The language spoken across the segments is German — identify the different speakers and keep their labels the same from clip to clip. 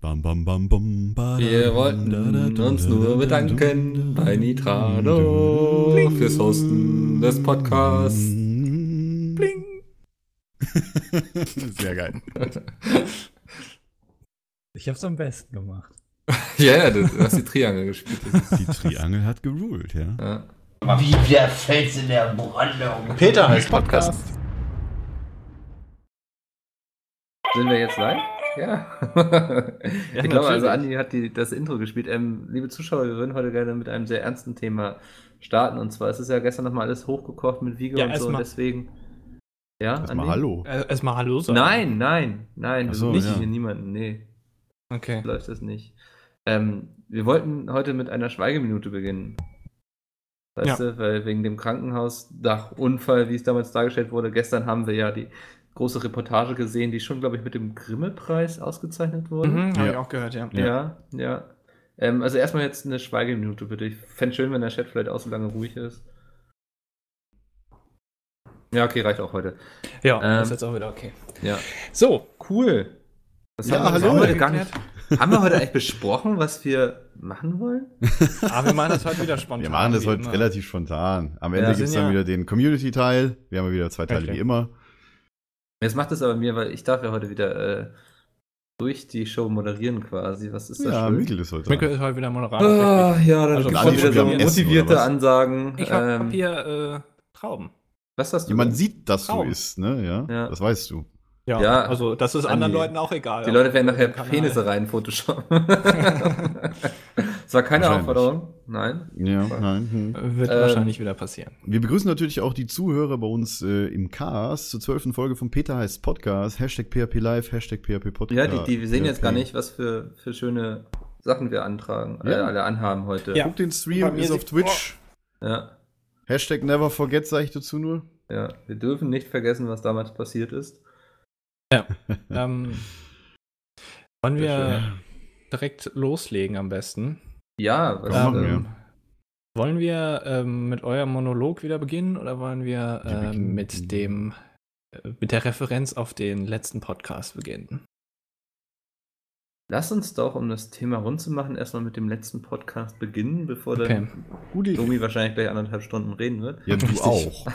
Speaker 1: Bam, bam, bam, bum, badum,
Speaker 2: Wir wollten uns nur bedanken bei Nitrado fürs Hosten des Podcasts.
Speaker 1: Bling. Sehr geil.
Speaker 3: Ich hab's am besten gemacht.
Speaker 2: Ja, ja, du hast die Triangel gespielt. Das ist,
Speaker 1: Die Triangel hat geruled, ja.
Speaker 2: ja.
Speaker 4: Wie der Fels in der Brandung.
Speaker 5: Peter heißt Podcast.
Speaker 2: Sind wir jetzt live? Ja. ich glaube, also Andi hat die, das Intro gespielt. Ähm, liebe Zuschauer, wir würden heute gerne mit einem sehr ernsten Thema starten. Und zwar ist es ja gestern nochmal alles hochgekocht mit Vigo
Speaker 6: Ja,
Speaker 2: und so. Und
Speaker 6: erstmal-
Speaker 2: deswegen. Ja,
Speaker 1: Erstmal
Speaker 2: Andi?
Speaker 1: hallo.
Speaker 6: Äh, Erstmal Hallo sagen.
Speaker 2: Nein, nein, nein,
Speaker 1: Ach so,
Speaker 2: nicht
Speaker 1: ja.
Speaker 2: hier niemanden. Nee,
Speaker 6: Okay.
Speaker 2: läuft das nicht. Ähm, wir wollten heute mit einer Schweigeminute beginnen. Weißt du, weil wegen dem Krankenhausdachunfall, wie es damals dargestellt wurde, gestern haben wir ja die große Reportage gesehen, die schon, glaube ich, mit dem Grimme-Preis ausgezeichnet wurde.
Speaker 6: Mhm, habe
Speaker 1: Ja.
Speaker 6: ich auch gehört, ja.
Speaker 2: Ja, ja. Ähm, also erstmal jetzt eine Schweigeminute, bitte. Ich fände schön, wenn der Chat vielleicht auch so lange ruhig ist. Ja, okay, reicht auch heute.
Speaker 6: Ja,
Speaker 2: Ähm,
Speaker 6: ist jetzt auch wieder okay.
Speaker 2: Ja.
Speaker 6: So,
Speaker 2: Cool. Das
Speaker 1: Ja,
Speaker 2: haben, wir,
Speaker 1: hallo.
Speaker 2: haben, wir heute gar nicht, haben wir heute eigentlich besprochen, was wir machen wollen?
Speaker 6: aber Ah, wir machen das heute wieder spontan.
Speaker 1: Wir machen das
Speaker 6: wie
Speaker 1: heute
Speaker 6: immer.
Speaker 1: relativ spontan. Am Ende
Speaker 2: Ja,
Speaker 1: gibt's gibt es
Speaker 6: sind
Speaker 1: dann
Speaker 6: ja-
Speaker 1: wieder den Community-Teil. Wir haben ja wieder zwei Teile
Speaker 6: Richtig.
Speaker 1: wie immer.
Speaker 2: Jetzt macht es aber mir, weil ich darf ja heute wieder äh, durch die Show moderieren quasi. Was ist das
Speaker 1: Ja,
Speaker 2: schön?
Speaker 1: Mikkel ist heute
Speaker 6: Mikkel
Speaker 1: da.
Speaker 6: ist heute wieder Moderator.
Speaker 2: Ah, ja, dann
Speaker 6: Also
Speaker 2: gibt's
Speaker 6: Plan
Speaker 2: schon wieder
Speaker 6: ist
Speaker 2: so
Speaker 6: schon wieder am
Speaker 1: Essen,
Speaker 2: motivierte
Speaker 1: oder was?
Speaker 2: Ansagen.
Speaker 6: ich habe hab
Speaker 2: Ähm,
Speaker 6: hier äh, Trauben.
Speaker 2: was hast du?
Speaker 1: Jemand
Speaker 2: denn?
Speaker 1: sieht, dass du
Speaker 6: Traum.
Speaker 1: isst, ne? Ja,
Speaker 2: Ja.
Speaker 1: das weißt du.
Speaker 2: Ja.
Speaker 6: Also, das ist anderen
Speaker 2: Andi.
Speaker 6: Leuten auch egal.
Speaker 2: Die Leute werden
Speaker 6: Auf
Speaker 2: nachher
Speaker 6: dem Kanal.
Speaker 2: Penisse rein photoshoppen. das war
Speaker 1: Wahrscheinlich.
Speaker 2: keine Aufforderung. Nein.
Speaker 1: Ja,
Speaker 2: Voll.
Speaker 1: nein. Hm.
Speaker 6: Wird
Speaker 2: Ähm,
Speaker 6: wahrscheinlich wieder passieren.
Speaker 1: Wir begrüßen natürlich auch die Zuhörer bei uns äh, im Cast zur zwölften Folge vom Peter heißt Podcast. Hashtag PHP Live, Hashtag PHP
Speaker 2: Ja,
Speaker 1: Podcast.
Speaker 2: die, die wir sehen jetzt
Speaker 1: PHP.
Speaker 2: gar nicht, was für, für schöne Sachen wir antragen, äh,
Speaker 1: Ja.
Speaker 2: alle anhaben heute.
Speaker 6: Ja.
Speaker 1: Guck den
Speaker 6: Bei
Speaker 1: Stream,
Speaker 6: mir
Speaker 1: ist auf
Speaker 6: sieht-
Speaker 1: Twitch.
Speaker 2: ja.
Speaker 1: Hashtag never forget, sage ich dazu nur.
Speaker 2: Ja, wir dürfen nicht vergessen, was damals passiert ist.
Speaker 6: Ähm, wollen wir
Speaker 1: Ja.
Speaker 6: direkt loslegen am besten?
Speaker 2: Ja, was,
Speaker 1: Ja, machen wir.
Speaker 2: ähm,
Speaker 6: Wollen wir ähm, mit eurem Monolog wieder beginnen oder wollen wir
Speaker 1: Wir
Speaker 6: ähm,
Speaker 1: beginnen.
Speaker 6: mit dem äh, mit der Referenz auf den letzten Podcast beginnen?
Speaker 2: lass uns doch, um das Thema rund zu machen, erstmal mit dem letzten Podcast beginnen, bevor
Speaker 6: Okay.
Speaker 2: dann Domi wahrscheinlich gleich anderthalb Stunden reden wird.
Speaker 1: Ja, du
Speaker 6: Richtig.
Speaker 1: auch.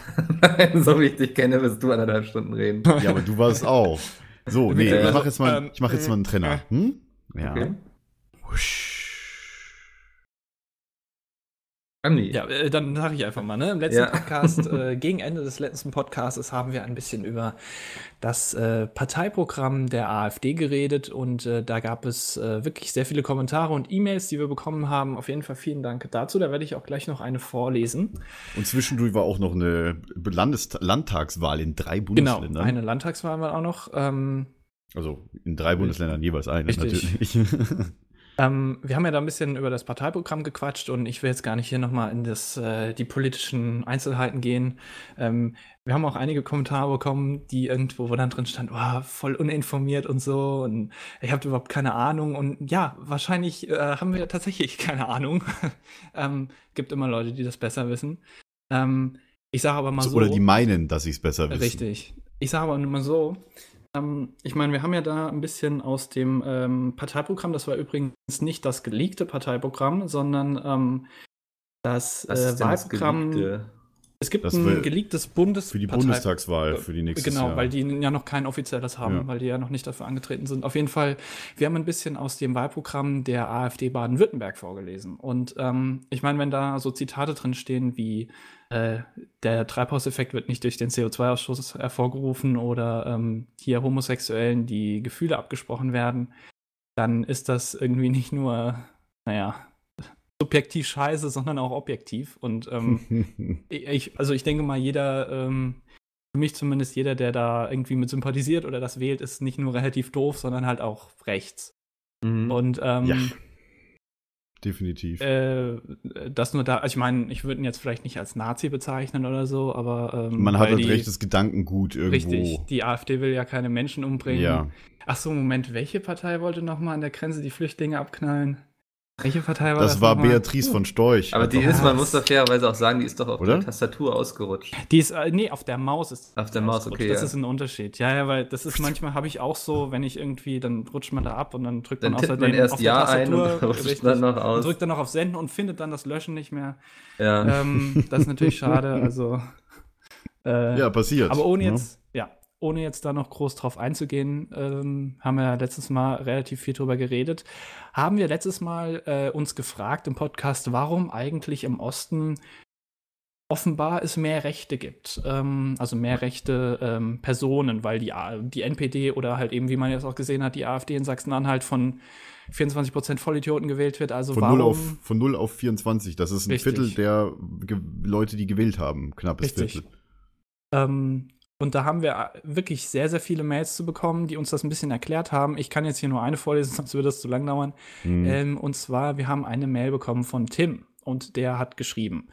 Speaker 2: Nein, so wie ich dich kenne, wirst du anderthalb Stunden reden.
Speaker 1: Ja, aber du warst auch. So, nee,
Speaker 2: Äh,
Speaker 1: ich mach jetzt mal,
Speaker 6: ähm,
Speaker 1: ich mach jetzt mal einen Trenner. Hm? Ja.
Speaker 2: Okay. Andi,
Speaker 6: Ja, äh, dann sage ich einfach mal, ne? Im letzten
Speaker 2: Ja.
Speaker 6: Podcast, äh, gegen Ende des letzten Podcasts haben wir ein bisschen über das äh, Parteiprogramm der AfD geredet und äh, da gab es äh, wirklich sehr viele Kommentare und E-Mails, die wir bekommen haben. Auf jeden Fall vielen Dank dazu. Da werde ich auch gleich noch eine vorlesen.
Speaker 1: Und zwischendurch war auch noch eine Landes Landtagswahl in drei
Speaker 6: Genau,
Speaker 1: Bundesländern.
Speaker 6: eine Landtagswahl war auch noch. Ähm,
Speaker 1: Also in drei Bundesländern jeweils eine,
Speaker 6: Richtig.
Speaker 1: natürlich.
Speaker 6: Ähm, wir haben ja da ein bisschen über das Parteiprogramm gequatscht und ich will jetzt gar nicht hier nochmal in das, äh, die politischen Einzelheiten gehen. Ähm, wir haben auch einige Kommentare bekommen, die irgendwo, wo dann drin stand, oh, voll uninformiert und so und ich habe überhaupt keine Ahnung und ja, wahrscheinlich äh, haben wir tatsächlich keine Ahnung. ähm, gibt immer Leute, die das besser wissen. Ähm, ich sage aber mal so.
Speaker 1: Also, Oder die meinen, dass sie es besser wissen.
Speaker 6: Richtig. Ich sage aber nur mal so, ähm, ich meine, wir haben ja da ein bisschen aus dem ähm, Parteiprogramm, das war übrigens nicht das geleakte Parteiprogramm, sondern ähm, das
Speaker 2: was
Speaker 6: äh,
Speaker 2: ist denn das
Speaker 6: Wahlprogramm.
Speaker 2: Geliebte?
Speaker 6: es gibt
Speaker 1: Das will-
Speaker 6: ein geleaktes Bundes
Speaker 1: Für die
Speaker 6: Partei-
Speaker 1: Bundestagswahl, für die nächste
Speaker 6: Genau,
Speaker 1: Jahr.
Speaker 6: weil die ja noch kein offizielles haben,
Speaker 1: Ja.
Speaker 6: weil die ja noch nicht dafür angetreten sind. Auf jeden Fall, wir haben ein bisschen aus dem Wahlprogramm der AfD Baden-Württemberg vorgelesen. Und ähm, ich meine, wenn da so Zitate drin stehen wie äh, der Treibhauseffekt wird nicht durch den CO2-Ausstoß hervorgerufen oder ähm, hier Homosexuellen die Gefühle abgesprochen werden, dann ist das irgendwie nicht nur, naja, subjektiv scheiße, sondern auch objektiv. Und ähm, ich- ich, also ich denke mal, jeder, ähm, für mich zumindest jeder, der da irgendwie mit sympathisiert oder das wählt, ist nicht nur relativ doof, sondern halt auch rechts.
Speaker 2: Mhm.
Speaker 6: Und ähm,
Speaker 1: Ja. Definitiv.
Speaker 6: äh, das nur da, also ich meine, ich würde ihn jetzt vielleicht nicht als Nazi bezeichnen oder so, aber ähm,
Speaker 1: Man hat
Speaker 6: weil
Speaker 1: halt
Speaker 6: die-
Speaker 1: rechtes Gedankengut irgendwo.
Speaker 6: Richtig, die AfD will ja keine Menschen umbringen.
Speaker 1: Ja.
Speaker 6: Ach so, Moment, welche Partei wollte nochmal an der Grenze die Flüchtlinge abknallen? Welche Partei war das?
Speaker 1: Das war
Speaker 6: nochmal?
Speaker 1: Beatrice von Storch.
Speaker 2: Aber
Speaker 1: Hat
Speaker 2: die
Speaker 1: doch-
Speaker 2: ist, man
Speaker 6: was.
Speaker 2: muss da fairerweise auch sagen, die ist doch auf
Speaker 1: Oder?
Speaker 2: der Tastatur ausgerutscht.
Speaker 6: Die ist, äh, nee, auf der Maus ist.
Speaker 2: Auf der Maus, okay,
Speaker 6: Das
Speaker 2: ja.
Speaker 6: ist ein Unterschied. Ja, ja, weil das ist manchmal habe ich auch so, wenn ich irgendwie, dann rutscht man da ab und dann drückt
Speaker 2: Dann
Speaker 6: man
Speaker 2: tippt
Speaker 6: außerdem
Speaker 2: man erst
Speaker 6: auf der
Speaker 2: Ja ein
Speaker 6: Tastatur
Speaker 2: und dann rutscht
Speaker 6: richtig,
Speaker 2: man noch
Speaker 6: und
Speaker 2: aus.
Speaker 6: drückt dann noch auf Senden und findet dann das Löschen nicht mehr.
Speaker 2: Ja.
Speaker 6: Ähm, das ist natürlich schade. Also, äh,
Speaker 1: Ja, passiert.
Speaker 6: aber ohne
Speaker 1: ne?
Speaker 6: jetzt, ja, ohne jetzt da noch groß drauf einzugehen, ähm, haben wir letztes Mal relativ viel drüber geredet. Haben wir letztes Mal äh, uns gefragt im Podcast, warum eigentlich im Osten offenbar es mehr Rechte gibt, ähm, also mehr rechte ähm, Personen, weil die, A- die NPD oder halt eben, wie man jetzt auch gesehen hat, die AfD in Sachsen-Anhalt von 24% Vollidioten gewählt wird. Also
Speaker 1: Von
Speaker 6: warum
Speaker 1: 0, auf, von 0 auf 24. Das ist ein
Speaker 6: Richtig.
Speaker 1: Viertel der ge Leute, die gewählt haben. Knappes
Speaker 6: Richtig.
Speaker 1: Viertel.
Speaker 6: Ähm, und da haben wir äh, wirklich sehr, sehr viele Mails zu bekommen, die uns das ein bisschen erklärt haben. Ich kann jetzt hier nur eine vorlesen, sonst würde das zu lang dauern.
Speaker 1: Hm.
Speaker 6: Ähm, und zwar, wir haben eine Mail bekommen von Tim und der hat geschrieben.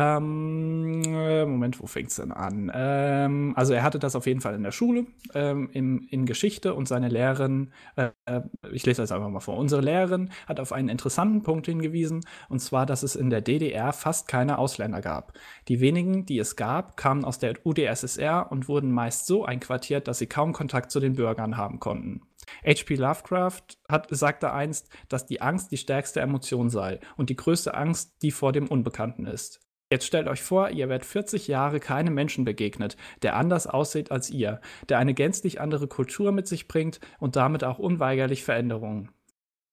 Speaker 6: Ähm, äh, Moment, wo fängt's denn an? Ähm, also er hatte das auf jeden Fall in der Schule, ähm, im, in Geschichte und seine Lehrerin, äh, äh, ich lese das einfach mal vor, unsere Lehrerin hat auf einen interessanten Punkt hingewiesen, und zwar, dass es in der DDR fast keine Ausländer gab. Die wenigen, die es gab, kamen aus der UdSSR und wurden meist so einquartiert, dass sie kaum Kontakt zu den Bürgern haben konnten. H.P. Lovecraft hat, sagte einst, dass die Angst die stärkste Emotion sei und die größte Angst, die vor dem Unbekannten ist. Jetzt stellt euch vor, ihr werdet 40 Jahre keinem Menschen begegnet, der anders aussieht als ihr, der eine gänzlich andere Kultur mit sich bringt und damit auch unweigerlich Veränderungen.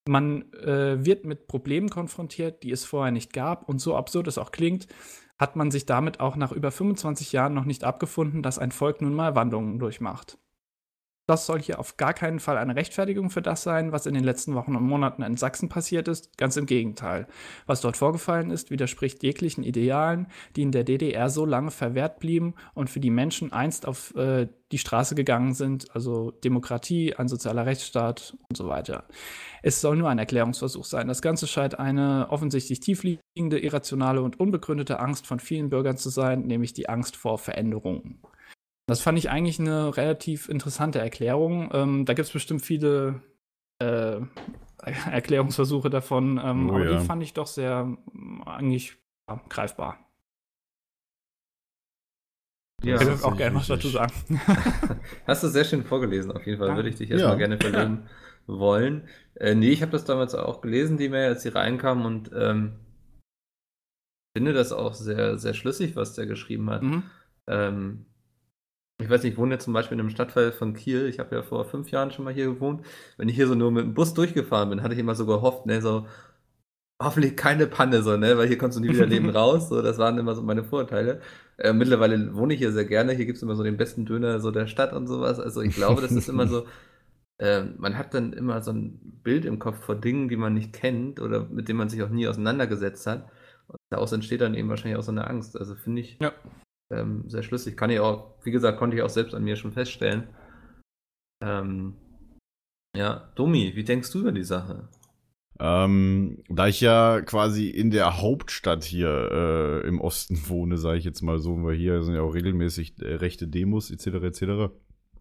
Speaker 6: Man äh, wird mit Problemen konfrontiert, die es vorher nicht gab, und so absurd es auch klingt, hat man sich damit auch nach über 25 Jahren noch nicht abgefunden, dass ein Volk nun mal Wandlungen durchmacht. Das soll hier auf gar keinen Fall eine Rechtfertigung für das sein, was in den letzten Wochen und Monaten in Sachsen passiert ist, ganz im Gegenteil. Was dort vorgefallen ist, widerspricht jeglichen Idealen, die in der DDR so lange verwehrt blieben und für die Menschen einst auf äh, die Straße gegangen sind, also Demokratie, ein sozialer Rechtsstaat und so weiter. Es soll nur ein Erklärungsversuch sein. Das Ganze scheint eine offensichtlich tiefliegende, irrationale und unbegründete Angst von vielen Bürgern zu sein, nämlich die Angst vor Veränderungen. Das fand ich eigentlich eine relativ interessante Erklärung. Ähm, da gibt es bestimmt viele äh, Erklärungsversuche davon, ähm,
Speaker 1: Oh
Speaker 6: aber
Speaker 1: ja.
Speaker 6: die fand ich doch sehr ähm, eigentlich ja, greifbar.
Speaker 2: Ja.
Speaker 6: ich
Speaker 1: Das ist
Speaker 6: würde auch
Speaker 1: nicht
Speaker 6: gerne was dazu
Speaker 1: richtig.
Speaker 6: sagen.
Speaker 2: Hast du sehr schön vorgelesen, auf jeden Fall. Würde ich dich
Speaker 1: Ja.
Speaker 2: erstmal gerne verlieren wollen. Äh, nee, ich habe das damals auch gelesen, die Mail, als die reinkam und ähm, finde das auch sehr, sehr schlüssig, was der geschrieben hat.
Speaker 6: Mhm.
Speaker 2: Ähm, ich weiß nicht, ich wohne jetzt zum Beispiel in einem Stadtteil von Kiel. Ich habe ja vor fünf Jahren schon mal hier gewohnt. Wenn ich hier so nur mit dem Bus durchgefahren bin, hatte ich immer so gehofft, ne, so hoffentlich keine Panne, so, ne, weil hier kommst du nie wieder leben raus. So, das waren immer so meine Vorurteile. Äh, mittlerweile wohne ich hier sehr gerne. Hier gibt es immer so den besten Döner so der Stadt und sowas. Also ich glaube, das ist immer so. ähm, man hat dann immer so ein Bild im Kopf von Dingen, die man nicht kennt oder mit denen man sich auch nie auseinandergesetzt hat. Und daraus entsteht dann eben wahrscheinlich auch so eine Angst. Also finde ich
Speaker 6: Ja.
Speaker 2: ähm, sehr schlüssig. Kann ich auch, wie gesagt, konnte ich auch selbst an mir schon feststellen. Ähm, ja, Domi, wie denkst du über die Sache?
Speaker 1: Ähm, da ich ja quasi in der Hauptstadt hier äh, im Osten wohne, sage ich jetzt mal so, weil hier sind ja auch regelmäßig äh, rechte Demos etc. etc.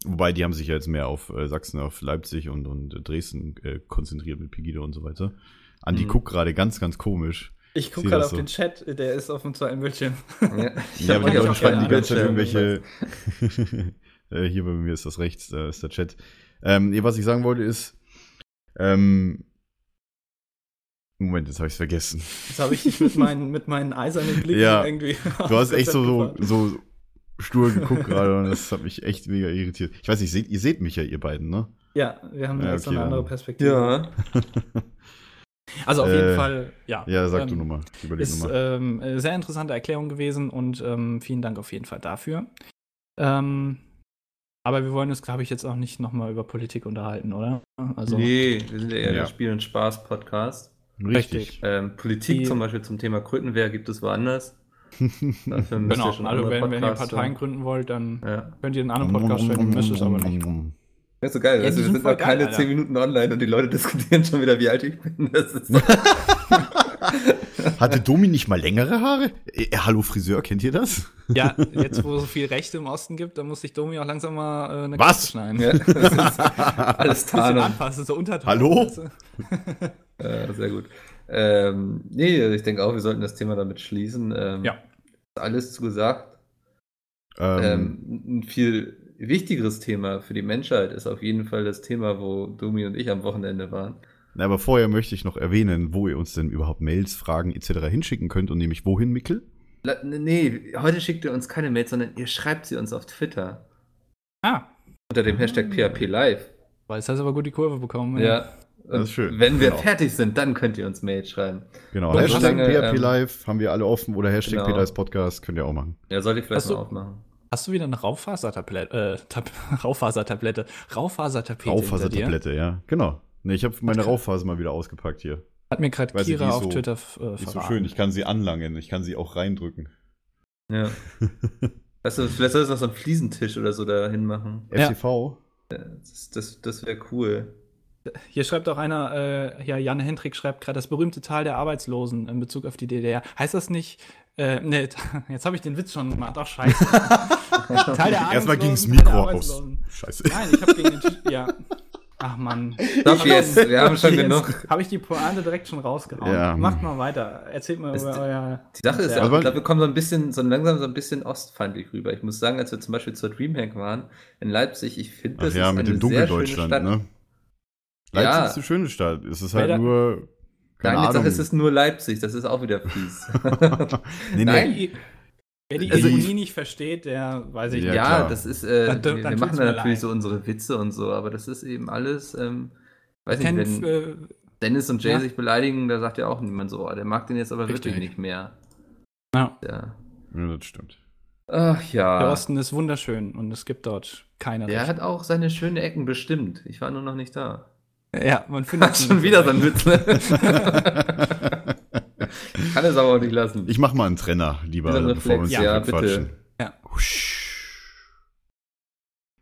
Speaker 1: Wobei die haben sich ja jetzt mehr auf äh, Sachsen, auf Leipzig und, und Dresden äh, konzentriert mit Pegida und so weiter. Andi
Speaker 2: Mhm.
Speaker 1: guckt gerade ganz, ganz komisch.
Speaker 6: Ich
Speaker 1: guck Sieh gerade das auf so. den
Speaker 6: Chat, der ist auf dem zweiten Bildschirm.
Speaker 2: Ja, ich
Speaker 1: Ja,
Speaker 2: hab
Speaker 1: aber die
Speaker 2: euch auch
Speaker 1: Leute schreiben die
Speaker 2: keine
Speaker 1: ganze Zeit
Speaker 2: Ahnung,
Speaker 1: irgendwelche. Äh, Hier bei mir ist das rechts, da ist der Chat. Ähm, nee, was ich sagen wollte ist. Ähm, Moment, jetzt habe ich es vergessen.
Speaker 6: Jetzt habe ich dich mit meinen, mit meinen eisernen Blicken
Speaker 1: Ja,
Speaker 6: irgendwie.
Speaker 1: Du hast echt so, so, so stur geguckt gerade und das hat mich echt mega irritiert. Ich weiß nicht, seht, ihr seht mich ja, ihr beiden, ne?
Speaker 6: Ja, wir haben
Speaker 1: Ja,
Speaker 6: jetzt
Speaker 1: okay,
Speaker 6: eine andere
Speaker 1: dann-
Speaker 6: Perspektive.
Speaker 2: Ja,
Speaker 6: Also auf
Speaker 1: Äh,
Speaker 6: jeden Fall, ja.
Speaker 1: Ja, sag
Speaker 6: Ähm,
Speaker 1: du nochmal. Ich überleg
Speaker 6: Ist
Speaker 1: nochmal.
Speaker 6: ähm, eine sehr interessante Erklärung gewesen und ähm, vielen Dank auf jeden Fall dafür. Ähm, aber wir wollen uns, glaube ich, jetzt auch nicht nochmal über Politik unterhalten, oder? Also,
Speaker 2: nee, wir sind ja eher
Speaker 1: Ja.
Speaker 2: der Spiel- und Spaß-Podcast.
Speaker 6: äh,
Speaker 1: Richtig.
Speaker 2: Ähm, Politik
Speaker 6: Die-
Speaker 2: zum Beispiel zum Thema Krötenwehr gibt es woanders. Dafür müsst
Speaker 6: genau.
Speaker 2: ihr schon
Speaker 6: Also,
Speaker 2: andere
Speaker 6: wenn, wenn ihr
Speaker 2: Podcasts
Speaker 6: Parteien
Speaker 2: hören.
Speaker 6: gründen wollt, dann
Speaker 2: Ja.
Speaker 6: könnt ihr einen anderen Podcast hören, müsst es aber nicht.
Speaker 2: Das ist so geil,
Speaker 6: Ja,
Speaker 2: weißt
Speaker 6: die
Speaker 2: du, wir
Speaker 6: sind
Speaker 2: sind
Speaker 6: voll
Speaker 2: noch keine
Speaker 6: geil, Alter.
Speaker 2: 10 Minuten online und die Leute diskutieren schon wieder, wie alt ich bin. Das ist so
Speaker 1: Hatte Domi nicht mal längere Haare? Äh, hallo Friseur, kennt ihr das?
Speaker 6: Ja, jetzt wo so viel Rechte im Osten gibt, dann muss sich Domi auch langsam mal äh, eine
Speaker 1: Was?
Speaker 6: Kappe schneiden.
Speaker 2: Ja, das ist alles
Speaker 6: Bisschen
Speaker 2: Tarnung.
Speaker 6: anpassen, so Untertanen.
Speaker 1: Hallo?
Speaker 6: weißt du?
Speaker 2: Äh, sehr gut. Ähm, nee, also ich denke auch, wir sollten das Thema damit schließen. Ähm,
Speaker 6: Ja.
Speaker 2: ist Alles zugesagt.
Speaker 1: Ähm,
Speaker 2: Ähm, ein viel wichtigeres Thema für die Menschheit ist auf jeden Fall das Thema, wo Domi und ich am Wochenende waren.
Speaker 1: na, aber vorher möchte ich noch erwähnen, wo ihr uns denn überhaupt Mails, Fragen etc. hinschicken könnt und nämlich wohin, Mickel?
Speaker 2: La- Nee, heute schickt ihr uns keine Mails, sondern ihr schreibt sie uns auf Twitter
Speaker 6: Ah,
Speaker 2: unter dem
Speaker 1: Hm.
Speaker 2: Hashtag PHP Live.
Speaker 6: weil es hast aber gut die Kurve bekommen.
Speaker 2: Ja.
Speaker 1: Das ist schön.
Speaker 2: Wenn wir
Speaker 1: Genau.
Speaker 2: fertig sind, dann könnt ihr uns Mails schreiben.
Speaker 1: Genau.
Speaker 6: Und
Speaker 1: Hashtag
Speaker 2: solange,
Speaker 1: PHP
Speaker 2: ähm,
Speaker 1: Live haben wir alle offen oder Hashtag
Speaker 2: genau.
Speaker 1: genau. PLive Podcast könnt ihr auch machen.
Speaker 2: Ja, sollte ich vielleicht
Speaker 6: Hast du-
Speaker 2: mal aufmachen.
Speaker 6: Hast du wieder eine Raufasertablette, äh, Tab Raufasertablette, Raufasertapete hinter dir?
Speaker 1: Raufasertablette, ja. Genau. Nee, ich habe meine Raufaser mal wieder ausgepackt hier.
Speaker 6: Hat mir gerade
Speaker 1: Weiß ich,
Speaker 6: Kira
Speaker 1: die ist
Speaker 6: auf
Speaker 1: so-
Speaker 6: Twitter f- äh,
Speaker 1: Die ist
Speaker 6: verraten.
Speaker 1: so schön, ich kann sie anlangen, ich kann sie auch reindrücken.
Speaker 2: Ja. weißt du, vielleicht solltest du noch so einen Fliesentisch oder so dahin machen.
Speaker 6: Ja.
Speaker 1: FTV?
Speaker 2: Das, das, das wäre cool.
Speaker 6: Hier schreibt auch einer, äh, ja, Jan Hendrik schreibt gerade das berühmte Tal der Arbeitslosen in Bezug auf die DDR. Heißt das nicht, äh, nee, jetzt habe ich den Witz schon gemacht. Ach, scheiße. Tal der
Speaker 1: Erstmal
Speaker 6: Ahnungslosen,
Speaker 1: ging das
Speaker 6: Tal
Speaker 1: Mikro
Speaker 6: der
Speaker 1: aus.
Speaker 6: Arbeitslosen.
Speaker 1: Scheiße.
Speaker 6: Nein, ich habe gegen den Tisch, ja. Ach, Mann.
Speaker 2: Doch, jetzt, wir haben schon
Speaker 6: Jetzt
Speaker 2: genug.
Speaker 6: Habe ich die Pointe direkt schon rausgehauen.
Speaker 1: Ja.
Speaker 6: Macht mal weiter. Erzählt mal
Speaker 2: Ist-
Speaker 6: über euer...
Speaker 2: Die Sache ist,
Speaker 6: Ja,
Speaker 2: ja,
Speaker 1: aber-
Speaker 2: ich glaube, wir kommen so ein bisschen, so langsam so ein bisschen ostfeindlich rüber. Ich muss sagen, als wir zum Beispiel zur Dreamhack waren in Leipzig, ich finde,
Speaker 1: Ach
Speaker 2: das
Speaker 1: ja,
Speaker 2: ist
Speaker 1: mit
Speaker 2: eine
Speaker 1: dem
Speaker 2: sehr schöne
Speaker 1: Dunkeldeutschland,
Speaker 2: Stadt.
Speaker 1: ne?
Speaker 2: Ja.
Speaker 1: Leipzig ist eine schöne Stadt. Es ist halt
Speaker 6: Leider-
Speaker 1: nur. Keine
Speaker 2: Nein, jetzt
Speaker 1: Ahnung.
Speaker 2: sag, es ist nur Leipzig, das ist auch wieder fies.
Speaker 1: nee,
Speaker 2: Nein.
Speaker 1: nee.
Speaker 6: Wer die- Wer die
Speaker 1: Also ich-
Speaker 6: Ironie nicht versteht, der weiß ich
Speaker 1: Ja,
Speaker 2: ja,
Speaker 1: klar.
Speaker 2: das ist, äh,
Speaker 6: Dann- dann
Speaker 2: wir, wir
Speaker 6: tut's
Speaker 2: machen da
Speaker 6: mir
Speaker 2: natürlich
Speaker 6: leid.
Speaker 2: so unsere Witze und so, aber das ist eben alles, ähm, weiß
Speaker 6: Ken,
Speaker 2: nicht, wenn
Speaker 6: äh,
Speaker 2: Dennis und Jay
Speaker 6: ja.
Speaker 2: sich beleidigen, da sagt ja auch niemand so, oh, der mag den jetzt aber
Speaker 6: Richtig.
Speaker 2: wirklich nicht mehr.
Speaker 6: Ja.
Speaker 2: Ja.
Speaker 1: Ja, das stimmt.
Speaker 2: Ach
Speaker 6: der
Speaker 2: ja.
Speaker 6: Osten ist wunderschön und es gibt dort keine
Speaker 2: Der
Speaker 6: Rechte.
Speaker 2: hat auch seine schönen Ecken bestimmt. Ich war nur noch nicht da.
Speaker 6: Ja, man findet
Speaker 2: Hat schon wieder so ein Witz, ne? Kann es aber auch nicht lassen.
Speaker 1: Ich mach mal einen Trenner, lieber,
Speaker 2: Dieser
Speaker 1: bevor wir
Speaker 2: Reflex,
Speaker 1: uns
Speaker 2: ja,
Speaker 1: hier
Speaker 2: bitte.
Speaker 1: quatschen.
Speaker 6: Ja.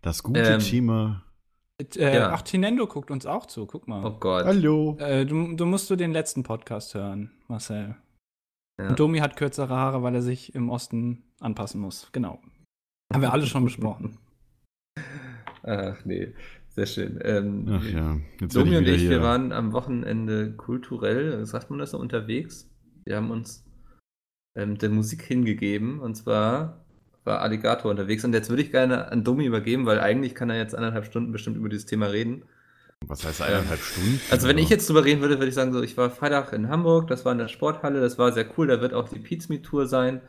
Speaker 1: Das gute
Speaker 2: Ähm.
Speaker 1: Thema.
Speaker 6: Äh,
Speaker 2: Ja.
Speaker 6: Ach, Tinendo guckt uns auch zu, guck mal.
Speaker 2: oh Gott.
Speaker 1: Hallo.
Speaker 6: Äh, du, du musst du den letzten Podcast hören, Marcel.
Speaker 2: Ja.
Speaker 6: Und Domi hat kürzere Haare, weil er sich im Osten anpassen muss. Genau. Haben wir alle schon besprochen.
Speaker 2: Ach nee, sehr schön. Ähm,
Speaker 1: Ach ja, jetzt
Speaker 2: Domi
Speaker 1: werd
Speaker 2: und ich,
Speaker 1: wieder
Speaker 2: wir
Speaker 1: hier-
Speaker 2: waren am Wochenende kulturell, sagt man das so, unterwegs. Wir haben uns ähm, der Musik hingegeben und zwar war Alligator unterwegs und jetzt würde ich gerne an Domi übergeben, weil eigentlich kann er jetzt anderthalb Stunden bestimmt über dieses Thema reden.
Speaker 1: Was heißt eineinhalb Stunden?
Speaker 2: Also wenn ich
Speaker 1: Ja.
Speaker 2: jetzt drüber reden würde, würde ich sagen, so ich war Freitag in Hamburg, das war in der Sporthalle, das war sehr cool, da wird auch die Pizmi Tour sein.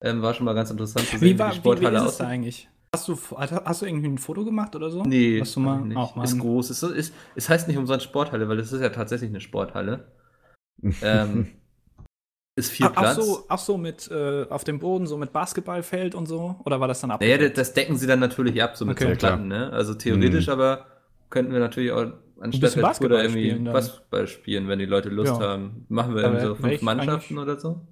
Speaker 2: Ähm, war schon mal ganz interessant zu sehen,
Speaker 6: Wie, war,
Speaker 2: die
Speaker 6: wie, wie
Speaker 2: Sporthalle
Speaker 6: ist es da
Speaker 2: aussieht.
Speaker 6: eigentlich? Hast du, hast du irgendwie ein Foto gemacht oder so?
Speaker 2: Nee,
Speaker 6: Hast du mal,
Speaker 2: hab ich
Speaker 6: auch mal
Speaker 2: ist
Speaker 6: ein-
Speaker 2: groß. Es, ist, es heißt nicht umsonst Sporthalle, weil es ist ja tatsächlich eine Sporthalle. Ähm, ist viel
Speaker 6: Ah, Ach, ach,
Speaker 2: Platz.
Speaker 6: so, ach so, mit äh, auf dem Boden, so mit Basketballfeld und so? Oder war das dann ab?
Speaker 2: Naja, das, das decken sie dann natürlich ab, so mit
Speaker 6: Okay.
Speaker 2: so
Speaker 6: Ja,
Speaker 1: klar.
Speaker 2: Platten, ne? Also theoretisch
Speaker 1: Mhm.
Speaker 2: aber könnten wir natürlich auch anstatt
Speaker 6: bisschen
Speaker 2: der Tour da
Speaker 6: Basketball
Speaker 2: irgendwie
Speaker 6: spielen dann.
Speaker 2: Basketball spielen, wenn die Leute Lust
Speaker 6: Ja.
Speaker 2: haben. Machen wir
Speaker 6: Da
Speaker 2: eben
Speaker 6: wär-
Speaker 2: so
Speaker 6: wär
Speaker 2: fünf
Speaker 6: ich
Speaker 2: Mannschaften
Speaker 6: eigentlich-
Speaker 2: oder so.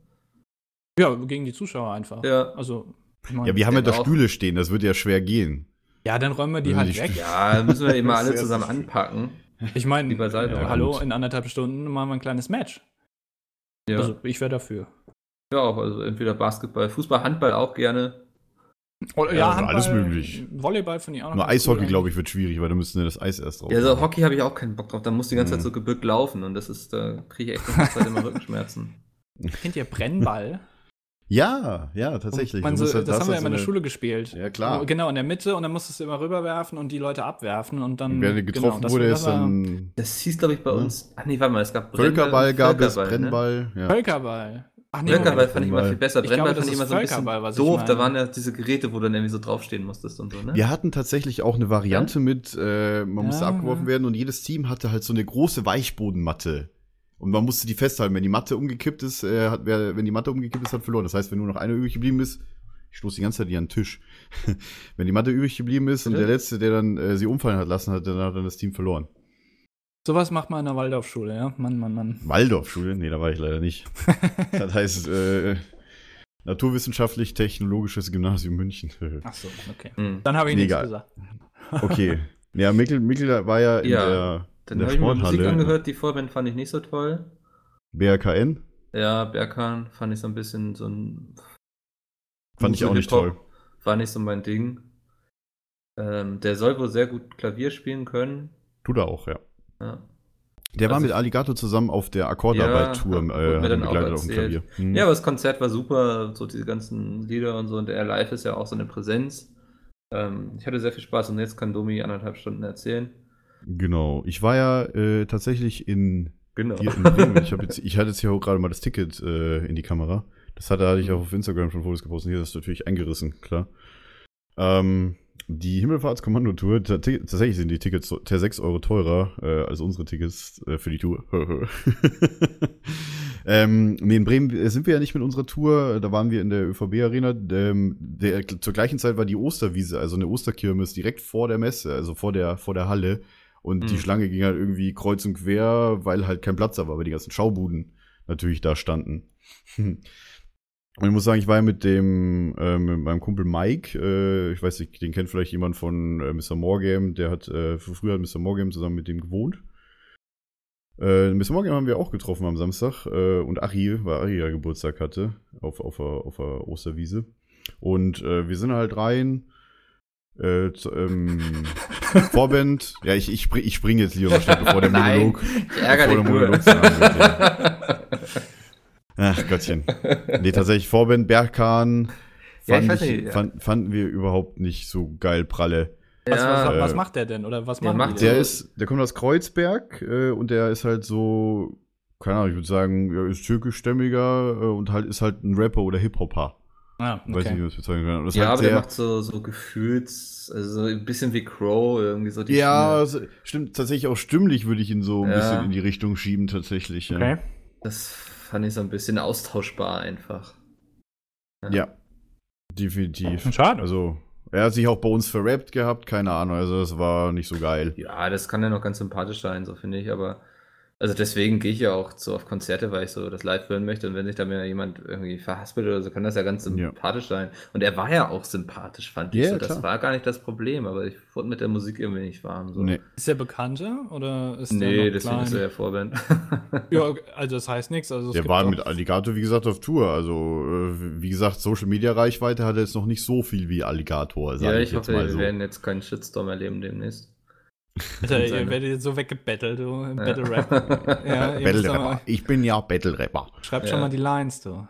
Speaker 6: Ja, gegen die Zuschauer einfach.
Speaker 2: Ja.
Speaker 6: Also, ich
Speaker 1: Ja,
Speaker 6: mein,
Speaker 1: wir haben ja
Speaker 2: Genau.
Speaker 1: da Stühle stehen, das wird ja schwer gehen.
Speaker 6: ja, dann räumen wir die
Speaker 1: Ja,
Speaker 6: halt
Speaker 1: die
Speaker 6: weg.
Speaker 2: Ja, müssen wir eben mal
Speaker 1: Das
Speaker 2: alle
Speaker 1: wär
Speaker 2: zusammen
Speaker 1: so schön.
Speaker 2: anpacken.
Speaker 6: Ich meine,
Speaker 2: Lieber Salto.
Speaker 1: Ja,
Speaker 6: hallo,
Speaker 1: gut.
Speaker 6: in anderthalb Stunden machen wir ein kleines Match.
Speaker 2: Ja,
Speaker 6: Also, ich wäre dafür.
Speaker 2: ja auch. Also entweder Basketball, Fußball, Handball auch gerne.
Speaker 6: Oder,
Speaker 1: Ja, alles möglich.
Speaker 6: Volleyball finde ich auch noch.
Speaker 1: Nur Eishockey, glaube ich, wird schwierig, weil da müssten ja das Eis erst drauf.
Speaker 2: Ja, also
Speaker 1: machen.
Speaker 2: Hockey habe ich auch keinen Bock drauf. Da muss die ganze
Speaker 1: Mhm.
Speaker 2: Zeit so gebückt laufen und das ist, da kriege ich echt die ganze Zeit immer Rückenschmerzen.
Speaker 6: ich. Kennt ihr Brennball?
Speaker 1: ja, ja, tatsächlich.
Speaker 6: Man
Speaker 1: Du
Speaker 6: so,
Speaker 1: musst
Speaker 6: das
Speaker 1: halt- hast
Speaker 6: haben wir
Speaker 1: halt so
Speaker 6: ja immer in der
Speaker 1: eine-
Speaker 6: Schule gespielt.
Speaker 1: Ja, klar.
Speaker 6: Oh, Genau, in der Mitte und dann musstest du immer rüberwerfen und die Leute abwerfen und dann.
Speaker 1: Und wer getroffen
Speaker 6: genau, das-
Speaker 1: wurde,
Speaker 6: das
Speaker 1: ist
Speaker 6: war
Speaker 1: dann
Speaker 2: Das hieß, glaube ich, bei
Speaker 1: Ja.
Speaker 2: uns. Ach nee, warte mal, es gab
Speaker 1: Mhm. Völkerball, gab es,
Speaker 2: Völkerball, ne?
Speaker 1: Brennball. Ja.
Speaker 6: Völkerball. Ach nee,
Speaker 2: Völkerball
Speaker 6: Moment.
Speaker 2: fand ich immer viel besser.
Speaker 6: Ich
Speaker 2: Brennball
Speaker 6: glaube, das
Speaker 2: fand ich
Speaker 6: ist
Speaker 2: immer so ein bisschen
Speaker 6: Völkerball, was ich
Speaker 2: doof. Da
Speaker 6: meine.
Speaker 2: waren ja diese Geräte, wo du dann irgendwie so draufstehen musstest und so, ne?
Speaker 1: Wir hatten tatsächlich auch eine Variante mit, äh, man musste
Speaker 6: Ja.
Speaker 1: abgeworfen werden und jedes Team hatte halt so eine große Weichbodenmatte. Und man musste die festhalten. Wenn die Matte umgekippt ist, äh, hat, wer, wenn die Matte umgekippt ist, hat verloren. Das heißt, wenn nur noch einer übrig geblieben ist, ich stoße die ganze Zeit hier an den Tisch. wenn die Matte übrig geblieben ist und
Speaker 2: Bitte?
Speaker 1: der Letzte, der dann äh, sie umfallen hat lassen, hat, dann hat dann das Team verloren.
Speaker 6: Sowas macht man in der Waldorfschule, ja? Mann, Mann, Mann.
Speaker 1: Waldorfschule? Nee, da war ich leider nicht. das heißt, äh, Naturwissenschaftlich-Technologisches Gymnasium München.
Speaker 6: Ach so, okay.
Speaker 2: Hm.
Speaker 6: Dann habe ich nichts
Speaker 1: Egal.
Speaker 6: gesagt.
Speaker 1: Okay. Ja, Mikkel, Mikkel war ja in
Speaker 2: Ja,
Speaker 1: der, in
Speaker 2: Dann
Speaker 1: der
Speaker 2: habe ich mir Musik
Speaker 1: Sporthalle.
Speaker 2: angehört, die Vorband fand ich nicht so toll.
Speaker 1: BRKN?
Speaker 2: Ja, Berkan fand ich so ein bisschen so ein.
Speaker 1: Fand ich auch nicht
Speaker 2: Hip-Hop
Speaker 1: toll.
Speaker 2: War nicht so mein Ding. Ähm, der soll wohl sehr gut Klavier spielen können.
Speaker 1: Tut er auch, ja.
Speaker 2: Ja,
Speaker 1: Der war
Speaker 2: Also-
Speaker 1: mit Alligator zusammen auf der Akkordarbeit-Tour,
Speaker 2: Ja, hat-
Speaker 1: äh,
Speaker 2: wurde mir
Speaker 1: hat ihn
Speaker 2: dann auch
Speaker 1: begleitet auf dem Klavier.
Speaker 2: erzählt.
Speaker 1: Hm.
Speaker 2: ja aber das Konzert war super, so diese ganzen Lieder und so. Und der Live ist ja auch so eine Präsenz. Ähm, ich hatte sehr viel Spaß und jetzt kann Domi anderthalb Stunden erzählen.
Speaker 1: Genau. Ich war ja äh, tatsächlich in,
Speaker 2: Genau.
Speaker 1: hier in Bremen. Ich, hab jetzt, ich hatte jetzt hier auch gerade mal das Ticket äh, in die Kamera. Das hatte,
Speaker 2: Mhm.
Speaker 1: hatte ich auch auf Instagram schon Fotos gepostet. Hier ist das natürlich eingerissen, klar. Ähm, die Himmelfahrtskommandotour, ta- ti- tatsächlich sind die Tickets so- ter 6 Euro teurer äh, als unsere Tickets äh, für die Tour. ähm, nee, in Bremen äh, sind wir ja nicht mit unserer Tour. Da waren wir in der ÖVB-Arena. Ähm, der, zur gleichen Zeit war die Osterwiese, also eine Osterkirmes, direkt vor der Messe, also vor der, vor der Halle. Und die
Speaker 2: Mhm.
Speaker 1: Schlange ging halt irgendwie kreuz und quer, weil halt kein Platz da war, weil die ganzen Schaubuden natürlich da standen. Und ich muss sagen, ich war ja mit dem, äh, mit meinem Kumpel Mike, äh, ich weiß nicht, den kennt vielleicht jemand von äh, Mr. Morgame, der hat, äh, früher hat Mr. Morgame zusammen mit dem gewohnt. Äh, Mr. Morgame haben wir auch getroffen am Samstag äh, und Ari, weil Ari ja Geburtstag hatte, auf, auf, der- auf der Osterwiese. Und äh, wir sind halt rein, äh, zu, ähm, Vorband, ja, ich, ich, spring- ich spring jetzt lieber mal schnell, bevor der
Speaker 2: Nein.
Speaker 1: Monolog.
Speaker 2: Ich ärgere
Speaker 1: Bevor der
Speaker 2: dich nur.
Speaker 1: Monolog zu Ende also, Ach Gottchen. Nee, tatsächlich Vorband, Bergkan,
Speaker 2: Ja, ich
Speaker 1: fand
Speaker 2: weiß
Speaker 1: ich-
Speaker 2: nicht, ja.
Speaker 1: fand, fanden wir überhaupt nicht so geil pralle.
Speaker 6: Was, was,
Speaker 1: Ja.
Speaker 6: was macht der denn? Oder was
Speaker 2: Der
Speaker 6: machen die
Speaker 2: macht-
Speaker 6: denn?
Speaker 1: Der ist, der kommt aus Kreuzberg äh, und der ist halt so, keine Ahnung, ich würde sagen, ja, ist türkischstämmiger äh, und halt ist halt ein Rapper oder Hip-Hopper.
Speaker 6: Ah,
Speaker 1: Weiß nicht, wie
Speaker 6: okay.
Speaker 1: man das bezeichnen kann. Und das ist
Speaker 2: ja,
Speaker 1: halt
Speaker 2: aber der
Speaker 1: sehr-
Speaker 2: macht so, so gefühls, also so ein bisschen wie Crow, irgendwie so die
Speaker 1: ja, also
Speaker 2: Stimme.
Speaker 1: so- stimmt, tatsächlich auch stimmlich würde ich ihn so ein
Speaker 2: Ja.
Speaker 1: bisschen in die Richtung schieben, tatsächlich. Ja.
Speaker 6: okay.
Speaker 2: Das fand ich so ein bisschen austauschbar einfach.
Speaker 1: Ja, definitiv.
Speaker 6: Hm, Schade.
Speaker 1: Also, er hat sich auch bei uns verrappt gehabt, keine Ahnung, also das war nicht so geil.
Speaker 2: Ja, das kann ja noch ganz sympathisch sein, so finde ich, aber also deswegen gehe ich ja auch so auf Konzerte, weil ich so das live hören möchte und wenn sich da mir jemand irgendwie verhaspelt oder so, kann das ja ganz
Speaker 1: Ja.
Speaker 2: sympathisch sein. Und er war ja auch sympathisch, fand ich
Speaker 1: Ja,
Speaker 2: so.
Speaker 1: klar.
Speaker 2: Das war gar nicht das Problem, aber ich wurde mit der Musik irgendwie nicht warm. So.
Speaker 1: Nee.
Speaker 6: Ist der Bekannte oder ist
Speaker 2: Nee,
Speaker 6: der noch
Speaker 2: deswegen
Speaker 6: klein?
Speaker 2: ist er ja Vorband.
Speaker 6: ja, okay, also das heißt nichts. Also es
Speaker 1: Der
Speaker 6: gibt
Speaker 1: war
Speaker 6: auch-
Speaker 1: mit Alligator, wie gesagt, auf Tour. Also, äh, wie gesagt, Social Media Reichweite hat er jetzt noch nicht so viel wie Alligator, sag
Speaker 2: ja,
Speaker 1: ich,
Speaker 2: ich
Speaker 1: jetzt
Speaker 2: hoffe,
Speaker 1: mal
Speaker 2: wir
Speaker 1: so.
Speaker 2: werden jetzt keinen Shitstorm erleben demnächst.
Speaker 6: Alter, ihr
Speaker 2: seine-
Speaker 6: werdet jetzt so weggebettelt, du im
Speaker 2: Ja.
Speaker 6: Battle Rap. Ja, ihr müsst
Speaker 1: Battle
Speaker 6: da mal,
Speaker 1: Rapper. Ich bin ja Battle Rapper.
Speaker 6: schreibt
Speaker 2: Ja.
Speaker 6: schon mal die Lines, du.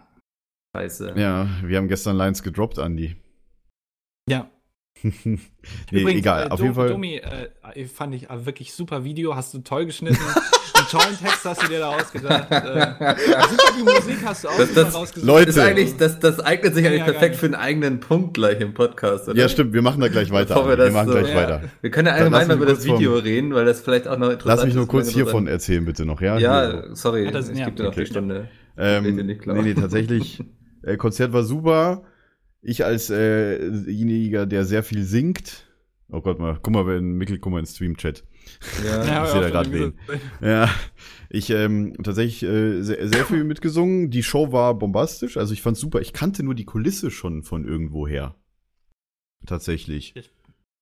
Speaker 2: Scheiße.
Speaker 1: Ja, wir haben gestern Lines gedroppt, Andy.
Speaker 6: Ja.
Speaker 1: nee,
Speaker 6: Übrigens,
Speaker 1: egal,
Speaker 6: äh,
Speaker 1: auf
Speaker 6: Do-
Speaker 1: jeden Fall.
Speaker 6: Domi, äh, fand ich äh, wirklich super Video, hast du toll geschnitten. Einen tollen Text hast du dir da ausgedacht. Äh, super die Musik hast du auch
Speaker 2: Das-
Speaker 6: super
Speaker 2: das-
Speaker 6: rausgesucht.
Speaker 1: Leute.
Speaker 2: Ist eigentlich, das, das eignet sich
Speaker 6: Ja,
Speaker 2: eigentlich
Speaker 6: ja,
Speaker 2: perfekt
Speaker 6: geil.
Speaker 2: für einen eigenen Punkt gleich im Podcast, oder?
Speaker 1: ja, stimmt, wir machen da gleich weiter.
Speaker 2: Bevor wir
Speaker 1: Wir,
Speaker 2: das
Speaker 1: machen
Speaker 2: so-
Speaker 1: gleich
Speaker 6: Ja.
Speaker 1: weiter.
Speaker 2: Wir können ja
Speaker 1: Dann
Speaker 2: allgemein
Speaker 1: lass
Speaker 2: mal
Speaker 1: mich
Speaker 2: über das
Speaker 1: kurz
Speaker 2: Video reden, weil das vielleicht auch noch interessant ist.
Speaker 1: Lass mich nur kurz
Speaker 2: wenn wir
Speaker 1: hiervon
Speaker 2: das-
Speaker 1: erzählen, bitte noch, ja? Hier so.
Speaker 2: Ja, sorry,
Speaker 6: Hat das-
Speaker 2: ich
Speaker 6: ja.
Speaker 2: gebe dir noch
Speaker 1: Okay.
Speaker 2: die Stunde.
Speaker 1: Ähm,
Speaker 2: Bitte nicht, klar.
Speaker 1: nee, nee, tatsächlich. äh, Konzert war super. Ich als derjenige, der sehr viel singt. Oh Gott, mal, guck mal, wenn Mikkel, guck mal in den Stream-Chat.
Speaker 2: Ja,
Speaker 6: Ja, hab
Speaker 1: Ich seh da
Speaker 6: auch
Speaker 1: grad
Speaker 6: schon
Speaker 1: wen.
Speaker 6: gesagt.
Speaker 1: Ja, ich ähm, tatsächlich äh, sehr, sehr viel mitgesungen. Die Show war bombastisch, also ich fand's super. Ich kannte nur die Kulisse schon von irgendwoher. Tatsächlich.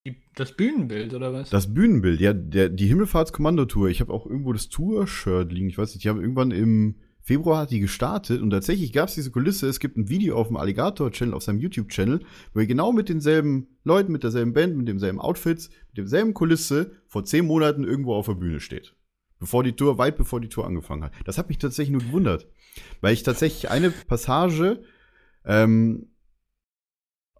Speaker 6: Die- Das Bühnenbild, oder was?
Speaker 1: Das Bühnenbild, ja, der, die Himmelfahrtskommandotour. Ich habe auch irgendwo das Tour-Shirt liegen. Ich weiß nicht, die haben irgendwann im Februar hat die gestartet und tatsächlich gab's diese Kulisse. Es gibt ein Video auf dem Alligator-Channel, auf seinem YouTube-Channel, wo er genau mit denselben Leuten, mit derselben Band, mit demselben Outfits, mit demselben Kulisse vor zehn Monaten irgendwo auf der Bühne steht. Bevor die Tour, weit bevor die Tour angefangen hat. Das hat mich tatsächlich nur gewundert. Weil ich tatsächlich eine Passage ähm,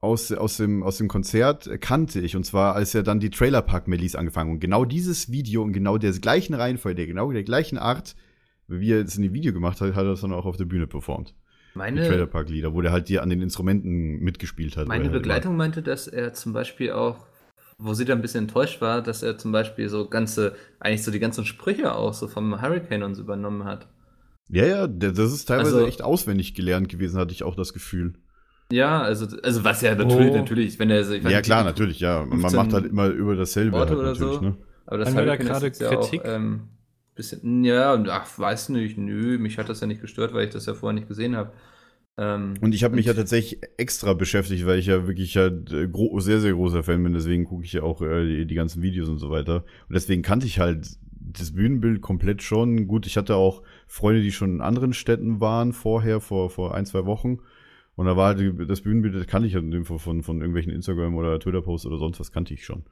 Speaker 1: aus, aus, dem, aus dem Konzert äh, kannte ich. Und zwar, als er dann die Trailer Park Mellies angefangen Und genau dieses Video und genau der gleichen Reihenfolge, genau der gleichen Art, wie er es in dem Video gemacht hat, hat er es dann auch auf der Bühne performt. Die Trailer
Speaker 2: meine,
Speaker 1: Park Lieder, wo der halt die an den Instrumenten mitgespielt hat.
Speaker 2: meine
Speaker 1: weil er halt
Speaker 2: Begleitung meinte, dass er zum Beispiel auch, wo sie da ein bisschen enttäuscht war, dass er zum Beispiel so ganze, eigentlich so die ganzen Sprüche auch so vom Hurricane und so übernommen hat.
Speaker 1: Ja, ja, der- das ist teilweise
Speaker 2: Also-
Speaker 1: echt auswendig gelernt gewesen, hatte ich auch das Gefühl.
Speaker 2: Ja, also, also was ja natürlich,
Speaker 6: Oh.
Speaker 2: natürlich, wenn er so, ich weiß
Speaker 1: Ja,
Speaker 2: nicht,
Speaker 1: klar,
Speaker 2: die-
Speaker 1: natürlich, ja. Man
Speaker 2: 15
Speaker 1: macht halt immer über dasselbe
Speaker 2: Worte
Speaker 1: halt
Speaker 2: oder
Speaker 1: natürlich,
Speaker 2: so.
Speaker 1: ne?
Speaker 2: Aber das
Speaker 6: Haben wir da
Speaker 2: Hurricane ist
Speaker 6: gerade
Speaker 2: jetzt
Speaker 6: Kritik?
Speaker 2: Ja auch, ähm, bisschen, ja, ach, weiß nicht, nö, mich hat das ja nicht gestört, weil ich das ja vorher nicht gesehen habe. Ähm,
Speaker 1: Und ich habe mich ja tatsächlich extra beschäftigt, weil ich ja wirklich halt äh, gro sehr, sehr großer Fan bin. Deswegen gucke ich ja auch äh, die, die ganzen Videos und so weiter. Und deswegen kannte ich halt das Bühnenbild komplett schon. Gut, ich hatte auch Freunde, die schon in anderen Städten waren vorher, vor, vor ein, zwei Wochen. Und da war halt das Bühnenbild, das kannte ich ja in dem Fall von, von irgendwelchen Instagram- oder Twitter-Posts oder sonst was, kannte ich schon.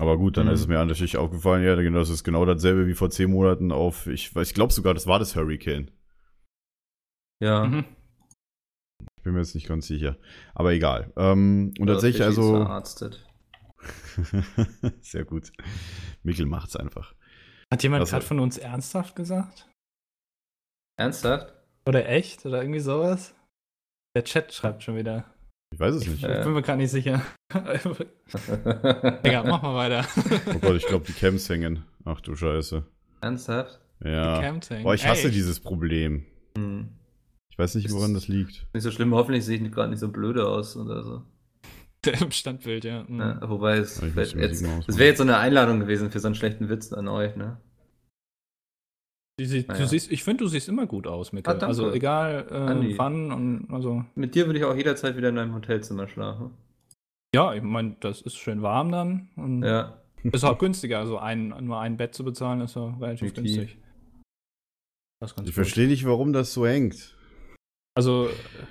Speaker 1: Aber gut, dann
Speaker 6: Mhm.
Speaker 1: ist es mir natürlich aufgefallen, ja, genau, das ist genau dasselbe wie vor zehn Monaten auf, ich, weiß- ich glaube sogar, das war das Hurricane.
Speaker 2: Ja.
Speaker 6: Mhm.
Speaker 1: Ich bin mir jetzt nicht ganz sicher. Aber egal. Ähm, und
Speaker 2: Oder
Speaker 1: tatsächlich,
Speaker 2: Fischis
Speaker 1: also.
Speaker 2: verarztet.
Speaker 1: Sehr gut. Mikkel macht's einfach.
Speaker 6: Hat jemand
Speaker 1: Also-
Speaker 6: gerade von uns ernsthaft gesagt?
Speaker 2: Ernsthaft?
Speaker 6: Oder echt? Oder irgendwie sowas? Der Chat schreibt schon wieder.
Speaker 1: Ich weiß es nicht.
Speaker 2: Äh.
Speaker 6: Ich bin mir gerade nicht sicher. Egal, mach mal weiter.
Speaker 1: Oh Gott, ich glaube, die Cams hängen. Ach du Scheiße.
Speaker 2: Ernsthaft?
Speaker 1: Ja.
Speaker 6: Camping.
Speaker 1: Boah, ich hasse
Speaker 6: Ey.
Speaker 1: dieses Problem.
Speaker 2: Hm.
Speaker 1: Ich weiß nicht, woran das liegt.
Speaker 2: Nicht so schlimm, hoffentlich sehe ich gerade nicht so blöde aus oder so.
Speaker 6: Im Standbild, ja. Mhm.
Speaker 2: Ne? Wobei es
Speaker 1: Ja, ich muss
Speaker 2: vielleicht
Speaker 1: die Musik
Speaker 2: jetzt,
Speaker 1: mal ausmachen.
Speaker 2: das wäre jetzt so eine Einladung gewesen für so einen schlechten Witz an euch, ne?
Speaker 6: Du, sie,
Speaker 2: Naja.
Speaker 6: du siehst, ich finde, du siehst immer gut aus, Mikkel.
Speaker 2: Ah, danke.
Speaker 6: also egal
Speaker 2: Andi.
Speaker 6: äh, wann und also.
Speaker 2: Mit dir würde ich auch jederzeit wieder in einem Hotelzimmer schlafen.
Speaker 6: Ja, ich meine, das ist schön warm dann und
Speaker 2: Ja.
Speaker 6: ist auch günstiger. Also ein, nur ein Bett zu bezahlen, ist ja relativ
Speaker 2: Mit die.
Speaker 6: günstig. Das ist ganz
Speaker 1: Ich
Speaker 6: gut.
Speaker 1: verstehe nicht, warum das so hängt.
Speaker 6: Also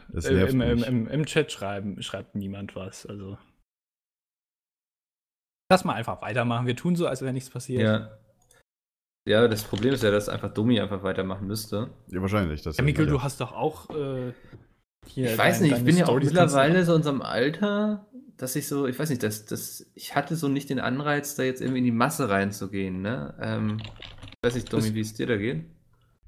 Speaker 1: Das
Speaker 6: äh,
Speaker 1: nervt
Speaker 6: im, im,
Speaker 1: mich.
Speaker 6: im, im Chat schreiben, schreibt niemand was. Also. Lass mal einfach weitermachen. Wir tun so, als wäre nichts passiert.
Speaker 2: Ja. Ja, das Problem ist ja, dass einfach Dummy einfach weitermachen müsste.
Speaker 1: Ja, wahrscheinlich. Das
Speaker 6: Ja, Mikkel,
Speaker 1: ja.
Speaker 6: du hast doch auch äh, hier.
Speaker 2: ich weiß
Speaker 6: dein-
Speaker 2: nicht, ich
Speaker 6: deine
Speaker 2: bin ja auch
Speaker 6: Stories kannst du-
Speaker 2: mittlerweile so in so einem Alter, dass ich so, ich weiß nicht, dass, dass ich hatte so nicht den Anreiz, da jetzt irgendwie in die Masse reinzugehen, ne? Ähm, ich weiß nicht, Domi,
Speaker 6: Das-
Speaker 2: wie es dir da geht.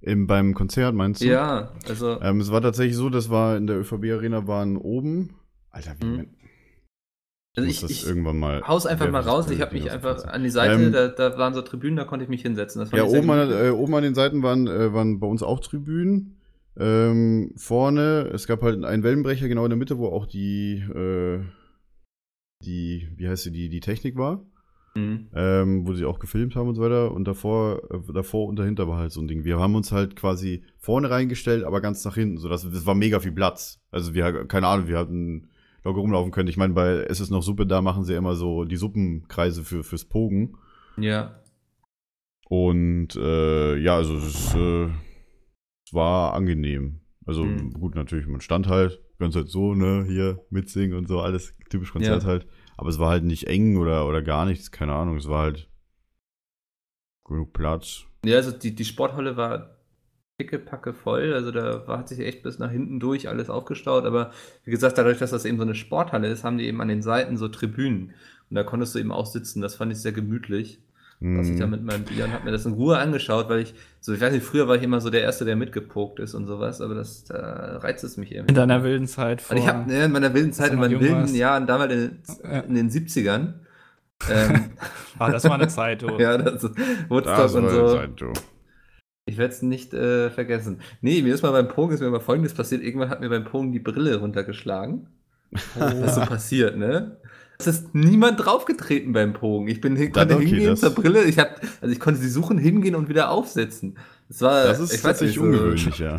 Speaker 1: Im, beim Konzert meinst du?
Speaker 2: Ja, also
Speaker 1: Ähm, es war tatsächlich so, das war in der ÖVB-Arena waren oben. Alter, wie
Speaker 2: Mhm.
Speaker 1: man-
Speaker 2: Also
Speaker 1: muss
Speaker 2: ich-
Speaker 1: das
Speaker 2: ich
Speaker 1: irgendwann mal.
Speaker 2: haus einfach
Speaker 1: wer
Speaker 2: mal
Speaker 1: das
Speaker 2: raus.
Speaker 1: blöde
Speaker 2: Ich habe
Speaker 1: Ding
Speaker 2: mich
Speaker 1: aus dem
Speaker 2: einfach
Speaker 1: Fenster-
Speaker 2: an die Seite,
Speaker 1: Ähm,
Speaker 2: da, da waren so Tribünen, da konnte ich mich hinsetzen. Das fand
Speaker 1: Ja,
Speaker 2: ich sehr
Speaker 1: oben an,
Speaker 2: gut.
Speaker 1: äh, oben an den Seiten waren, äh, waren bei uns auch Tribünen. Ähm, vorne, es gab halt einen Wellenbrecher genau in der Mitte, wo auch die, äh, die, wie heißt sie, die, die Technik war,
Speaker 2: Mhm.
Speaker 1: ähm, wo sie auch gefilmt haben und so weiter. Und davor, äh, davor und dahinter war halt so ein Ding. Wir haben uns halt quasi vorne reingestellt, aber ganz nach hinten, sodass es war mega viel Platz. Also wir, keine Ahnung, wir hatten locker rumlaufen können. Ich meine, bei Es ist noch Suppe, da machen sie ja immer so die Suppenkreise für, fürs Pogen.
Speaker 2: Ja.
Speaker 1: Und äh, ja, also es ist, äh, es war angenehm. Also
Speaker 2: Mhm.
Speaker 1: gut, natürlich, man stand halt, ganz halt so, ne, hier mitsingen und so, alles typisch Konzert
Speaker 2: Ja.
Speaker 1: halt. Aber es war halt nicht eng oder, oder gar nichts, keine Ahnung, es war halt genug Platz.
Speaker 2: ja, also die, die Sporthalle war pickepacke voll. Also da war, hat sich echt bis nach hinten durch alles aufgestaut. Aber wie gesagt, dadurch, dass das eben so eine Sporthalle ist, haben die eben an den Seiten so Tribünen. Und da konntest du eben auch sitzen. Das fand ich sehr gemütlich.
Speaker 1: Hm.
Speaker 2: dass ich da
Speaker 1: Mhm.
Speaker 2: mit meinem Bier und hab mir das in Ruhe angeschaut, weil ich, so, ich weiß nicht, früher war ich immer so der Erste, der mitgepokt ist und sowas, aber das da reizt es mich irgendwie.
Speaker 6: In deiner wilden Zeit vor.
Speaker 2: Also ich habe ne, in meiner wilden Zeit, in
Speaker 6: du noch
Speaker 2: meinen
Speaker 6: jung
Speaker 2: wilden
Speaker 6: warst.
Speaker 2: Jahren, damals in,
Speaker 6: Ja.
Speaker 2: in den 70ern, ähm,
Speaker 6: Ah, das war eine Zeit, du.
Speaker 2: ja, das, Woodstock
Speaker 1: das
Speaker 2: und
Speaker 1: war
Speaker 2: so.
Speaker 1: halt so.
Speaker 2: Ich werde es nicht äh, vergessen. Nee, mir ist mal beim Pogen, ist mir mal Folgendes passiert. Irgendwann hat mir beim Pogen die Brille runtergeschlagen.
Speaker 6: Oh.
Speaker 2: Das ist so passiert, ne? Es ist niemand draufgetreten beim Pogen. Ich bin hin-
Speaker 1: Dann
Speaker 2: konnte
Speaker 1: okay,
Speaker 2: hingehen
Speaker 1: das-
Speaker 2: zur Brille. Ich hab, also ich konnte sie suchen, hingehen und wieder aufsetzen. Das war
Speaker 1: Das ist
Speaker 2: Äh, ich weiß
Speaker 1: tatsächlich
Speaker 2: nicht, so-
Speaker 1: ungewöhnlich, ja.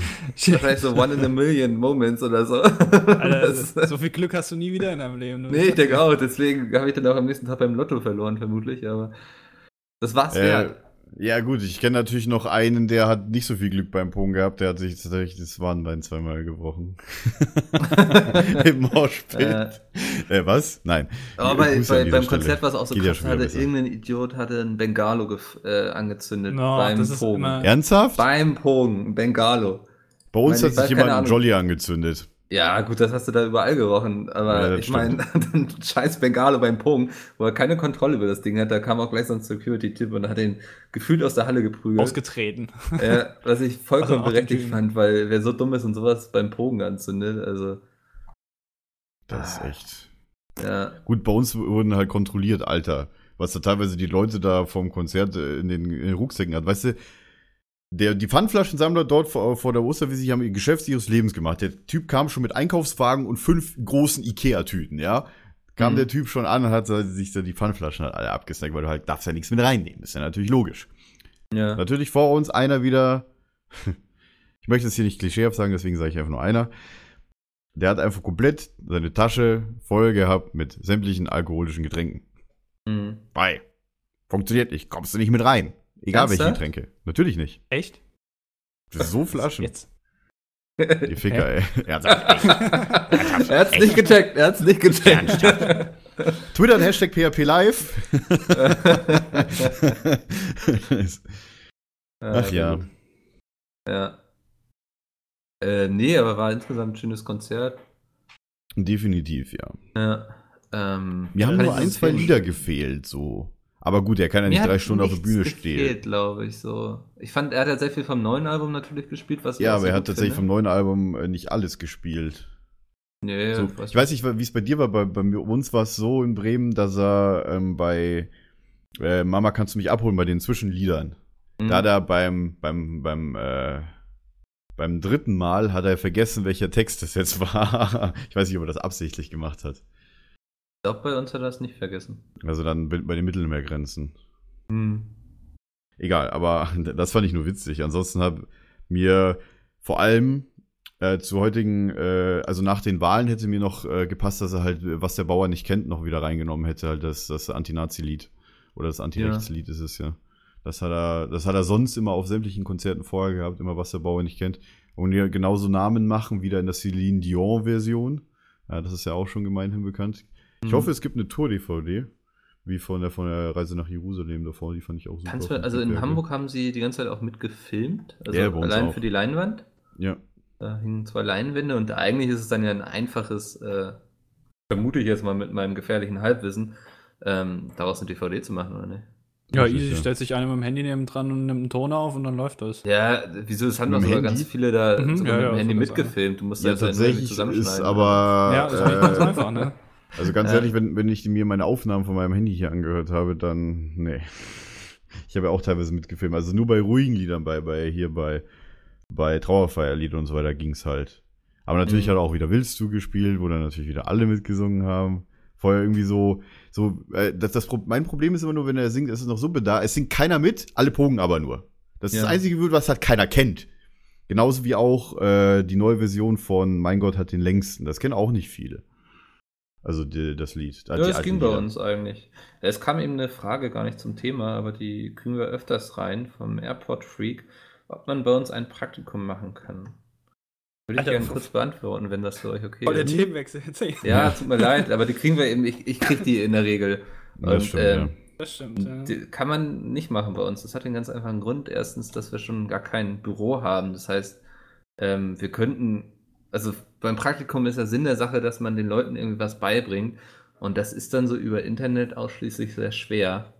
Speaker 2: Wahrscheinlich so one in a million Moments oder so.
Speaker 6: Alter,
Speaker 2: das,
Speaker 6: so viel Glück hast du nie wieder in deinem Leben. du.
Speaker 2: nee, ich denke auch. Deswegen habe ich dann auch am nächsten Tag beim Lotto verloren, vermutlich. Aber das war's
Speaker 1: Äh,
Speaker 2: wert.
Speaker 1: ja, gut, ich kenne natürlich noch einen, der hat nicht so viel Glück beim Pong gehabt, der hat sich tatsächlich das Wadenbein zweimal gebrochen. Im Horspiel.
Speaker 2: Äh,
Speaker 1: Äh, was? Nein.
Speaker 2: Aber bei,
Speaker 1: Grüße an
Speaker 2: bei,
Speaker 1: dieser
Speaker 2: beim
Speaker 1: Stelle.
Speaker 2: Konzert war es auch so
Speaker 1: Geht ja
Speaker 2: krass,
Speaker 1: schon wieder
Speaker 2: hatte,
Speaker 1: besser.
Speaker 2: irgendein Idiot hatte ein Bengalo gef- äh, angezündet
Speaker 6: No,
Speaker 2: beim
Speaker 6: das ist
Speaker 2: Pogen.
Speaker 6: immer-
Speaker 1: Ernsthaft? Bei,
Speaker 2: Beim Pogen, ein Bengalo.
Speaker 1: uns
Speaker 2: Meine,
Speaker 1: hat
Speaker 2: ich
Speaker 1: sich
Speaker 2: weiß
Speaker 1: jemand
Speaker 2: keine
Speaker 1: einen
Speaker 2: Ahnung.
Speaker 1: Jolly angezündet.
Speaker 2: Ja, gut, das hast du da überall gerochen,
Speaker 1: Ja,
Speaker 2: aber
Speaker 1: das
Speaker 2: ich meine, ein scheiß Bengalo beim Pogen, wo er keine Kontrolle über das Ding hat, da kam auch gleich so ein Security-Tipp und hat ihn gefühlt aus der Halle geprügelt.
Speaker 6: Ausgetreten.
Speaker 2: Ja, was ich vollkommen
Speaker 6: Also auch
Speaker 2: berechtigt
Speaker 6: den
Speaker 2: fand, weil wer so dumm ist und sowas beim Pogen anzündet, also
Speaker 1: Das ist
Speaker 2: Ah.
Speaker 1: echt.
Speaker 2: ja,
Speaker 1: Gut, bei uns wurden halt kontrolliert, Alter. Was da teilweise die Leute da vom Konzert äh, in den, in den Rucksäcken hat. Weißt du, der, die Pfandflaschensammler dort vor, vor der Osterwiese, die haben ihr Geschäft ihres Lebens gemacht. Der Typ kam schon mit Einkaufswagen und fünf großen Ikea-Tüten, ja. Kam
Speaker 2: Mhm.
Speaker 1: der Typ schon an und hat sich da die Pfandflaschen halt alle abgesnackt, weil du halt darfst ja nichts mit reinnehmen. Ist ja natürlich logisch.
Speaker 2: ja.
Speaker 1: Natürlich vor uns einer wieder. Ich möchte es hier nicht klischeehaft sagen, deswegen sage ich einfach nur einer. Der hat einfach komplett seine Tasche voll gehabt mit sämtlichen alkoholischen Getränken.
Speaker 2: Mhm.
Speaker 1: Bei. Funktioniert nicht, kommst du nicht mit rein. Egal welche
Speaker 2: Ernsthaft?
Speaker 1: Getränke. Natürlich nicht.
Speaker 6: Echt?
Speaker 1: So Flaschen.
Speaker 6: Jetzt.
Speaker 1: Die Ficker, ey. Ernsthaft.
Speaker 2: er hat's nicht gecheckt, er hat's nicht gecheckt.
Speaker 1: Twitter und Hashtag PHP Live. Ach ja.
Speaker 2: Ja. Äh, nee, aber war insgesamt ein schönes Konzert.
Speaker 1: Definitiv, ja.
Speaker 2: Ja. Ähm,
Speaker 1: Mir haben
Speaker 2: kann
Speaker 1: nur
Speaker 2: ich
Speaker 1: ein,
Speaker 2: so
Speaker 1: zwei
Speaker 2: empfehlen.
Speaker 1: Lieder gefehlt, so. Aber gut, er kann ja
Speaker 2: Mir
Speaker 1: nicht drei
Speaker 2: hat
Speaker 1: Stunden auf der
Speaker 2: nichts
Speaker 1: Bühne
Speaker 2: gefehlt,
Speaker 1: stehen.
Speaker 2: glaube ich so. Ich fand, er hat ja sehr viel vom neuen Album natürlich gespielt, was
Speaker 1: Ja,
Speaker 2: was
Speaker 1: aber
Speaker 2: ich
Speaker 1: er hat
Speaker 2: gut
Speaker 1: tatsächlich vom
Speaker 2: finde.
Speaker 1: neuen Album äh, nicht alles gespielt.
Speaker 2: Nee,
Speaker 1: So,
Speaker 2: was-
Speaker 1: ich weiß nicht, wie es bei dir war. Bei, bei mir- uns war es so in Bremen, dass er ähm, bei äh, Mama kannst du mich abholen bei den Zwischenliedern.
Speaker 2: Mhm.
Speaker 1: Da hat er beim, beim, beim, äh, beim dritten Mal hat er vergessen, welcher Text das jetzt war. ich weiß nicht, ob er das absichtlich gemacht hat.
Speaker 2: Ich glaube, bei uns hat er das nicht vergessen.
Speaker 1: Also dann bei bei den Mittelmeergrenzen.
Speaker 2: Hm.
Speaker 1: Egal, aber das fand ich nur witzig. Ansonsten habe mir vor allem äh, zu heutigen, äh, also nach den Wahlen hätte mir noch äh, gepasst, dass er halt, äh, was der Bauer nicht kennt, noch wieder reingenommen hätte, halt das, das Anti-Nazi-Lied. Oder das Anti-Rechts-Lied ist es ja. Das hat, er, das hat er sonst immer auf sämtlichen Konzerten vorher gehabt, immer was der Bauer nicht kennt. Und hier genauso Namen machen, wieder in der Celine Dion-Version. Ja, das ist ja auch schon gemeinhin bekannt. Ich
Speaker 2: Mhm.
Speaker 1: hoffe, es gibt eine Tour-DVD, wie von der, von der Reise nach Jerusalem davor, die fand ich auch super.
Speaker 2: Kannst
Speaker 1: vom
Speaker 2: du, also in
Speaker 1: Typ her,
Speaker 2: Hamburg haben sie die ganze Zeit auch mitgefilmt. Also
Speaker 1: Ja, bei uns
Speaker 2: allein
Speaker 1: auch.
Speaker 2: für die Leinwand.
Speaker 1: Ja.
Speaker 2: Da hingen zwei Leinwände und eigentlich ist es dann ja ein einfaches, äh, vermute ich jetzt mal mit meinem gefährlichen Halbwissen, ähm, daraus eine DVD zu machen, oder nicht?
Speaker 6: Ja,
Speaker 1: Das ist
Speaker 6: easy.
Speaker 1: ja-
Speaker 6: Stellt sich einer mit dem Handy neben dran und nimmt einen Ton auf und dann läuft das.
Speaker 2: Ja, wieso? Das haben
Speaker 1: Mit
Speaker 2: doch
Speaker 1: dem
Speaker 2: sogar
Speaker 1: Handy?
Speaker 2: ganz viele da
Speaker 6: Mhm,
Speaker 2: sogar
Speaker 6: ja,
Speaker 2: mit dem
Speaker 6: ja,
Speaker 2: Handy
Speaker 6: so das
Speaker 2: mitgefilmt. Du musst halt
Speaker 1: Ja,
Speaker 2: das irgendwie
Speaker 1: tatsächlich ist aber.
Speaker 6: ja, das ist nicht ganz
Speaker 1: äh,
Speaker 6: einfach, ne?
Speaker 1: Also ganz
Speaker 2: Ja.
Speaker 1: ehrlich, wenn, wenn ich mir meine Aufnahmen von meinem Handy hier angehört habe, dann. Nee. Ich habe ja auch teilweise mitgefilmt. Also nur bei ruhigen Liedern, bei, bei hier bei, bei Trauerfeierlied und so weiter ging's halt. Aber natürlich
Speaker 2: Mhm.
Speaker 1: hat er auch wieder Willst du gespielt, wo dann natürlich wieder alle mitgesungen haben. Vorher irgendwie so, so, äh, das, das, Pro- mein Problem ist immer nur, wenn er singt, ist es noch so da. Es singt keiner mit, alle pogen aber nur. Das ist
Speaker 2: Ja.
Speaker 1: das einzige Wort, was halt keiner kennt. Genauso wie auch äh, die neue Version von Mein Gott hat den längsten. Das kennen auch nicht viele. Also die, das Lied.
Speaker 2: Ja,
Speaker 1: die
Speaker 2: das
Speaker 1: alten
Speaker 2: ging bei
Speaker 1: Lieder.
Speaker 2: uns eigentlich. Es kam eben eine Frage gar nicht zum Thema, aber die kriegen wir öfters rein vom Airport Freak, ob man bei uns ein Praktikum machen kann. Würde ich
Speaker 6: Alter,
Speaker 2: gerne
Speaker 6: Prof.
Speaker 2: kurz beantworten, wenn das für euch okay
Speaker 6: Oh, der
Speaker 2: ist.
Speaker 6: Themenwechsel. Erzähl.
Speaker 2: Ja, tut mir leid, aber die kriegen wir eben, ich, ich krieg die in der Regel.
Speaker 1: Das
Speaker 2: Und,
Speaker 1: stimmt,
Speaker 2: ähm,
Speaker 6: Das stimmt. Ja.
Speaker 2: Die kann man nicht machen bei uns. Das hat den ganz einfachen Grund. Erstens, dass wir schon gar kein Büro haben. Das heißt, ähm, wir könnten, also beim Praktikum ist der Sinn der Sache, dass man den Leuten irgendwie was beibringt. Und das ist dann so über Internet ausschließlich sehr schwer.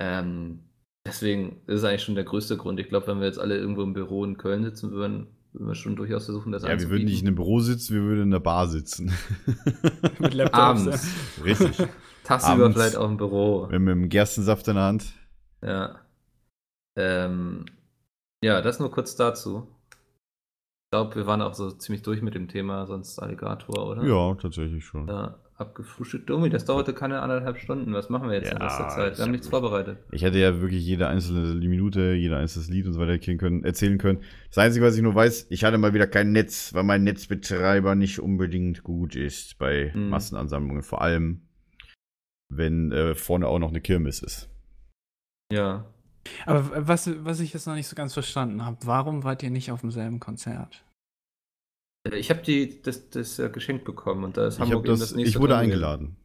Speaker 2: Ähm, deswegen ist es eigentlich schon der größte Grund. Ich glaube, wenn wir jetzt alle irgendwo im Büro in Köln sitzen würden, würden wir schon durchaus versuchen, das
Speaker 1: ja. ja, wir würden nicht in einem Büro sitzen, wir würden in der Bar sitzen.
Speaker 6: Mit Laptops. ja.
Speaker 2: Abends,
Speaker 1: Richtig.
Speaker 2: tagsüber
Speaker 1: Abends.
Speaker 2: vielleicht auch im Büro.
Speaker 1: Mit einem Gerstensaft in der Hand.
Speaker 2: Ja. Ähm, ja, das nur kurz dazu. Ich glaube, wir waren auch so ziemlich durch mit dem Thema, sonst Alligator, oder?
Speaker 1: Ja, tatsächlich schon.
Speaker 2: ja abgefrühstückt. Domi, das dauerte keine anderthalb Stunden. Was machen wir jetzt in
Speaker 1: Ja,
Speaker 2: letzter Zeit?
Speaker 1: ist
Speaker 2: Wir haben
Speaker 1: ja
Speaker 2: nichts
Speaker 1: gut.
Speaker 2: vorbereitet.
Speaker 1: Ich hätte ja wirklich jede einzelne Minute, jeder einzelnes Lied und so weiter erklären können, erzählen können. Das Einzige, was ich nur weiß, ich hatte mal wieder kein Netz, weil mein Netzbetreiber nicht unbedingt gut ist bei
Speaker 2: Mhm.
Speaker 1: Massenansammlungen. Vor allem, wenn äh, vorne auch noch eine Kirmes ist.
Speaker 2: Ja.
Speaker 6: Aber was, was ich jetzt noch nicht so ganz verstanden habe, warum wart ihr nicht auf demselben Konzert?
Speaker 2: Äh, Ich habe die das, das äh, geschenkt bekommen und da ist
Speaker 1: Ich, hab
Speaker 2: Hamburg
Speaker 1: das,
Speaker 2: eben das nächste
Speaker 1: ich wurde
Speaker 2: dran gewesen.
Speaker 1: eingeladen.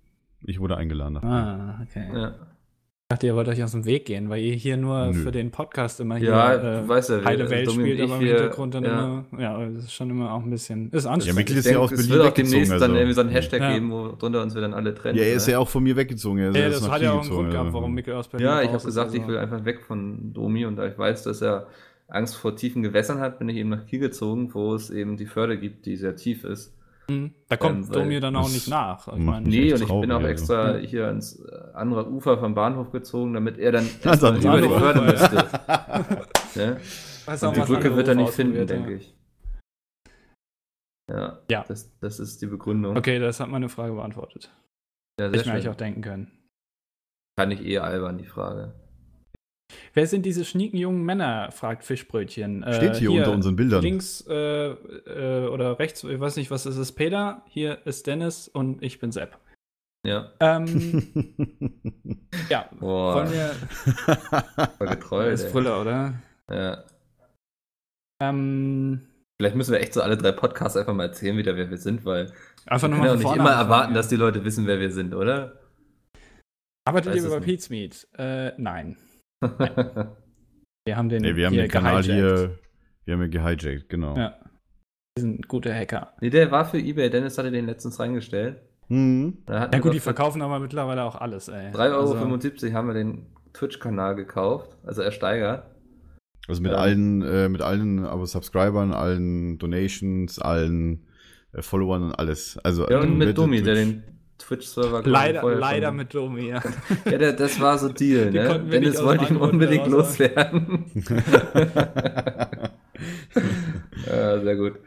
Speaker 1: Ich wurde eingeladen. nach-
Speaker 6: Ah, okay.
Speaker 2: Ja,
Speaker 6: Ich dachte, ihr wollt euch aus dem Weg gehen, weil ihr hier nur
Speaker 1: Nö.
Speaker 6: für den Podcast immer hier
Speaker 2: ja,
Speaker 6: äh,
Speaker 2: du weißt ja, wir-
Speaker 6: heile
Speaker 2: also
Speaker 6: Welt
Speaker 2: Domi und
Speaker 6: spielt,
Speaker 2: ich,
Speaker 6: aber im
Speaker 2: wir-
Speaker 6: Hintergrund dann
Speaker 2: ja.
Speaker 6: immer, ja, das ist schon immer auch ein bisschen, ist
Speaker 1: Ja,
Speaker 6: anstrengend.
Speaker 1: Mikkel
Speaker 2: Ich
Speaker 1: ist ja
Speaker 2: denk,
Speaker 1: aus
Speaker 2: es
Speaker 1: Berlin
Speaker 2: wird auch
Speaker 1: weggezogen.
Speaker 2: demnächst dann
Speaker 1: also.
Speaker 2: irgendwie so ein Hashtag
Speaker 6: Ja.
Speaker 2: geben, worunter uns wir dann alle trennen.
Speaker 1: Ja, er ist
Speaker 2: oder?
Speaker 1: ja auch von mir weggezogen. Er ist
Speaker 6: Ja,
Speaker 1: erst
Speaker 6: Äh, das
Speaker 1: nach
Speaker 6: hat
Speaker 1: Kiel
Speaker 6: ja auch einen Grund
Speaker 1: gezogen,
Speaker 6: gehabt,
Speaker 1: also.
Speaker 6: warum Mikkel aus Berlin
Speaker 2: Ja, ich
Speaker 6: raus
Speaker 2: habe
Speaker 6: ist,
Speaker 2: gesagt, ich
Speaker 6: also.
Speaker 2: will einfach weg von Domi und da ich weiß, dass er Angst vor tiefen Gewässern hat, bin ich eben nach Kiel gezogen, wo es eben die Förde gibt, die sehr tief ist.
Speaker 6: Hm, Da kommt
Speaker 2: Ähm, weil-
Speaker 6: Domi dann auch
Speaker 1: Das
Speaker 6: nicht nach. Ich
Speaker 1: macht
Speaker 6: meine,
Speaker 1: mich
Speaker 2: Nee,
Speaker 1: echt
Speaker 2: und ich bin
Speaker 1: traurig,
Speaker 2: auch
Speaker 1: also.
Speaker 2: extra hier ans äh, andere Ufer vom Bahnhof gezogen, damit er dann
Speaker 1: Das
Speaker 2: erstmal
Speaker 1: andere
Speaker 2: über die
Speaker 6: Ufer,
Speaker 2: Förde
Speaker 6: ja.
Speaker 2: müsste. Ja?
Speaker 6: weiß
Speaker 2: Und die
Speaker 6: was
Speaker 2: Brücke
Speaker 6: andere
Speaker 2: wird er
Speaker 6: Ufer
Speaker 2: nicht finden,
Speaker 6: ausprobiert, ja.
Speaker 2: denke ich. Ja,
Speaker 6: Ja.
Speaker 2: Das, das ist die Begründung.
Speaker 6: Okay, das hat meine Frage beantwortet.
Speaker 2: Ja,
Speaker 6: Hätte ich mir
Speaker 2: sehr
Speaker 6: eigentlich
Speaker 2: schön.
Speaker 6: auch denken können.
Speaker 2: Kann ich eh albern, die Frage.
Speaker 6: Wer sind diese schnieken jungen Männer, fragt Fischbrötchen. Äh,
Speaker 1: Steht hier, unter unseren Bildern.
Speaker 6: Links äh, äh, oder rechts, ich weiß nicht, was ist es, Peter, hier ist Dennis und ich bin Sepp.
Speaker 2: Ja.
Speaker 6: Ähm, ja,
Speaker 2: Boah,
Speaker 6: wollen wir.
Speaker 2: voll
Speaker 6: Das
Speaker 2: getrollt.
Speaker 6: ist
Speaker 2: ey.
Speaker 6: Brille, oder?
Speaker 2: Ja.
Speaker 6: Ähm,
Speaker 2: Vielleicht müssen wir echt so alle drei Podcasts einfach mal erzählen, wieder wer wir sind, weil
Speaker 6: einfach
Speaker 2: wir
Speaker 6: nochmal
Speaker 2: können ja auch
Speaker 6: von
Speaker 2: Genau, nicht
Speaker 6: vorne
Speaker 2: immer
Speaker 6: anfangen,
Speaker 2: erwarten,
Speaker 6: ja.
Speaker 2: dass die Leute wissen, wer wir sind, oder?
Speaker 6: Arbeitet
Speaker 2: Weiß
Speaker 6: ihr
Speaker 2: es
Speaker 6: über
Speaker 2: nicht.
Speaker 6: Pete's Meet? Äh, nein. Wir haben den,
Speaker 1: Ey, wir haben den Kanal
Speaker 6: gehijackt.
Speaker 1: hier, wir haben ihn gehijackt, genau.
Speaker 6: Ja. Wir sind gute Hacker.
Speaker 2: nee, der war für Ebay. Dennis hatte den letztens reingestellt.
Speaker 1: Hm.
Speaker 2: Da hatten
Speaker 6: Ja
Speaker 2: wir
Speaker 6: gut,
Speaker 2: doch
Speaker 6: die verkaufen aber mittlerweile auch alles, ey.
Speaker 2: für 3,75 Euro
Speaker 6: Also,
Speaker 2: haben wir den Twitch-Kanal gekauft, also ersteigert.
Speaker 1: Also mit
Speaker 2: Ja.
Speaker 1: allen, äh, mit allen aber Subscribern, allen Donations, allen äh, Followern und alles. Also
Speaker 2: Ja, und mit
Speaker 1: bitte
Speaker 2: Domi, der
Speaker 1: Twitch.
Speaker 2: den Twitch-Server quasi
Speaker 6: leider
Speaker 2: vorher
Speaker 6: leider
Speaker 2: schon-
Speaker 6: mit Domi, ja.
Speaker 2: Ja, der, das war so Deal,
Speaker 6: Die
Speaker 2: ne?
Speaker 6: konnten wir nicht
Speaker 2: Dennis
Speaker 6: aus
Speaker 2: wollte
Speaker 6: dem
Speaker 2: ihn
Speaker 6: Angebot
Speaker 2: unbedingt
Speaker 6: heraus-
Speaker 2: loswerden. ja, sehr gut.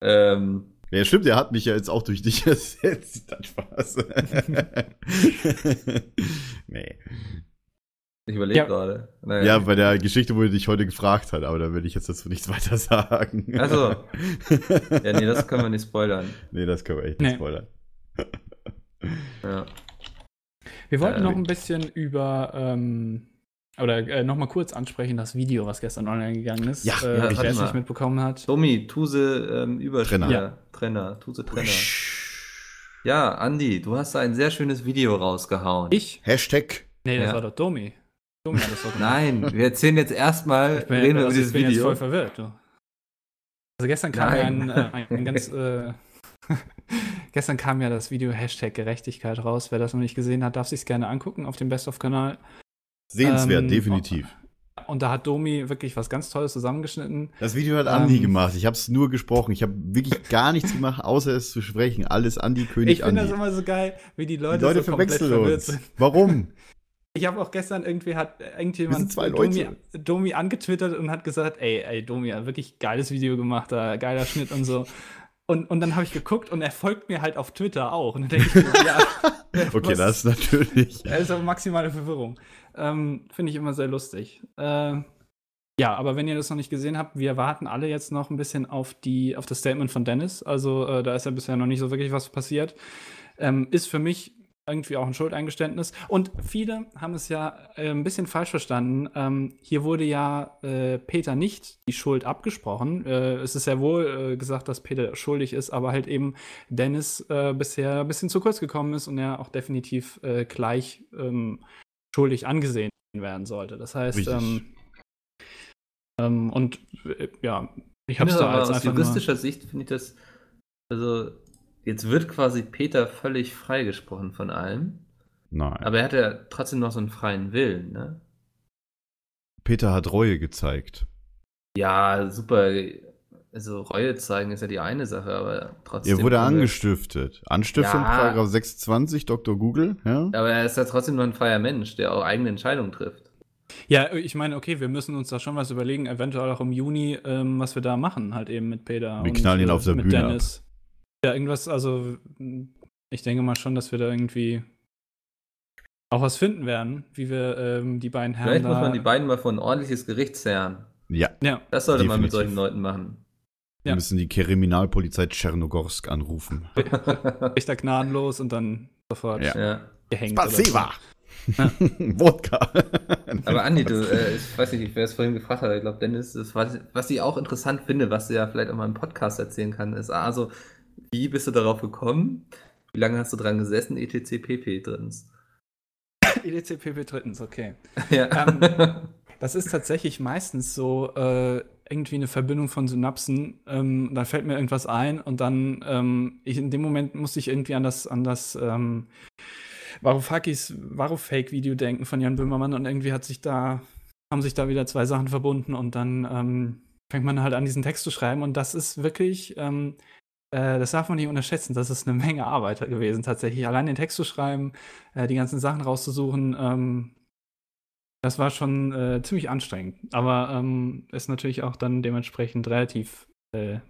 Speaker 2: Ähm,
Speaker 1: Ja, stimmt, der hat mich ja jetzt auch durch dich ersetzt. Das war's. nee.
Speaker 2: ich überlege
Speaker 6: Ja.
Speaker 2: gerade. Naja.
Speaker 1: Ja, bei der Geschichte wurde dich heute gefragt hat, aber da will ich jetzt dazu nichts weiter sagen.
Speaker 2: Ach so. ja, nee, das können wir nicht spoilern.
Speaker 1: nee, das können wir echt nicht
Speaker 6: Nee.
Speaker 1: spoilern.
Speaker 2: Ja.
Speaker 6: Wir wollten
Speaker 2: Äh,
Speaker 6: noch ein bisschen über ähm, oder äh, noch mal kurz ansprechen das Video, was gestern online gegangen ist.
Speaker 1: Ja,
Speaker 6: äh,
Speaker 2: ja,
Speaker 6: wer
Speaker 2: warte
Speaker 6: es
Speaker 2: mal.
Speaker 6: nicht mitbekommen hat.
Speaker 2: Domi, Tuse ähm, Überspieler.
Speaker 1: Trenner.
Speaker 6: Ja.
Speaker 2: Trenner, Tuse
Speaker 6: Oh,
Speaker 2: Trenner. Ja, Andi, du hast da ein sehr schönes Video rausgehauen.
Speaker 6: Ich?
Speaker 1: Hashtag.
Speaker 6: Nee, das
Speaker 2: Ja.
Speaker 6: war doch Domi. Domi hat das doch gemacht.
Speaker 2: Nein, wir erzählen jetzt
Speaker 1: Äh,
Speaker 2: erstmal,
Speaker 6: Ich bin,
Speaker 2: reden wir über
Speaker 6: also ich
Speaker 2: dieses
Speaker 6: bin jetzt
Speaker 2: Video.
Speaker 6: voll verwirrt. Du. Also gestern kam ja
Speaker 2: Nein.
Speaker 6: ein, äh, ein, ein ganz äh, gestern kam ja das Video Hashtag Gerechtigkeit raus. Wer das noch nicht gesehen hat, darf sich's gerne angucken auf dem Best of Kanal.
Speaker 1: Sehenswert,
Speaker 6: Ähm,
Speaker 1: definitiv.
Speaker 6: Und da hat Domi wirklich was ganz Tolles zusammengeschnitten.
Speaker 1: Das Video hat Andi
Speaker 6: ähm,
Speaker 1: gemacht. Ich habe es nur gesprochen. Ich habe wirklich gar nichts gemacht, außer es zu sprechen. Alles Andi, König
Speaker 6: ich
Speaker 1: Andi.
Speaker 6: finde das immer so geil, wie die
Speaker 1: Die
Speaker 6: Leute,
Speaker 1: Leute
Speaker 6: so komplett
Speaker 1: verwechseln
Speaker 6: verwirrt
Speaker 1: uns.
Speaker 6: sind.
Speaker 1: Warum?
Speaker 6: Ich habe auch gestern irgendwie hat
Speaker 1: Wir
Speaker 6: äh,
Speaker 1: sind
Speaker 6: irgendjemand
Speaker 1: zwei
Speaker 6: Domi,
Speaker 1: Leute.
Speaker 6: Domi angetwittert und hat gesagt, ey, ey, Domi, ja, wirklich geiles Video gemacht, da geiler Schnitt und so. Und, und dann habe ich geguckt und er folgt mir halt auf Twitter auch. Und dann denke ich mir, ja,
Speaker 1: Okay, das ist
Speaker 6: was-
Speaker 1: natürlich.
Speaker 6: das Äh, ist aber maximale Verwirrung. Ähm, Finde ich immer sehr lustig. Äh, ja, aber wenn ihr das noch nicht gesehen habt, wir warten alle jetzt noch ein bisschen auf, die, auf das Statement von Dennis. Also äh, da ist ja bisher noch nicht so wirklich was passiert. Ähm, ist für mich irgendwie auch ein Schuldeingeständnis. Und viele haben es ja äh, ein bisschen falsch verstanden. Ähm, hier wurde ja äh, Peter nicht die Schuld abgesprochen. Äh, es ist ja wohl äh, gesagt, dass Peter schuldig ist, aber halt eben Dennis äh, bisher ein bisschen zu kurz gekommen ist und er auch definitiv äh, gleich ähm, schuldig angesehen werden sollte. Das heißt,
Speaker 1: Richtig.
Speaker 6: ähm, ähm, und äh, ja, ich
Speaker 2: Ich
Speaker 6: habe
Speaker 2: finde
Speaker 6: es da
Speaker 2: aber
Speaker 6: als
Speaker 2: aus
Speaker 6: einfach nur,
Speaker 2: juristischer Sicht finde ich das, also jetzt wird quasi Peter völlig freigesprochen von allem,
Speaker 1: Nein.
Speaker 2: aber er hat ja trotzdem noch so einen freien Willen, ne?
Speaker 1: Peter hat Reue gezeigt.
Speaker 2: Ja, super. Also Reue zeigen ist ja die eine Sache, aber trotzdem.
Speaker 1: Er wurde
Speaker 2: also-
Speaker 1: angestiftet. Anstiftung,
Speaker 2: Ja.
Speaker 1: Paragraph 26, Dr. Google. Ja?
Speaker 2: Aber er ist ja trotzdem noch ein freier Mensch, der auch eigene Entscheidungen trifft.
Speaker 6: Ja, ich meine, okay, wir müssen uns da schon was überlegen, eventuell auch im Juni, ähm, was wir da machen, halt eben mit Peter.
Speaker 1: Wir knallen ihn
Speaker 6: äh,
Speaker 1: auf der
Speaker 6: mit
Speaker 1: Bühne ab.
Speaker 6: Dennis. Ja, irgendwas, also mh, ich denke mal schon, dass wir da irgendwie auch was finden werden, wie wir ähm, die beiden Herren.
Speaker 2: Vielleicht
Speaker 6: da,
Speaker 2: muss man die beiden mal vor ein ordentliches Gericht zerren.
Speaker 1: ja.
Speaker 6: Ja,
Speaker 2: Das sollte man mit solchen
Speaker 1: Definitiv.
Speaker 2: Leuten machen.
Speaker 1: Wir
Speaker 6: Ja.
Speaker 1: müssen die Kriminalpolizei Tschernogorsk anrufen.
Speaker 6: Richter gnadenlos und dann sofort
Speaker 1: Ja.
Speaker 2: ja.
Speaker 6: gehängt. oder so.
Speaker 1: Spasiba! Wodka.
Speaker 2: Aber Andi, du, äh, ich weiß nicht, wer es vorhin gefragt hat, ich glaube, Dennis, das, was, was ich auch interessant finde, was du ja vielleicht auch mal im Podcast erzählen kann, ist also, wie bist du darauf gekommen? Wie lange hast du dran gesessen? E ETC PP drittens.
Speaker 6: EDCPP drittens, okay.
Speaker 2: ja.
Speaker 6: Ähm, Das ist tatsächlich meistens so äh, irgendwie eine Verbindung von Synapsen. Ähm, da fällt mir irgendwas ein und dann ähm, ich, in dem Moment musste ich irgendwie an das an das ähm, Varoufakis Varoufake-Video denken von Jan Böhmermann und irgendwie hat sich da haben sich da wieder zwei Sachen verbunden und dann ähm, fängt man halt an diesen Text zu schreiben und das ist wirklich ähm, äh, das darf man nicht unterschätzen. Das ist eine Menge Arbeit gewesen tatsächlich. Allein den Text zu schreiben, äh, die ganzen Sachen rauszusuchen. Ähm, das war schon äh, ziemlich anstrengend, aber ähm, ist natürlich auch dann dementsprechend relativ, äh,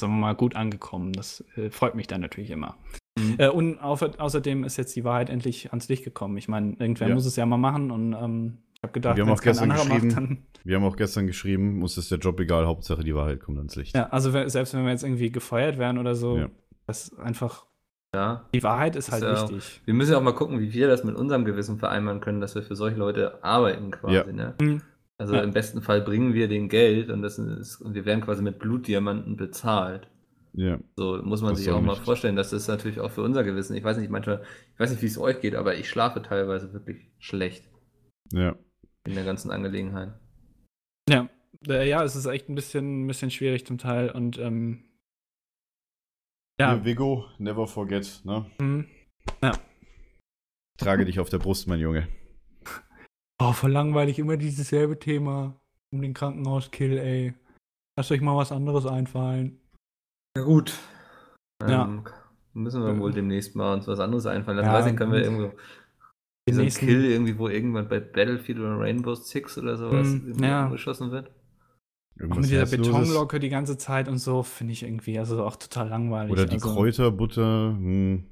Speaker 6: sagen wir mal, gut angekommen. Das äh, freut mich dann natürlich immer.
Speaker 2: Mhm.
Speaker 6: Äh, und au außerdem ist jetzt die Wahrheit endlich ans Licht gekommen. Ich meine, irgendwer
Speaker 1: Ja.
Speaker 6: muss es ja mal machen und ähm, ich habe gedacht,
Speaker 1: Wir haben
Speaker 6: wenn's
Speaker 1: auch gestern geschrieben-
Speaker 6: dann.
Speaker 1: Wir haben auch gestern geschrieben, uns ist der Job egal, Hauptsache die Wahrheit kommt ans Licht.
Speaker 6: Ja, also we- selbst wenn wir jetzt irgendwie gefeuert werden oder so,
Speaker 1: Ja.
Speaker 6: das ist einfach
Speaker 2: Ja.
Speaker 6: Die Wahrheit ist,
Speaker 2: Ist
Speaker 6: halt
Speaker 2: ja auch-
Speaker 6: wichtig.
Speaker 2: Wir müssen ja auch mal gucken, wie wir das mit unserem Gewissen vereinbaren können, dass wir für solche Leute arbeiten quasi.
Speaker 1: Ja.
Speaker 2: Ne?
Speaker 6: Mhm.
Speaker 2: Also
Speaker 6: Ja.
Speaker 2: im besten Fall bringen wir den Geld und, das ist, und wir werden quasi mit Blutdiamanten bezahlt.
Speaker 1: Ja.
Speaker 2: So muss man
Speaker 1: Das
Speaker 2: sich
Speaker 1: soll
Speaker 2: auch mal
Speaker 1: nicht-
Speaker 2: vorstellen, dass das ist natürlich auch für unser Gewissen. Ich weiß nicht, manchmal, ich weiß nicht, wie es euch geht, aber ich schlafe teilweise wirklich schlecht
Speaker 1: Ja.
Speaker 2: in der ganzen Angelegenheit.
Speaker 6: Äh, ja, es ist echt ein bisschen, ein bisschen schwierig zum Teil und ähm, ja.
Speaker 1: Hier, Vigo, never forget, ne?
Speaker 6: mhm.
Speaker 1: Trage dich auf der Brust, mein Junge.
Speaker 6: Oh, voll langweilig, immer dieses selbe Thema um den Krankenhauskill, ey. Lasst euch mal was anderes einfallen.
Speaker 2: Ja, gut.
Speaker 6: Ja.
Speaker 2: Ähm, müssen wir
Speaker 6: Mhm.
Speaker 2: wohl demnächst mal uns was anderes einfallen lassen.
Speaker 6: Ja,
Speaker 2: weiß nicht, können wir
Speaker 6: und
Speaker 2: irgendwo
Speaker 6: Den
Speaker 2: so einen
Speaker 6: nächsten-
Speaker 2: Kill irgendwie, wo irgendwann bei Battlefield oder Rainbow Six oder sowas
Speaker 6: Mhm,
Speaker 2: irgendwie
Speaker 6: ja.
Speaker 2: umgeschossen wird?
Speaker 6: Auch mit dieser Betonglocke die ganze Zeit und so, finde ich irgendwie, also auch total langweilig.
Speaker 1: Oder die
Speaker 6: also,
Speaker 1: Kräuterbutter. Hm.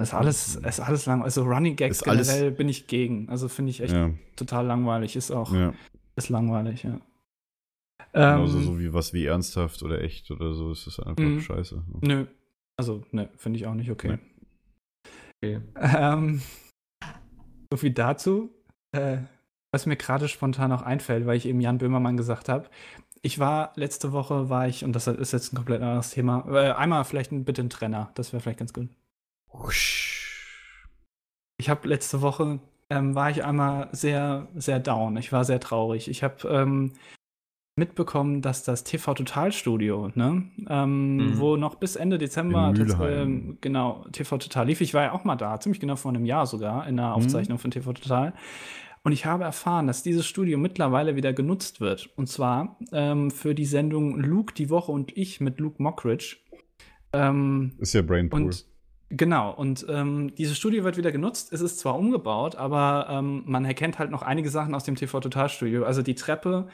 Speaker 6: Ist alles, ist alles langweilig. Also Running Gags
Speaker 1: Ist alles-
Speaker 6: generell bin ich gegen. Also finde ich echt
Speaker 1: Ja,
Speaker 6: total langweilig. Ist auch,
Speaker 1: ja.
Speaker 6: ist langweilig, ja.
Speaker 1: Genauso
Speaker 6: Ähm,
Speaker 1: so wie was wie ernsthaft oder echt oder so ist das einfach
Speaker 6: Mhm.
Speaker 1: scheiße. ne?
Speaker 6: Nö. Also, nö, finde ich auch nicht okay.
Speaker 2: Okay.
Speaker 6: Ähm, so viel dazu. Äh, was mir gerade spontan auch einfällt, weil ich eben Jan Böhmermann gesagt habe. Ich war letzte Woche, war ich, und das ist jetzt ein komplett anderes Thema, äh, einmal vielleicht ein, bitte ein Trenner, das wäre vielleicht ganz gut. Ich habe letzte Woche, ähm, war ich einmal sehr, sehr down. Ich war sehr traurig. Ich habe ähm, mitbekommen, dass das TV Total Studio, ne, ähm,
Speaker 2: Mhm.
Speaker 6: wo noch bis Ende Dezember,
Speaker 1: In
Speaker 6: das,
Speaker 1: Mülheim.
Speaker 6: ähm, genau, TV Total lief. Ich war ja auch mal da, ziemlich genau vor einem Jahr sogar, in
Speaker 1: Mhm.
Speaker 6: einer Aufzeichnung von TV Total. Und ich habe erfahren, dass dieses Studio mittlerweile wieder genutzt wird. Und zwar ähm, für die Sendung Luke die Woche und ich mit Luke Mockridge. Ähm,
Speaker 1: Ist ja Brainpool.
Speaker 6: und genau, und ähm, dieses Studio wird wieder genutzt. Es ist zwar umgebaut, aber ähm, man erkennt halt noch einige Sachen aus dem TV Total Studio. Also die Treppe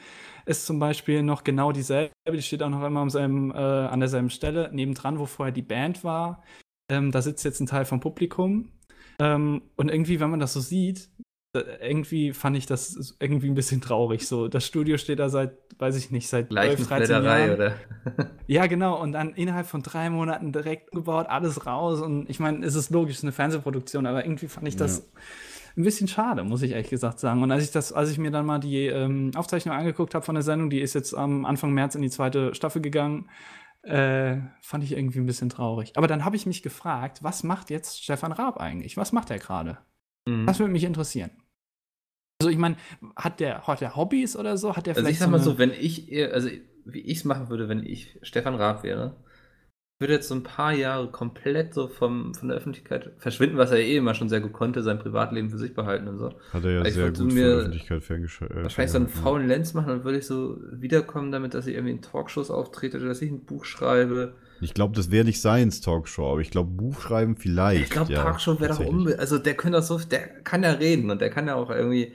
Speaker 6: ist zum Beispiel noch genau dieselbe, die steht auch noch immer am selben, äh, an derselben Stelle, nebendran, wo vorher die Band war. Ähm, da sitzt jetzt ein Teil vom Publikum. Ähm, und irgendwie, wenn man das so sieht, äh, irgendwie fand ich das irgendwie ein bisschen traurig. So, das Studio steht da seit, weiß ich nicht, seit 12, 13 Jahren.
Speaker 2: Leichenfledderei oder?
Speaker 6: Ja, genau. Und dann innerhalb von drei Monaten direkt gebaut, alles raus. Und ich meine, es ist logisch, es ist eine Fernsehproduktion, aber irgendwie fand ich das ein bisschen schade, muss ich ehrlich gesagt sagen. Und als ich das, als ich mir dann mal die ähm, Aufzeichnung angeguckt habe von der Sendung, die ist jetzt am Anfang März in die zweite Staffel gegangen, äh, fand ich irgendwie ein bisschen traurig. Aber dann habe ich mich gefragt, was macht jetzt Stefan Raab eigentlich? Was macht er gerade?
Speaker 2: Mhm.
Speaker 6: Das würde mich interessieren. Also ich meine, hat der, hat der Hobbys oder so? Hat der
Speaker 2: Also ich
Speaker 6: vielleicht
Speaker 2: sag mal
Speaker 6: eine-
Speaker 2: so, wenn ich, eher- also wie ich es machen würde, wenn ich Stefan Raab wäre, würde jetzt so ein paar Jahre komplett so vom, von der Öffentlichkeit verschwinden, was er eh immer schon sehr gut konnte, sein Privatleben für sich behalten und so.
Speaker 1: Hat er ja
Speaker 2: Ich
Speaker 1: sehr
Speaker 2: würd
Speaker 1: gut von
Speaker 2: mir
Speaker 1: der Öffentlichkeit äh, ferngeschaltet.
Speaker 2: Wahrscheinlich so einen faulen Lenz machen und würde ich so wiederkommen damit, dass ich irgendwie in Talkshows auftrete oder dass ich ein Buch schreibe.
Speaker 1: Ich glaube, das wäre nicht Science Talkshow, aber ich glaube, Buchschreiben vielleicht.
Speaker 2: Ich glaube,
Speaker 1: ja,
Speaker 2: Parkshow wäre doch
Speaker 1: tatsächlich.
Speaker 2: unbe... Also der könnte auch so, der kann ja reden und der kann ja auch irgendwie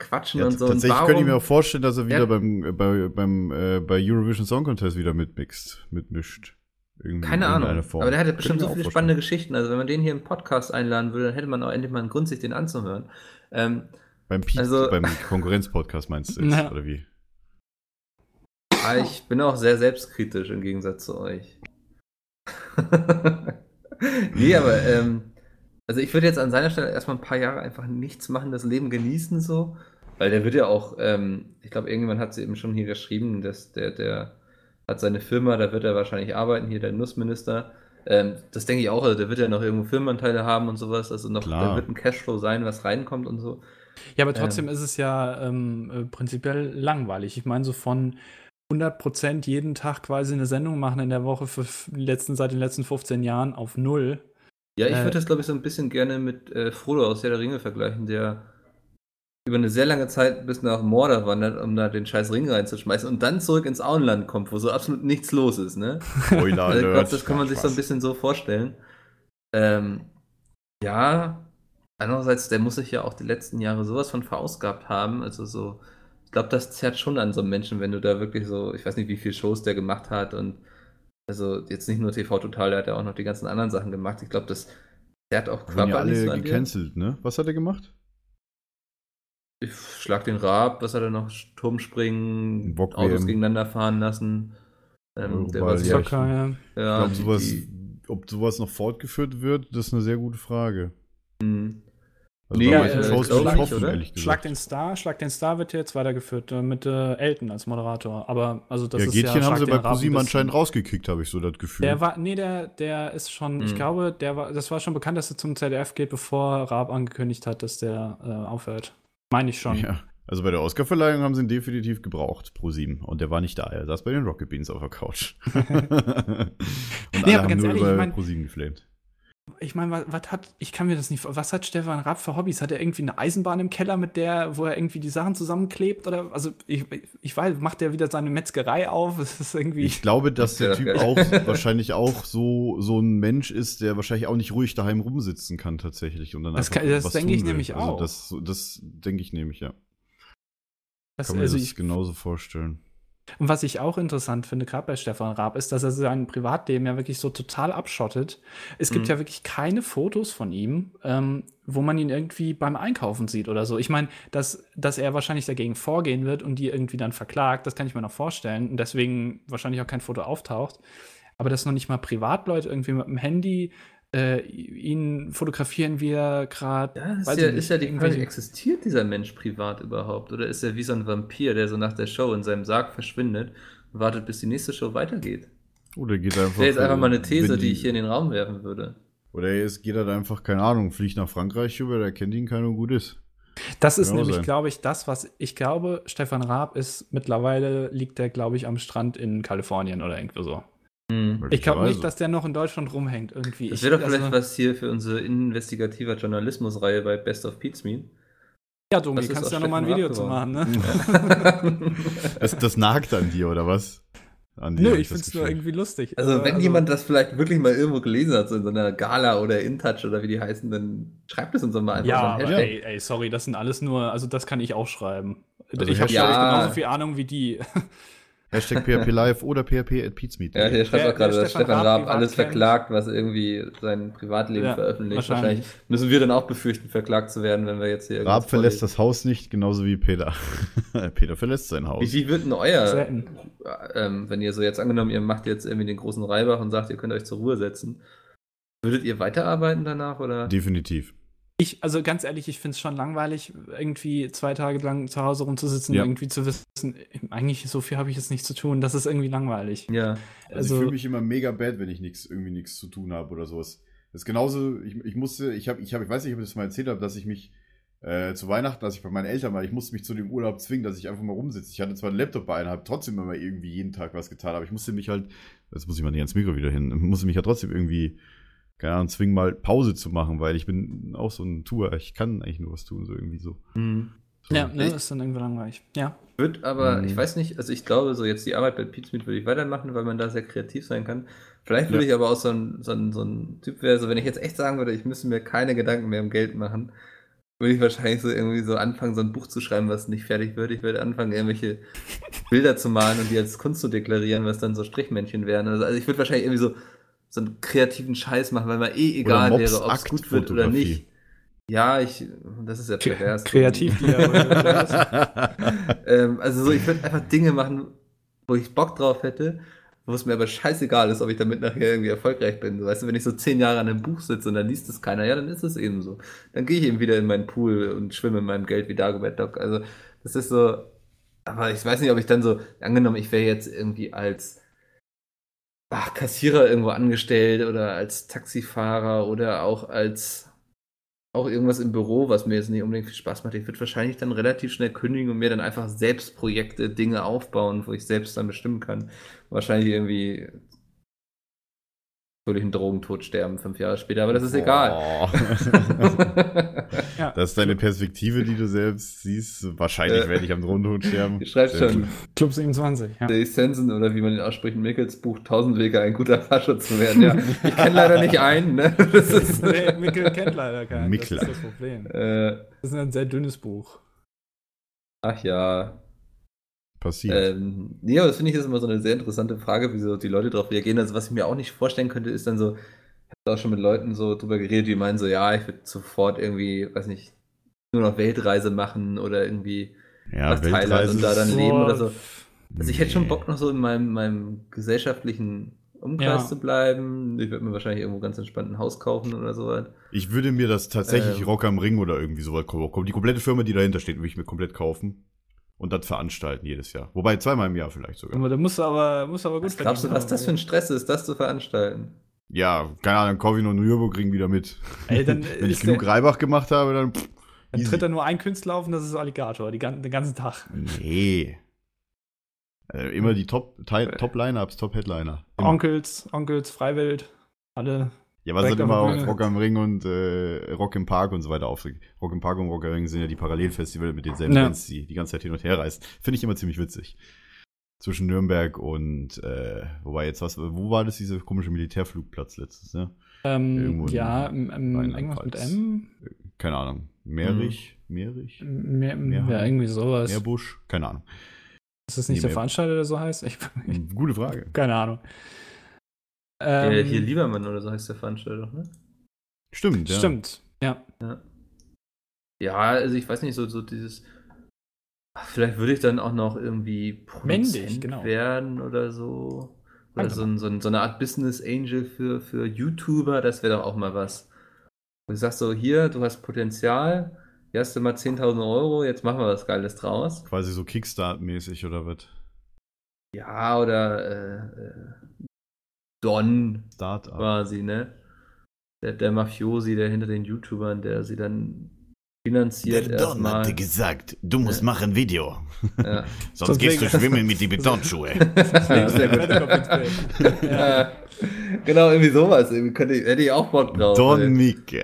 Speaker 2: quatschen
Speaker 1: Ja,
Speaker 2: und so.
Speaker 1: tatsächlich
Speaker 2: und
Speaker 1: könnte ich mir auch vorstellen, dass er wieder
Speaker 2: Ja.
Speaker 1: beim, äh, bei, beim äh, bei Eurovision Song Contest wieder mitmixt, mitmischt. Irgendwie
Speaker 2: Keine
Speaker 1: in irgendeiner
Speaker 2: Ahnung.
Speaker 1: Form.
Speaker 2: Aber der hatte
Speaker 1: Könnte
Speaker 2: bestimmt
Speaker 1: ich mir
Speaker 2: so
Speaker 1: auch
Speaker 2: viele
Speaker 1: vorstellen.
Speaker 2: spannende Geschichten. Also wenn man den hier im Podcast einladen würde, dann hätte man auch endlich mal einen Grund, sich den anzuhören. Ähm,
Speaker 1: Beim, Piet,
Speaker 2: Also-
Speaker 1: beim Konkurrenzpodcast meinst du jetzt,
Speaker 6: Na.
Speaker 1: oder wie?
Speaker 2: aber Ah, ich bin auch sehr selbstkritisch im Gegensatz zu euch. nee, aber ähm, also ich würde jetzt an seiner Stelle erstmal ein paar Jahre einfach nichts machen, das Leben genießen so. Weil der wird ja auch, ähm, ich glaube, irgendjemand hat es eben schon hier geschrieben, dass der, der hat seine Firma, da wird er wahrscheinlich arbeiten, hier der Nussminister. Ähm, das denke ich auch, also der wird ja noch irgendwo Firmenanteile haben und sowas, also noch,
Speaker 1: Klar.
Speaker 2: da wird ein Cashflow sein, was reinkommt und so.
Speaker 6: Ja, aber trotzdem
Speaker 2: Ähm.
Speaker 6: ist es ja ähm, äh, prinzipiell langweilig. Ich meine, so von 100% jeden Tag quasi eine Sendung machen in der Woche für f- die letzten, seit den letzten 15 Jahren auf null.
Speaker 2: Ja, ich
Speaker 6: Äh,
Speaker 2: würde das, glaube ich, so ein bisschen gerne mit äh, Frodo aus Herr der Ringe vergleichen, der über eine sehr lange Zeit bis nach Mordor wandert, um da den scheiß Ring reinzuschmeißen und dann zurück ins Auenland kommt, wo so absolut nichts los ist, ne?
Speaker 1: Spoiler
Speaker 2: Also ich glaube,
Speaker 1: Alert.
Speaker 2: das kann man sich so ein
Speaker 1: Spaß.
Speaker 2: bisschen so vorstellen. Ähm, ja, andererseits, der muss sich ja auch die letzten Jahre sowas von verausgabt haben. Also so, ich glaube, das zerrt schon an so einem Menschen, wenn du da wirklich so, ich weiß nicht, wie viele Shows der gemacht hat und also jetzt nicht nur TV Total, der hat ja auch noch die ganzen anderen Sachen gemacht. Ich glaube, das zerrt auch
Speaker 1: Wurden ja
Speaker 2: körperlich so
Speaker 1: alle
Speaker 2: an dir.
Speaker 1: gecancelt, ne? Was hat er gemacht?
Speaker 2: Ich schlag den Rab, was hat er noch? Turmspringen,
Speaker 1: Bock
Speaker 2: Autos
Speaker 1: WM.
Speaker 2: gegeneinander fahren lassen. Ähm,
Speaker 1: Euroball,
Speaker 2: der war
Speaker 1: ja,
Speaker 2: sicher,
Speaker 1: ich-
Speaker 6: Zocker, ja.
Speaker 1: Ich
Speaker 2: ja,
Speaker 1: glaube, sowas
Speaker 2: Ah, die-
Speaker 1: ob sowas noch fortgeführt wird, das ist eine sehr gute Frage.
Speaker 2: Mhm.
Speaker 1: Also
Speaker 2: Nee,
Speaker 1: bei
Speaker 2: ja,
Speaker 1: manchen
Speaker 2: äh,
Speaker 1: Shows
Speaker 2: glaub
Speaker 1: bin ich
Speaker 2: ich,
Speaker 1: offen,
Speaker 2: oder?
Speaker 1: ehrlich gesagt.
Speaker 6: Schlag den Star, Schlag den Star wird ja jetzt weitergeführt äh, mit äh, Elton als Moderator. Aber also das
Speaker 1: ja,
Speaker 6: ist
Speaker 1: Gätchen
Speaker 6: ja
Speaker 1: haben
Speaker 6: Schlag
Speaker 1: sie
Speaker 6: den
Speaker 1: bei
Speaker 6: Raben
Speaker 1: ProSieben
Speaker 6: bis-
Speaker 1: anscheinend rausgekickt, habe ich so das Gefühl.
Speaker 6: Der war, nee, der, der ist schon, ich
Speaker 2: Mhm.
Speaker 6: glaube, der war, das war schon bekannt, dass er zum ZDF geht, bevor Raab angekündigt hat, dass der äh, aufhört. Meine ich schon.
Speaker 1: ja. Also bei der Oscarverleihung haben sie ihn definitiv gebraucht, ProSieben. Und der war nicht da, er saß bei den Rocket Beans auf der Couch. Und alle
Speaker 6: aber
Speaker 1: haben
Speaker 6: ganz
Speaker 1: nur
Speaker 6: ehrlich,
Speaker 1: über
Speaker 6: ich mein-
Speaker 1: ProSieben geflamed.
Speaker 6: Ich meine, was, was hat, ich kann mir das nicht, vor- was hat Stefan Raab für Hobbys? Hat er irgendwie eine Eisenbahn im Keller, mit der, wo er irgendwie die Sachen zusammenklebt? Oder, also, ich, ich weiß, macht er wieder seine Metzgerei auf? Es ist irgendwie.
Speaker 1: Ich glaube, dass der
Speaker 2: Das
Speaker 1: Typ
Speaker 2: wär
Speaker 1: auch
Speaker 2: doch geil.
Speaker 1: wahrscheinlich auch so, so ein Mensch ist, der wahrscheinlich auch nicht ruhig daheim rumsitzen kann tatsächlich. Und dann
Speaker 6: Das
Speaker 1: einfach
Speaker 6: kann- das
Speaker 1: was
Speaker 6: denke
Speaker 1: tun
Speaker 6: ich
Speaker 1: will.
Speaker 6: nämlich
Speaker 1: also
Speaker 6: auch.
Speaker 1: Das, das denke ich nämlich, ja.
Speaker 6: das,
Speaker 1: Kann man
Speaker 6: also
Speaker 1: sich das
Speaker 6: ich
Speaker 1: genauso vorstellen.
Speaker 6: Und was ich auch interessant finde, gerade bei Stefan Raab, ist, dass er sein Privatleben ja wirklich so total abschottet. Es gibt
Speaker 2: Mhm.
Speaker 6: ja wirklich keine Fotos von ihm, ähm, wo man ihn irgendwie beim Einkaufen sieht oder so. Ich meine, dass, dass er wahrscheinlich dagegen vorgehen wird und die irgendwie dann verklagt, das kann ich mir noch vorstellen. Und deswegen wahrscheinlich auch kein Foto auftaucht. Aber dass noch nicht mal Privatleute irgendwie mit dem Handy äh, ihn fotografieren, wie er gerade.
Speaker 2: Ja, ist
Speaker 6: weiß
Speaker 2: ja,
Speaker 6: ich nicht,
Speaker 2: ist ja die Frage,
Speaker 6: irgendwelche-
Speaker 2: existiert dieser Mensch privat überhaupt? Oder ist er wie so ein Vampir, der so nach der Show in seinem Sarg verschwindet und wartet, bis die nächste Show weitergeht?
Speaker 1: Oder Oh, geht einfach.
Speaker 2: Wäre jetzt einfach mal eine
Speaker 1: wenn
Speaker 2: These, die ich hier in den Raum werfen würde.
Speaker 1: Oder es geht halt einfach, keine Ahnung, fliegt nach Frankreich über, der kennt ihn keiner und gut ist.
Speaker 6: Das ist
Speaker 1: Kann auch
Speaker 6: nämlich,
Speaker 1: sein.
Speaker 6: glaube ich, das, was ich glaube, Stefan Raab ist mittlerweile, liegt der, glaube ich, am Strand in Kalifornien oder irgendwie so.
Speaker 2: Hm.
Speaker 6: Ich glaube nicht, dass der noch in Deutschland rumhängt irgendwie.
Speaker 2: Das
Speaker 6: Ich-
Speaker 2: wäre doch vielleicht
Speaker 6: also-
Speaker 2: was hier für unsere investigativer Journalismus-Reihe bei Best of Pete's Mean.
Speaker 6: Ja, Domi,
Speaker 2: das ist
Speaker 6: kannst
Speaker 2: aus
Speaker 6: du ja nochmal ein
Speaker 2: Stefan
Speaker 6: Video
Speaker 2: Raab
Speaker 6: zu machen, ne?
Speaker 1: Das, das nagt an dir, oder was? An dir,
Speaker 6: Nö,
Speaker 1: hab
Speaker 6: ich
Speaker 1: das
Speaker 6: find's nur
Speaker 1: Gefühl.
Speaker 6: irgendwie lustig.
Speaker 2: Also
Speaker 6: Aber,
Speaker 2: wenn jemand das vielleicht wirklich mal irgendwo gelesen hat, so in so einer Gala oder InTouch oder wie die heißen, dann schreibt es uns doch mal einfach.
Speaker 6: Ja,
Speaker 2: so ein
Speaker 1: Also,
Speaker 6: aber
Speaker 2: Hashtag.
Speaker 6: ey, ey, sorry, das sind alles nur, also das kann ich auch schreiben.
Speaker 1: Also
Speaker 6: ich habe
Speaker 1: Hashtag-
Speaker 6: ja.
Speaker 2: Ja.
Speaker 6: genauso viel Ahnung wie die.
Speaker 1: Hashtag PHP Live oder PHP at Pizmeet.
Speaker 2: Ja, hier schreibt
Speaker 6: Wer-
Speaker 2: auch gerade,
Speaker 6: wer
Speaker 2: dass
Speaker 6: Stefan
Speaker 2: Stefan
Speaker 6: Raab
Speaker 2: Raab alles
Speaker 6: privat kennt.
Speaker 2: verklagt, was irgendwie sein Privatleben
Speaker 6: Ja,
Speaker 2: veröffentlicht.
Speaker 6: wahrscheinlich.
Speaker 2: Wahrscheinlich. Müssen wir dann auch befürchten, verklagt zu werden, wenn wir jetzt hier
Speaker 1: Raab
Speaker 2: irgendwas
Speaker 1: verlässt
Speaker 2: vorlesen.
Speaker 1: das Haus nicht, genauso wie Peter. Peter verlässt sein Haus.
Speaker 2: Wie, wie wird denn euer,
Speaker 6: Selten.
Speaker 2: ähm, wenn ihr so jetzt angenommen, ihr macht jetzt irgendwie den großen Reibach und sagt, ihr könnt euch zur Ruhe setzen, würdet ihr weiterarbeiten danach oder?
Speaker 1: Definitiv.
Speaker 6: Ich, also ganz ehrlich, ich find's schon langweilig, irgendwie zwei Tage lang zu Hause rumzusitzen,
Speaker 1: Ja.
Speaker 6: irgendwie zu wissen, eigentlich so viel habe ich jetzt nicht zu tun, das ist irgendwie langweilig.
Speaker 2: ja.
Speaker 1: Also, ich
Speaker 6: Also,
Speaker 1: fühle mich immer mega bad, wenn ich nix, irgendwie nichts zu tun habe oder sowas. Das ist genauso, ich, ich musste, ich habe, ich, hab, ich weiß nicht, ob ich das mal erzählt habe, dass ich mich äh, zu Weihnachten, dass ich bei meinen Eltern war, ich musste mich zu dem Urlaub zwingen, dass ich einfach mal rumsitze. Ich hatte zwar einen Laptop bei einer, habe trotzdem immer irgendwie jeden Tag was getan, aber ich musste mich halt, jetzt muss ich mal nicht ans Mikro wieder hin, musste mich ja trotzdem irgendwie, keine Ahnung, zwingen, mal Pause zu machen, weil ich bin auch so ein Tour, ich kann eigentlich nur was tun, so irgendwie so.
Speaker 2: Hm.
Speaker 1: so.
Speaker 6: ja, ne, ist dann irgendwie langweilig. Ja.
Speaker 2: Wird aber,
Speaker 1: Hm.
Speaker 2: ich weiß nicht, also ich glaube, so jetzt die Arbeit bei Pizmeet würde ich weitermachen, weil man da sehr kreativ sein kann. Vielleicht würde
Speaker 1: Ja.
Speaker 2: ich aber auch so ein, so, ein, so ein Typ wäre, so wenn ich jetzt echt sagen würde, ich müsste mir keine Gedanken mehr um Geld machen, würde ich wahrscheinlich so irgendwie so anfangen, so ein Buch zu schreiben, was nicht fertig wird. Ich würde anfangen, irgendwelche Bilder zu malen und die als Kunst zu deklarieren, was dann so Strichmännchen wären. Also, also ich würde wahrscheinlich irgendwie so, so einen kreativen Scheiß machen, weil mir eh
Speaker 1: Oder
Speaker 2: egal
Speaker 1: Mobs
Speaker 2: wäre, ob es
Speaker 1: Akt
Speaker 2: gut wird oder
Speaker 1: Fotografie.
Speaker 2: nicht. Ja, ich, das ist ja pervers.
Speaker 6: Kreativ, die ja.
Speaker 2: Ähm, also so, ich würde einfach Dinge machen, wo ich Bock drauf hätte, wo es mir aber scheißegal ist, ob ich damit nachher irgendwie erfolgreich bin. So, weißt du, wenn ich so zehn Jahre an einem Buch sitze und dann liest es keiner, ja, dann ist es eben so. Dann gehe ich eben wieder in meinen Pool und schwimme in meinem Geld wie Dagobert Duck. Also das ist so, aber ich weiß nicht, ob ich dann so, angenommen, ich wäre jetzt irgendwie als ach, Kassierer irgendwo angestellt oder als Taxifahrer oder auch als auch irgendwas im Büro, was mir jetzt nicht unbedingt viel Spaß macht. Ich würde wahrscheinlich dann relativ schnell kündigen und mir dann einfach selbst Projekte, Dinge aufbauen, wo ich selbst dann bestimmen kann. Wahrscheinlich irgendwie würde ich einen Drogentod sterben fünf Jahre später, aber das ist egal.
Speaker 6: ja.
Speaker 1: Das ist deine Perspektive, die du selbst siehst. Wahrscheinlich
Speaker 2: Äh.
Speaker 1: werde ich am Drohnenhund sterben.
Speaker 2: Ihr schreibt
Speaker 1: Sehr
Speaker 2: schon,
Speaker 6: Club 27, ja.
Speaker 2: Dave Sensen oder wie man ihn ausspricht, Mickels Buch Tausend Wege, ein guter Flasche zu werden. Ja, ich kenne leider nicht einen. Ne? Das ist,
Speaker 6: Nee, Mikkel kennt leider keinen.
Speaker 1: Mikkel.
Speaker 6: Das ist das Problem.
Speaker 2: äh,
Speaker 6: Das ist ein sehr dünnes Buch.
Speaker 2: ach ja,
Speaker 1: Passiert.
Speaker 2: Ähm, nee, aber das finde ich ist immer so eine sehr interessante Frage, wie so die Leute darauf reagieren. Also, was ich mir auch nicht vorstellen könnte, ist dann so, ich habe auch schon mit Leuten so drüber geredet, die meinen so, ja, ich würde sofort irgendwie, weiß nicht, nur noch Weltreise machen oder irgendwie.
Speaker 1: ja,
Speaker 2: nach Thailand und da
Speaker 1: ist-
Speaker 2: dann Leben oder so.
Speaker 6: Boah,
Speaker 2: Also, ich hätte schon
Speaker 1: Nee.
Speaker 2: Bock noch so in meinem, meinem gesellschaftlichen Umkreis
Speaker 6: Ja.
Speaker 2: zu bleiben. Ich werde mir wahrscheinlich irgendwo ganz entspannt ein Haus kaufen oder so was.
Speaker 1: Ich würde mir das tatsächlich
Speaker 2: Ähm.
Speaker 1: Rock am Ring oder irgendwie sowas kommen. Die komplette Firma, die dahinter steht, würde ich mir komplett kaufen. Und das veranstalten jedes Jahr. Wobei zweimal im Jahr vielleicht sogar.
Speaker 6: Aber da musst du aber, musst du aber gut
Speaker 2: Was glaubst du,
Speaker 6: verdienen.
Speaker 2: was das für ein Stress ist, das zu veranstalten?
Speaker 1: Ja, keine Ahnung, Corvin und Nürburgring wieder mit.
Speaker 6: Ey, dann
Speaker 1: Wenn ich
Speaker 6: ist
Speaker 1: genug
Speaker 6: der-
Speaker 1: Reibach gemacht habe, dann. Pff,
Speaker 6: Dann
Speaker 1: easy.
Speaker 6: tritt da nur ein Künstler auf und das ist Alligator, die gan den ganzen Tag.
Speaker 1: Nee. Äh, immer die Top- Teil- Top-Line-Ups, Top-Headliner. Immer.
Speaker 6: Onkels, Onkels, Freiwild, alle.
Speaker 1: Ja, was sind
Speaker 6: Direkt
Speaker 1: immer
Speaker 6: auf
Speaker 1: auf
Speaker 6: dem Parkplatz.
Speaker 1: Rock am Ring und äh, Rock im Park und so weiter auf. Rock im Park und Rock am Ring sind ja die Parallelfestivale mit denselben
Speaker 6: Ja.
Speaker 1: Bands, die die ganze Zeit hin und her reisen. Finde ich immer ziemlich witzig. Zwischen Nürnberg und, äh, wobei jetzt was, wo war das, dieser komische Militärflugplatz letztes, ne? Irgendwo in
Speaker 6: Ähm, ja, m- m- irgendwas mit
Speaker 1: Rheinland-Pfalz.
Speaker 6: M?
Speaker 1: Keine Ahnung. Meerich? Meerich?
Speaker 6: Mehr,
Speaker 1: Mehrheit.
Speaker 6: ja, irgendwie sowas.
Speaker 1: Meerbusch? Keine Ahnung.
Speaker 6: Ist das
Speaker 1: Nee,
Speaker 6: nicht der
Speaker 1: mehr-
Speaker 6: Veranstalter, der so heißt? Ich, ich,
Speaker 1: Gute Frage.
Speaker 6: keine Ahnung.
Speaker 2: Der
Speaker 6: Ähm,
Speaker 2: hier Liebermann oder so heißt der Veranstalter, ne?
Speaker 1: Stimmt, ja.
Speaker 6: Stimmt, ja.
Speaker 2: Ja, also ich weiß nicht, so, so dieses. Ach, Vielleicht würde ich dann auch noch irgendwie Produzent
Speaker 6: Männlich, genau.
Speaker 2: werden oder so. Oder
Speaker 6: Danke.
Speaker 2: so, ein, so, ein, so eine Art Business Angel für, für YouTuber, das wäre doch auch mal was. Wo du sagst so, hier, du hast Potenzial, hier hast du mal 10.000 Euro, jetzt machen wir was Geiles draus.
Speaker 1: Quasi so Kickstart-mäßig oder was?
Speaker 2: Ja, oder äh, äh, Don
Speaker 1: Start-up.
Speaker 2: quasi, ne? Der, der Mafiosi, der hinter den YouTubern, der sie dann finanziert erstmal.
Speaker 1: gesagt, du
Speaker 2: musst
Speaker 1: machen Video.
Speaker 2: Ja.
Speaker 1: Sonst
Speaker 6: gehst du
Speaker 1: schwimmen mit die Betonschuhe.
Speaker 2: Sehr gut. Ja. Genau, irgendwie sowas. Irgendwie könnte ich, hätte ich auch Bock drauf.
Speaker 1: Don
Speaker 2: ey.
Speaker 1: Mickel.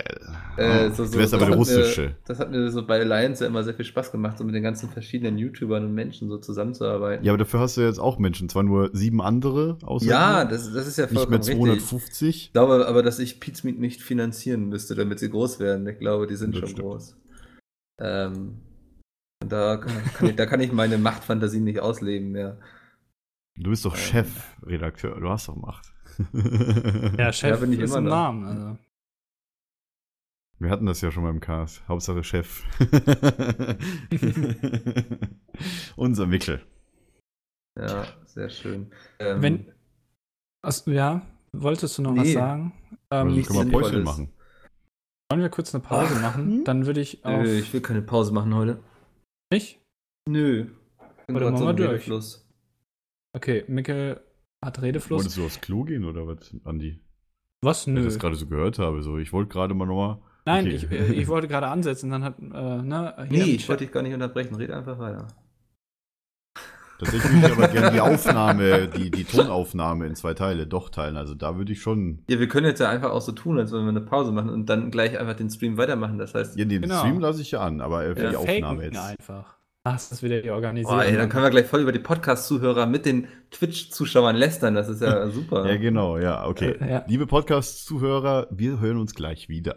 Speaker 2: Äh,
Speaker 1: du wärst aber
Speaker 2: das
Speaker 1: der
Speaker 2: hat mir-
Speaker 1: russische.
Speaker 2: Das hat mir so bei Alliance ja immer sehr viel Spaß gemacht, so mit den ganzen verschiedenen YouTubern und Menschen so zusammenzuarbeiten.
Speaker 1: Ja, aber dafür hast du jetzt auch Menschen. Zwar nur sieben andere außer
Speaker 2: Ja,
Speaker 1: dir.
Speaker 2: das, das ist ja
Speaker 1: nicht mehr
Speaker 2: vollkommen richtig.
Speaker 1: 250.
Speaker 2: Ich glaube aber, dass ich Pizmeet nicht finanzieren müsste, damit sie groß werden. Ich glaube, die sind
Speaker 1: Das
Speaker 2: schon
Speaker 1: stimmt.
Speaker 2: groß. Ähm, und da kann, kann ich, da kann ich meine Machtfantasien nicht ausleben mehr.
Speaker 1: Du bist doch
Speaker 2: Ähm.
Speaker 1: Chefredakteur. Du hast doch Macht.
Speaker 6: Ja, Chef
Speaker 2: bin ich
Speaker 6: ist
Speaker 2: immer
Speaker 6: im
Speaker 2: noch.
Speaker 6: Namen. Also.
Speaker 1: Wir hatten das ja schon mal im Cast. Hauptsache Chef. Unser Mickel.
Speaker 2: Ja, sehr schön. Ähm,
Speaker 6: Wenn- Ach, ja, wolltest du noch was
Speaker 2: Nee.
Speaker 6: sagen?
Speaker 1: Also
Speaker 6: Ähm,
Speaker 2: nichts
Speaker 1: können wir Päuschen
Speaker 2: Sinnvolles.
Speaker 1: machen.
Speaker 6: wollen wir kurz eine Pause
Speaker 2: Ach,
Speaker 6: machen?
Speaker 2: hm?
Speaker 6: Dann würde ich auf.
Speaker 2: Nö, ich will keine Pause machen heute.
Speaker 6: nicht?
Speaker 2: Nö. Bin
Speaker 6: Oder
Speaker 2: grad
Speaker 6: machen wir
Speaker 2: im
Speaker 6: durch.
Speaker 2: Redefluss.
Speaker 6: Okay, Mikkel hat Redefluss.
Speaker 1: Wolltest du aufs Klo gehen oder was, Andi?
Speaker 6: was?
Speaker 1: Weil ich
Speaker 6: Nö.
Speaker 1: das gerade so gehört habe. So, ich wollte gerade mal nochmal.
Speaker 6: Nein,
Speaker 1: Okay.
Speaker 6: ich, äh, ich wollte gerade ansetzen, dann hat, äh, ne,
Speaker 2: Nee,
Speaker 6: hier im
Speaker 2: ich
Speaker 6: Chat-
Speaker 2: wollte dich gar nicht unterbrechen. Red einfach weiter.
Speaker 1: Tatsächlich würde ich aber gerne die Aufnahme, die, die Tonaufnahme in zwei Teile doch teilen. Also da würde ich schon
Speaker 2: Ja, wir können jetzt ja einfach auch so tun, als würden wir eine Pause machen und dann gleich einfach den Stream weitermachen. Das heißt,
Speaker 1: Ja, den
Speaker 6: Genau.
Speaker 1: Stream lasse ich ja an, aber äh, für
Speaker 6: Ja,
Speaker 1: die
Speaker 6: faken
Speaker 1: Aufnahme jetzt.
Speaker 6: einfach. Ach, das ist wieder die
Speaker 2: oh,
Speaker 6: Organisierung.
Speaker 2: ey, dann können wir gleich voll über die Podcast-Zuhörer mit den Twitch-Zuschauern lästern. Das ist ja super.
Speaker 1: Ja, genau, ja, okay.
Speaker 6: Äh, ja.
Speaker 1: Liebe Podcast-Zuhörer, wir hören uns gleich wieder.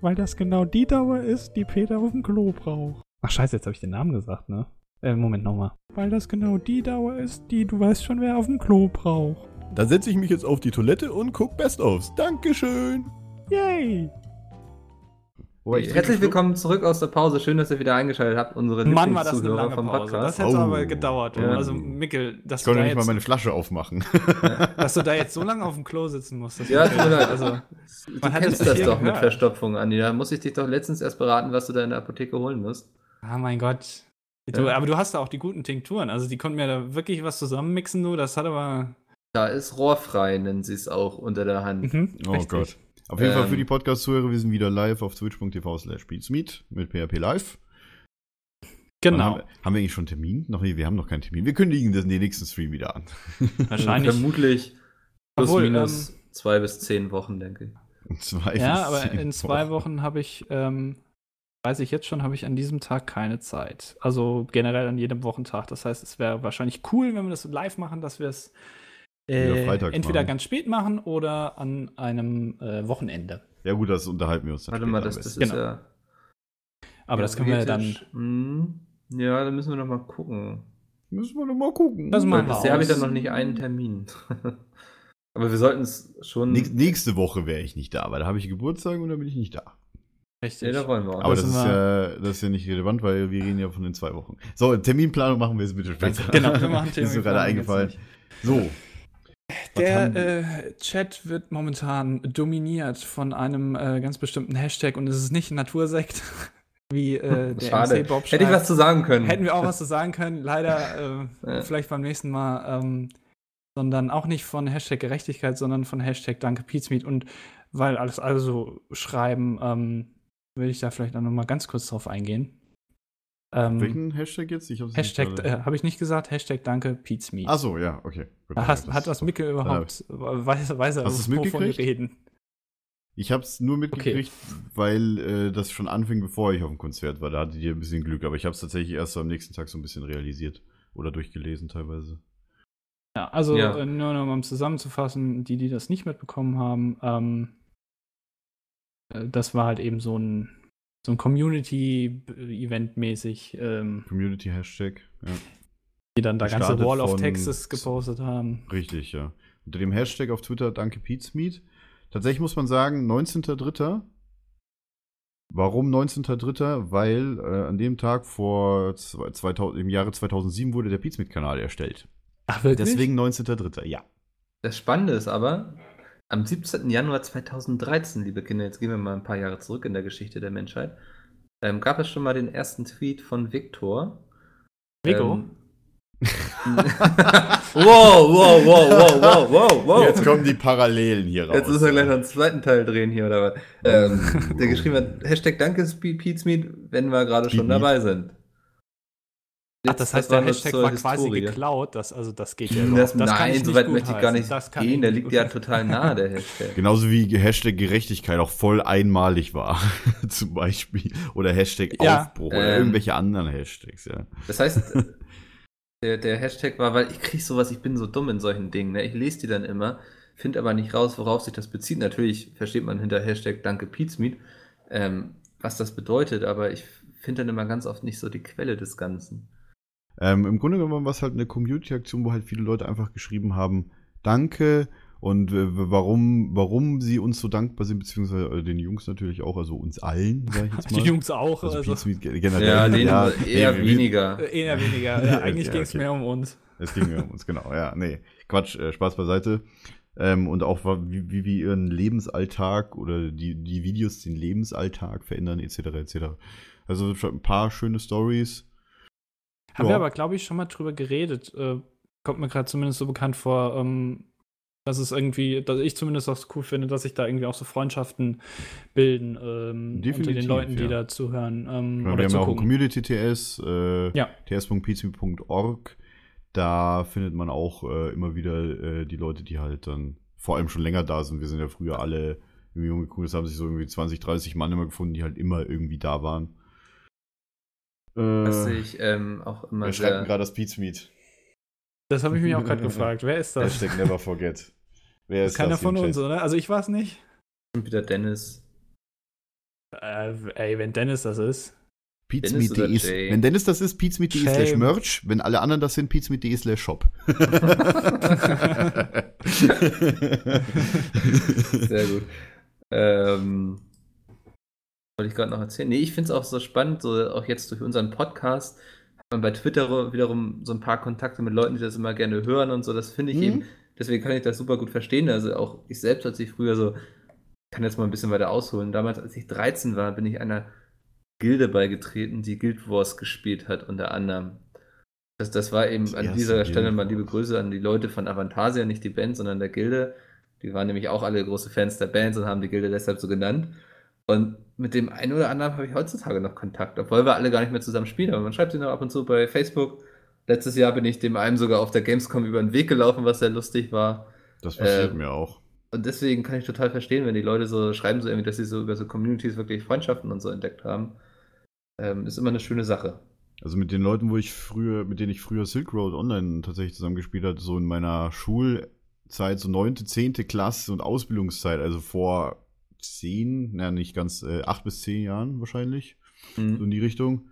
Speaker 7: weil das genau die Dauer ist, die Peter auf dem Klo braucht.
Speaker 3: Ach scheiße, jetzt habe ich den Namen gesagt, ne? Äh, Moment nochmal.
Speaker 7: Weil das genau die Dauer ist, die du weißt schon, wer auf dem Klo braucht.
Speaker 5: Dann setze ich mich jetzt auf die Toilette und guck Best-ofs. Dankeschön!
Speaker 7: Yay!
Speaker 1: Wobei ich-
Speaker 2: Herzlich willkommen zurück aus der Pause. Schön, dass ihr wieder eingeschaltet habt. Unsere
Speaker 6: Mann, war das eine
Speaker 2: Lieblingszuhörer
Speaker 6: lange
Speaker 2: vom
Speaker 6: Pause. Das
Speaker 2: Podcast.
Speaker 6: hätte
Speaker 1: Oh.
Speaker 6: aber gedauert.
Speaker 2: Ja.
Speaker 6: Also, Mickel, dass
Speaker 1: Ich
Speaker 6: du,
Speaker 1: konnte
Speaker 6: da
Speaker 1: nicht mal
Speaker 6: jetzt,
Speaker 1: meine Flasche aufmachen.
Speaker 6: dass du da jetzt so lange auf dem Klo sitzen musst. das
Speaker 2: Ja,
Speaker 6: ist
Speaker 2: tut mir leid.
Speaker 6: Also,
Speaker 2: Du
Speaker 6: Man hat
Speaker 2: kennst
Speaker 6: es
Speaker 2: das
Speaker 6: hier
Speaker 2: doch mit
Speaker 6: gehört.
Speaker 2: Verstopfung, Andi. Da muss ich dich doch letztens erst beraten, was du da in der Apotheke holen musst.
Speaker 6: ah, mein Gott. Du,
Speaker 2: Ja.
Speaker 6: Aber du hast da auch die guten Tinkturen. Also, die konnten mir da wirklich was zusammenmixen, du. Das hat aber.
Speaker 2: Da ist rohrfrei, nennen sie es auch unter der Hand.
Speaker 6: Mhm,
Speaker 1: Oh
Speaker 6: richtig.
Speaker 1: Gott. Auf jeden Fall für
Speaker 2: Ähm.
Speaker 1: die Podcast-Zuhörer, wir sind wieder live auf twitch.tv slash beatsmeet mit PHP Live. Wann
Speaker 6: Genau.
Speaker 1: Haben, haben wir eigentlich schon einen Termin? Noch nee, wir haben noch keinen Termin. Wir kündigen das, den nächsten Stream wieder an.
Speaker 6: Wahrscheinlich.
Speaker 2: Vermutlich plus
Speaker 6: Obwohl, ähm,
Speaker 2: minus zwei bis zehn Wochen, denke ich.
Speaker 1: In zwei bis
Speaker 6: Ja, aber
Speaker 1: zehn
Speaker 6: in zwei Wochen habe ich, ähm, weiß ich jetzt schon, habe ich an diesem Tag keine Zeit. Also generell an jedem Wochentag. Das heißt, es wäre wahrscheinlich cool, wenn wir das live machen, dass wir es
Speaker 1: Wieder
Speaker 6: äh,
Speaker 1: freitags
Speaker 6: entweder
Speaker 1: machen.
Speaker 6: ganz spät machen oder an einem äh, Wochenende.
Speaker 1: Ja gut, das unterhalten wir uns dann
Speaker 2: Warte
Speaker 1: später
Speaker 2: mal,
Speaker 1: am
Speaker 2: das, das
Speaker 1: besten.
Speaker 2: ist
Speaker 6: Genau.
Speaker 2: ja.
Speaker 6: Aber das können wir ja dann.
Speaker 2: dann. Ja, da müssen wir noch mal gucken.
Speaker 1: Müssen wir noch mal gucken.
Speaker 6: Das machen wir
Speaker 2: Bisher habe ich da
Speaker 6: aus.
Speaker 2: noch nicht einen Termin. Aber wir sollten es schon.
Speaker 1: Nächst- nächste Woche wäre ich nicht da, weil da habe ich Geburtstag und dann bin ich nicht da.
Speaker 6: Richtig.
Speaker 2: Ja, da wollen wir auch.
Speaker 1: Aber das,
Speaker 6: das
Speaker 1: ist
Speaker 6: sind
Speaker 1: ja, das ist ja nicht relevant, weil wir reden ja von den zwei Wochen. So, Terminplanung machen wir jetzt bitte später.
Speaker 6: Genau, wir machen
Speaker 1: Das ist mir gerade eingefallen. So,
Speaker 6: Der
Speaker 1: haben
Speaker 6: äh, Chat wird momentan dominiert von einem äh, ganz bestimmten Hashtag und es ist nicht Natursekt, wie äh,
Speaker 2: Hm,
Speaker 6: der
Speaker 2: Schade.
Speaker 6: MC Bob
Speaker 2: Hätte ich was zu sagen können.
Speaker 6: Hätten wir auch was zu sagen können, leider äh,
Speaker 2: Hm. Ja.
Speaker 6: vielleicht beim nächsten Mal, ähm, sondern auch nicht von Hashtag Gerechtigkeit, sondern von Hashtag Danke Pizmeet und weil alles alle so schreiben, ähm, will ich da vielleicht auch nochmal ganz kurz drauf eingehen. Ähm,
Speaker 1: welchen Hashtag jetzt? Ich hab's nicht
Speaker 6: Hashtag,
Speaker 1: gerade-
Speaker 6: äh, habe ich nicht gesagt, Hashtag Danke Pizmeet.
Speaker 1: Ach so, ja, okay. Gut,
Speaker 6: Hast,
Speaker 1: ja,
Speaker 6: hat das Micke überhaupt, weiß, weiß er,
Speaker 1: Hast du's
Speaker 6: wovon wir
Speaker 1: mitgekriegt?
Speaker 6: reden?
Speaker 1: Ich hab's nur mitgekriegt, weil äh, das schon anfing, bevor ich auf dem Konzert war. Da hattet ihr ein bisschen Glück, aber ich hab's tatsächlich erst so am nächsten Tag so ein bisschen realisiert oder durchgelesen teilweise.
Speaker 6: Ja, also
Speaker 2: Ja.
Speaker 6: äh, nur noch mal um zusammenzufassen, die, die das nicht mitbekommen haben, ähm, äh, das war halt eben so ein, so ein Community-Event mäßig, ähm,
Speaker 1: Community-Hashtag. Ja.
Speaker 6: die dann da ganze
Speaker 1: Gestartet
Speaker 6: Wall of
Speaker 1: von-
Speaker 6: Texas gepostet haben.
Speaker 1: Richtig, ja. Unter dem Hashtag auf Twitter Danke Pizmeet. Tatsächlich muss man sagen, 19.03. Warum 19.03.? Weil äh, an dem Tag vor zwei- 2000, im Jahre 2007 wurde der Pizmeet-Kanal erstellt.
Speaker 6: Ach, wirklich?
Speaker 1: Deswegen 19.03. Ja.
Speaker 2: Das Spannende ist aber, am 17. Januar 2013, liebe Kinder, jetzt gehen wir mal ein paar Jahre zurück in der Geschichte der Menschheit, ähm, gab es schon mal den ersten Tweet von Viktor.
Speaker 6: Vigo?
Speaker 2: Ähm, wow, wow, wow, wow, wow, wow, wow.
Speaker 1: Jetzt kommen die Parallelen hier raus.
Speaker 2: Jetzt müssen wir gleich noch einen zweiten Teil drehen hier, oder was? Ähm, der geschrieben hat, Hashtag Danke Speed Pete's Meet, wenn wir gerade schon
Speaker 1: Speed Meet.
Speaker 2: dabei sind.
Speaker 6: Ach, das
Speaker 2: Jetzt,
Speaker 6: heißt,
Speaker 2: war
Speaker 6: der
Speaker 2: nur
Speaker 6: Hashtag
Speaker 2: zur
Speaker 6: war quasi
Speaker 2: Historie.
Speaker 6: geklaut, das, also das geht ja
Speaker 2: Das,
Speaker 6: überhaupt- kann
Speaker 2: äh, nein,
Speaker 6: ich nicht
Speaker 2: soweit möchte ich gar
Speaker 6: gutheißen,
Speaker 2: nicht
Speaker 6: das kann
Speaker 2: gehen. Der
Speaker 6: ich
Speaker 2: liegt
Speaker 6: nicht
Speaker 2: ja
Speaker 6: gutheißen.
Speaker 2: total nahe, der Hashtag.
Speaker 1: Genauso wie Hashtag Gerechtigkeit auch voll einmalig war, zum Beispiel. Oder Hashtag
Speaker 6: Ja.
Speaker 1: Aufbruch oder
Speaker 2: Ähm.
Speaker 1: irgendwelche anderen Hashtags, ja.
Speaker 2: Das heißt, der, der Hashtag war, weil ich kriege sowas, ich bin so dumm in solchen Dingen. Ne? Ich lese die dann immer, finde aber nicht raus, worauf sich das bezieht. Natürlich versteht man hinter Hashtag Danke Pizmeet, ähm, was das bedeutet, aber ich finde dann immer ganz oft nicht so die Quelle des Ganzen.
Speaker 1: Ähm, Im Grunde genommen war es halt eine Community-Aktion, wo halt viele Leute einfach geschrieben haben, danke und äh, warum, warum sie uns so dankbar sind, beziehungsweise äh, den Jungs natürlich auch, also uns allen, sag ich jetzt mal.
Speaker 6: Die Jungs auch,
Speaker 1: also,
Speaker 6: also,
Speaker 1: Beats Meet ge- generell.
Speaker 2: den eher
Speaker 1: nee, wir-
Speaker 2: weniger.
Speaker 6: äh, eher weniger. Ja, eigentlich
Speaker 1: Okay,
Speaker 6: ging es
Speaker 1: okay.
Speaker 6: mehr um uns.
Speaker 1: Es ging mir um uns, genau. Ja, nee, Quatsch, äh, Spaß beiseite. Ähm, und auch, wa- wie, wie wir ihren Lebensalltag oder die, die Videos den Lebensalltag verändern, etc., etc. Also schon ein paar schöne Stories.
Speaker 6: Haben
Speaker 1: Ja.
Speaker 6: wir aber, glaube ich, schon mal drüber geredet. Äh, kommt mir gerade zumindest so bekannt vor, ähm, dass es irgendwie, dass ich zumindest auch cool finde, dass sich da irgendwie auch so Freundschaften bilden ähm, unter den
Speaker 1: Definitiv,
Speaker 6: Leuten, die
Speaker 1: ja.
Speaker 6: da zuhören ähm,
Speaker 1: Genau, wir
Speaker 6: oder
Speaker 1: haben ja auch ein
Speaker 6: zugucken.
Speaker 1: Community TS, äh,
Speaker 6: Ja.
Speaker 1: ts.pizmi.org. Da findet man auch äh, immer wieder äh, die Leute, die halt dann vor allem schon länger da sind. Wir sind ja früher alle irgendwie umgeguckt, es haben sich so irgendwie 20, 30 Mann immer gefunden, die halt immer irgendwie da waren. Äh,
Speaker 2: Was ich ähm, auch immer
Speaker 1: wir schreiben
Speaker 2: sehr,
Speaker 1: gerade das Pizmeet.
Speaker 6: Das habe ich mich auch gerade gefragt. Wer ist das?
Speaker 1: Hashtag never forget. Wer
Speaker 6: Das ist keiner
Speaker 1: äh, das hier
Speaker 6: von
Speaker 1: im
Speaker 6: uns,
Speaker 1: Chat?
Speaker 6: oder? Also ich weiß nicht.
Speaker 2: wieder Dennis.
Speaker 6: Äh, ey, wenn Dennis das ist.
Speaker 2: Dennis oder
Speaker 1: Pizmeet.de ist,
Speaker 2: Jay?
Speaker 1: wenn Dennis das ist, pizmeet.de
Speaker 6: Shame.
Speaker 1: slash merch, wenn alle anderen das sind, pizmeet.de slash shop.
Speaker 2: Sehr gut. Ähm, wollte ich gerade noch erzählen. Nee, ich finde es auch so spannend, so auch jetzt durch unseren Podcast hat man bei Twitter wiederum so ein paar Kontakte mit Leuten, die das immer gerne hören und so. Das finde ich
Speaker 1: Mhm.
Speaker 2: eben, deswegen kann ich das super gut verstehen. Also auch ich selbst, als ich früher so, ich kann jetzt mal ein bisschen weiter ausholen. Damals, als ich 13 war, bin ich einer Gilde beigetreten, die Guild Wars gespielt hat, unter anderem. Das, das war eben
Speaker 1: Die
Speaker 2: an
Speaker 1: erste
Speaker 2: dieser Stelle
Speaker 1: Guild
Speaker 2: mal liebe
Speaker 1: Wars.
Speaker 2: Grüße an die Leute von Avantasia, nicht die Band, sondern der Gilde. Die waren nämlich auch alle große Fans der Bands und haben die Gilde deshalb so genannt. Und mit dem einen oder anderen habe ich heutzutage noch Kontakt, obwohl wir alle gar nicht mehr zusammen spielen, aber man schreibt sie noch ab und zu bei Facebook. Letztes Jahr bin ich dem einen sogar auf der Gamescom über den Weg gelaufen, was sehr lustig war.
Speaker 1: Das passiert
Speaker 2: Ähm,
Speaker 1: mir auch.
Speaker 2: Und deswegen kann ich total verstehen, wenn die Leute so schreiben, so irgendwie, dass sie so über so Communities wirklich Freundschaften und so entdeckt haben. Ähm, ist immer eine schöne Sache.
Speaker 1: Also mit den Leuten, wo ich früher, mit denen ich früher Silk Road Online tatsächlich zusammengespielt hatte, so in meiner Schulzeit Zeit, so neunte, zehnte Klasse und Ausbildungszeit, also vor zehn, na nicht ganz, äh, acht bis zehn Jahren wahrscheinlich,
Speaker 2: Hm. Mhm.
Speaker 1: so in die Richtung.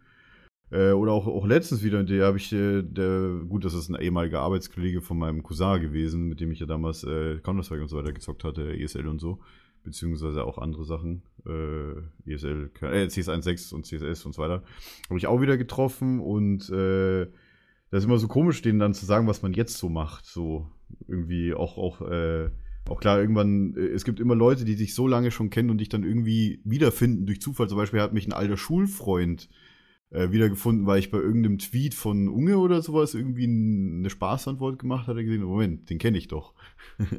Speaker 1: Äh, oder auch, auch letztens wieder, der habe ich, äh, der, gut, das ist ein ehemaliger Arbeitskollege von meinem Cousin gewesen, mit dem ich ja damals äh, Counter-Strike und so weiter gezockt hatte, ESL und so, beziehungsweise auch andere Sachen, äh, ESL, äh, CS1.6 und CSS und so weiter, habe ich auch wieder getroffen und äh, das ist immer so komisch, denen dann zu sagen, was man jetzt so macht, so irgendwie auch, auch, äh, auch klar, irgendwann, äh, es gibt immer Leute, die sich so lange schon kennen und dich dann irgendwie wiederfinden durch Zufall. Zum Beispiel hat mich ein alter Schulfreund äh, wiedergefunden, weil ich bei irgendeinem Tweet von Unge oder sowas irgendwie n- eine Spaßantwort gemacht hatte, gesehen, Moment, den kenne ich doch.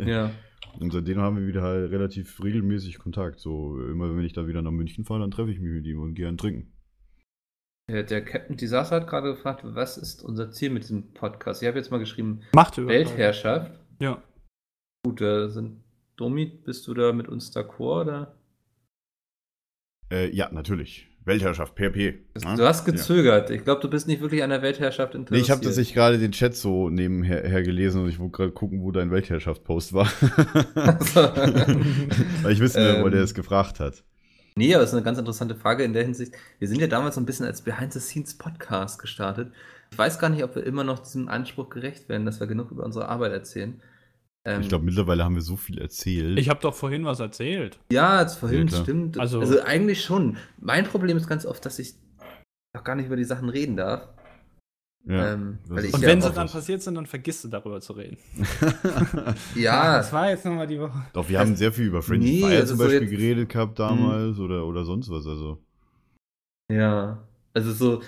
Speaker 2: Ja.
Speaker 1: Und seitdem haben wir wieder halt relativ regelmäßig Kontakt. So, immer wenn ich dann wieder nach München fahre, dann treffe ich mich mit ihm und gehe einen trinken.
Speaker 2: Der, der Captain Disaster hat gerade gefragt, was ist unser Ziel mit diesem Podcast? Ich habe jetzt mal geschrieben,
Speaker 6: Macht über.
Speaker 2: Weltherrschaft.
Speaker 6: Ja.
Speaker 2: Gut, äh, sind Domi, bist du da mit uns d'accord? Oder?
Speaker 1: Äh, ja, natürlich. Weltherrschaft, PRP. Ja?
Speaker 2: Du hast gezögert. Ich glaube, du bist nicht wirklich an der Weltherrschaft
Speaker 1: Nee,
Speaker 2: interessiert.
Speaker 1: ich habe tatsächlich gerade den Chat so nebenher her gelesen und ich wollte gerade gucken, wo dein Weltherrschaft-Post war.
Speaker 2: Also.
Speaker 1: Weil ich wissen will, weil der
Speaker 2: Ähm.
Speaker 1: es gefragt hat.
Speaker 2: Nee, aber das ist eine ganz interessante Frage in der Hinsicht. Wir sind ja damals so ein bisschen als Behind-the-Scenes-Podcast gestartet. Ich weiß gar nicht, ob wir immer noch diesem Anspruch gerecht werden, dass wir genug über unsere Arbeit erzählen. Ähm,
Speaker 1: Ich glaube, mittlerweile haben wir so viel erzählt.
Speaker 6: Ich habe doch vorhin was erzählt.
Speaker 2: Ja, jetzt vorhin
Speaker 1: Ja, klar.
Speaker 2: stimmt. Also,
Speaker 6: Also-
Speaker 2: eigentlich schon. Mein Problem ist ganz oft, dass ich noch gar nicht über die Sachen reden darf.
Speaker 1: ja.
Speaker 2: ähm,
Speaker 1: das
Speaker 2: weil
Speaker 1: ist-
Speaker 2: ich
Speaker 6: Und
Speaker 2: ja
Speaker 6: wenn
Speaker 2: auch
Speaker 6: sie
Speaker 1: was.
Speaker 6: dann passiert sind, dann vergisst du darüber zu reden.
Speaker 2: ähm, Ja,
Speaker 3: Das war jetzt nochmal die Woche.
Speaker 1: Doch, wir haben sehr viel über Friendly
Speaker 2: Also, Nee,
Speaker 1: Fire
Speaker 2: also
Speaker 1: zum
Speaker 2: so
Speaker 1: Beispiel
Speaker 2: jetzt- Hm.
Speaker 1: geredet gehabt damals oder, oder sonst was. Also,
Speaker 2: ja. Also so,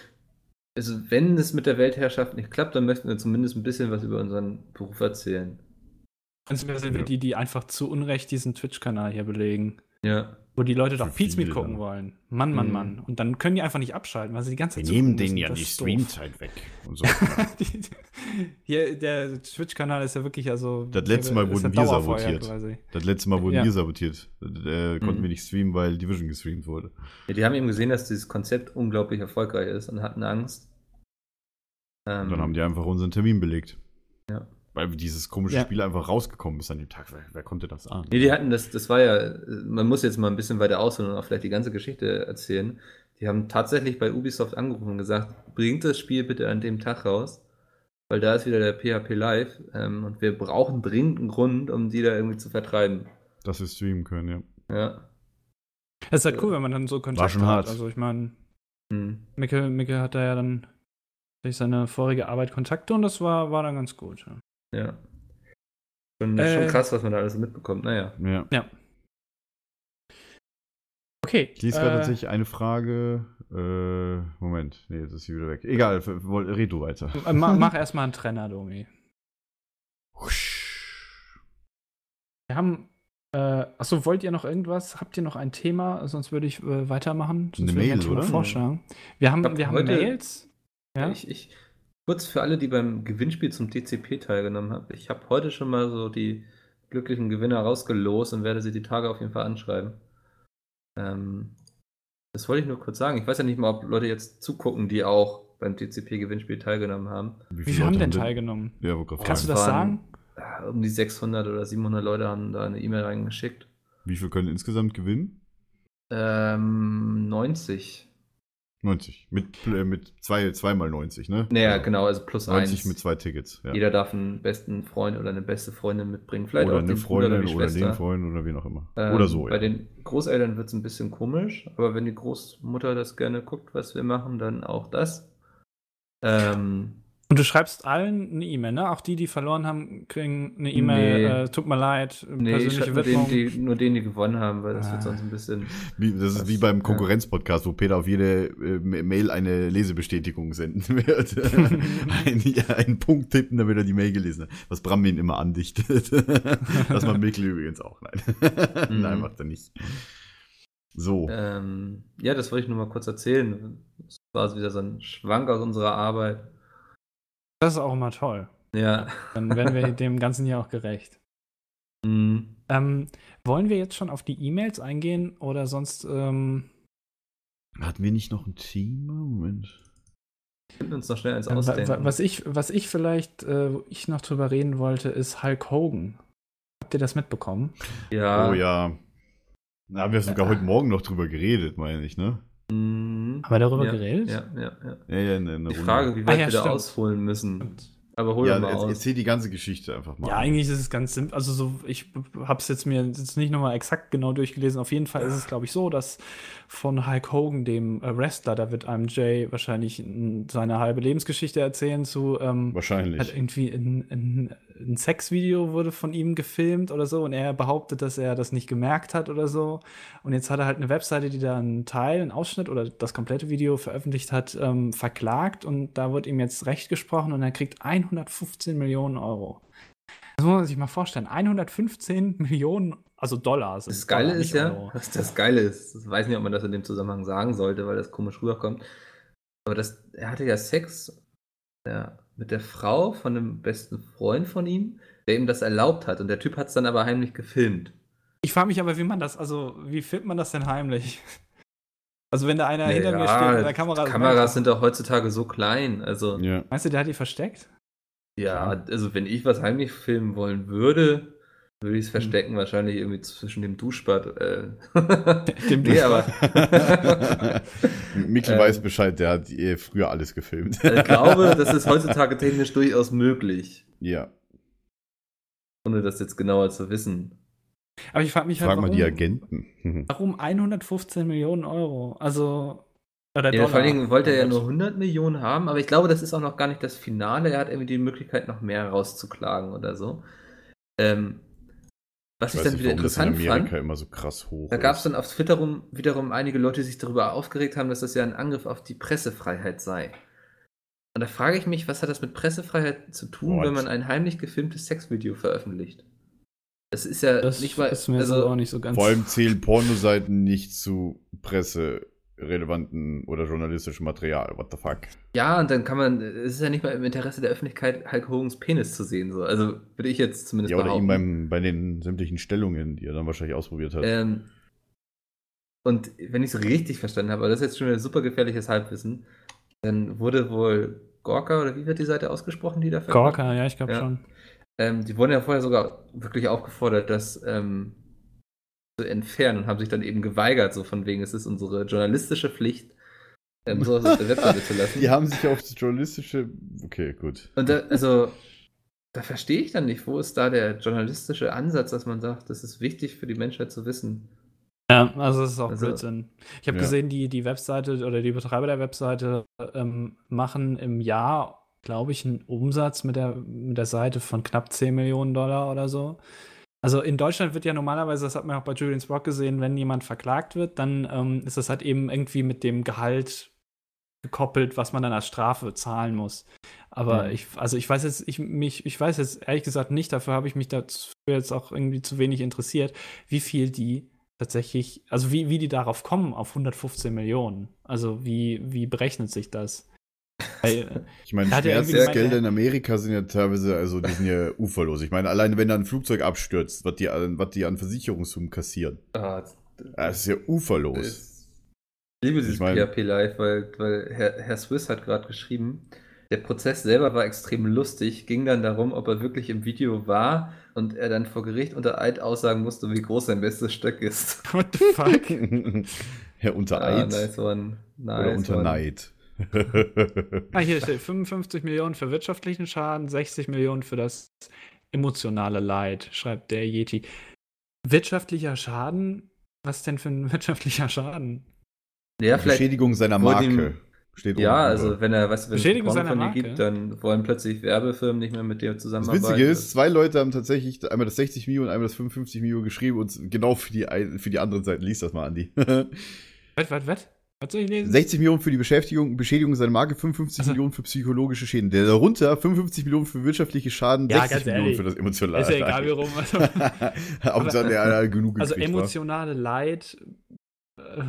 Speaker 2: also wenn es mit der Weltherrschaft nicht klappt, dann möchten wir zumindest ein bisschen was über unseren Beruf erzählen.
Speaker 6: Prinzipiell sind
Speaker 1: Ja.
Speaker 6: wir die, die einfach zu Unrecht diesen Twitch-Kanal hier belegen,
Speaker 2: Ja.
Speaker 6: wo die Leute doch
Speaker 1: Für
Speaker 6: Pete's
Speaker 1: viele
Speaker 6: mitgucken
Speaker 1: dann.
Speaker 6: wollen. Mann, Mann,
Speaker 2: Mhm.
Speaker 6: Mann. Und dann können die einfach nicht abschalten, weil sie die ganze
Speaker 2: Also
Speaker 6: Zeit zugucken müssen. Das ist doof.
Speaker 1: weg. Und so.
Speaker 6: Die- Hier, der Twitch-Kanal ist ja wirklich also.
Speaker 1: Das letzte Mal
Speaker 6: ist
Speaker 1: wurden
Speaker 6: ja
Speaker 1: wir
Speaker 6: Dauerfeuer
Speaker 1: sabotiert.
Speaker 6: Quasi.
Speaker 1: Das letzte Mal wurden
Speaker 6: Ja.
Speaker 1: wir sabotiert. Äh, konnten
Speaker 2: Mhm.
Speaker 1: wir nicht streamen, weil Division gestreamt wurde.
Speaker 2: ja. Die haben eben gesehen, dass dieses Konzept unglaublich erfolgreich ist und hatten Angst. Ähm,
Speaker 1: Und dann haben die einfach unseren Termin belegt.
Speaker 2: Ja.
Speaker 1: Weil dieses komische
Speaker 6: Ja.
Speaker 1: Spiel einfach rausgekommen ist an dem Tag. Wer, wer konnte das ahnen?
Speaker 2: Nee, die hatten das, das war ja, man muss jetzt mal ein bisschen weiter ausholen und auch vielleicht die ganze Geschichte erzählen. Die haben tatsächlich bei Ubisoft angerufen und gesagt, bringt das Spiel bitte an dem Tag raus, weil da ist wieder der PHP Live ähm, und wir brauchen dringend einen Grund, um die da irgendwie zu vertreiben.
Speaker 1: dass wir streamen können, ja.
Speaker 2: Ja.
Speaker 6: Es ist halt cool, wenn man dann so Kontakt
Speaker 1: schon
Speaker 6: hat.
Speaker 1: hart.
Speaker 6: Also ich meine,
Speaker 2: Hm.
Speaker 6: Mickel, Mickel hat da ja dann durch seine vorige Arbeit Kontakte und das war, war dann ganz gut. Ja.
Speaker 2: Ja. Schon,
Speaker 6: Äh.
Speaker 2: schon krass, was man da alles so mitbekommt. Naja.
Speaker 1: ja.
Speaker 6: Okay.
Speaker 1: Ich lese gerade
Speaker 6: äh,
Speaker 1: tatsächlich eine Frage. Äh, Moment, nee, jetzt ist sie wieder weg. Egal, f- woll- red du weiter.
Speaker 6: äh, ma, mach erstmal einen Trenner, Domi. Wir haben. Äh, achso, wollt ihr noch irgendwas? Habt ihr noch ein Thema? Sonst würde ich äh, weitermachen. Sonst
Speaker 1: Eine
Speaker 6: würde ich
Speaker 1: Mail,
Speaker 6: Thema
Speaker 1: oder?
Speaker 6: vorschlagen. Wir haben,
Speaker 2: Ich hab
Speaker 6: wir haben
Speaker 2: heute-
Speaker 6: Mails. Ja?
Speaker 2: Ich, ich, kurz für alle, die beim Gewinnspiel zum DCP teilgenommen haben, ich habe heute schon mal so die glücklichen Gewinner rausgelost und werde sie die Tage auf jeden Fall anschreiben. Ähm, das wollte ich nur kurz sagen. Ich weiß ja nicht mal, ob Leute jetzt zugucken, die auch beim DCP-Gewinnspiel teilgenommen haben.
Speaker 6: Wie viele haben denn teilgenommen?
Speaker 1: Ja, wollte gerade
Speaker 6: Kannst du
Speaker 1: fragen.
Speaker 6: das
Speaker 2: Waren-
Speaker 6: sagen?
Speaker 2: Ah, Um die 600 oder 700 Leute haben da eine E-Mail reingeschickt.
Speaker 1: Wie viel können insgesamt gewinnen?
Speaker 2: Ähm, 90.
Speaker 1: 90. Mit, äh, mit zwei, zweimal 90, ne?
Speaker 2: Naja,
Speaker 1: Also
Speaker 2: genau, also plus
Speaker 1: 90
Speaker 2: eins.
Speaker 1: mit zwei Tickets. Ja.
Speaker 2: Jeder darf einen besten Freund oder eine beste Freundin mitbringen. Vielleicht
Speaker 1: oder
Speaker 2: auch
Speaker 1: eine
Speaker 2: den Bruder
Speaker 1: Freundin
Speaker 2: die
Speaker 1: oder den
Speaker 2: Schwester.
Speaker 1: Freund oder wen auch immer.
Speaker 2: Ähm,
Speaker 1: oder so,
Speaker 2: Bei
Speaker 1: ja.
Speaker 2: den Großeltern wird es ein bisschen komisch, aber wenn die Großmutter das gerne guckt, was wir machen, dann auch das. Ähm,
Speaker 6: Und du schreibst allen eine E-Mail, ne? Auch die, die verloren haben, kriegen eine E-Mail.
Speaker 2: Nee.
Speaker 6: Äh, tut mir leid,
Speaker 2: nee, ich schreib
Speaker 6: persönliche
Speaker 2: nur denen,
Speaker 6: Widmung.
Speaker 2: die, nur denen, die gewonnen haben, weil das
Speaker 6: Ah.
Speaker 2: wird sonst ein bisschen.
Speaker 1: Wie, das ist
Speaker 2: das-
Speaker 1: wie beim
Speaker 2: ja.
Speaker 1: Konkurrenzpodcast, wo Peter auf jede äh, Ma- Mail eine Lesebestätigung senden wird. ein, ja, einen Punkt tippen, damit er die Mail gelesen hat. Was Brammin immer andichtet. das macht Mikkel übrigens auch. Nein,
Speaker 2: Mhm.
Speaker 1: Nein macht er nicht. So.
Speaker 2: Ähm, ja, das wollte ich nur mal kurz erzählen. Es war wieder so ein Schwank aus unserer Arbeit.
Speaker 6: Das ist auch immer toll.
Speaker 2: Ja.
Speaker 6: Dann werden wir dem Ganzen hier auch gerecht.
Speaker 2: Mhm.
Speaker 6: Ähm, wollen wir jetzt schon auf die E-Mails eingehen oder sonst ähm,
Speaker 1: Hatten wir nicht noch ein Thema? Moment.
Speaker 2: Wir könnten uns noch schnell eins
Speaker 6: Äh, Ähm, wa- wa-
Speaker 2: ausdenken.
Speaker 6: was ich was ich vielleicht äh, wo ich noch drüber reden wollte ist Hulk Hogan. Habt ihr das mitbekommen?
Speaker 2: Ja.
Speaker 1: Oh ja. Da haben wir sogar heute Morgen noch drüber geredet, meine ich, ne?
Speaker 2: Mhm.
Speaker 6: Haben wir darüber
Speaker 2: ja,
Speaker 6: geredet?
Speaker 2: Ja, ja, ja.
Speaker 1: Ja, ja, in, in der
Speaker 2: Die
Speaker 1: Runde.
Speaker 2: Frage, wie weit
Speaker 6: Ah ja,
Speaker 2: wir da
Speaker 6: stimmt.
Speaker 2: ausholen müssen. Aber hol
Speaker 1: ja,
Speaker 2: mal
Speaker 1: jetzt,
Speaker 2: aus.
Speaker 1: erzähl die ganze Geschichte einfach mal.
Speaker 6: Ja, eigentlich ist es ganz simpel. Also so, ich habe es jetzt mir jetzt nicht nochmal exakt genau durchgelesen. Auf jeden Fall ist es, glaube ich, so, dass von Hulk Hogan, dem äh, Wrestler, da wird einem Jay wahrscheinlich n- seine halbe Lebensgeschichte erzählen zu. Ähm, hat
Speaker 1: Wahrscheinlich.
Speaker 6: irgendwie ein, ein, ein Sexvideo wurde von ihm gefilmt oder so und er behauptet, dass er das nicht gemerkt hat oder so. Und jetzt hat er halt eine Webseite, die da einen Teil, einen Ausschnitt oder das komplette Video veröffentlicht hat, ähm, verklagt und da wird ihm jetzt Recht gesprochen und er kriegt 115 Millionen Euro. Das muss man sich mal vorstellen. 115 Millionen, also Dollar. sind
Speaker 2: Das Geile
Speaker 6: Dollar,
Speaker 2: ist
Speaker 6: nicht
Speaker 2: ja,
Speaker 6: Euro.
Speaker 2: was das Geile ist, ich weiß nicht, ob man das in dem Zusammenhang sagen sollte, weil das komisch rüberkommt. Aber das, er hatte ja Sex ja, mit der Frau von einem besten Freund von ihm, der ihm das erlaubt hat. Und der Typ hat es dann aber heimlich gefilmt.
Speaker 6: Ich frage mich aber, wie man das, also wie filmt man das denn heimlich? Also wenn da einer
Speaker 2: Nee,
Speaker 6: hinter mir
Speaker 2: ja,
Speaker 6: steht mit der Kamera.
Speaker 2: Kameras sind doch heutzutage so klein. Also, ja,
Speaker 1: Ja.
Speaker 6: Meinst du, der hat die versteckt?
Speaker 2: also wenn ich was heimlich filmen wollen würde, würde
Speaker 6: Hm.
Speaker 2: ich es verstecken, wahrscheinlich irgendwie zwischen dem Duschbad. Äh.
Speaker 6: Dem
Speaker 2: nee, aber.
Speaker 1: Mikkel
Speaker 2: Ähm. Äh.
Speaker 1: weiß Bescheid, der hat eh früher alles gefilmt.
Speaker 2: Ich glaube, das ist heutzutage technisch durchaus möglich,
Speaker 1: ja.
Speaker 2: ohne das jetzt genauer zu wissen.
Speaker 6: Aber ich frage mich halt,
Speaker 1: Frag mal die
Speaker 6: warum,
Speaker 1: Agenten.
Speaker 6: warum 115 Millionen Euro? Also, oder
Speaker 2: Ja,
Speaker 6: Dollar.
Speaker 2: vor allen Dingen wollte er ja nur 100 Millionen haben, aber ich glaube, das ist auch noch gar nicht das Finale. Er hat irgendwie die Möglichkeit, noch mehr rauszuklagen oder so. Ähm, was ich,
Speaker 1: Ich weiß
Speaker 2: dann
Speaker 1: nicht,
Speaker 2: wieder
Speaker 1: warum das in
Speaker 2: interessant
Speaker 1: Amerika
Speaker 2: fand,
Speaker 1: immer so krass hoch
Speaker 2: da gab es
Speaker 1: ist.
Speaker 2: dann auf Twitter rum, wiederum einige Leute, die sich darüber aufgeregt haben, dass das ja ein Angriff auf die Pressefreiheit sei. Und da frage ich mich, was hat das mit Pressefreiheit zu tun,
Speaker 1: What?
Speaker 2: wenn man ein heimlich gefilmtes Sexvideo veröffentlicht? Das ist ja
Speaker 6: das
Speaker 2: nicht mal.
Speaker 6: ist mir
Speaker 2: also,
Speaker 6: so auch nicht so ganz.
Speaker 1: Vor allem zählen Pornoseiten nicht zu presserelevanten oder journalistischem Material. What the fuck?
Speaker 2: Ja, und dann kann man, es ist ja nicht mal im Interesse der Öffentlichkeit, Hulk Hogans Penis zu sehen. So. Also würde ich jetzt zumindest
Speaker 1: Ja, oder ihm beim,
Speaker 2: behaupten.
Speaker 1: bei den sämtlichen Stellungen, die er dann wahrscheinlich ausprobiert hat.
Speaker 2: ähm, und wenn ich es richtig verstanden habe, aber das ist jetzt schon wieder super gefährliches Halbwissen, dann wurde wohl Gorka, oder wie wird die Seite ausgesprochen, die da verkauft?
Speaker 6: Korka, ja, ich glaube
Speaker 2: Ja.
Speaker 6: schon.
Speaker 2: Ähm, die wurden ja vorher sogar wirklich aufgefordert, das ähm, zu entfernen und haben sich dann eben geweigert, so von wegen, es ist unsere journalistische Pflicht, ähm, sowas auf der Webseite zu lassen.
Speaker 1: die haben sich auf das journalistische. Okay, gut.
Speaker 2: Und da, also, da verstehe ich dann nicht, wo ist da der journalistische Ansatz, dass man sagt, das ist wichtig für die Menschheit zu wissen.
Speaker 6: Ja, also das ist auch
Speaker 2: Also-
Speaker 6: Blödsinn. Ich habe
Speaker 1: Ja.
Speaker 6: gesehen, die, die Webseite oder die Betreiber der Webseite ähm, machen im Jahr, glaube ich, einen Umsatz mit der, mit der Seite von knapp 10 Millionen Dollar oder so. Also in Deutschland wird ja normalerweise, das hat man auch bei Julian Brock gesehen, wenn jemand verklagt wird, dann ähm, ist das halt eben irgendwie mit dem Gehalt gekoppelt, was man dann als Strafe zahlen muss. Aber
Speaker 2: Mhm.
Speaker 6: ich, also ich weiß jetzt, ich mich, ich weiß jetzt ehrlich gesagt nicht, dafür habe ich mich dazu jetzt auch irgendwie zu wenig interessiert, wie viel die tatsächlich, also wie, wie die darauf kommen, auf 115 Millionen. Also wie, wie berechnet sich das? Weil, äh,
Speaker 1: Ich meine,
Speaker 6: Hat er irgendwie
Speaker 1: Schmerzensgelder
Speaker 6: gemeint,
Speaker 1: in Amerika sind ja teilweise, also die sind ja uferlos. Ich meine, alleine wenn da ein Flugzeug abstürzt, was die, an- was die an Versicherungssummen kassieren,
Speaker 2: Ah,
Speaker 1: das ist ja uferlos.
Speaker 2: ich liebe dieses
Speaker 1: Ich mein-
Speaker 2: PHP Live, weil, weil Herr, Herr Swiss hat gerade geschrieben, der Prozess selber war extrem lustig, ging dann darum, ob er wirklich im Video war und er dann vor Gericht unter Eid aussagen musste, wie groß sein bestes Stück ist.
Speaker 6: what the fuck?
Speaker 1: ja, unter
Speaker 2: Ah,
Speaker 1: Eid
Speaker 2: nice one. Nice
Speaker 1: oder unter
Speaker 2: one.
Speaker 1: Neid.
Speaker 6: Ah, hier steht 55 Millionen für wirtschaftlichen Schaden, 60 Millionen für das emotionale Leid, schreibt der Yeti. Wirtschaftlicher Schaden? Was denn für ein wirtschaftlicher Schaden?
Speaker 2: Ja, vielleicht
Speaker 1: Beschädigung seiner
Speaker 2: wurde ihm-
Speaker 1: Marke steht oben
Speaker 2: Ja,
Speaker 1: drüber.
Speaker 2: also wenn er, weißt du, wenn es
Speaker 6: Beschädigung
Speaker 2: Porn
Speaker 6: seiner
Speaker 2: von dir
Speaker 6: Marke.
Speaker 2: gibt, dann wollen plötzlich Werbefirmen nicht mehr mit dir
Speaker 1: Das
Speaker 2: zusammenarbeiten.
Speaker 1: Witzige ist, zwei Leute haben tatsächlich einmal das 60 Mio und einmal das 55 Mio geschrieben und genau für die, ein- für die anderen Seiten. Lies das mal, Andi.
Speaker 6: Was, was, was? Was soll ich lesen?
Speaker 1: 60 Millionen für die Beschäftigung, Beschädigung seiner Marke, 55
Speaker 6: Also-
Speaker 1: Millionen für psychologische Schäden. Der darunter 55 Millionen für wirtschaftliche Schaden,
Speaker 6: Ja,
Speaker 1: 60
Speaker 6: ganz
Speaker 1: Millionen
Speaker 6: ehrlich.
Speaker 1: für das emotionale.
Speaker 6: Ist ja egal, wie rum. Also,
Speaker 1: Hauptsache, der hat genug
Speaker 6: also
Speaker 1: gekriegt, wa?
Speaker 6: emotionale Leid. Äh,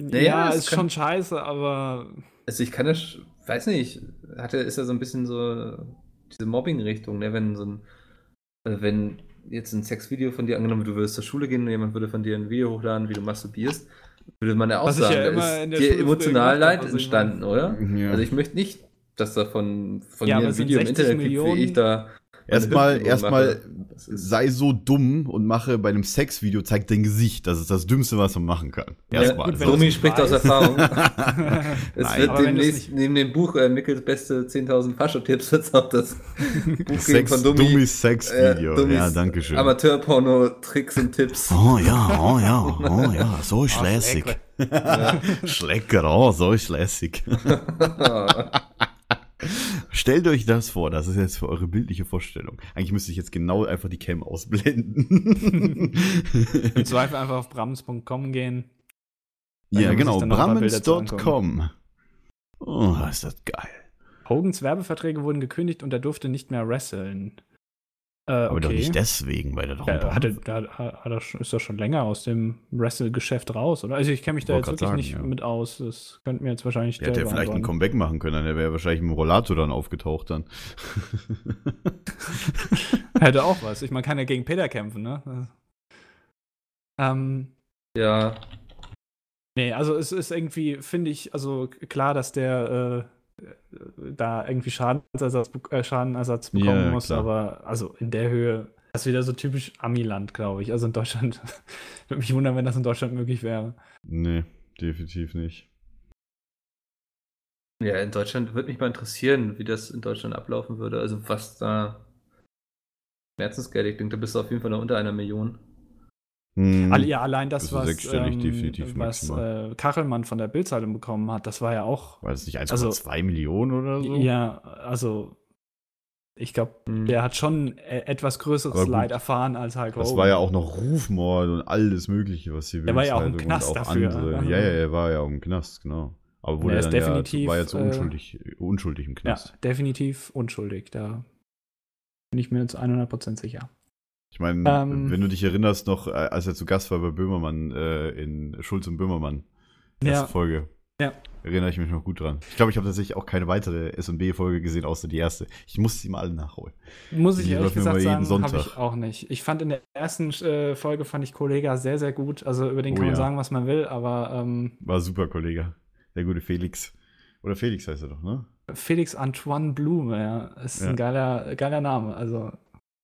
Speaker 2: Naja,
Speaker 6: ja,
Speaker 2: es
Speaker 6: ist
Speaker 2: kann-
Speaker 6: schon scheiße, aber
Speaker 2: Also ich kann das, sch- weiß nicht, hat er, ist ja so ein bisschen so diese Mobbing-Richtung, ne? Wenn so ein, also wenn jetzt ein Sexvideo von dir angenommen, du würdest zur Schule gehen und jemand würde von dir ein Video hochladen, wie du masturbierst, würde man ja auch
Speaker 6: Was ich
Speaker 2: sagen,
Speaker 6: ja
Speaker 2: da
Speaker 6: immer in der
Speaker 2: ist dir
Speaker 6: Schule früher
Speaker 2: emotional
Speaker 6: gemacht habe,
Speaker 2: Leid
Speaker 6: also ich meine-
Speaker 2: entstanden, oder?
Speaker 1: Ja.
Speaker 2: Also ich möchte nicht, dass da von, von
Speaker 6: Ja,
Speaker 2: mir
Speaker 6: aber
Speaker 2: ein
Speaker 6: es sind
Speaker 2: Video im
Speaker 6: 60
Speaker 2: Internet gibt, wie
Speaker 6: Millionen.
Speaker 2: ich da
Speaker 1: Erstmal,
Speaker 6: Also
Speaker 2: Hüpfung
Speaker 1: erstmal
Speaker 2: mache.
Speaker 1: sei so dumm und mache bei einem Sexvideo, zeig dein Gesicht. Das ist das Dümmste, was man machen kann. Erstmal.
Speaker 3: gut, wenn
Speaker 1: Sonst-
Speaker 3: du-
Speaker 2: Domi ne? spricht aus Erfahrung. es
Speaker 1: Nein.
Speaker 2: wird
Speaker 6: Aber wenn
Speaker 2: demnächst
Speaker 6: das nicht-
Speaker 2: neben dem Buch äh, Mickels beste 10.000 Fascho-Tipps wird auch das Buch geben
Speaker 1: Sex,
Speaker 2: von
Speaker 1: Dummy,
Speaker 2: Domi.
Speaker 1: Sexvideo.
Speaker 2: Dummies
Speaker 1: ja, danke schön.
Speaker 2: Amateur-Porno-Tricks und Tipps.
Speaker 1: Oh ja, oh ja, oh ja, so ist lässig. Schlecker, oh, so ist lässig.
Speaker 2: Ah.
Speaker 1: Stellt euch das vor, das ist jetzt für eure bildliche Vorstellung. Eigentlich müsste ich jetzt genau einfach die Cam ausblenden.
Speaker 6: Im Zweifel einfach auf brams.com gehen. Da
Speaker 1: ja,
Speaker 6: kann man
Speaker 1: genau,
Speaker 6: sich dann noch ein paar Bilder zu
Speaker 1: brammens.com. Oh, ist das geil.
Speaker 6: Hogans Werbeverträge wurden gekündigt und er durfte nicht mehr wresteln. Äh, okay.
Speaker 1: Aber doch nicht deswegen, weil er doch
Speaker 6: Ja,
Speaker 1: paar-
Speaker 6: hat er, da hat hat er, schon- ist er schon länger aus dem Wrestle-Geschäft raus, oder? Also ich kenne mich da
Speaker 1: Wollt
Speaker 6: jetzt wirklich
Speaker 1: grad
Speaker 6: nicht
Speaker 1: sagen, ja.
Speaker 6: mit aus. Das könnte mir jetzt wahrscheinlich
Speaker 1: Der hätte ja
Speaker 6: der
Speaker 1: vielleicht ein
Speaker 6: beantworten.
Speaker 1: Comeback machen können, dann wäre er wahrscheinlich mit dem Rollator dann aufgetaucht dann.
Speaker 6: Hätte auch was. Ich, man kann ja gegen Peter kämpfen, ne? Ähm,
Speaker 2: Ja,
Speaker 6: nee, also es ist irgendwie, finde ich, also klar, dass der äh, da irgendwie Schadensersatz, be- äh, Schadenersatz
Speaker 1: Ja,
Speaker 6: bekommen muss,
Speaker 1: klar.
Speaker 6: aber also in der Höhe, das ist wieder so typisch Amiland, glaube ich. Also in Deutschland, würde mich wundern, wenn das in Deutschland möglich wäre.
Speaker 1: Nee, definitiv nicht.
Speaker 2: Ja, in Deutschland würde mich mal interessieren, wie das in Deutschland ablaufen würde. Also was da Schmerzensgeld, ich denke, da bist du auf jeden Fall noch unter einer Million.
Speaker 1: Hm.
Speaker 6: Alle, ja, allein das,
Speaker 1: Also
Speaker 6: was,
Speaker 1: sechsstellig definitiv
Speaker 6: ähm, was
Speaker 1: maximal.
Speaker 6: äh, Kachelmann von der Bildzeitung bekommen hat, das war ja auch,
Speaker 1: War das nicht 1,2
Speaker 6: Also-
Speaker 1: Millionen oder so?
Speaker 6: ja, also ich glaube,
Speaker 2: Hm.
Speaker 6: der hat schon äh, etwas
Speaker 1: Aber
Speaker 6: größeres
Speaker 1: gut,
Speaker 6: Leid erfahren als Hulk
Speaker 1: Das
Speaker 6: Hogan.
Speaker 1: war ja auch noch Rufmord und alles Mögliche, was hier
Speaker 6: Der war ja auch im
Speaker 1: Bildzeitung und
Speaker 6: Knast dafür,
Speaker 1: Andere.
Speaker 6: ne?
Speaker 1: Ja, ja, er war ja auch im Knast, genau. Aber wurde
Speaker 6: Der
Speaker 1: er
Speaker 6: ist
Speaker 1: dann
Speaker 6: definitiv,
Speaker 1: ja, war jetzt
Speaker 6: äh,
Speaker 1: unschuldig, unschuldig im
Speaker 6: ja,
Speaker 1: Knast.
Speaker 6: definitiv unschuldig. Da bin ich mir jetzt 100% sicher.
Speaker 1: Ich meine,
Speaker 6: Ähm.
Speaker 1: wenn du dich erinnerst noch, äh, als er zu Gast war bei Böhmermann äh, in Schulz und Böhmermann, erste
Speaker 6: Ja.
Speaker 1: Folge.
Speaker 6: Ja.
Speaker 1: Erinnere ich mich noch gut dran. Ich glaube, ich habe tatsächlich auch keine weitere S&B-Folge gesehen, außer die erste. Ich muss sie mal alle nachholen.
Speaker 6: Muss ich
Speaker 1: Die
Speaker 6: ehrlich
Speaker 1: läuft mir
Speaker 6: gesagt
Speaker 1: immer jeden
Speaker 6: sagen, habe
Speaker 1: Sonntag.
Speaker 6: ich auch nicht. Ich fand in der ersten äh, Folge fand ich Kollega sehr, sehr gut. Also über den
Speaker 1: Oh
Speaker 6: kann man
Speaker 1: ja.
Speaker 6: sagen, was man will, aber ähm,
Speaker 1: War super, Kollege. Der gute Felix. Oder Felix heißt er doch, ne?
Speaker 6: Felix Antoine Blume, ja, ist
Speaker 1: Ja.
Speaker 6: ein geiler, geiler Name. Also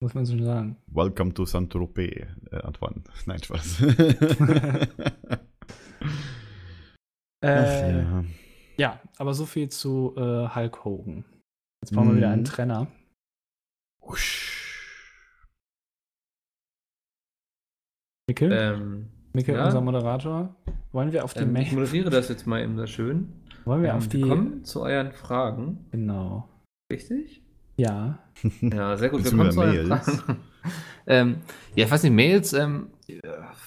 Speaker 6: muss man schon sagen.
Speaker 1: Welcome to Saint-Tropez, äh, Antoine. Nein, Spaß.
Speaker 6: Äh, ja.
Speaker 1: ja.
Speaker 6: aber so viel zu äh, Hulk Hogan. Jetzt brauchen wir wieder einen
Speaker 1: Mhm.
Speaker 6: Trainer. Mikkel,
Speaker 2: Ähm,
Speaker 6: Mikkel
Speaker 2: ja.
Speaker 6: unser Moderator. Wollen wir auf die
Speaker 2: ähm, ich
Speaker 6: Mail?
Speaker 2: moderiere das jetzt mal eben sehr schön.
Speaker 6: Wollen wir
Speaker 2: Ähm,
Speaker 6: auf die?
Speaker 2: Wir kommen zu euren Fragen,
Speaker 6: Genau.
Speaker 2: richtig?
Speaker 6: Ja.
Speaker 2: Ja, sehr gut.
Speaker 1: Willst
Speaker 2: Wir
Speaker 1: du
Speaker 2: kommen zu
Speaker 1: wieder
Speaker 2: euren
Speaker 1: Mails?
Speaker 2: Fragen. ähm, ja, ich weiß nicht, Mails, ähm, ja,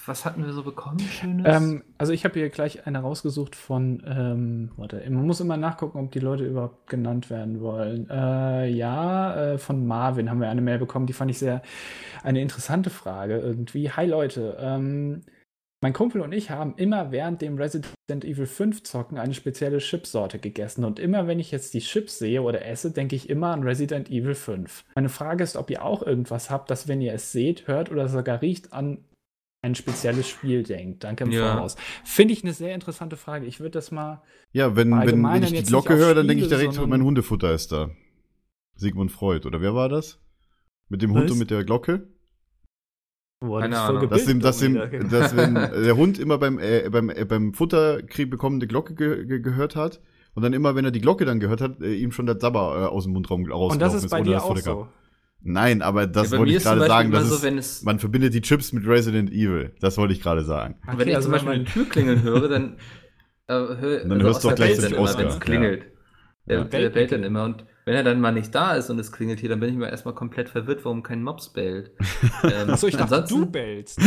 Speaker 2: was hatten wir so bekommen, Schönes?
Speaker 6: Ähm, also ich habe hier gleich eine rausgesucht von, ähm, warte, man muss immer nachgucken, ob die Leute überhaupt genannt werden wollen. Äh, ja, äh, von Marvin haben wir eine Mail bekommen, die fand ich sehr eine interessante Frage irgendwie. Hi Leute, ähm, mein Kumpel und ich haben immer während dem Resident Evil 5 Zocken eine spezielle Chipsorte gegessen und immer wenn ich jetzt die Chips sehe oder esse, denke ich immer an Resident Evil 5. Meine Frage ist, ob ihr auch irgendwas habt, das wenn ihr es seht, hört oder sogar riecht an ein spezielles Spiel denkt. Danke im
Speaker 2: Ja.
Speaker 6: Voraus. Finde ich eine sehr interessante Frage. Ich würde das mal.
Speaker 1: ja, wenn, wenn,
Speaker 6: Allgemein
Speaker 1: wenn
Speaker 6: dann
Speaker 1: ich die
Speaker 6: jetzt
Speaker 1: Glocke
Speaker 6: nicht auf
Speaker 1: höre, dann denke ich
Speaker 6: Spiele,
Speaker 1: direkt,
Speaker 6: sondern-
Speaker 1: mein Hundefutter ist da. Sigmund Freud, oder wer war das? Mit dem Hund
Speaker 6: Was?
Speaker 1: und mit der Glocke?
Speaker 6: Boah,
Speaker 2: Keine
Speaker 6: das ist
Speaker 2: Ahnung.
Speaker 6: voll
Speaker 1: Dass dem,
Speaker 6: gebildet,
Speaker 1: dass dem,
Speaker 6: Domi, da.
Speaker 1: dass wenn der Hund immer beim, äh, beim, äh, beim Futter krieg- bekommende Glocke ge ge gehört hat und dann immer, wenn er die Glocke dann gehört hat, äh, ihm schon der Sabber äh, aus dem Mundraum rausgelaufen
Speaker 6: Und das ist bei
Speaker 1: ohne
Speaker 6: dir
Speaker 1: dass
Speaker 6: auch
Speaker 1: Futter gab.
Speaker 6: so.
Speaker 1: Nein, aber das
Speaker 2: Ja, bei
Speaker 1: wollte
Speaker 2: mir
Speaker 1: ich
Speaker 2: ist zum
Speaker 1: gerade
Speaker 2: Beispiel
Speaker 1: sagen,
Speaker 2: immer
Speaker 1: das
Speaker 2: so,
Speaker 1: ist,
Speaker 2: wenn es-
Speaker 1: man verbindet die Chips mit Resident Evil. Das wollte ich gerade sagen.
Speaker 2: Und wenn
Speaker 6: Okay,
Speaker 2: ich
Speaker 6: also
Speaker 2: zum Beispiel
Speaker 6: wenn
Speaker 2: eine
Speaker 6: man-
Speaker 2: Türklingeln höre, dann, äh, hör,
Speaker 1: Dann hörst du auch gleich den
Speaker 2: Wenn
Speaker 1: Oscar,
Speaker 2: es klingelt. Der,
Speaker 1: Ja.
Speaker 2: der bellt dann immer. Und wenn er dann mal nicht da ist und es klingelt hier, dann bin ich mir erstmal komplett verwirrt, warum kein Mops bellt. Ähm,
Speaker 6: Achso, ich dachte, du
Speaker 2: ansonsten
Speaker 6: bellst.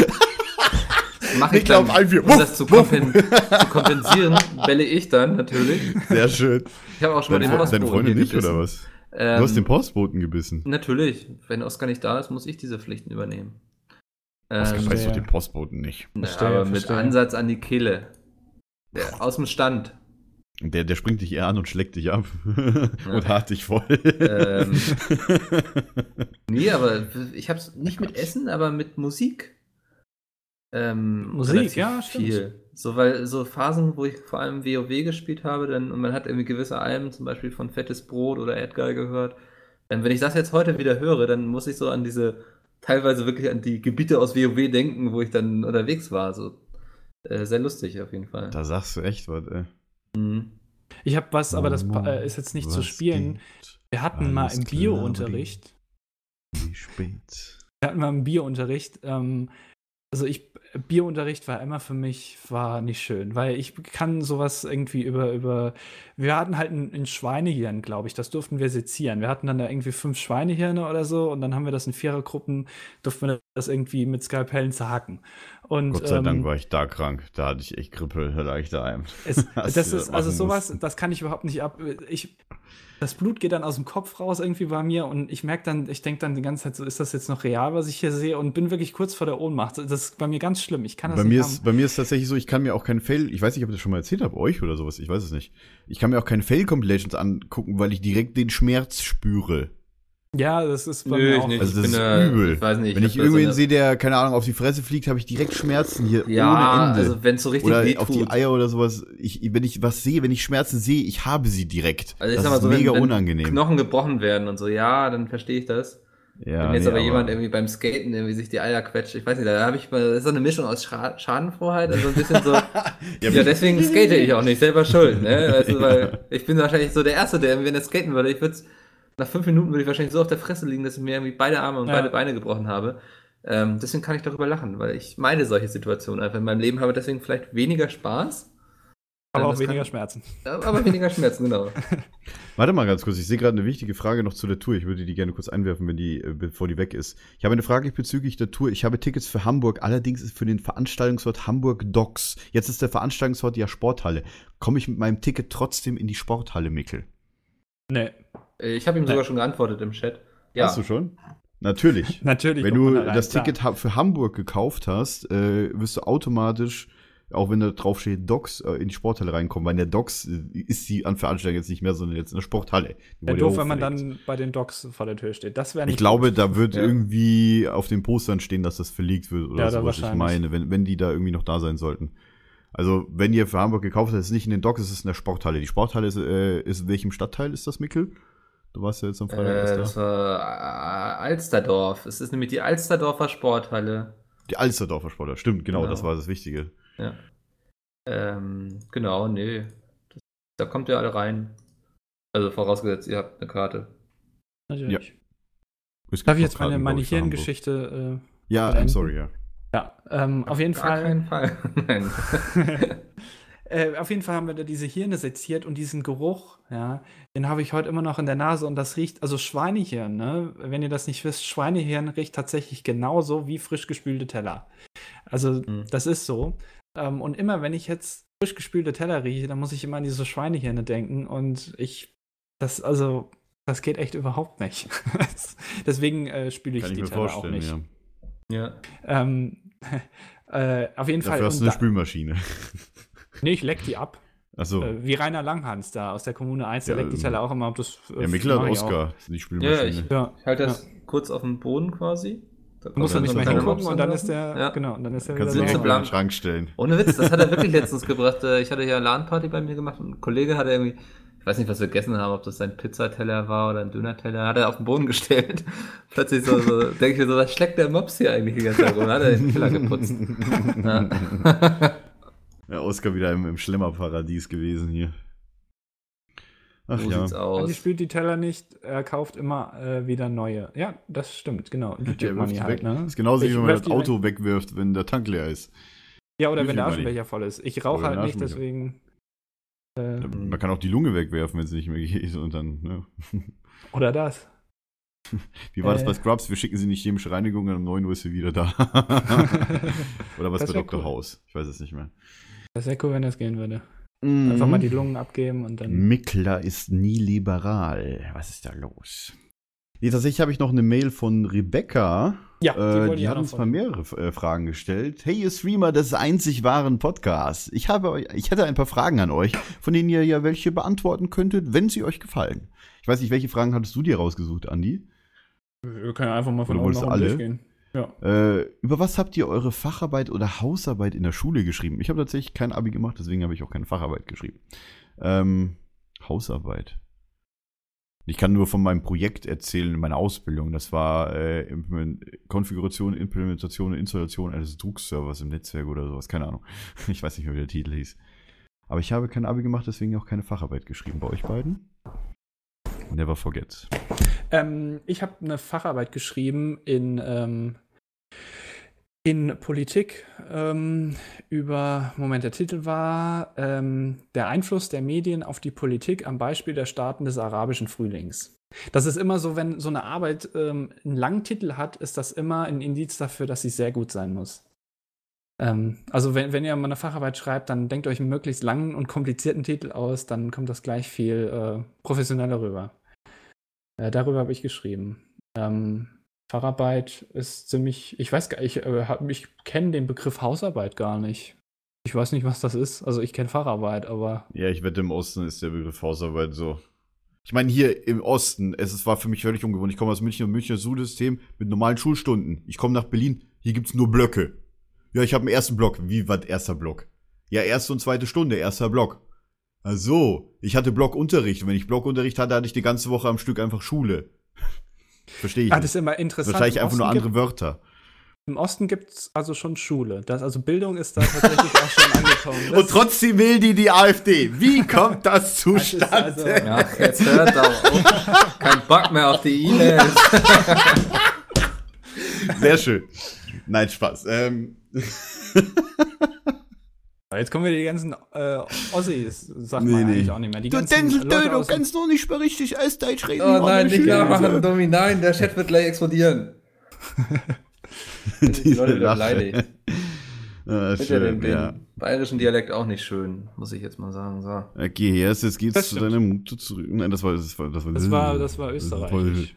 Speaker 2: mache
Speaker 1: Ich
Speaker 2: ich dann,
Speaker 1: glaub, ein, wir-
Speaker 2: um das zu, kompen zu kompensieren, bälle ich dann natürlich.
Speaker 1: Sehr schön.
Speaker 2: Ich habe auch schon
Speaker 1: Deine,
Speaker 2: mal den
Speaker 1: Fre- deine
Speaker 2: Postboten hier
Speaker 1: Freundin nicht,
Speaker 2: gebissen.
Speaker 1: oder was?
Speaker 2: Ähm,
Speaker 1: Du hast den Postboten gebissen.
Speaker 2: Natürlich, wenn Oscar nicht da ist, muss ich diese Pflichten übernehmen.
Speaker 1: Oskar
Speaker 2: Ähm,
Speaker 1: weiß doch
Speaker 6: ja.
Speaker 1: den Postboten nicht.
Speaker 2: na,
Speaker 6: Verstehe,
Speaker 2: aber mit
Speaker 6: verstehe.
Speaker 2: Ansatz an die Kehle. Der, aus dem Stand.
Speaker 1: Der, der springt dich eher an und schlägt dich ab. und hart dich voll.
Speaker 2: Ähm. Nee, aber ich hab's nicht mit Essen, aber mit Musik. Ähm,
Speaker 6: Musik,
Speaker 2: relativ
Speaker 6: ja,
Speaker 2: viel.
Speaker 6: stimmt.
Speaker 2: So, weil so Phasen, wo ich vor allem WoW gespielt habe, dann, und man hat irgendwie gewisse Alben, zum Beispiel von Fettes Brot oder Edgar gehört. Dann, wenn ich das jetzt heute wieder höre, dann muss ich so an diese teilweise wirklich an die Gebiete aus WoW denken, wo ich dann unterwegs war. So, äh, sehr lustig auf jeden Fall.
Speaker 1: Da sagst du echt was, ey.
Speaker 2: Mhm.
Speaker 6: Ich habe was, aber das pa- äh, ist jetzt nicht zu
Speaker 1: Was
Speaker 6: spielen.
Speaker 1: geht?
Speaker 6: Wir hatten mal
Speaker 1: Alles
Speaker 6: im
Speaker 1: klar,
Speaker 6: Biounterricht.
Speaker 1: Wie spät?
Speaker 6: Wir hatten mal einen Bierunterricht. Ähm, also ich, Bierunterricht war immer für mich, war nicht schön, weil ich kann sowas irgendwie über, über, wir hatten halt ein, ein Schweinehirn, glaube ich, das durften wir sezieren. Wir hatten dann da irgendwie fünf Schweinehirne oder so und dann haben wir das in Vierergruppen, durften wir das irgendwie mit Skalpellen zerhacken. Und,
Speaker 1: Gott sei
Speaker 6: ähm,
Speaker 1: Dank war ich da krank. Da hatte ich echt Grippe, leichter ein.
Speaker 6: es,
Speaker 1: Dass
Speaker 6: das
Speaker 1: wir
Speaker 6: ist,
Speaker 1: das
Speaker 6: also
Speaker 1: machen
Speaker 6: sowas,
Speaker 1: mussten.
Speaker 6: das kann ich überhaupt nicht ab. Ich, das Blut geht dann aus dem Kopf raus irgendwie bei mir und ich merke dann, ich denke dann die ganze Zeit so, ist das jetzt noch real, was ich hier sehe und bin wirklich kurz vor der Ohnmacht. Das ist bei mir ganz schlimm. Ich kann das
Speaker 1: Bei mir,
Speaker 6: nicht
Speaker 1: ist, bei mir ist tatsächlich so, ich kann mir auch kein Fell, ich weiß nicht, ob ich das schon mal erzählt habe, euch oder sowas, ich weiß es nicht. Ich kann mir auch kein Fell-Compilations angucken, weil ich direkt den Schmerz spüre.
Speaker 6: haben. Ja, das ist bei
Speaker 2: Nö,
Speaker 6: mir
Speaker 2: ich
Speaker 6: auch.
Speaker 2: nicht.
Speaker 1: Also das
Speaker 2: ich bin
Speaker 1: ist
Speaker 2: da-
Speaker 1: übel.
Speaker 2: Ich weiß nicht.
Speaker 1: Wenn
Speaker 2: hab
Speaker 1: ich
Speaker 2: da
Speaker 1: irgendwen
Speaker 2: so eine-
Speaker 1: sehe, der, keine Ahnung, auf die Fresse fliegt, habe ich direkt Schmerzen hier
Speaker 2: Ja,
Speaker 1: ohne Ende.
Speaker 2: also wenn es so richtig
Speaker 1: oder
Speaker 2: wehtut.
Speaker 1: auf die Eier oder sowas. Ich, wenn ich was sehe, wenn ich Schmerzen sehe, ich habe sie direkt.
Speaker 2: Also ich
Speaker 1: das
Speaker 2: sag mal
Speaker 1: ist
Speaker 2: so, wenn-
Speaker 1: mega
Speaker 2: wenn
Speaker 1: unangenehm.
Speaker 2: Knochen gebrochen werden und so, ja, dann verstehe ich das.
Speaker 1: ja,
Speaker 2: Wenn jetzt
Speaker 1: nee,
Speaker 2: aber jemand irgendwie beim Skaten irgendwie sich die Eier quetscht, ich weiß nicht, da habe ich mal, das ist so eine Mischung aus Scha Schadenfroheit, also ein bisschen so, ja, deswegen skate ich auch nicht, selber schuld, ne, also, weil ich bin wahrscheinlich so der Erste, der, wenn er skaten würde, ich würde nach fünf Minuten würde ich wahrscheinlich so auf der Fresse liegen, dass ich mir irgendwie beide Arme und
Speaker 6: Ja.
Speaker 2: beide Beine gebrochen habe. Ähm, deswegen kann ich darüber lachen, weil ich meide solche Situationen einfach in meinem Leben, habe deswegen vielleicht weniger Spaß,
Speaker 6: aber auch
Speaker 2: das
Speaker 6: weniger
Speaker 2: kann-
Speaker 6: Schmerzen.
Speaker 2: aber weniger Schmerzen, genau.
Speaker 1: Warte mal ganz kurz, ich sehe gerade eine wichtige Frage noch zu der Tour. Ich würde die gerne kurz einwerfen, wenn die, äh, bevor die weg ist. Ich habe eine Frage bezüglich der Tour. Ich habe Tickets für Hamburg, allerdings ist für den Veranstaltungsort Hamburg Docks. Jetzt ist der Veranstaltungsort ja Sporthalle. Komme ich mit meinem Ticket trotzdem in die Sporthalle, Mickel?
Speaker 6: Nee,
Speaker 2: Äh, Ich habe ihm sogar schon geantwortet im Chat. Ja,
Speaker 1: Hast du schon? Natürlich.
Speaker 6: natürlich.
Speaker 1: Wenn
Speaker 6: kommt
Speaker 1: du
Speaker 6: man da rein,
Speaker 1: das
Speaker 6: klar.
Speaker 1: Ticket ha- für Hamburg gekauft hast, äh, wirst du automatisch, auch wenn da drauf steht Docs, äh, in die Sporthalle reinkommen, weil in der Docs äh, ist die an Veranstaltung jetzt nicht mehr, sondern jetzt in der Sporthalle. Die
Speaker 6: Wäre
Speaker 1: wurde
Speaker 6: doof, wenn man
Speaker 1: hochverlegt.
Speaker 6: dann bei den Docs vor der Tür steht. Das wäre
Speaker 1: Ich glaube, da wird
Speaker 2: Ja.
Speaker 1: irgendwie auf den Postern stehen, dass das verlegt wird oder
Speaker 6: Ja, da
Speaker 1: sowas. Ich
Speaker 6: wahrscheinlich.
Speaker 1: meine, wenn, wenn die da irgendwie noch da sein sollten. Also, wenn ihr für Hamburg gekauft habt, ist es nicht in den Docks, es ist in der Sporthalle. Die Sporthalle ist, äh, ist in welchem Stadtteil ist das, Mickel? Du warst ja jetzt am Freitag
Speaker 2: Äh,
Speaker 1: erst
Speaker 2: das
Speaker 1: da.
Speaker 2: war äh, Alsterdorf. Es ist nämlich die Alsterdorfer Sporthalle.
Speaker 1: Die Alsterdorfer Sporthalle, stimmt, genau,
Speaker 2: Genau.
Speaker 1: das war das Wichtige.
Speaker 2: Ja. Ähm, genau, nee. Das, da kommt ihr alle rein. Also vorausgesetzt, ihr habt eine Karte.
Speaker 6: Natürlich.
Speaker 1: Es
Speaker 6: Darf
Speaker 1: gibt
Speaker 6: ich
Speaker 1: noch
Speaker 6: jetzt meine,
Speaker 1: Karten,
Speaker 6: meine
Speaker 1: glaub ich, für Hamburg.
Speaker 6: Hirngeschichte?
Speaker 1: Ja, I'm
Speaker 6: beenden?
Speaker 1: sorry, ja.
Speaker 6: Äh, ja, ähm, auf jeden
Speaker 2: Gar
Speaker 6: Fall.
Speaker 2: keinen Fall. Nein.
Speaker 6: Äh, auf jeden Fall haben wir da diese Hirne seziert und diesen Geruch, ja, den habe ich heute immer noch in der Nase und das riecht, also Schweinehirn, ne? Wenn ihr das nicht wisst, Schweinehirn riecht tatsächlich genauso wie frisch gespülte Teller. Also,
Speaker 2: Hm.
Speaker 6: das ist so. Ähm, und immer wenn ich jetzt frisch gespülte Teller rieche, dann muss ich immer an diese Schweinehirne denken und ich, das, also, das geht echt überhaupt nicht. Deswegen äh, spüle ich
Speaker 1: Kann ich
Speaker 6: die
Speaker 1: mir
Speaker 6: Teller auch
Speaker 1: vorstellen,
Speaker 6: nicht.
Speaker 1: ja.
Speaker 2: ja.
Speaker 6: Ähm, äh, auf jeden Fall.
Speaker 1: Dafür hast
Speaker 6: und
Speaker 1: du eine
Speaker 6: da,
Speaker 1: Spülmaschine.
Speaker 6: nee, ich leck die ab.
Speaker 1: Achso,
Speaker 6: Äh, Wie Rainer Langhans da aus der Kommune 1, der
Speaker 1: Ja,
Speaker 6: leckt die
Speaker 1: ähm,
Speaker 6: Teller auch immer ab. Das, äh,
Speaker 1: ja, Mickel hat
Speaker 6: mach ich auch.
Speaker 1: Oscar, das ist die
Speaker 2: Ja,
Speaker 1: Spülmaschine.
Speaker 2: ich-
Speaker 6: Ja,
Speaker 2: Ich halte das kurz auf den Boden quasi. Da kommt
Speaker 6: muss er nicht
Speaker 2: so
Speaker 6: mehr
Speaker 2: ein kleiner
Speaker 6: hingucken
Speaker 2: Mops
Speaker 6: und dann
Speaker 2: anlaufen.
Speaker 6: ist der,
Speaker 2: Ja.
Speaker 6: genau, und dann ist er wieder
Speaker 1: Kannst du direkt
Speaker 2: Sitze
Speaker 1: in
Speaker 6: normal.
Speaker 1: den
Speaker 2: blank.
Speaker 1: Schrank stellen.
Speaker 2: Ohne Witz, das hat er wirklich letztens gebracht. Äh, Ich hatte ja LAN-Party bei mir gemacht und ein Kollege hatte irgendwie, ich weiß nicht, was wir gegessen haben, ob das ein Pizzateller war oder ein Dönerteller, hat er auf den Boden gestellt. Plötzlich so, so denke ich mir so, was schlägt der Mops hier eigentlich die ganze Zeit rum? Hat er den Teller geputzt. Ja.
Speaker 1: Ja, Oscar wieder im, im Schlemmerparadies gewesen hier. Ach
Speaker 2: so
Speaker 1: ja.
Speaker 2: sieht's
Speaker 6: Und
Speaker 2: aus.
Speaker 6: die Also spielt die Teller nicht, er kauft immer äh, wieder neue. Ja, das stimmt, genau.
Speaker 1: Der
Speaker 6: YouTube
Speaker 1: wirft
Speaker 6: Money
Speaker 1: die
Speaker 6: halt,
Speaker 1: weg.
Speaker 6: ne?
Speaker 1: Ist genauso
Speaker 6: Ich
Speaker 1: wie wenn man
Speaker 6: werf
Speaker 1: das
Speaker 6: die
Speaker 1: Auto wegwirft, wenn der Tank leer ist.
Speaker 6: Ja, oder wenn
Speaker 1: YouTube
Speaker 6: der
Speaker 1: Money.
Speaker 6: Aschenbecher voll ist. Ich
Speaker 1: Oder
Speaker 6: rauche
Speaker 1: wenn
Speaker 6: halt nicht,
Speaker 1: der
Speaker 6: deswegen. Äh,
Speaker 1: Man kann auch die Lunge wegwerfen, wenn es nicht mehr geht. Und dann, ne?
Speaker 6: oder das.
Speaker 1: Wie war das
Speaker 6: Äh.
Speaker 1: bei Scrubs? Wir schicken sie in die chemische Reinigung und um 9 Uhr ist sie wieder da. Oder was
Speaker 6: Das
Speaker 1: bei
Speaker 6: wär
Speaker 1: Dr.
Speaker 6: cool.
Speaker 1: House? Ich weiß es nicht mehr.
Speaker 6: Das wäre cool, wenn das gehen würde. Einfach mal die Lungen abgeben und
Speaker 1: Mhm.
Speaker 6: dann.
Speaker 1: Mm. Mickler ist nie liberal. Was ist da los? Nee, tatsächlich habe ich noch eine Mail von Rebecca.
Speaker 6: Ja,
Speaker 1: Äh,
Speaker 6: wollte
Speaker 1: die
Speaker 6: ich auch
Speaker 1: hat
Speaker 6: noch
Speaker 1: uns mal
Speaker 6: von-
Speaker 1: mehrere äh, Fragen gestellt. Hey, ihr Streamer des einzig wahren Podcasts. Ich, habe, eu- ich hätte ein paar Fragen an euch, von denen ihr ja welche beantworten könntet, wenn sie euch gefallen. Ich weiß nicht, welche Fragen hattest du dir rausgesucht, Andi?
Speaker 6: Wir können einfach mal von
Speaker 1: Oder
Speaker 6: oben
Speaker 1: wolltest
Speaker 6: nach
Speaker 1: du
Speaker 6: unten
Speaker 1: alle?
Speaker 6: durchgehen. Ja.
Speaker 1: Äh, über was habt ihr eure Facharbeit oder Hausarbeit in der Schule geschrieben? Ich habe tatsächlich kein Abi gemacht, deswegen habe ich auch keine Facharbeit geschrieben. Ähm, Hausarbeit.
Speaker 3: Ich kann nur von meinem Projekt erzählen, in meiner Ausbildung. Das war äh, Implement Konfiguration, Implementation und Installation eines Druckservers im Netzwerk oder sowas. Keine Ahnung. Ich weiß nicht mehr, wie der Titel hieß. Aber ich habe kein Abi gemacht, deswegen auch keine Facharbeit geschrieben. Bei euch beiden? Never forget.
Speaker 6: Ähm, ich habe eine Facharbeit geschrieben in, ähm, in Politik ähm, über, Moment, der Titel war ähm, Der Einfluss der Medien auf die Politik am Beispiel der Staaten des arabischen Frühlings. Das ist immer so, wenn so eine Arbeit ähm, einen langen Titel hat, ist das immer ein Indiz dafür, dass sie sehr gut sein muss. Ähm, also wenn, wenn ihr mal eine Facharbeit schreibt, dann denkt euch einen möglichst langen und komplizierten Titel aus, dann kommt das gleich viel äh, professioneller rüber. Äh, darüber habe ich geschrieben. Ähm, Facharbeit ist ziemlich, ich weiß gar ich, äh, hab, ich kenne den Begriff Hausarbeit gar nicht. Ich weiß nicht, was das ist. Also ich kenne Facharbeit, aber
Speaker 3: Ja, ich wette, im Osten ist der Begriff Hausarbeit so. Ich meine, hier im Osten, es ist- war für mich völlig ungewohnt. Ich komme aus München und Münchner Schulsystem mit normalen Schulstunden. Ich komme nach Berlin, hier gibt's nur Blöcke. Ja, ich habe einen ersten Block. Wie war erster Block? Ja, erste und zweite Stunde, erster Block. Ach so, ich hatte Blockunterricht. Und wenn ich Blockunterricht hatte, hatte ich die ganze Woche am Stück einfach Schule. Verstehe ich
Speaker 6: ah, das
Speaker 3: nicht.
Speaker 6: ist immer interessant.
Speaker 3: Wahrscheinlich
Speaker 6: Im
Speaker 3: einfach nur
Speaker 6: Osten
Speaker 3: andere Wörter.
Speaker 6: Im Osten gibt es also schon Schule. Das, also Bildung ist da tatsächlich auch schon angekommen. Das
Speaker 3: und trotzdem will die die AfD. Wie kommt das
Speaker 6: das ist
Speaker 3: zustande?
Speaker 6: also,
Speaker 2: Ja, jetzt hört auch auf. Kein Bock mehr auf die E-Mails.
Speaker 3: Sehr schön. Nein, Spaß. Ähm,
Speaker 6: Jetzt kommen wir die ganzen äh, Ossis, sagt
Speaker 3: Nee,
Speaker 6: man
Speaker 3: nee.
Speaker 6: eigentlich auch nicht mehr. Die ganzen Leute aus dem,
Speaker 3: noch nicht mehr richtig Eistdeutsch reden.
Speaker 2: Oh nein, nicht klar machen, Domi. Nein, der Chat wird gleich explodieren. Die Leute wieder beleidigt.
Speaker 3: Ah,
Speaker 2: Bitte den,
Speaker 3: schön,
Speaker 2: den
Speaker 3: ja.
Speaker 2: bayerischen Dialekt auch nicht schön, muss ich jetzt mal sagen. So.
Speaker 3: Okay, jetzt, jetzt geht's
Speaker 6: Das
Speaker 3: zu
Speaker 6: stimmt.
Speaker 3: deiner Mutter zurück. Nein, das war das war das war,
Speaker 6: das war, das war österreichisch.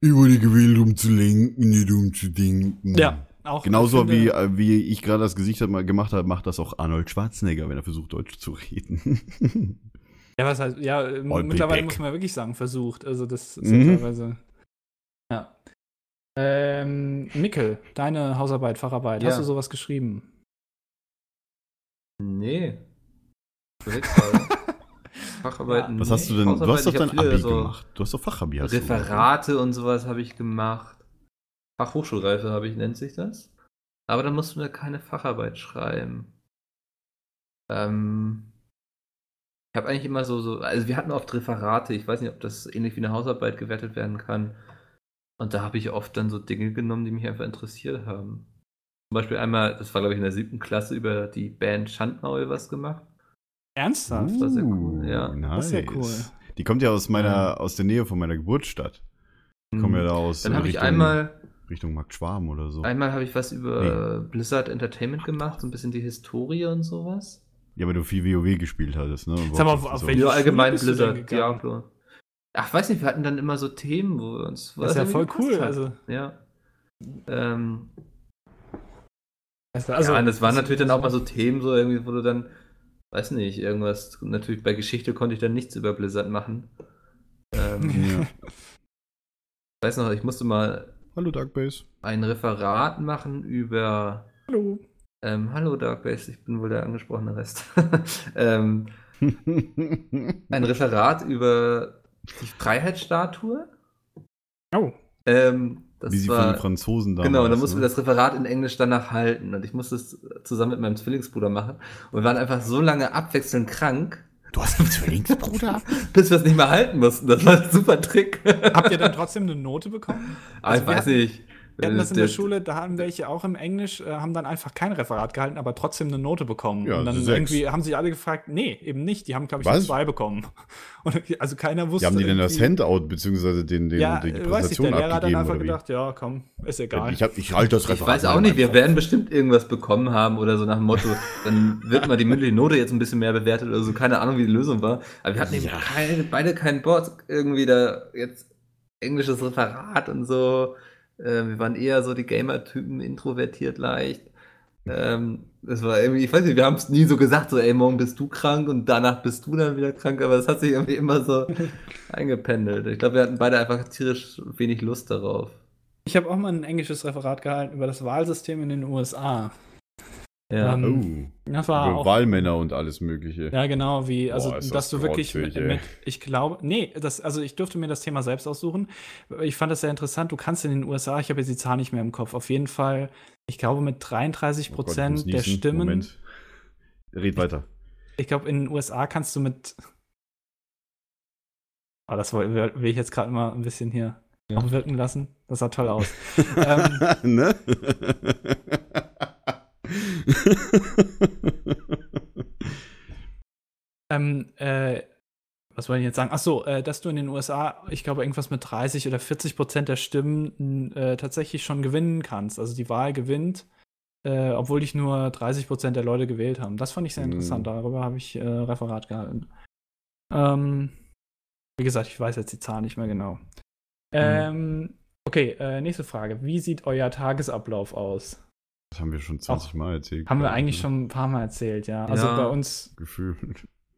Speaker 3: Ich wurde gewählt, um zu lenken, nicht um zu denken.
Speaker 6: Ja, auch.
Speaker 3: Genauso
Speaker 6: ich
Speaker 3: wie,
Speaker 6: finde,
Speaker 3: äh, wie ich gerade das Gesicht hat- mal gemacht habe, macht das auch Arnold Schwarzenegger, wenn er versucht, Deutsch zu reden.
Speaker 6: Ja, was heißt, ja, äh,
Speaker 3: I'll be
Speaker 6: mittlerweile
Speaker 3: back.
Speaker 6: muss man wirklich sagen, versucht. Also, das ist
Speaker 3: Mhm.
Speaker 6: ja teilweise. Ja. Ähm, Mikkel, deine Hausarbeit, Facharbeit,
Speaker 2: Ja.
Speaker 6: hast du sowas geschrieben?
Speaker 2: Nee. Projektarbeit. Facharbeiten.
Speaker 3: Was
Speaker 2: nee.
Speaker 3: hast du denn? Du
Speaker 2: Hausarbeit,
Speaker 3: hast doch
Speaker 2: ich hab
Speaker 3: dein
Speaker 2: viele
Speaker 3: Abi
Speaker 2: so
Speaker 3: gemacht. Du hast doch Fachabi. hast du gemacht.
Speaker 2: Referate und sowas habe ich gemacht. Fachhochschulreife habe ich, nennt sich das. Aber dann musst du da keine Facharbeit schreiben. Ähm, ich habe eigentlich immer so, so, also wir hatten oft Referate, ich weiß nicht, ob das ähnlich wie eine Hausarbeit gewertet werden kann. Und da habe ich oft dann so Dinge genommen, die mich einfach interessiert haben. Zum Beispiel einmal, das war glaube ich in der siebten Klasse, über die Band Schandmaul was gemacht.
Speaker 6: Ernsthaft?
Speaker 3: Mhm.
Speaker 2: Das war sehr cool, ja.
Speaker 3: Uh, Nice.
Speaker 6: Das ist ja cool.
Speaker 3: Die kommt ja aus meiner, aus der Nähe von meiner Geburtsstadt. Die kommen ja da aus
Speaker 2: Dann
Speaker 3: äh,
Speaker 2: habe ich
Speaker 3: Richtung-
Speaker 2: einmal,
Speaker 3: Richtung Markt Schwaben oder so.
Speaker 2: Einmal habe ich was über Blizzard Entertainment gemacht, so ein bisschen die Historie und sowas.
Speaker 3: Ja, weil du viel WoW gespielt hattest, ne?
Speaker 6: Sag mal,
Speaker 3: Warcraft
Speaker 6: auf
Speaker 3: und
Speaker 6: welche-
Speaker 2: Ja, allgemein
Speaker 6: Schule bist du denn
Speaker 2: Blizzard,
Speaker 6: gegangen?
Speaker 2: Diablo. Ach, weiß nicht, wir hatten dann immer so Themen, wo wir uns.
Speaker 6: Das
Speaker 2: was
Speaker 6: ist ja
Speaker 2: irgendwie
Speaker 6: voll
Speaker 2: gepasst
Speaker 6: cool.
Speaker 2: hat.
Speaker 6: Also,
Speaker 2: ja. Ähm,
Speaker 6: also,
Speaker 2: ja, und das waren natürlich dann auch mal so Themen, so irgendwie, wo du dann, weiß nicht, irgendwas. Natürlich bei Geschichte konnte ich dann nichts über Blizzard machen. Ähm,
Speaker 3: Ja.
Speaker 2: ich weiß noch, ich musste mal
Speaker 3: Hallo Darkbase.
Speaker 2: ein Referat machen über
Speaker 6: Hallo.
Speaker 2: Ähm, hallo Darkbase, ich bin wohl der angesprochene Rest. ähm, ein Referat über die Freiheitsstatue.
Speaker 6: Oh.
Speaker 2: Ähm, das
Speaker 3: Wie sie von
Speaker 2: war,
Speaker 3: den Franzosen damals.
Speaker 2: genau, da mussten
Speaker 3: ne?
Speaker 2: wir das Referat in Englisch danach halten und ich musste es zusammen mit meinem Zwillingsbruder machen und wir waren einfach so lange abwechselnd krank,
Speaker 3: Du hast einen Zwillingsbruder?
Speaker 2: bis wir es nicht mehr halten mussten. Das war ein super Trick.
Speaker 6: Habt ihr dann trotzdem eine Note bekommen?
Speaker 2: Aber
Speaker 6: Also
Speaker 2: ich
Speaker 6: wir
Speaker 2: weiß
Speaker 6: hatten-
Speaker 2: nicht.
Speaker 6: Wir hatten das in der Schule, da haben welche auch im Englisch, äh, haben dann einfach kein Referat gehalten, aber trotzdem eine Note bekommen.
Speaker 3: Ja,
Speaker 6: und dann
Speaker 3: sechs.
Speaker 6: irgendwie haben sich alle gefragt, nee, eben nicht. Die haben, glaube ich, nur
Speaker 3: Was?
Speaker 6: zwei bekommen. Und, also keiner
Speaker 3: Wie
Speaker 6: wusste.
Speaker 3: haben die denn das
Speaker 6: irgendwie-
Speaker 3: Handout beziehungsweise den, den,
Speaker 6: Ja,
Speaker 3: die
Speaker 6: äh, weiß nicht,
Speaker 3: Präsentation
Speaker 6: der Lehrer hat dann
Speaker 3: abgegeben
Speaker 6: einfach
Speaker 3: oder wie?
Speaker 6: gedacht, ja, komm, ist egal.
Speaker 3: ich hab, ich halte das
Speaker 2: Ich weiß auch nicht, wir werden bestimmt irgendwas bekommen haben oder so nach dem Motto, dann wird mal die mündliche Note jetzt ein bisschen mehr bewertet oder so, keine Ahnung, wie die Lösung war. Aber wir hatten eben keine, beide keinen Board irgendwie da jetzt englisches Referat und so. Ähm, wir waren eher so die Gamer-Typen, introvertiert leicht. Ähm, das war irgendwie, ich weiß nicht, wir haben es nie so gesagt, so, ey, morgen bist du krank und danach bist du dann wieder krank, aber es hat sich irgendwie immer so eingependelt. Ich glaube, wir hatten beide einfach tierisch wenig Lust darauf.
Speaker 6: Ich habe auch mal ein englisches Referat gehalten über das Wahlsystem in den USA.
Speaker 2: Ja.
Speaker 6: Ähm,
Speaker 3: Oh.
Speaker 6: Das war
Speaker 3: Über
Speaker 6: auch
Speaker 3: Wahlmänner und alles Mögliche. Oh
Speaker 6: Ja, genau, wie, also,
Speaker 3: Boah, ist
Speaker 6: dass
Speaker 3: das
Speaker 6: du wirklich mit,
Speaker 3: grauenfähig, ey.
Speaker 6: mit, ich glaube, nee, das, also ich durfte mir das Thema selbst aussuchen. Ich fand das sehr interessant. Du kannst in den USA, ich habe jetzt die Zahl nicht mehr im Kopf, auf jeden Fall, ich glaube, mit 33
Speaker 3: Oh Gott, ich muss
Speaker 6: Prozent der
Speaker 3: niesen.
Speaker 6: Stimmen,
Speaker 3: Moment. Red weiter.
Speaker 6: ich glaube, in den USA kannst du mit, oh, das will, will ich jetzt gerade mal ein bisschen hier auch wirken lassen. Das sah toll aus. ähm,
Speaker 3: ne?
Speaker 6: Ähm, äh, was wollte ich jetzt sagen? Ach so, äh, dass du in den USA, ich glaube, irgendwas mit 30 oder 40 Prozent der Stimmen n, äh, tatsächlich schon gewinnen kannst. Also die Wahl gewinnt, äh, obwohl dich nur 30 Prozent der Leute gewählt haben. Das fand ich sehr
Speaker 3: Hm.
Speaker 6: interessant. Darüber habe ich äh, Referat gehalten. Ähm, wie gesagt, ich weiß jetzt die Zahl nicht mehr genau. Ähm, okay, äh, nächste Frage. Wie sieht euer Tagesablauf aus?
Speaker 3: Das haben wir schon 20 Mal erzählt.
Speaker 6: Haben wir
Speaker 3: glaub ich,
Speaker 6: eigentlich
Speaker 3: ne?
Speaker 6: schon ein paar Mal erzählt, ja. Also
Speaker 2: Ja.
Speaker 6: bei uns
Speaker 3: gefühlt.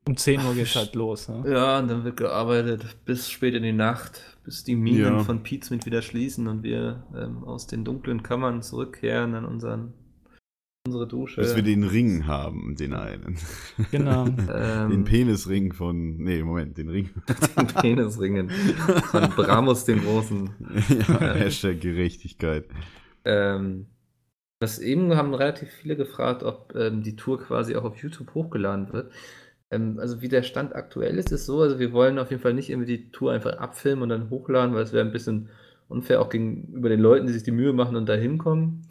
Speaker 6: um 10 Uhr geht's halt los. Ne?
Speaker 2: Ja, und dann wird gearbeitet bis spät in die Nacht, bis die Minen
Speaker 3: Ja.
Speaker 2: von Pizmit wieder schließen und wir ähm, aus den dunklen Kammern zurückkehren an unseren, unsere Dusche.
Speaker 3: Bis wir den Ring haben, den einen.
Speaker 6: Genau.
Speaker 2: ähm,
Speaker 3: Den Penisring von. Nee, Moment, den Ring.
Speaker 2: den Penis ringen. Von Bramus den Großen.
Speaker 3: ja, Hashtag Gerechtigkeit.
Speaker 2: Ähm, das eben haben relativ viele gefragt, ob ähm, die Tour quasi auch auf YouTube hochgeladen wird. Ähm, also wie der Stand aktuell ist, ist so, also wir wollen auf jeden Fall nicht irgendwie die Tour einfach abfilmen und dann hochladen, weil es wäre ein bisschen unfair auch gegenüber den Leuten, die sich die Mühe machen und da hinkommen.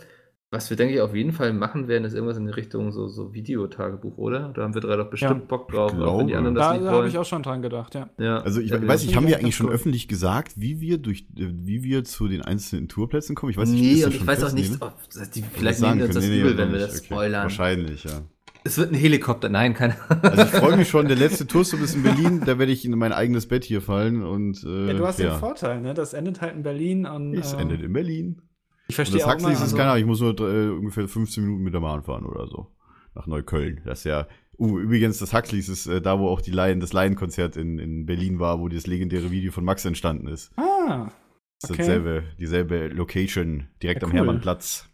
Speaker 2: Was wir, denke ich, auf jeden Fall machen werden, ist irgendwas in die Richtung so, so Videotagebuch, oder? Da haben wir drei doch bestimmt
Speaker 6: Ja.
Speaker 2: Bock drauf,
Speaker 3: Ich
Speaker 2: auch wenn die
Speaker 3: glaube.
Speaker 2: anderen das
Speaker 6: Da,
Speaker 2: nicht
Speaker 6: da habe
Speaker 2: wollen.
Speaker 6: ich auch schon dran gedacht, ja.
Speaker 2: ja,
Speaker 3: Also ich
Speaker 2: wenn wir
Speaker 3: weiß
Speaker 2: das-
Speaker 3: nicht, haben wir eigentlich
Speaker 6: ganz
Speaker 3: schon
Speaker 6: cool.
Speaker 3: öffentlich gesagt, wie wir durch, äh, wie wir zu den einzelnen Tourplätzen kommen? Ich weiß nicht, ist
Speaker 2: nee,
Speaker 3: das
Speaker 2: und ich
Speaker 3: schon
Speaker 2: weiß auch
Speaker 3: fest?
Speaker 2: nicht,
Speaker 3: Nee, ne?
Speaker 2: ob, die,
Speaker 3: Hätte
Speaker 2: vielleicht
Speaker 3: ich sagen
Speaker 2: nehmen wir uns das
Speaker 3: können. Nee, nee,
Speaker 2: übel,
Speaker 3: aber
Speaker 2: wenn wir
Speaker 3: nicht.
Speaker 2: das
Speaker 3: Okay.
Speaker 2: spoilern.
Speaker 3: Wahrscheinlich, ja.
Speaker 2: Es wird ein Helikopter, nein, keine
Speaker 6: Mhm.
Speaker 3: Also ich freue mich schon, der letzte Tourstop ist in Berlin, da werde ich in mein eigenes Bett hier fallen und äh,
Speaker 6: ja. Du hast den
Speaker 3: ja.
Speaker 6: Vorteil, ne? Das endet halt in Berlin und
Speaker 3: Es
Speaker 6: äh,
Speaker 3: endet in Berlin.
Speaker 6: ich
Speaker 3: Und
Speaker 6: verstehe
Speaker 3: das
Speaker 6: auch immer,
Speaker 3: Huxley ist
Speaker 6: also,
Speaker 3: keiner, ich muss nur äh, ungefähr 15 Minuten mit der Bahn fahren oder so. Nach Neukölln. Das ist ja. Uh, übrigens, das Huxleys ist äh, da, wo auch die Lion, das Lion-Konzert in, in Berlin war, wo das legendäre Video von Max entstanden ist.
Speaker 6: Ah, Okay.
Speaker 3: Das ist dasselbe, dieselbe Location, direkt
Speaker 6: Ja,
Speaker 3: am
Speaker 6: cool.
Speaker 3: Hermannplatz.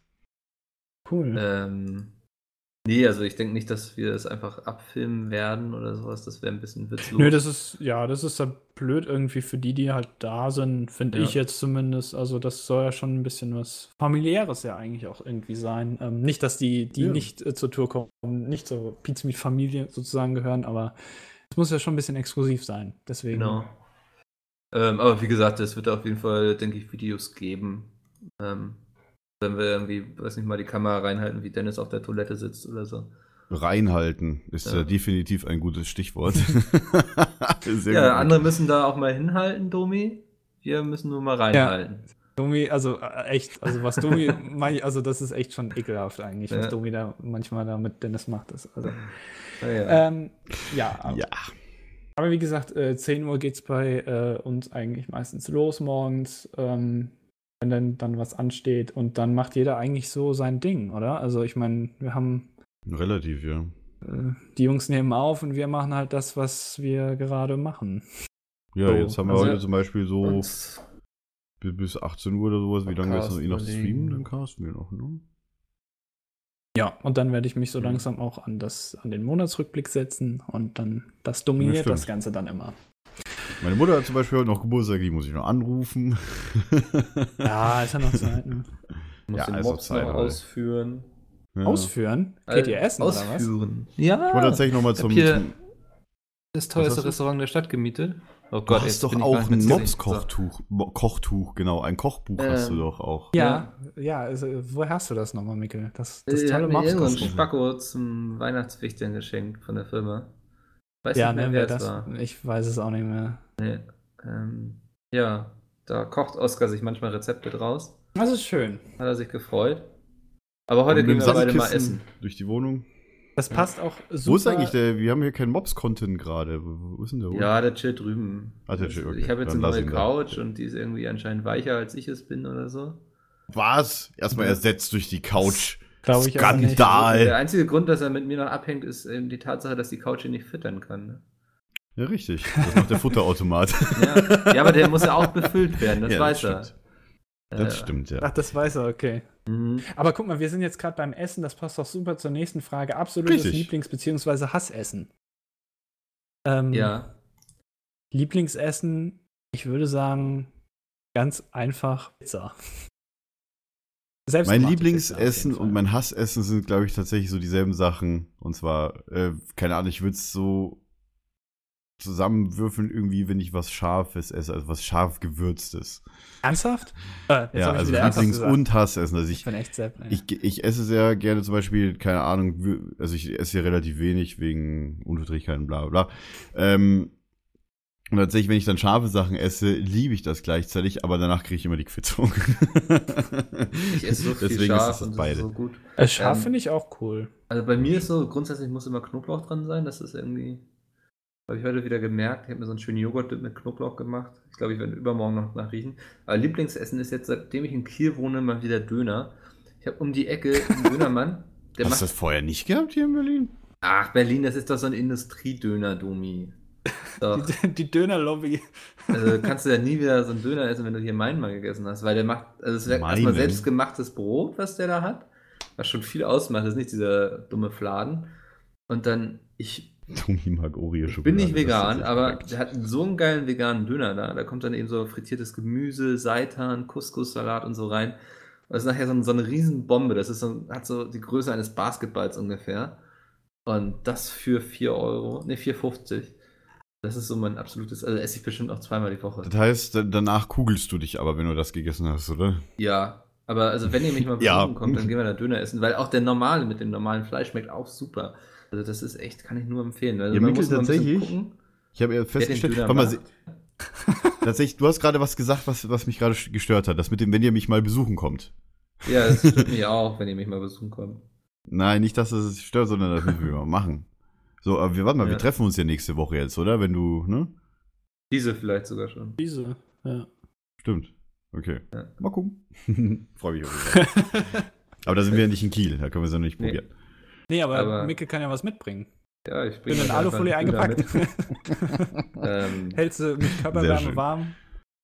Speaker 6: cool.
Speaker 2: Ähm, nee, also ich denke nicht, dass wir es einfach abfilmen werden oder sowas. Das wäre ein bisschen witzlos.
Speaker 6: Nö, das ist, ja, das ist dann blöd irgendwie für die, die halt da sind, finde
Speaker 2: Ja.
Speaker 6: ich jetzt zumindest. Also, das soll ja schon ein bisschen was familiäres ja eigentlich auch irgendwie sein. Ähm, nicht, dass die, die
Speaker 3: Ja.
Speaker 6: nicht äh, zur Tour kommen, nicht zur Pizza mit Familie sozusagen gehören, aber es muss ja schon ein bisschen exklusiv sein. Deswegen.
Speaker 2: genau. Ähm, aber wie gesagt, es wird auf jeden Fall, denke ich, Videos geben. Ähm, wenn wir irgendwie, weiß nicht mal, die Kamera reinhalten, wie Dennis auf der Toilette sitzt oder so.
Speaker 3: Reinhalten ist
Speaker 2: Ja.
Speaker 3: ja. definitiv ein gutes Stichwort. Sehr
Speaker 2: ja,
Speaker 3: gut.
Speaker 2: andere müssen da auch mal hinhalten, Domi. Wir müssen nur mal reinhalten.
Speaker 6: Domi, also äh, echt, also was Domi mei- also das ist echt schon ekelhaft eigentlich, was
Speaker 2: Ja.
Speaker 6: Domi da manchmal da mit Dennis macht. Das, also,
Speaker 3: Ah,
Speaker 2: Ja, ja.
Speaker 6: ähm, ja, aber-
Speaker 3: Ja.
Speaker 6: aber wie gesagt, äh, 10 Uhr geht's bei äh, uns eigentlich meistens los morgens, ähm, wenn dann, dann was ansteht und dann macht jeder eigentlich so sein Ding, oder? Also ich meine, wir haben
Speaker 3: Relativ, ja.
Speaker 6: äh, die Jungs nehmen auf und wir machen halt das, was wir gerade machen.
Speaker 3: Ja,
Speaker 6: So,
Speaker 3: jetzt haben wir
Speaker 6: also-
Speaker 3: heute zum Beispiel so
Speaker 2: Und
Speaker 3: bi- bis 18 Uhr oder sowas. Wie lange wir jetzt noch eh noch
Speaker 2: Podcasten
Speaker 3: streamen? Dann
Speaker 2: überlegen.
Speaker 3: casten wir noch, ne?
Speaker 6: Ja, und dann werde ich mich so
Speaker 3: Mhm.
Speaker 6: langsam auch an das an den Monatsrückblick setzen und dann das dominiert
Speaker 3: stimmt.
Speaker 6: das Ganze dann immer.
Speaker 3: Meine Mutter hat zum Beispiel heute noch Geburtstag, die muss ich noch anrufen.
Speaker 6: Ja, ist ja noch Zeit. Ne?
Speaker 2: muss
Speaker 3: ja,
Speaker 2: den
Speaker 3: also
Speaker 2: Mobs
Speaker 3: Zeit
Speaker 2: noch
Speaker 3: heute.
Speaker 2: ausführen.
Speaker 3: Ja.
Speaker 6: Ausführen? Geht ihr essen oder was?
Speaker 2: Äh, ausführen. Ja.
Speaker 3: Ich wollte tatsächlich nochmal zum,
Speaker 2: hab hier-
Speaker 3: zum.
Speaker 2: das
Speaker 3: hast
Speaker 2: teuerste
Speaker 3: du?
Speaker 2: Restaurant der Stadt gemietet. Oh
Speaker 3: Du hast
Speaker 2: jetzt
Speaker 3: doch
Speaker 2: bin ich
Speaker 3: auch
Speaker 2: gar nicht mehr
Speaker 3: ein
Speaker 2: zu sehen.
Speaker 3: Mobs-Kochtuch. Mo- Kochtuch, genau. Ein Kochbuch hast du
Speaker 2: Ähm,
Speaker 3: doch auch.
Speaker 6: Ja, ja, also, äh, woher hast du das nochmal, Mikkel? Das, das
Speaker 2: Äh,
Speaker 6: tolle
Speaker 2: hat mir irgendein
Speaker 6: Mopskosten.
Speaker 2: Spacko zum Weihnachtswichteln geschenkt von der Firma. Weiß
Speaker 6: Ja,
Speaker 2: nicht mehr,
Speaker 6: ne,
Speaker 2: wer
Speaker 6: wer
Speaker 2: es
Speaker 6: das?
Speaker 2: war.
Speaker 6: Ich weiß es auch nicht mehr.
Speaker 2: Ähm, ja, da kocht Oskar sich manchmal Rezepte draus.
Speaker 6: Das ist schön.
Speaker 2: Hat er sich gefreut. Aber heute
Speaker 3: Und mit
Speaker 2: gehen
Speaker 3: dem
Speaker 2: wir beide mal
Speaker 3: Sandkissen
Speaker 2: essen.
Speaker 3: Durch die Wohnung.
Speaker 6: Das passt auch super.
Speaker 3: Wo ist eigentlich der? Wir haben hier keinen Mobs-Content gerade. Wo wo ist denn der?
Speaker 2: Ja, der chillt drüben.
Speaker 3: Ah, der chillt, okay.
Speaker 2: Ich habe jetzt
Speaker 3: Dann
Speaker 2: eine
Speaker 3: lass
Speaker 2: neue
Speaker 3: ihn da.
Speaker 2: Couch und die ist irgendwie anscheinend weicher, als ich es bin oder so.
Speaker 3: Was? Erstmal ersetzt durch die Couch.
Speaker 6: Glaube ich auch nicht.
Speaker 2: Der
Speaker 3: Skandal.
Speaker 2: einzige Grund, dass er mit mir noch abhängt, ist eben die Tatsache, dass die Couch ihn nicht füttern kann. Ne?
Speaker 3: Ja, richtig. Das macht der Futterautomat.
Speaker 2: Ja, ja aber der muss ja auch befüllt werden, das
Speaker 3: Ja,
Speaker 2: weiß
Speaker 3: stimmt.
Speaker 2: er.
Speaker 3: Das stimmt, ja.
Speaker 6: Ach, das weiß er, okay.
Speaker 2: Mhm.
Speaker 6: Aber guck mal, wir sind jetzt gerade beim Essen, das passt doch super zur nächsten Frage. Absolutes
Speaker 3: Richtig.
Speaker 6: Lieblings- bzw. Hassessen. Ähm,
Speaker 2: Ja.
Speaker 6: Lieblingsessen, ich würde sagen, ganz einfach Pizza. Selbst
Speaker 3: Mein Lieblingsessen und mein Hassessen sind, glaube ich, tatsächlich so dieselben Sachen. Und zwar, äh, keine Ahnung, ich würde es so zusammenwürfeln irgendwie, wenn ich was Scharfes esse, also was scharf gewürztes.
Speaker 6: Ernsthaft? Äh, jetzt
Speaker 3: ja,
Speaker 6: hab ich
Speaker 3: also
Speaker 6: wieder ernsthaft
Speaker 3: Lieblings-
Speaker 6: gesagt.
Speaker 3: und Hassessen. Also
Speaker 6: Ich
Speaker 3: ich,
Speaker 6: bin echt sehr.
Speaker 3: ich, ich esse sehr gerne zum Beispiel, keine Ahnung, wür- also ich esse ja relativ wenig wegen Unverträglichkeiten, bla bla. bla. Ähm, und tatsächlich, wenn ich dann scharfe Sachen esse, liebe ich das gleichzeitig, aber danach kriege ich immer die Quittung.
Speaker 2: Ich esse so viel
Speaker 3: Deswegen
Speaker 2: scharf
Speaker 3: ist
Speaker 2: und
Speaker 3: es das beide.
Speaker 2: so gut.
Speaker 6: äh, scharf
Speaker 2: ähm,
Speaker 6: finde ich auch cool.
Speaker 2: Also bei mir ist so, grundsätzlich muss immer Knoblauch dran sein. Das ist irgendwie. Habe ich heute wieder gemerkt. Ich habe mir so einen schönen Joghurt mit Knoblauch gemacht. Ich glaube, ich werde übermorgen noch nachriechen. Aber Lieblingsessen ist jetzt, seitdem ich in Kiel wohne, mal wieder Döner. Ich habe um die Ecke einen Dönermann. Der
Speaker 3: Hast
Speaker 2: macht.
Speaker 3: du das vorher nicht gehabt hier in Berlin?
Speaker 2: Ach, Berlin, das ist doch so ein Industriedöner-Domi. Doch.
Speaker 6: Die, die Dönerlobby.
Speaker 2: Also kannst du ja nie wieder so einen Döner essen, wenn du hier meinen mal gegessen hast, weil der macht, also es ist erstmal
Speaker 3: Meinen?
Speaker 2: selbstgemachtes Brot, was der da hat, was schon viel ausmacht, das ist nicht dieser dumme Fladen. Und dann, ich
Speaker 3: Tommy mag Oreo
Speaker 2: ich bin nicht vegan, aber der hat so einen geilen veganen Döner da. Da kommt dann eben so frittiertes Gemüse, Seitan, Couscous-Salat und so rein. Und das ist nachher so, ein- so eine Riesenbombe. Das ist so, hat so die Größe eines Basketballs ungefähr. Und das für 4 Euro, ne, 4,50. Das ist so mein absolutes, also esse ich bestimmt auch zweimal die Woche.
Speaker 3: Das heißt, da- danach kugelst du dich aber, wenn du das gegessen hast, oder?
Speaker 2: Ja, aber also wenn ihr mich mal
Speaker 3: Ja.
Speaker 2: besuchen kommt, dann gehen wir da Döner essen, weil auch der normale mit dem normalen Fleisch schmeckt auch super. Also das ist echt, kann ich nur empfehlen. Also
Speaker 3: Ja, Mikkel,
Speaker 2: immer ein bisschen
Speaker 3: tatsächlich,
Speaker 2: gucken,
Speaker 3: Ich habe ja
Speaker 2: wer den
Speaker 3: festgestellt,
Speaker 2: Döner
Speaker 3: warte mal,
Speaker 2: macht.
Speaker 3: se- tatsächlich, du hast gerade was gesagt, was, was mich gerade gestört hat. Das mit dem, wenn ihr mich mal besuchen kommt.
Speaker 2: Ja, das stört mich auch, wenn ihr mich mal besuchen kommt.
Speaker 3: Nein, nicht, dass es stört, sondern das müssen wir mal machen. So, aber wir, warte mal,
Speaker 2: Ja.
Speaker 3: wir treffen uns ja nächste Woche jetzt, oder? Wenn du, ne?
Speaker 2: Diese vielleicht sogar schon.
Speaker 6: Diese. Ja.
Speaker 3: Stimmt. Okay.
Speaker 2: Ja.
Speaker 3: Mal gucken. Freue mich auf jeden Fall. Aber da sind wir ja nicht in Kiel, da können wir es ja noch nicht
Speaker 2: Nee.
Speaker 3: probieren.
Speaker 6: Nee, aber,
Speaker 2: Aber-
Speaker 6: Micke kann ja was mitbringen.
Speaker 2: Ja, ich bringe
Speaker 6: Bin
Speaker 2: euch
Speaker 6: in
Speaker 2: einfach
Speaker 6: Alufolie
Speaker 2: einen Döner
Speaker 6: eingepackt.
Speaker 2: mit. Ähm, hm.
Speaker 6: Hältst du mit
Speaker 3: Sehr
Speaker 6: Körperwärme
Speaker 3: schön.
Speaker 6: warm?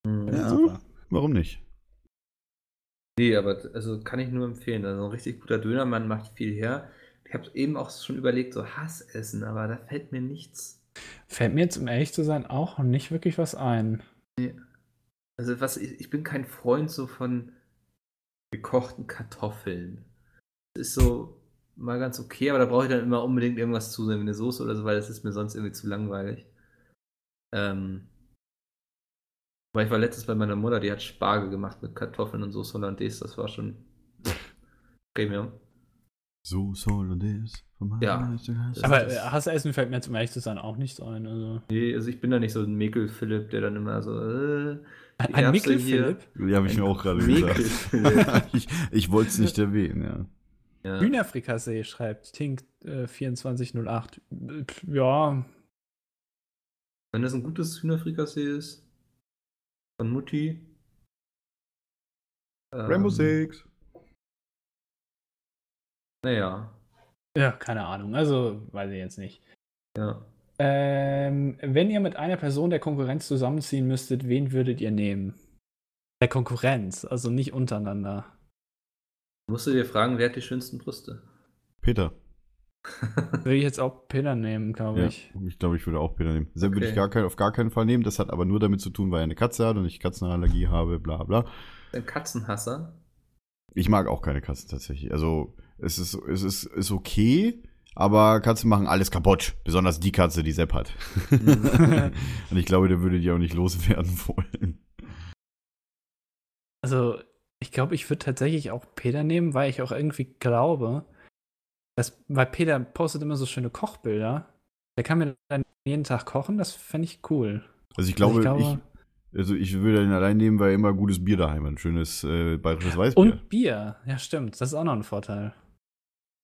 Speaker 2: mh,
Speaker 3: Ja,
Speaker 6: Super.
Speaker 3: warum nicht?
Speaker 2: nee, aber also kann ich nur empfehlen. Also ein richtig guter Dönermann macht viel her. Ich habe eben auch schon überlegt, so Hassessen, aber da fällt mir nichts.
Speaker 6: Fällt mir jetzt, um ehrlich zu sein, auch nicht wirklich was ein.
Speaker 2: Also was ich, ich bin kein Freund so von gekochten Kartoffeln. Das ist so mal ganz okay, aber da brauche ich dann immer unbedingt irgendwas zu, eine Soße oder so, weil das ist mir sonst irgendwie zu langweilig. Ähm, weil ich war letztens bei meiner Mutter, die hat Spargel gemacht mit Kartoffeln und Soße Hollandaise, das war schon Premium.
Speaker 3: So soll und ist.
Speaker 2: Ja. Das
Speaker 6: aber
Speaker 2: ist-
Speaker 6: äh, Hassessen fällt mir jetzt, um ehrlich zu sein, auch nicht so ein. Also.
Speaker 2: Nee, also ich bin da nicht so ein Mekel-Philipp, der dann immer so äh, die
Speaker 6: Ein
Speaker 2: Erbse
Speaker 6: Mickel,
Speaker 2: hier.
Speaker 6: Philipp?
Speaker 3: Ja, habe ich mir auch gerade
Speaker 2: Mickel,
Speaker 3: gesagt.
Speaker 2: Philipp.
Speaker 3: ich ich wollte es nicht erwähnen, ja.
Speaker 2: Ja.
Speaker 6: Hühnerfrikassee schreibt Tink äh, 2408. Äh, pf, Ja,
Speaker 2: Wenn das ein gutes Hühnerfrikassee ist. Von Mutti. Ähm,
Speaker 3: Rainbow Six.
Speaker 2: Naja,
Speaker 6: ja, keine Ahnung. Also, weiß ich jetzt nicht.
Speaker 2: ja.
Speaker 6: Ähm, wenn ihr mit einer Person der Konkurrenz zusammenziehen müsstet, wen würdet ihr nehmen? Der Konkurrenz, also nicht untereinander.
Speaker 2: Musst du dir fragen, wer hat die schönsten Brüste?
Speaker 3: Peter.
Speaker 6: Würde ich jetzt auch Peter nehmen, glaube
Speaker 3: Ja,
Speaker 6: ich.
Speaker 3: ich glaube, ich würde auch Peter nehmen. Sepp würde
Speaker 2: Okay.
Speaker 3: ich gar kein, auf gar keinen Fall nehmen. Das hat aber nur damit zu tun, weil er eine Katze hat und ich Katzenallergie habe, bla bla.
Speaker 2: Ein Katzenhasser?
Speaker 3: Ich mag auch keine Katzen tatsächlich. Also es ist, es ist, ist okay, aber Katzen machen alles kaputt. Besonders die Katze, die Sepp hat. und ich glaube, der würde die auch nicht loswerden wollen.
Speaker 6: Also, ich glaube, ich würde tatsächlich auch Peter nehmen, weil ich auch irgendwie glaube, dass, weil Peter postet immer so schöne Kochbilder. Der kann mir dann jeden Tag kochen, das fände ich cool.
Speaker 3: Also ich glaube,
Speaker 6: Also
Speaker 3: ich, also ich würde ihn allein nehmen, weil er immer gutes Bier daheim hat. Ein schönes äh, bayerisches Weißbier.
Speaker 6: und Bier, ja stimmt, das ist auch noch ein Vorteil.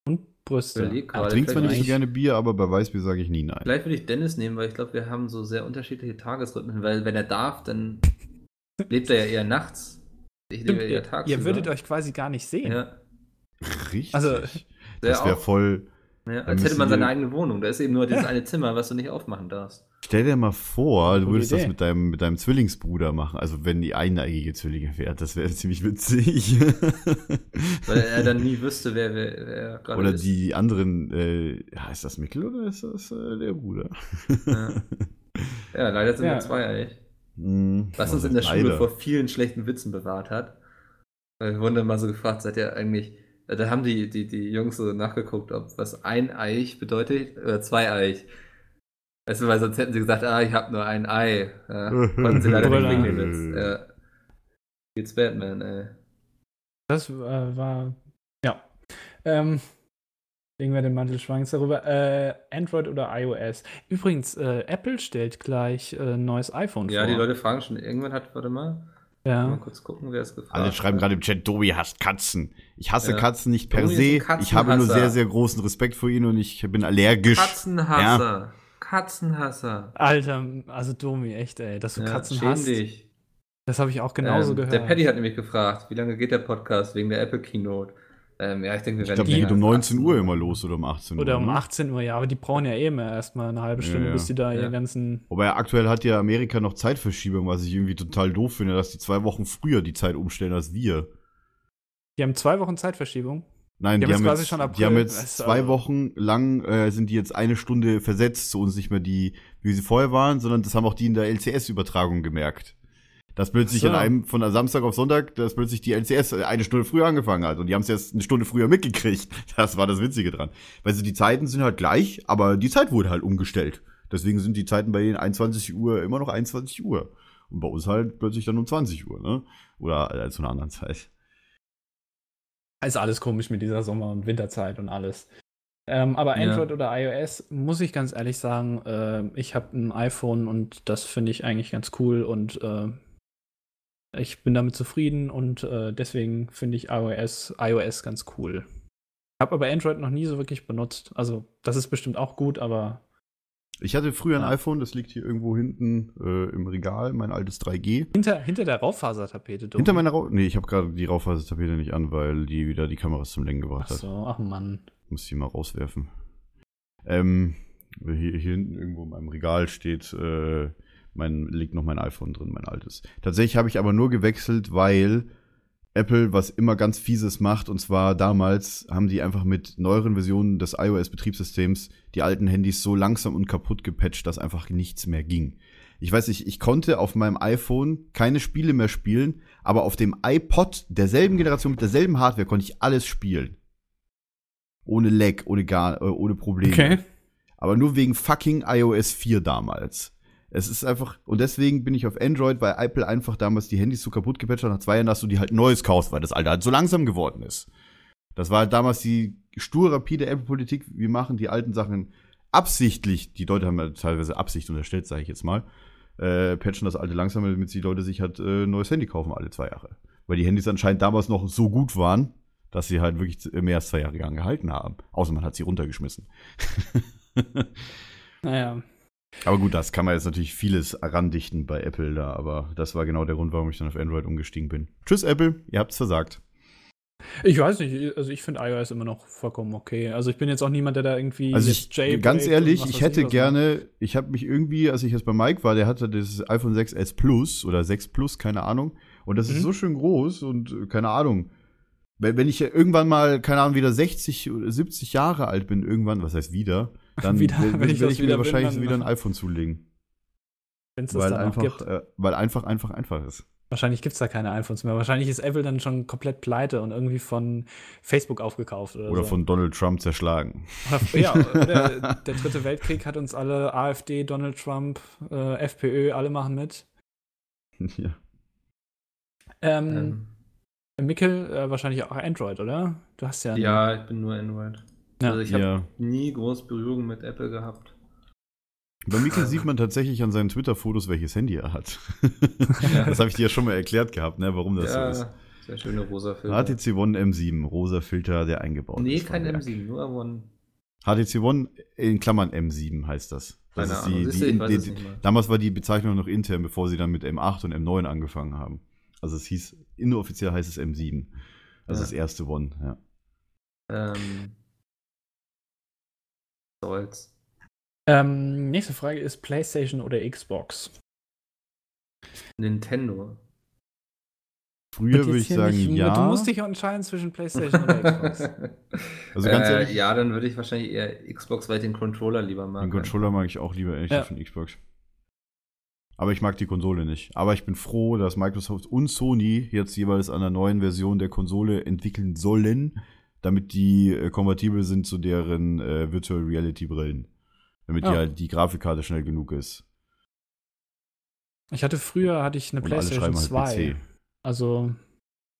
Speaker 6: Und Brüste.
Speaker 2: Überleg
Speaker 6: Ah,
Speaker 2: gerade,
Speaker 3: Trinkt zwar nicht so
Speaker 2: Vielleicht-
Speaker 3: gerne Bier, aber bei Weißbier sage ich nie nein.
Speaker 2: Vielleicht würde ich Dennis nehmen, weil ich glaube, wir haben so sehr unterschiedliche Tagesrhythmen, weil wenn er darf, dann lebt er ja eher nachts. Ich lebe
Speaker 6: stimmt,
Speaker 2: ja eher
Speaker 6: ihr,
Speaker 2: tagsüber.
Speaker 6: ihr würdet euch quasi gar nicht sehen.
Speaker 2: ne? Ja,
Speaker 3: Richtig.
Speaker 6: Also-
Speaker 2: der
Speaker 3: das wäre
Speaker 2: auch.
Speaker 3: voll.
Speaker 2: Ja,
Speaker 3: Dann
Speaker 2: als hätte man
Speaker 3: müssen
Speaker 2: seine
Speaker 3: wir-
Speaker 2: eigene Wohnung. Da ist eben nur dieses
Speaker 6: Ja.
Speaker 2: eine Zimmer, was du nicht aufmachen darfst.
Speaker 3: Stell dir mal vor, du
Speaker 8: Gute
Speaker 3: würdest das
Speaker 8: Idee.
Speaker 3: mit deinem, mit deinem Zwillingsbruder machen. Also wenn die eineigige Zwillinge wären, das wäre ziemlich witzig.
Speaker 2: Weil er dann nie wüsste, wer, wer, wer gerade
Speaker 3: oder
Speaker 2: ist.
Speaker 3: die anderen, äh, ja, ist das Mikkel oder ist das äh, der Bruder?
Speaker 2: Ja. Ja, leider sind
Speaker 6: Ja.
Speaker 2: wir zweieich.
Speaker 3: Hm,
Speaker 2: Was uns
Speaker 3: also
Speaker 2: in der Schule
Speaker 3: leider.
Speaker 2: vor vielen schlechten Witzen bewahrt hat. Wir wurden dann mal so gefragt, seid ihr eigentlich. äh, Da haben die, die, die Jungs so nachgeguckt, ob was ein Eich bedeutet oder zwei Eich. Weißt du, weil sonst hätten sie gesagt, ah, ich hab nur ein Ei. Ja, konnten sie leider nicht
Speaker 6: Brüller.
Speaker 2: wegen dem Witz. Ja. Jetzt Batman, ey.
Speaker 6: Das äh, war. Ja. Ähm, legen wir den Mantel schwangs darüber. Äh, Android oder iOS. Übrigens, äh, Apple stellt gleich äh, ein neues iPhone
Speaker 2: Ja,
Speaker 6: vor.
Speaker 2: die Leute Oh fragen schon, irgendwann hat, warte mal, mal
Speaker 6: Ja.
Speaker 2: kurz gucken, wer es gefragt
Speaker 3: Alle schreiben
Speaker 2: hat.
Speaker 3: gerade im Chat, Tobi hasst Katzen. Ich hasse
Speaker 2: Ja.
Speaker 3: Katzen nicht per
Speaker 2: Tobi ist ein
Speaker 3: se. Ich habe nur
Speaker 2: Katzenhasser.
Speaker 3: sehr, sehr großen Respekt vor ihnen und ich bin allergisch.
Speaker 2: Katzenhasser. Katzenhasser.
Speaker 6: Alter, also Domi, echt, ey, dass du
Speaker 2: Ja,
Speaker 6: Katzen
Speaker 2: schäm
Speaker 6: hast.
Speaker 2: dich.
Speaker 6: Das habe ich auch genauso
Speaker 2: ähm,
Speaker 6: gehört.
Speaker 2: Der Paddy hat nämlich gefragt, wie lange geht der Podcast wegen der Apple Keynote? Ähm, ja, ich denke, wir
Speaker 3: Ich
Speaker 2: werden
Speaker 3: glaube, die
Speaker 2: länger
Speaker 3: geht um
Speaker 2: als
Speaker 3: 19 Uhr immer los oder um 18 Uhr.
Speaker 6: Oder um
Speaker 3: ne?
Speaker 6: 18 Uhr, ja, aber die brauchen ja eh immer erstmal eine halbe
Speaker 3: Ja,
Speaker 6: Stunde,
Speaker 3: ja.
Speaker 6: bis die da
Speaker 2: Ja.
Speaker 6: ihre ganzen.
Speaker 3: Wobei aktuell hat ja Amerika noch Zeitverschiebung, was ich irgendwie total doof finde, dass die zwei Wochen früher die Zeit umstellen als wir.
Speaker 6: Die haben zwei Wochen Zeitverschiebung.
Speaker 3: Nein,
Speaker 6: Die
Speaker 3: die,
Speaker 6: haben
Speaker 3: haben,
Speaker 6: jetzt quasi
Speaker 3: jetzt,
Speaker 6: schon April.
Speaker 3: die haben jetzt
Speaker 6: Das ist
Speaker 3: zwei
Speaker 6: also-
Speaker 3: Wochen lang äh, sind die jetzt eine Stunde versetzt zu uns, nicht mehr die, wie sie vorher waren, sondern das haben auch die in der LCS-Übertragung gemerkt. Dass plötzlich
Speaker 6: Ach so.
Speaker 3: an einem, von Samstag auf Sonntag, dass plötzlich die LCS äh, eine Stunde früher angefangen hat. Und die haben es jetzt eine Stunde früher mitgekriegt. Das war das Witzige dran. Weil so die Zeiten sind halt gleich, aber die Zeit wurde halt umgestellt. Deswegen sind die Zeiten bei denen 21 Uhr immer noch 21 Uhr. Und bei uns halt plötzlich dann um 20 Uhr, ne? Oder äh, zu einer anderen Zeit.
Speaker 6: Ist alles komisch mit dieser Sommer- und Winterzeit und alles. Ähm, aber
Speaker 2: Ja.
Speaker 6: Android oder iOS, muss ich ganz ehrlich sagen, ähm, ich habe ein iPhone und das finde ich eigentlich ganz cool und äh, ich bin damit zufrieden und äh, deswegen finde ich iOS, iOS ganz cool. Habe aber Android noch nie so wirklich benutzt. Also, das ist bestimmt auch gut, aber
Speaker 3: Ich hatte früher ein
Speaker 6: Ja.
Speaker 3: iPhone, das liegt hier irgendwo hinten äh, im Regal, mein altes 3G.
Speaker 6: hinter, hinter der Raufasertapete. Dom.
Speaker 3: Hinter meiner Rau Nee, ich habe gerade die Raufasertapete nicht an, weil die wieder die Kameras zum Lenken
Speaker 6: Ach
Speaker 3: gebracht hat.
Speaker 6: so, ach Mann.
Speaker 3: Muss die mal rauswerfen. Ähm, hier, hier hinten irgendwo in meinem Regal steht, äh, mein, liegt noch mein iPhone drin, mein altes. Tatsächlich habe ich aber nur gewechselt, weil Apple was immer ganz Fieses macht. Und zwar damals haben die einfach mit neueren Versionen des iOS-Betriebssystems die alten Handys so langsam und kaputt gepatcht, dass einfach nichts mehr ging. Ich weiß nicht, ich konnte auf meinem iPhone keine Spiele mehr spielen, aber auf dem iPod derselben Generation mit derselben Hardware konnte ich alles spielen. Ohne Lag, ohne gar, äh, ohne Probleme. Aber nur wegen fucking iOS 4 damals. Es ist einfach, und deswegen bin ich auf Android, weil Apple einfach damals die Handys so kaputt gepatcht hat. Nach zwei Jahren, dass du die halt neues kaufst, weil das alte halt so langsam geworden ist. Das war halt damals die stur rapide Apple-Politik. Wir machen die alten Sachen absichtlich. Die Leute haben ja teilweise Absicht unterstellt, sage ich jetzt mal. Äh, patchen das alte langsam, damit die Leute sich halt äh, ein neues Handy kaufen alle zwei Jahre. Weil die Handys anscheinend damals noch so gut waren, dass sie halt wirklich mehr als zwei Jahre lang gehalten haben. Außer man hat sie runtergeschmissen.
Speaker 6: Naja,
Speaker 3: Aber gut, das kann man jetzt natürlich vieles randichten bei Apple da, aber das war genau der Grund, warum ich dann auf Android umgestiegen bin. Tschüss, Apple, ihr habt's versagt.
Speaker 6: ich weiß nicht, also ich finde iOS immer noch vollkommen okay. Also ich bin jetzt auch niemand, der da irgendwie
Speaker 3: Also ich,
Speaker 6: jetzt jailbreakt
Speaker 3: ganz
Speaker 6: und
Speaker 3: ehrlich,
Speaker 6: was
Speaker 3: ich
Speaker 6: weiß
Speaker 3: hätte
Speaker 6: was ne?
Speaker 3: gerne, ich habe mich irgendwie, als ich jetzt bei Mike war, der hatte dieses iPhone 6s Plus oder 6 Plus, keine Ahnung. Und das
Speaker 6: Mhm.
Speaker 3: ist so schön groß und äh, keine Ahnung. Wenn, wenn ich ja irgendwann mal, keine Ahnung, wieder 60 oder 70 Jahre alt bin, irgendwann, was heißt wieder, dann
Speaker 6: Wieder,
Speaker 3: werde
Speaker 6: wenn
Speaker 3: ich,
Speaker 6: ich
Speaker 3: mir
Speaker 6: das wieder bin,
Speaker 3: wahrscheinlich
Speaker 6: dann-
Speaker 3: wieder ein iPhone zulegen.
Speaker 6: wenn's das
Speaker 3: Weil
Speaker 6: dann noch
Speaker 3: einfach,
Speaker 6: gibt.
Speaker 3: äh, weil einfach, einfach, einfach ist.
Speaker 6: Wahrscheinlich gibt es da keine iPhones mehr. Wahrscheinlich ist Apple dann schon komplett pleite und irgendwie von Facebook aufgekauft oder,
Speaker 3: Oder
Speaker 6: so.
Speaker 3: von Donald Trump zerschlagen.
Speaker 6: Oder, ja, oder der dritte Weltkrieg hat uns alle AfD, Donald Trump, äh, FPÖ, alle machen mit.
Speaker 3: Ja.
Speaker 6: Ähm,
Speaker 2: Ähm,
Speaker 6: Mikkel, äh, wahrscheinlich auch Android, oder? Du hast ja.
Speaker 2: Ähm, ja, ich bin nur Android.
Speaker 6: Ja.
Speaker 2: Also ich habe
Speaker 3: ja.
Speaker 2: nie groß Berührung mit Apple gehabt.
Speaker 3: Bei Mikkel sieht man tatsächlich an seinen Twitter-Fotos, welches Handy er hat. das habe ich dir ja schon mal erklärt gehabt, ne, warum das so ist.
Speaker 2: sehr schöne rosa Filme.
Speaker 3: HTC One M7, rosa Filter, der eingebaut
Speaker 2: nee,
Speaker 3: ist. von
Speaker 2: kein
Speaker 3: Werk.
Speaker 2: M7, nur One.
Speaker 3: HTC One in Klammern M7 heißt das. Das
Speaker 2: Keine
Speaker 3: ist
Speaker 2: Ahnung,
Speaker 3: die,
Speaker 2: siehst
Speaker 3: die,
Speaker 2: du, ich weiß
Speaker 3: die,
Speaker 2: es
Speaker 3: die,
Speaker 2: nicht mal.
Speaker 3: Damals war die Bezeichnung noch intern, bevor sie dann mit M8 und M9 angefangen haben. Also es hieß, inoffiziell heißt es M7. Also
Speaker 2: Ja.
Speaker 3: das erste One, ja.
Speaker 2: Ähm, soll's.
Speaker 6: Ähm, nächste Frage ist PlayStation oder Xbox?
Speaker 2: Nintendo.
Speaker 3: Früher
Speaker 6: Wird
Speaker 3: würde
Speaker 6: jetzt
Speaker 3: ich
Speaker 6: hier
Speaker 3: sagen,
Speaker 6: nicht- Du
Speaker 3: ja.
Speaker 6: musst dich ja entscheiden zwischen PlayStation oder Xbox.
Speaker 3: Also ganz
Speaker 2: äh,
Speaker 3: ehrlich,
Speaker 2: ja, dann würde ich wahrscheinlich eher Xbox, weil ich den Controller lieber mag.
Speaker 3: den Controller mag ich auch lieber ehrlich
Speaker 6: Ja.
Speaker 3: gesagt von Xbox. Aber ich mag die Konsole nicht. Aber ich bin froh, dass Microsoft und Sony jetzt jeweils an der neuen Version der Konsole entwickeln sollen, damit die äh, kompatibel sind zu deren äh, Virtual Reality Brillen. Damit
Speaker 6: Ah.
Speaker 3: die halt die Grafikkarte schnell genug ist.
Speaker 6: Ich hatte früher hatte ich eine
Speaker 3: Und alle
Speaker 6: PlayStation
Speaker 3: schreiben halt
Speaker 6: 2.
Speaker 3: PC.
Speaker 6: Also,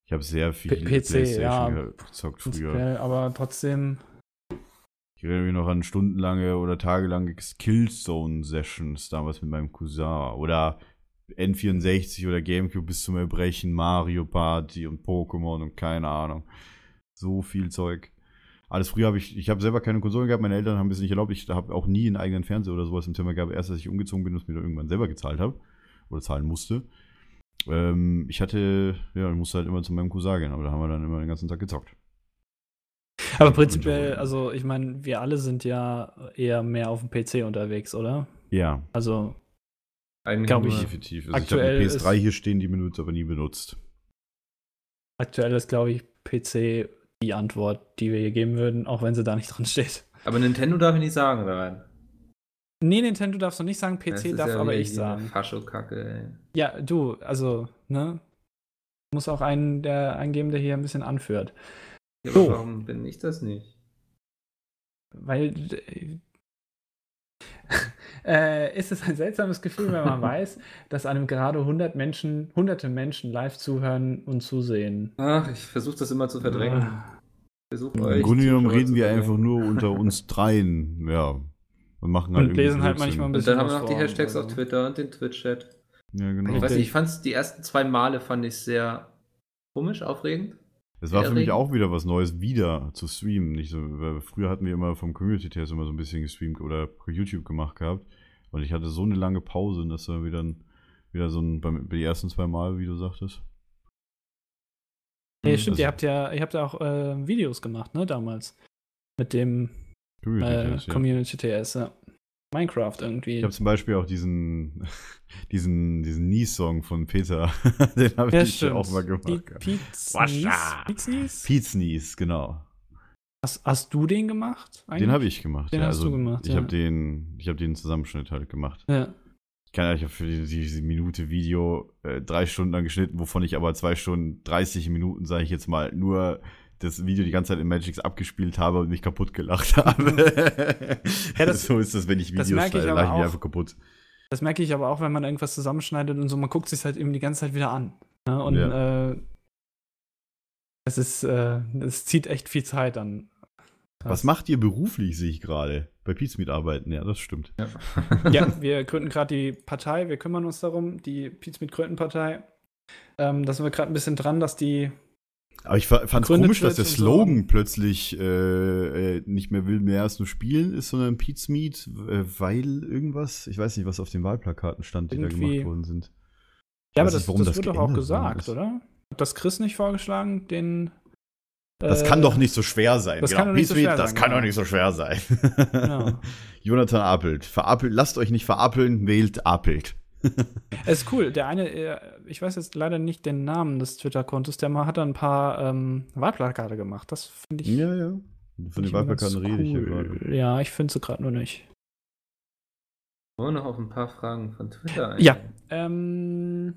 Speaker 3: Ich habe sehr viel
Speaker 6: P- PC, ja.
Speaker 3: gezockt früher.
Speaker 6: prinzipiell, aber trotzdem,
Speaker 3: Ich erinnere mich noch an stundenlange oder tagelange Killzone-Sessions damals mit meinem Cousin. Oder N64 oder Gamecube bis zum Erbrechen, Mario Party und Pokémon und keine Ahnung. So viel Zeug. Alles früher habe ich, ich habe selber keine Konsole gehabt, meine Eltern haben es nicht erlaubt. Ich habe auch nie einen eigenen Fernseher oder sowas im Zimmer gehabt. Erst als ich umgezogen bin und es mir dann irgendwann selber gezahlt habe oder zahlen musste. Ähm, ich hatte, ja, ich musste halt immer zu meinem Cousin gehen, aber da haben wir dann immer den ganzen Tag gezockt.
Speaker 6: aber
Speaker 3: ich
Speaker 6: prinzipiell,
Speaker 3: schon.
Speaker 6: also ich meine, wir alle sind ja eher mehr auf dem PC unterwegs, oder?
Speaker 3: Ja,
Speaker 6: Also,
Speaker 2: Eigentlich
Speaker 6: Glaub
Speaker 2: nur-
Speaker 6: ich.
Speaker 3: definitiv. Also
Speaker 6: Aktuell
Speaker 3: ich habe eine PS3
Speaker 6: ist-
Speaker 3: hier stehen, die benutzt, aber nie benutzt.
Speaker 6: aktuell ist, glaube ich, PC die Antwort, die wir hier geben würden, auch wenn sie da nicht drin steht.
Speaker 2: Aber Nintendo darf ich nicht sagen, oder? rein.
Speaker 6: Nee, Nintendo darfst du nicht sagen,
Speaker 2: Das
Speaker 6: PC
Speaker 2: ist
Speaker 6: darf
Speaker 2: ja
Speaker 6: aber
Speaker 2: wieder
Speaker 6: ich
Speaker 2: diese
Speaker 6: sagen.
Speaker 2: Faschokacke, ey.
Speaker 6: Ja, du, also, ne? Muss auch einen der eingeben, der hier ein bisschen anführt.
Speaker 2: Ja,
Speaker 6: So.
Speaker 2: aber warum bin ich das nicht?
Speaker 6: Weil äh, ist es ein seltsames Gefühl, wenn man weiß, dass einem gerade 100 Menschen, hunderte Menschen live zuhören und zusehen.
Speaker 2: Ach, ich versuche das immer zu verdrängen.
Speaker 6: Ah.
Speaker 2: Versuch
Speaker 3: Im
Speaker 2: euch
Speaker 3: Grunde genommen
Speaker 2: Zuschauer
Speaker 3: reden
Speaker 2: zu
Speaker 3: wir
Speaker 2: verdrängen.
Speaker 3: einfach nur unter uns dreien, ja. Und machen halt
Speaker 6: Und lesen halt
Speaker 3: irgendwie
Speaker 6: manchmal ein
Speaker 2: Und
Speaker 6: bisschen.
Speaker 2: dann haben wir
Speaker 6: was
Speaker 2: noch die
Speaker 6: vor,
Speaker 2: Hashtags auf
Speaker 6: also.
Speaker 2: Twitter und den Twitch-Chat.
Speaker 3: Ja,
Speaker 2: Ich
Speaker 3: genau.
Speaker 2: weiß nicht, ich fand es die ersten zwei Male fand ich sehr komisch, aufregend.
Speaker 3: Es war für mich
Speaker 2: Erregen.
Speaker 3: auch wieder was Neues, wieder zu streamen. Nicht so, weil früher hatten wir immer vom Community-Test immer so ein bisschen gestreamt oder YouTube gemacht gehabt. Und ich hatte so eine lange Pause, dass da wieder, ein- wieder so ein, beim, die ersten zwei Mal, wie du sagtest.
Speaker 6: Nee, stimmt, ihr
Speaker 3: Also-
Speaker 6: habt ja, ihr habt ja auch äh, Videos gemacht, ne, damals. Mit dem äh,
Speaker 3: Community-Test, ja.
Speaker 6: Community TS, ja. Minecraft irgendwie.
Speaker 3: Ich habe zum Beispiel auch diesen, diesen, diesen Nie-Song von Peter, den habe ich auch mal gemacht.
Speaker 6: Die
Speaker 3: gehabt.
Speaker 6: Pete's Knees?
Speaker 3: Wascha.
Speaker 6: Pete's Knees?
Speaker 3: Pete Sneeze, genau.
Speaker 6: Hast, hast du den gemacht?
Speaker 3: Den habe ich gemacht.
Speaker 6: Den
Speaker 3: ja. also
Speaker 6: hast du gemacht,
Speaker 3: Ich
Speaker 6: ja.
Speaker 3: habe den, ich habe den Zusammenschnitt halt gemacht.
Speaker 6: Ja.
Speaker 3: Keine Ahnung, ich habe für die- diese Minute Video äh, drei Stunden lang geschnitten, wovon ich aber zwei Stunden 30 Minuten, sage ich jetzt mal, nur das Video die ganze Zeit in Magix abgespielt habe und mich kaputt gelacht habe.
Speaker 6: Ja, das-
Speaker 3: so ist das, wenn ich
Speaker 6: das
Speaker 3: Videos
Speaker 6: merke ich
Speaker 3: schneide,
Speaker 6: aber
Speaker 3: lache ich mich
Speaker 6: auch.
Speaker 3: einfach kaputt.
Speaker 6: Das merke ich aber auch, wenn man irgendwas zusammenschneidet und so, man guckt sich halt eben die ganze Zeit wieder an. Ne? Und äh, es ist, äh, es zieht echt viel Zeit an.
Speaker 3: Was macht ihr beruflich, sehe ich gerade? Bei Pete's mitarbeiten, ja, das stimmt.
Speaker 6: Ja, wir gründen gerade die Partei, wir kümmern uns darum, die Pizza mit Krötenpartei. Ähm, da sind wir gerade ein bisschen dran, dass die
Speaker 3: Aber ich fand es
Speaker 6: Gründet
Speaker 3: komisch, dass der
Speaker 6: wird und so.
Speaker 3: Slogan plötzlich äh, äh, nicht mehr will mehr erst nur spielen ist, sondern Pete's Meat, äh, weil irgendwas, ich weiß nicht, was auf den Wahlplakaten stand, die da
Speaker 6: Irgendwie-
Speaker 3: gemacht worden sind.
Speaker 6: Ja, aber
Speaker 3: weiß
Speaker 6: das,
Speaker 3: nicht, warum
Speaker 6: das,
Speaker 3: das
Speaker 6: wurde doch auch
Speaker 3: geändert worden
Speaker 6: gesagt,
Speaker 3: ist.
Speaker 6: oder? Hat das Chris nicht vorgeschlagen, den.
Speaker 3: Das
Speaker 6: äh,
Speaker 3: kann doch nicht so schwer sein.
Speaker 6: das kann doch nicht so schwer
Speaker 3: das
Speaker 6: sein,
Speaker 3: kann
Speaker 6: genau.
Speaker 3: doch nicht so schwer sein.
Speaker 6: Genau.
Speaker 3: Jonathan Appelt, verappelt, lasst euch nicht verappeln, wählt Appelt.
Speaker 6: Es ist cool. Der eine, äh, ich weiß jetzt leider nicht den Namen des Twitter-Kontos, der mal hat da ein paar ähm, Wahlplakate gemacht. Das finde ich.
Speaker 3: Ja, ja. Von
Speaker 6: find
Speaker 3: den
Speaker 6: ich immer ganz
Speaker 3: Wahlplakaten rede ich ja
Speaker 6: cool.
Speaker 3: gerade.
Speaker 6: Ja, ich finde sie gerade nur nicht.
Speaker 2: Nur noch auf ein paar Fragen von Twitter. eingehen.
Speaker 6: Ja. Ähm,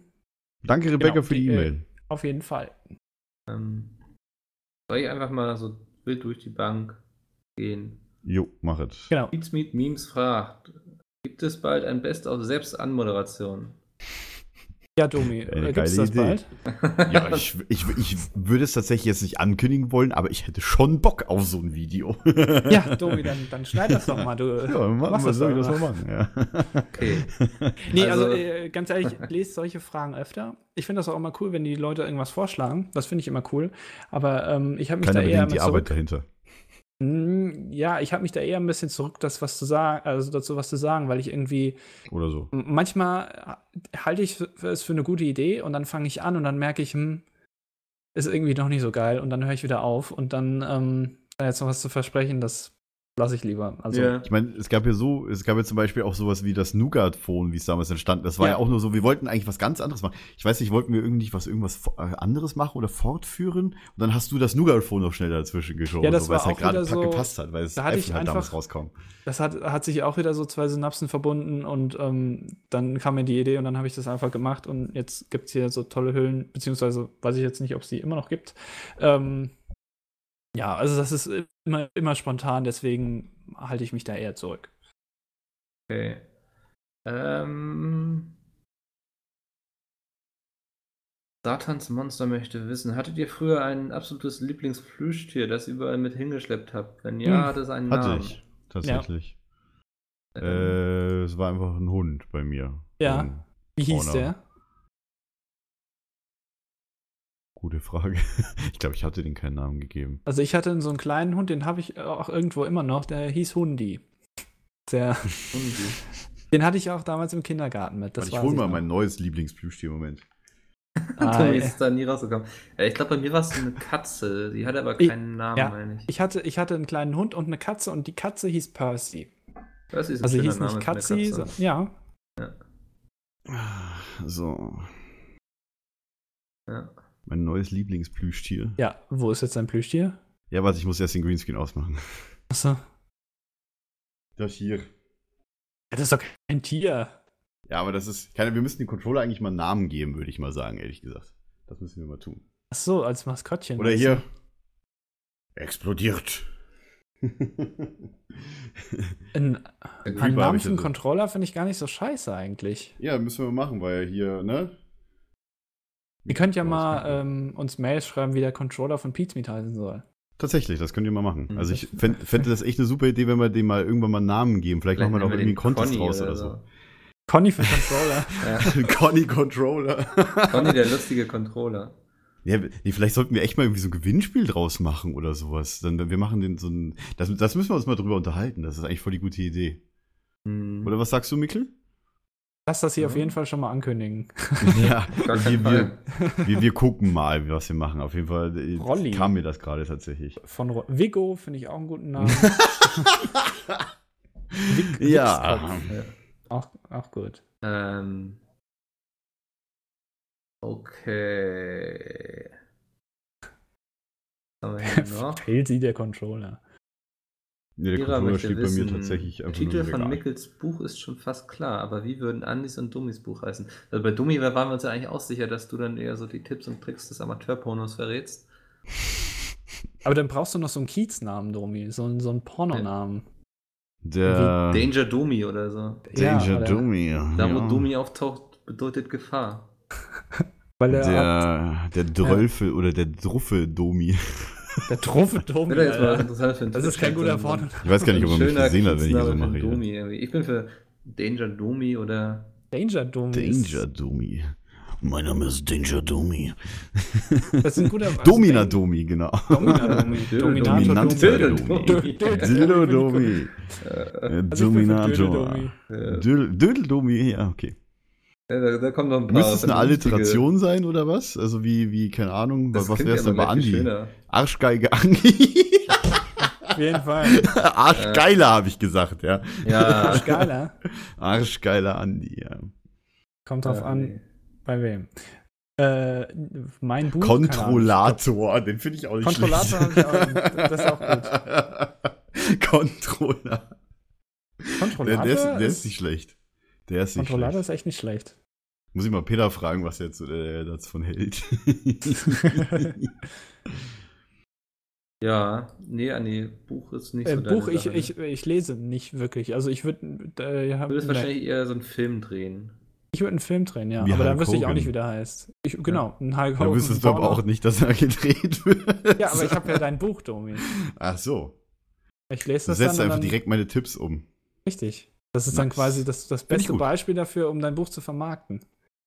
Speaker 3: Danke, Rebecca,
Speaker 6: Genau,
Speaker 3: für die
Speaker 6: die, äh,
Speaker 3: E-Mail.
Speaker 6: auf jeden Fall.
Speaker 2: Ähm, soll ich einfach mal so wild durch die Bank gehen?
Speaker 3: Jo, mach es.
Speaker 6: Genau.
Speaker 2: Beatsmeet Memes fragt: Gibt es bald ein Best of Selbstanmoderation?
Speaker 6: Ja, Domi,
Speaker 3: Eine
Speaker 6: äh, gibt's das
Speaker 3: geile Idee.
Speaker 6: bald?
Speaker 3: Ja, ich, ich, ich würde es tatsächlich jetzt nicht ankündigen wollen, aber ich hätte schon Bock auf so ein Video.
Speaker 6: Ja, Domi, dann, dann schneid das doch mal. Du
Speaker 3: Ja, machen
Speaker 6: machst
Speaker 3: wir, soll ich
Speaker 6: doch
Speaker 3: das ne?
Speaker 6: mal.
Speaker 3: mal machen, ja.
Speaker 2: Okay.
Speaker 6: Nee, also,
Speaker 2: Also-
Speaker 6: äh, ganz ehrlich, lest solche Fragen öfter. Ich finde das auch immer cool, wenn die Leute irgendwas vorschlagen. Das finde ich immer cool. Aber ähm, ich habe mich
Speaker 3: Keiner
Speaker 6: da eher
Speaker 3: bedenkt die
Speaker 6: mit
Speaker 3: Arbeit
Speaker 6: zurück.
Speaker 3: dahinter.
Speaker 6: Mm, Ja, ich habe mich da eher ein bisschen zurück, das was zu sagen, also dazu was zu sagen, weil ich irgendwie
Speaker 3: Oder so.
Speaker 6: m- manchmal äh, halte ich es für eine gute Idee und dann fange ich an und dann merke ich, hm, ist irgendwie doch nicht so geil und dann höre ich wieder auf und dann ähm, da jetzt noch was zu versprechen, das lasse ich lieber. Also,
Speaker 2: ja.
Speaker 3: Ich meine, es gab ja so, es gab ja zum Beispiel auch sowas wie das Nougat-Phone, wie es damals entstanden ist. Das war ja.
Speaker 6: Ja.
Speaker 3: auch nur so, wir wollten eigentlich was ganz anderes machen. Ich weiß nicht, wollten wir irgendwie was, irgendwas fo- äh, anderes machen oder fortführen? Und dann hast du das Nougat-Phone noch schnell dazwischen geschoben,
Speaker 6: Ja, das
Speaker 3: so,
Speaker 6: war
Speaker 3: es halt
Speaker 6: auch
Speaker 3: gerade
Speaker 6: wieder
Speaker 3: pack
Speaker 6: so-
Speaker 3: gepasst hat, weil es
Speaker 6: da hatte
Speaker 3: iPhone
Speaker 6: ich
Speaker 3: halt damals
Speaker 6: einfach-
Speaker 3: rauskam.
Speaker 6: das hat, hat sich auch wieder so zwei Synapsen verbunden und ähm, dann kam mir die Idee und dann habe ich das einfach gemacht und jetzt gibt es hier so tolle Hüllen, beziehungsweise weiß ich jetzt nicht, ob es die immer noch gibt. Ähm, ja, also das ist immer, immer spontan, deswegen halte ich mich da eher zurück.
Speaker 2: Okay. Ähm. Satans Monster möchte wissen, hattet ihr früher ein absolutes Lieblingsflüschtier, das ihr überall mit hingeschleppt habt? Wenn ja,
Speaker 6: Hm,
Speaker 2: hat es einen
Speaker 3: Hatte
Speaker 2: Namen.
Speaker 3: ich, tatsächlich.
Speaker 2: Ähm,
Speaker 3: Äh, es war einfach ein Hund bei mir.
Speaker 6: Ja.
Speaker 3: Ähm,
Speaker 6: Wie hieß
Speaker 3: Fauna.
Speaker 6: der?
Speaker 3: gute Frage. ich glaube, ich hatte den keinen Namen gegeben.
Speaker 6: Also ich hatte so einen kleinen Hund, den habe ich auch irgendwo immer noch, der hieß Hundi. Der,
Speaker 2: Hundi.
Speaker 6: den hatte ich auch damals im Kindergarten mit.
Speaker 3: Warte, ich
Speaker 6: weiß
Speaker 3: hole mal
Speaker 6: noch.
Speaker 3: mein neues Lieblingsplüschtier im Moment.
Speaker 6: Ah,
Speaker 2: Tommy
Speaker 6: ja.
Speaker 2: ist da nie rausgekommen. Äh, Ich glaube, bei mir war es eine Katze. Die hatte aber
Speaker 6: Ich-
Speaker 2: keinen Namen,
Speaker 6: ja.
Speaker 2: meine ich.
Speaker 6: Ich hatte, ich hatte einen kleinen Hund und eine Katze und die Katze hieß Percy.
Speaker 2: Das ist ein
Speaker 6: Also
Speaker 2: schöner
Speaker 6: hieß nicht
Speaker 2: Name für eine
Speaker 6: Katzi,
Speaker 2: Katze.
Speaker 6: so- ja.
Speaker 3: So,
Speaker 2: Ja.
Speaker 3: mein neues Lieblingsplüschtier. Ja,
Speaker 6: Ja, wo ist jetzt dein Plüschtier?
Speaker 3: ja warte, ich muss erst den Greenscreen ausmachen.
Speaker 6: Achso.
Speaker 3: Das hier.
Speaker 6: Das ist doch kein Tier.
Speaker 3: Ja, aber das ist. Keine, wir müssen dem Controller eigentlich mal einen Namen geben, würde ich mal sagen, ehrlich gesagt. Das müssen wir mal tun.
Speaker 6: Achso, als Maskottchen.
Speaker 3: Oder
Speaker 6: Also.
Speaker 3: hier. Explodiert.
Speaker 6: Ein,
Speaker 3: Creeper
Speaker 6: einen
Speaker 3: hab
Speaker 6: Namen
Speaker 3: ich
Speaker 6: für einen
Speaker 3: dazu.
Speaker 6: Controller finde ich gar nicht so scheiße eigentlich.
Speaker 3: ja, müssen wir machen, weil hier, ne?
Speaker 6: Ihr könnt ja mal ähm, uns Mails schreiben, wie der Controller von Pizmeet heißen soll.
Speaker 3: Tatsächlich, das könnt ihr mal
Speaker 6: Hm,
Speaker 3: machen.
Speaker 2: Mhm.
Speaker 3: Also ich fänd- fände das echt eine super Idee, wenn wir dem mal irgendwann mal einen Namen geben. Vielleicht, machen wir
Speaker 2: nennen
Speaker 3: noch irgendwie einen Contest
Speaker 2: Conny
Speaker 3: draus oder so.
Speaker 6: Conny für Controller.
Speaker 2: Ja.
Speaker 3: Conny Controller.
Speaker 2: Conny, der lustige Controller.
Speaker 3: Ja, nee, vielleicht sollten wir echt mal irgendwie so ein Gewinnspiel draus machen oder sowas. Dann, wir machen den so ein. Das, das müssen wir uns mal drüber unterhalten. Das ist eigentlich voll die gute Idee.
Speaker 2: Hm.
Speaker 3: Oder was sagst du, Mikkel?
Speaker 6: Lass das hier auf
Speaker 3: Mhm.
Speaker 2: Ja.
Speaker 6: jeden Fall schon mal ankündigen.
Speaker 3: ja,
Speaker 2: Gar
Speaker 3: wir,
Speaker 2: kein
Speaker 3: wir,
Speaker 2: Fall.
Speaker 3: wir, wir gucken mal, was wir machen. Auf jeden Fall äh,
Speaker 6: Rolli.
Speaker 3: kam mir das gerade tatsächlich.
Speaker 6: Von Ro- Vigo finde ich auch einen guten Namen.
Speaker 3: ja.
Speaker 2: Ja.
Speaker 6: auch, auch gut.
Speaker 2: Ähm. Okay. Was haben wir hier noch?
Speaker 6: Felsi der Controller.
Speaker 3: Nee, der
Speaker 2: Kira
Speaker 3: Controller
Speaker 2: möchte
Speaker 3: steht bei
Speaker 2: wissen,
Speaker 3: mir tatsächlich
Speaker 2: der
Speaker 3: einfach nur
Speaker 2: Titel
Speaker 3: im
Speaker 2: von
Speaker 3: Regal.
Speaker 2: Mickels Buch ist schon fast klar, aber wie würden Andis und Dummis Buch heißen? Also bei Dummi waren wir uns ja eigentlich auch sicher, dass du dann eher so die Tipps und Tricks des Amateurpornos verrätst.
Speaker 6: Aber dann brauchst du noch so einen Kieznamen, Domi. So, einen- so einen Pornonamen.
Speaker 3: Der
Speaker 2: Danger Dummi oder so.
Speaker 6: Also Ja,
Speaker 3: Danger
Speaker 6: oder-
Speaker 3: Dummy.
Speaker 2: Da wo
Speaker 3: ja.
Speaker 2: Dummi auftaucht, bedeutet Gefahr.
Speaker 6: Weil der, der,
Speaker 3: Der, der Drölfel oder der Druffel-Domi.
Speaker 6: der Trumpf Domi.
Speaker 2: Will er jetzt mal was
Speaker 6: Alter.
Speaker 2: Interessantes für einen
Speaker 6: Das ist kein
Speaker 2: Tipp
Speaker 6: guter
Speaker 2: sagen, so ein-
Speaker 6: Porno.
Speaker 3: Ich weiß gar nicht, ob er mich
Speaker 2: schöner
Speaker 3: gesehen hat, wenn ich hier so
Speaker 2: Spitzname für
Speaker 3: mache.
Speaker 2: einen
Speaker 3: hier.
Speaker 2: Dummi irgendwie. Ich bin für Danger Dummi oder
Speaker 6: Danger Domi. ist-
Speaker 3: Danger Domi. Mein Name ist Danger Domi.
Speaker 6: Das ist ein guter also
Speaker 3: Domina
Speaker 6: Dom-
Speaker 3: Domi, genau.
Speaker 6: Domina Domi. Dominator
Speaker 3: Dominanter
Speaker 6: Domi.
Speaker 3: Domi.
Speaker 6: Dö- dö-
Speaker 3: Dildo Domi.
Speaker 2: Äh,
Speaker 3: Äh,
Speaker 6: Also ich bin für
Speaker 3: Dominator.
Speaker 2: äh,
Speaker 3: Dödel Dödel Domi, ja, okay.
Speaker 2: da, da kommen noch ein paar.
Speaker 3: Müsste es eine
Speaker 2: vernünftige-
Speaker 3: Alliteration sein oder was? Also wie, wie keine Ahnung,
Speaker 2: Das
Speaker 3: was was
Speaker 2: klingt
Speaker 3: wäre es
Speaker 2: ja
Speaker 3: denn bei
Speaker 2: noch viel
Speaker 3: Andi?
Speaker 2: schöner.
Speaker 3: Arschgeige Andi.
Speaker 6: Auf jeden Fall.
Speaker 3: Arschgeiler, habe ich gesagt, ja.
Speaker 2: Ja,
Speaker 6: Arschgeiler.
Speaker 3: Arschgeiler Andi, ja.
Speaker 6: Kommt drauf
Speaker 2: Äh,
Speaker 6: an, bei wem. Äh, mein Buch.
Speaker 3: Kontrollator, den finde ich auch nicht
Speaker 6: Kontrollator
Speaker 3: schlecht.
Speaker 6: hab ich auch- das ist auch
Speaker 3: gut. Controller.
Speaker 6: keine Ahnung.
Speaker 3: Der,
Speaker 6: Kontrollator.
Speaker 3: der, ist, der ist nicht schlecht. Der ist nicht
Speaker 6: Kontrollator
Speaker 3: schlecht.
Speaker 6: ist echt nicht schlecht.
Speaker 3: Muss ich mal Peter fragen, was er zu, äh, davon hält.
Speaker 2: ja, nee, Andi, Buch ist nicht
Speaker 6: Äh,
Speaker 2: so
Speaker 6: Buch,
Speaker 2: deine
Speaker 6: ich,
Speaker 2: Sache. ne?
Speaker 6: ich, ich lese nicht wirklich. Also ich würde äh, ja,
Speaker 2: Du würdest
Speaker 6: nee.
Speaker 2: wahrscheinlich eher so einen Film drehen.
Speaker 6: ich würde einen Film drehen, ja.
Speaker 3: Wie
Speaker 6: aber
Speaker 3: Hulk
Speaker 6: dann wüsste ich auch
Speaker 3: Hogan.
Speaker 6: nicht, wie der heißt. Ich, genau, ein Hulk
Speaker 3: da
Speaker 6: Hogan,
Speaker 3: wüsstest du
Speaker 6: ein
Speaker 3: aber auch
Speaker 6: Porno.
Speaker 3: nicht, dass er gedreht wird.
Speaker 6: Ja, aber ich habe ja dein Buch, Domi.
Speaker 3: Ach so.
Speaker 6: Ich lese
Speaker 3: Du
Speaker 6: das
Speaker 3: setzt
Speaker 6: dann und
Speaker 3: einfach
Speaker 6: dann,
Speaker 3: direkt meine Tipps um.
Speaker 6: Richtig. Das ist dann
Speaker 3: Nice.
Speaker 6: quasi das, das
Speaker 3: Find ich
Speaker 6: beste
Speaker 3: gut.
Speaker 6: Beispiel dafür, um dein Buch zu vermarkten.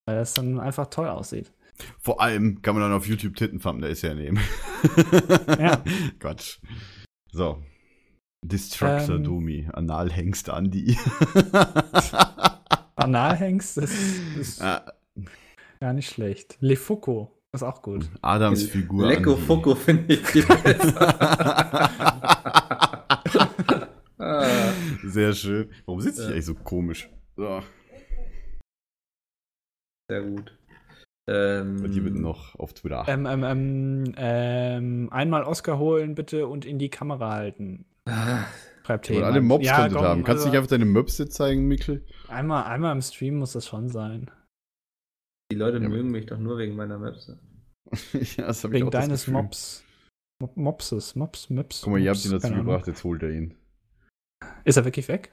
Speaker 6: Weil das dann einfach toll aussieht.
Speaker 3: Vor allem kann man dann auf YouTube Tittenfumpen, da ist ja neben.
Speaker 6: Ja.
Speaker 3: Quatsch. So. Destructor
Speaker 6: Ähm.
Speaker 3: Domi, Analhengst Andi.
Speaker 6: Analhengst das ist, ist
Speaker 3: Ah,
Speaker 6: gar nicht schlecht. Lefuko ist auch gut.
Speaker 3: Adams Figur.
Speaker 2: Lecko
Speaker 3: Andi.
Speaker 2: Fucko finde ich viel besser. Ah,
Speaker 3: Sehr schön. Warum sitze ich eigentlich so komisch? So,
Speaker 2: Sehr gut. Ähm,
Speaker 3: bei dir wird noch auf Twitter.
Speaker 6: Hm. Ähm, ähm, ähm, ähm, einmal Oscar holen bitte und in die Kamera halten.
Speaker 2: Ah,
Speaker 6: Schreibt
Speaker 3: Weil
Speaker 6: jemand.
Speaker 3: alle Mobs
Speaker 6: Ja,
Speaker 3: könntet
Speaker 6: komm,
Speaker 3: haben. Kannst du nicht
Speaker 6: also
Speaker 3: einfach deine Möpse zeigen, Mikkel?
Speaker 6: einmal, einmal im Stream muss das schon sein.
Speaker 2: Die Leute
Speaker 3: Ja,
Speaker 2: mögen mich doch nur wegen meiner Maps.
Speaker 3: ja, das hab ich
Speaker 6: Wegen
Speaker 3: auch das
Speaker 6: deines
Speaker 3: Gefühl.
Speaker 6: Mobs. Mob- Mopses, Mops, Mops.
Speaker 3: Guck mal, ihr
Speaker 6: Mops,
Speaker 3: habt ihn dazu
Speaker 6: keine
Speaker 3: gebracht, jetzt holt er ihn.
Speaker 6: Ahnung. Ist er wirklich weg?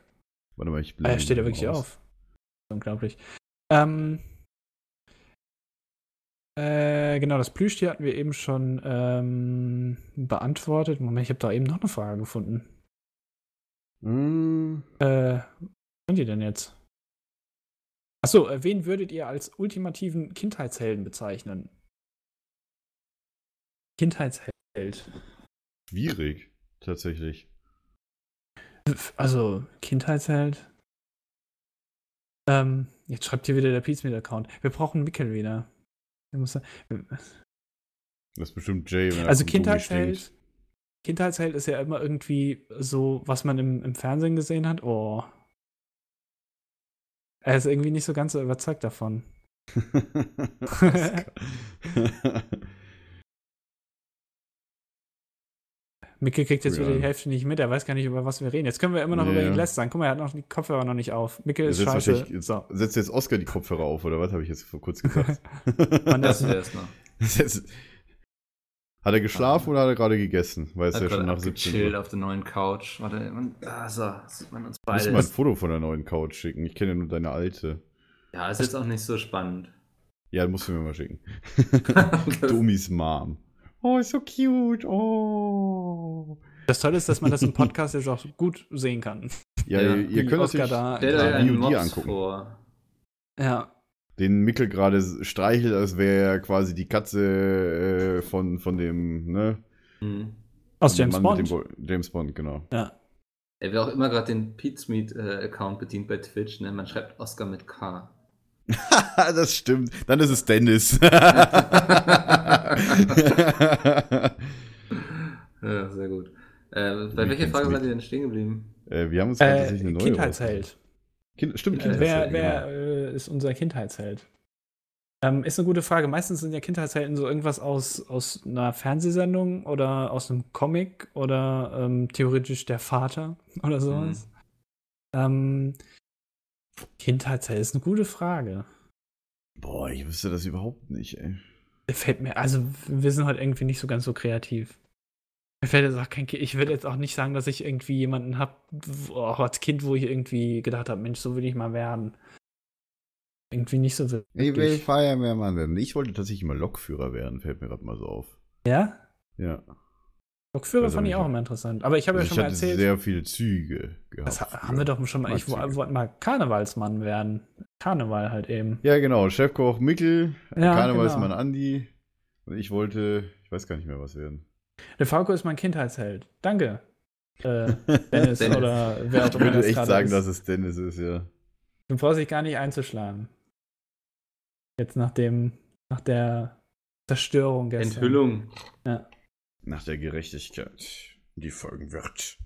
Speaker 3: Warte mal, ich
Speaker 6: Ah,
Speaker 3: blende
Speaker 6: er steht ja
Speaker 3: ihn
Speaker 6: wirklich
Speaker 3: aus.
Speaker 6: auf. Unglaublich. Ähm, äh, genau, das Plüschtier hatten wir eben schon ähm, beantwortet. Moment, ich habe da eben noch eine Frage gefunden.
Speaker 3: Hm,
Speaker 6: Äh, könnt ihr denn jetzt? Achso, äh, wen würdet ihr als ultimativen Kindheitshelden bezeichnen? Kindheitsheld.
Speaker 3: schwierig, tatsächlich.
Speaker 6: Pf, Also, Kindheitsheld. Ähm, jetzt schreibt hier wieder der Peacemeat-Account. Wir brauchen Mickel wieder. Der muss,
Speaker 3: Das ist bestimmt Jay, wenn er
Speaker 6: also
Speaker 3: vom Gummi
Speaker 6: Kindheitsheld.
Speaker 3: stinkt.
Speaker 6: Kindheitsheld ist ja immer irgendwie so, was man im, im Fernsehen gesehen hat. Oh. Er ist irgendwie nicht so ganz so überzeugt davon.
Speaker 3: Oscar.
Speaker 6: Micke kriegt jetzt
Speaker 3: Ja.
Speaker 6: wieder die Hälfte nicht mit, er weiß gar nicht, über was wir reden. Jetzt können wir immer noch
Speaker 3: Ja,
Speaker 6: über ihn
Speaker 3: ja.
Speaker 6: lästern. Guck mal, er hat noch die Kopfhörer noch nicht auf. Micke
Speaker 3: Ja,
Speaker 6: ist
Speaker 3: setzt
Speaker 6: scheiße.
Speaker 3: wahrscheinlich- jetzt-
Speaker 6: So.
Speaker 3: Setzt jetzt Oscar die Kopfhörer auf, oder was habe ich jetzt vor kurz gesagt?
Speaker 6: Man,
Speaker 2: Das wäre es noch.
Speaker 3: Setzt- hat er geschlafen oder hat er gerade gegessen? Weil es
Speaker 2: Hat
Speaker 3: ja schon
Speaker 2: gerade
Speaker 3: nach 17
Speaker 2: abgechillt
Speaker 3: Uhr.
Speaker 2: auf der neuen Couch. Warte, man, ah, so, jetzt sieht man uns
Speaker 3: Du musst mal ein
Speaker 2: beide.
Speaker 3: Foto von der neuen Couch schicken. Ich kenne ja nur deine alte.
Speaker 2: Ja, ist jetzt auch nicht so spannend.
Speaker 3: Ja, musst du mir mal schicken.
Speaker 2: Das-
Speaker 3: Dummies Mom. Oh, ist so cute. Oh.
Speaker 6: Das Tolle ist, dass man das im Podcast jetzt auch gut sehen kann.
Speaker 3: Ja,
Speaker 2: Ja,
Speaker 3: ihr, ihr
Speaker 6: Wie
Speaker 3: könnt
Speaker 6: Oscar
Speaker 3: natürlich
Speaker 6: da-
Speaker 2: Stell
Speaker 3: Ja,
Speaker 2: dir einen
Speaker 3: VOD
Speaker 2: Mobs
Speaker 3: angucken.
Speaker 2: vor.
Speaker 6: Ja.
Speaker 3: den Mickel gerade streichelt, als wäre er quasi die Katze äh, von, von dem, ne?
Speaker 2: Hm.
Speaker 6: Aus
Speaker 3: Von dem
Speaker 6: James
Speaker 3: Mann
Speaker 6: Bond.
Speaker 3: mit dem Bo- James Bond, genau.
Speaker 6: ja.
Speaker 2: Ey, wer auch immer gerade den Pizmeet-Account bedient bei Twitch, ne? man schreibt Oscar mit K.
Speaker 3: das stimmt. Dann ist es Dennis. Äh,
Speaker 2: Ja, sehr gut. Äh, bei
Speaker 3: Wie
Speaker 2: welcher
Speaker 3: kann's
Speaker 2: Frage
Speaker 3: mit-
Speaker 2: seid ihr denn stehen geblieben?
Speaker 3: äh, wir haben uns gerade
Speaker 6: Äh,
Speaker 3: tatsächlich eine neue. rausgesucht.
Speaker 6: Kindheitsheld.
Speaker 3: Kind, stimmt,
Speaker 2: Äh,
Speaker 3: Kindheitsheld. genau.
Speaker 6: Wer, wer äh, ist unser Kindheitsheld? Ähm, ist eine gute Frage. Meistens sind ja Kindheitshelden so irgendwas aus, aus einer Fernsehsendung oder aus einem Comic oder ähm, theoretisch der Vater
Speaker 3: Mhm.
Speaker 6: oder sowas. Ähm, Kindheitsheld ist eine gute Frage.
Speaker 3: genau. Boah, ich wüsste das überhaupt nicht, ey.
Speaker 6: Mir Fällt mir, also wir sind heute irgendwie nicht so ganz so kreativ. Mir fällt jetzt auch kein Kind, ich würde jetzt auch nicht sagen, dass ich irgendwie jemanden habe, auch als Kind, wo ich irgendwie gedacht habe, Mensch, so will ich mal werden. Irgendwie nicht so wirklich.
Speaker 3: Ich will Feuerwehrmann werden. Ich wollte tatsächlich mal Lokführer werden, fällt mir gerade mal so auf.
Speaker 6: Ja?
Speaker 3: Ja.
Speaker 6: Lokführer
Speaker 3: Also
Speaker 6: fand ich
Speaker 3: nicht.
Speaker 6: auch immer interessant. Aber ich habe
Speaker 3: Also
Speaker 6: ja
Speaker 3: ich
Speaker 6: schon mal
Speaker 3: hatte
Speaker 6: erzählt,
Speaker 3: sehr viele Züge gehabt.
Speaker 6: das ha-
Speaker 3: früher.
Speaker 6: haben wir doch schon mal, ich
Speaker 3: Fahrzeuge.
Speaker 6: wo- wollte mal Karnevalsmann werden. Karneval halt eben.
Speaker 3: Ja, genau. Chefkoch Mickel,
Speaker 6: Ja,
Speaker 3: Karnevalsmann
Speaker 6: genau.
Speaker 3: Andi. Und ich wollte, ich weiß gar nicht mehr, was werden.
Speaker 6: Der Falco ist mein Kindheitsheld. Danke. Äh, Dennis
Speaker 2: Dennis.
Speaker 6: oder wer auch
Speaker 3: Ich
Speaker 6: immer
Speaker 3: würde
Speaker 6: das
Speaker 3: echt
Speaker 6: gerade
Speaker 3: sagen,
Speaker 6: ist.
Speaker 3: dass es Dennis ist, ja.
Speaker 6: Du brauchst dich gar nicht einzuschlagen. Jetzt nach dem, nach der Zerstörung gestern.
Speaker 2: Enthüllung.
Speaker 3: Nach der Gerechtigkeit, die folgen wird.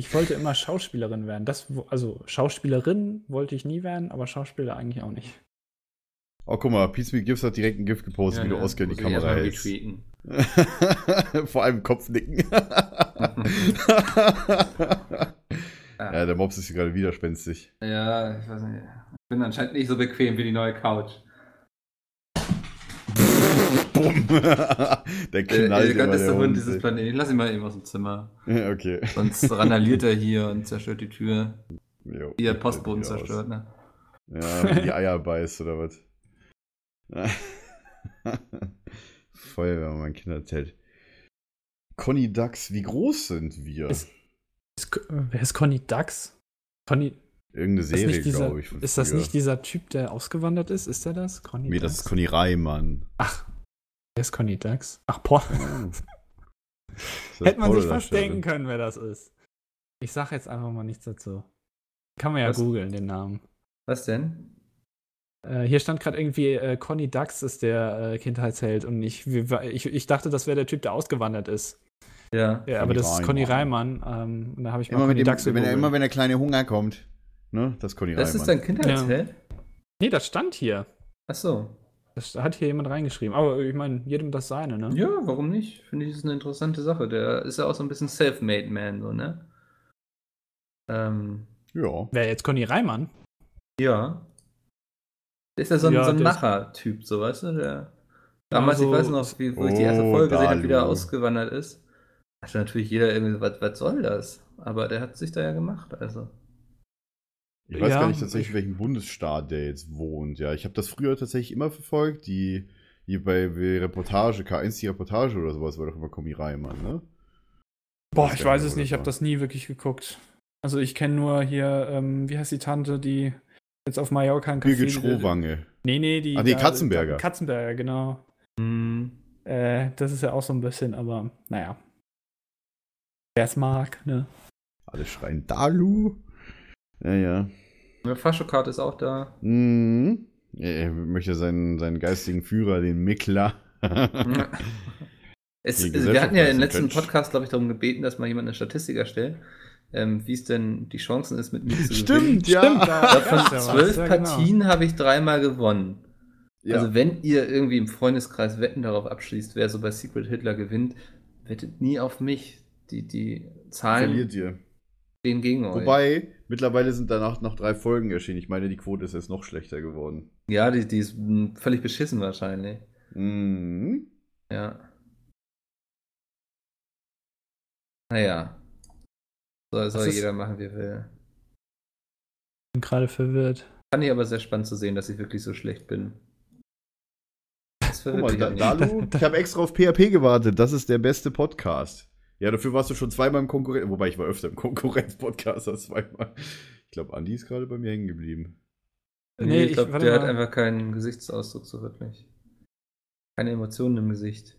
Speaker 6: Ich wollte immer Schauspielerin werden. Das, wo- also Schauspielerin wollte ich nie werden, aber Schauspieler eigentlich auch nicht.
Speaker 3: Oh, guck mal, Peace Me Gifts hat direkt ein Gift gepostet, wie du Oscar in die
Speaker 2: muss ich
Speaker 3: Kamera
Speaker 2: erstmal
Speaker 3: hältst.
Speaker 2: retweeten.
Speaker 3: Vor allem Kopfnicken. ja, der Mops ist hier gerade widerspenstig.
Speaker 2: Ja, ich weiß nicht. Ich bin anscheinend nicht so bequem wie die neue Couch.
Speaker 3: Bumm. der
Speaker 2: Der
Speaker 3: knallt immer,
Speaker 2: eleganteste
Speaker 3: der
Speaker 2: Hund
Speaker 3: Hund.
Speaker 2: dieses
Speaker 3: ey.
Speaker 2: Planeten. Ich lass ihn mal eben aus dem Zimmer.
Speaker 3: Ja, okay.
Speaker 2: Sonst randaliert er hier und zerstört die Tür.
Speaker 3: Jo,
Speaker 2: Wie der
Speaker 3: sieht
Speaker 2: Postboden
Speaker 3: hier aus.
Speaker 2: zerstört, ne?
Speaker 3: Ja, wie die Eier beißt oder was. Feuerwehrmann Kinderzelt. Conny Dax, wie groß sind wir?
Speaker 6: Ist- Ist, Ko- wer ist Conny Dax? Conny,
Speaker 3: Irgendeine
Speaker 6: Ist
Speaker 3: Serie,
Speaker 6: nicht dieser-
Speaker 3: glaube ich. von
Speaker 6: Ist das
Speaker 3: früher.
Speaker 6: nicht dieser Typ, der ausgewandert ist? Ist der das? Conny
Speaker 3: Nee,
Speaker 6: Dax?
Speaker 3: das ist Conny Reimann.
Speaker 6: Ach, der ist Conny Dax. Ach, boah.
Speaker 3: Oh, Ist das
Speaker 6: Hätte man sich
Speaker 3: Pornodarsteller?
Speaker 6: fast denken können, wer das ist. Ich sag jetzt einfach mal nichts dazu. Kann man ja
Speaker 2: Was?
Speaker 6: googeln, den Namen.
Speaker 2: Was denn?
Speaker 6: Äh, hier stand gerade irgendwie, äh, Conny Dax ist der äh, Kindheitsheld und ich, wir- ich, ich dachte, das wäre der Typ, der ausgewandert ist.
Speaker 2: Ja.
Speaker 6: Ja,
Speaker 3: Conny
Speaker 6: aber das ist Conny
Speaker 3: Reimann.
Speaker 6: Reimann. Ähm, und da habe ich
Speaker 3: Immer,
Speaker 6: mal
Speaker 3: mit
Speaker 6: Conny
Speaker 3: dem,
Speaker 6: Dax
Speaker 3: wenn er,
Speaker 6: gegoogelt.
Speaker 3: immer wenn der kleine Hunger kommt. Ne? Das ist Conny
Speaker 2: Das ist
Speaker 3: Reimann.
Speaker 2: dein Kindheitsheld?
Speaker 6: Nee, das stand hier.
Speaker 2: Ach so.
Speaker 6: Das hat hier jemand reingeschrieben. Aber ich meine, jedem das seine, ne?
Speaker 2: Ja, warum nicht? Finde ich, ist eine interessante Sache. Der ist ja auch so ein bisschen self-made Man, so, ne? Ähm,
Speaker 3: Ja.
Speaker 6: Wer jetzt Conny Reimann?
Speaker 2: ja. Der ist ja so ein,
Speaker 6: Ja,
Speaker 2: so ein
Speaker 6: der ist- Also,
Speaker 2: Macher-Typ, so, weißt du? Der damals,
Speaker 6: so-
Speaker 2: ich weiß noch, wie, wo ich die erste
Speaker 3: Oh,
Speaker 2: Folge gesehen habe, wie der
Speaker 3: Dalu.
Speaker 2: ausgewandert ist. Hatte natürlich jeder irgendwie, was, was soll das? Aber der hat sich da ja gemacht, also.
Speaker 3: Ich weiß
Speaker 6: Ja,
Speaker 3: gar nicht tatsächlich,
Speaker 6: ich-
Speaker 3: welchen Bundesstaat der jetzt wohnt. Ja, ich habe das früher tatsächlich immer verfolgt. Die, die bei bei Reportage, K1 die Reportage oder sowas, war doch immer Conny Reimann, ne?
Speaker 6: Boah,
Speaker 3: Das
Speaker 6: ich
Speaker 3: wär
Speaker 6: weiß
Speaker 3: ja
Speaker 6: es nicht, ich habe
Speaker 3: wunderbar.
Speaker 6: das nie wirklich geguckt. Also ich kenne nur hier, ähm, wie heißt die Tante, die jetzt auf Mallorca ein
Speaker 3: Birgit
Speaker 6: die-
Speaker 3: Schrowange.
Speaker 6: Nee, nee, die.
Speaker 3: Ah, nee,
Speaker 6: da-
Speaker 3: Katzenberger.
Speaker 6: Katzenberger, genau.
Speaker 2: Hm.
Speaker 6: Äh, das ist ja auch so ein bisschen, aber naja. Wer es mag, ne?
Speaker 3: Alle schreien Dalu. Ja, ja.
Speaker 2: Faschokart ist auch da.
Speaker 3: Mhm. Er möchte seinen, seinen geistigen Führer, den Mickler.
Speaker 2: Es,
Speaker 3: Die
Speaker 2: also wir hatten ja im
Speaker 3: Gesellschaft weiß
Speaker 2: letzten
Speaker 3: nicht.
Speaker 2: Podcast, glaube ich, darum gebeten, dass mal jemand eine Statistik erstellt, ähm, wie es denn die Chancen ist, mit mir zu gewinnen.
Speaker 3: ja.
Speaker 6: da-
Speaker 2: Von
Speaker 6: ja was,
Speaker 2: zwölf
Speaker 6: ja, genau.
Speaker 2: Partien habe ich dreimal gewonnen.
Speaker 3: ja.
Speaker 2: Also wenn ihr irgendwie im Freundeskreis Wetten darauf abschließt, wer so bei Secret Hitler gewinnt, wettet nie auf mich. Die, die Zahlen
Speaker 3: verliert ihr.
Speaker 2: stehen gegen euch.
Speaker 3: Wobei, mittlerweile sind danach noch drei Folgen erschienen. Ich meine, die Quote ist jetzt noch schlechter geworden.
Speaker 2: Ja, die, die ist mh, völlig beschissen wahrscheinlich.
Speaker 3: Mhm.
Speaker 2: Ja. Naja. Soll, soll
Speaker 6: ist-
Speaker 2: jeder machen, wie er will.
Speaker 6: bin gerade verwirrt.
Speaker 2: Fand ich aber sehr spannend zu sehen, dass ich wirklich so schlecht bin. Das
Speaker 3: Guck mal,
Speaker 2: verwirrt
Speaker 3: da,
Speaker 2: mich da,
Speaker 3: Dalu, ich habe extra auf PHP gewartet. Das ist der beste Podcast. Ja, dafür warst du schon zweimal im Konkurrenz. Wobei ich war öfter im Konkurrenz-Podcast als zweimal. Ich glaube, Andi ist gerade bei mir hängen geblieben.
Speaker 2: Nee, ich glaube, der hat einfach keinen Gesichtsausdruck so wirklich. Keine Emotionen im Gesicht.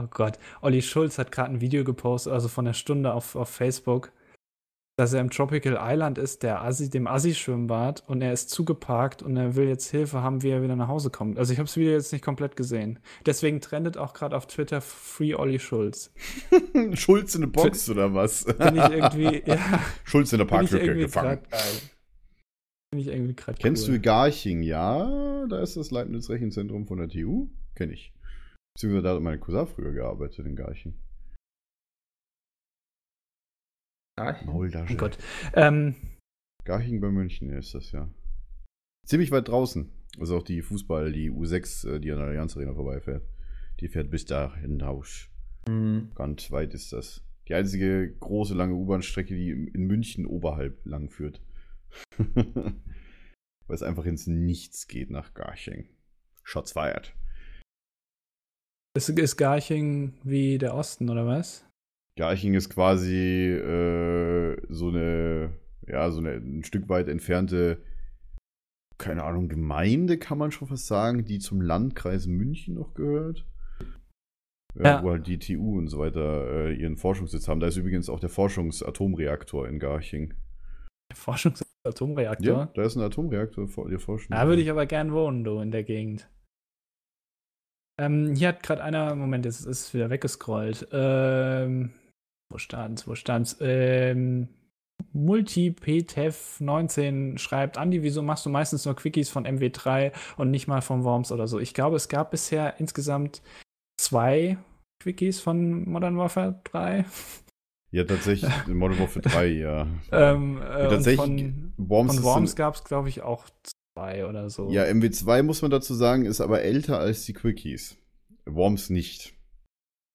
Speaker 6: Oh Gott, Olli Schulz hat gerade ein Video gepostet, also von der Stunde auf, auf Facebook, dass er im Tropical Island ist, der Assi, dem Assi-Schwimmbad, und er ist zugeparkt und er will jetzt Hilfe haben, wie er wieder nach Hause kommt. Also ich habe das Video jetzt nicht komplett gesehen. Deswegen trendet auch gerade auf Twitter Free Olli Schulz.
Speaker 3: Schulz in der Box oder was?
Speaker 6: Bin ich irgendwie, ja,
Speaker 3: Schulz in der
Speaker 6: bin ich
Speaker 3: Parklücke
Speaker 6: irgendwie
Speaker 3: gefangen.
Speaker 6: gerade geil. Bin ich irgendwie gerade
Speaker 3: Kennst
Speaker 6: cool.
Speaker 3: du Garching? Ja, da ist das Leibniz Rechenzentrum von der TU. Kenne ich. Beziehungsweise da hat meine Cousin früher gearbeitet in Garching.
Speaker 2: Ah,
Speaker 6: Oh
Speaker 3: Maultasche.
Speaker 6: Gott. Ähm,
Speaker 3: Garching bei München ist das ja. Ziemlich weit draußen. Also auch die Fußball, die U6, äh, die an der Allianz Arena vorbeifährt. Die fährt bis da hinaus.
Speaker 2: hm.
Speaker 3: Ganz weit ist das. Die einzige große lange U-Bahn-Strecke, die in München oberhalb lang führt. Weil es einfach ins Nichts geht nach Garching. Shots fired.
Speaker 6: ist, ist Garching wie der Osten, oder was?
Speaker 3: Garching ist quasi äh, so eine, ja, so eine ein Stück weit entfernte, keine Ahnung, Gemeinde kann man schon fast sagen, die zum Landkreis München noch gehört. Ja,
Speaker 6: Ja.
Speaker 3: Wo halt die TU und so weiter äh, ihren Forschungssitz haben. Da ist übrigens auch der Forschungsatomreaktor in Garching.
Speaker 6: Der Forschungsatomreaktor?
Speaker 3: Ja, da ist ein Atomreaktor vor der Forschung.
Speaker 6: Da würde ich aber gern wohnen, du, in der Gegend. Ähm, hier hat gerade einer, Moment, jetzt ist wieder weggescrollt. Ähm, wo stand's, wo stand's? Ähm, MultiPTEF19 schreibt, Andi, wieso machst du meistens nur Quickies von MW3 und nicht mal von Worms oder so? Ich glaube, es gab bisher insgesamt zwei Quickies von Modern Warfare 3.
Speaker 3: Ja, tatsächlich, in Modern Warfare 3, ja.
Speaker 6: Ähm, äh, und
Speaker 3: tatsächlich,
Speaker 6: von,
Speaker 3: Worms,
Speaker 6: von
Speaker 3: ist
Speaker 6: Worms
Speaker 3: ein-
Speaker 6: gab es, glaube ich, auch zwei oder so.
Speaker 3: Ja, MW2 muss man dazu sagen, ist aber älter als die Quickies. Worms nicht.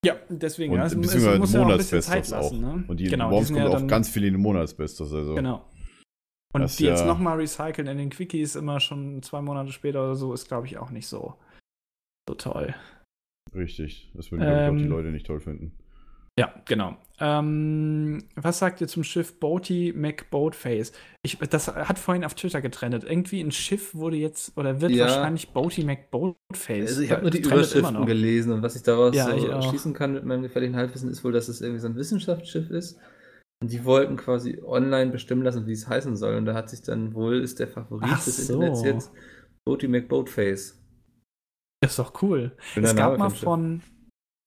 Speaker 6: Ja, deswegen.
Speaker 3: Und
Speaker 6: ja, es- es
Speaker 3: beziehungsweise
Speaker 6: muss ja auch ein bisschen
Speaker 3: Monatsbesters
Speaker 6: Zeit lassen,
Speaker 3: auch.
Speaker 6: ne?
Speaker 3: Und die
Speaker 6: genau,
Speaker 3: Worms
Speaker 6: sind
Speaker 3: kommt
Speaker 6: ja
Speaker 3: auch
Speaker 6: dann-
Speaker 3: ganz viel in den Monatsbesters. Also.
Speaker 6: Genau. Und
Speaker 3: Das
Speaker 6: die jetzt
Speaker 3: ja-
Speaker 6: nochmal recyceln in den Quickies immer schon zwei Monate später oder so, ist, glaube ich, auch nicht so, so toll.
Speaker 3: Richtig. Das würden, glaube ich, auch die
Speaker 6: Ähm.
Speaker 3: Leute nicht toll finden.
Speaker 6: Ja, genau. Ähm, was sagt ihr zum Schiff Boaty McBoatface? Ich, das hat vorhin auf Twitter getrennt. Irgendwie ein Schiff wurde jetzt oder wird
Speaker 2: Ja.
Speaker 6: wahrscheinlich Boaty McBoatface.
Speaker 2: Also ich habe nur die
Speaker 6: Das trendet immer
Speaker 2: Überschriften
Speaker 6: noch.
Speaker 2: gelesen und was ich daraus
Speaker 6: Ja, ich
Speaker 2: so
Speaker 6: auch.
Speaker 2: schließen kann mit meinem gefährlichen Halbwissen ist wohl, dass es irgendwie so ein Wissenschaftsschiff ist. Und die wollten quasi online bestimmen lassen, wie es heißen soll. Und da hat sich dann wohl, ist der Favorit
Speaker 6: Ach
Speaker 2: des
Speaker 6: so.
Speaker 2: Internets jetzt Boaty McBoatface.
Speaker 6: Das ist doch cool.
Speaker 2: Schöner
Speaker 6: Es
Speaker 2: Name
Speaker 6: gab
Speaker 2: für
Speaker 6: mal
Speaker 2: ein Schiff.
Speaker 6: von.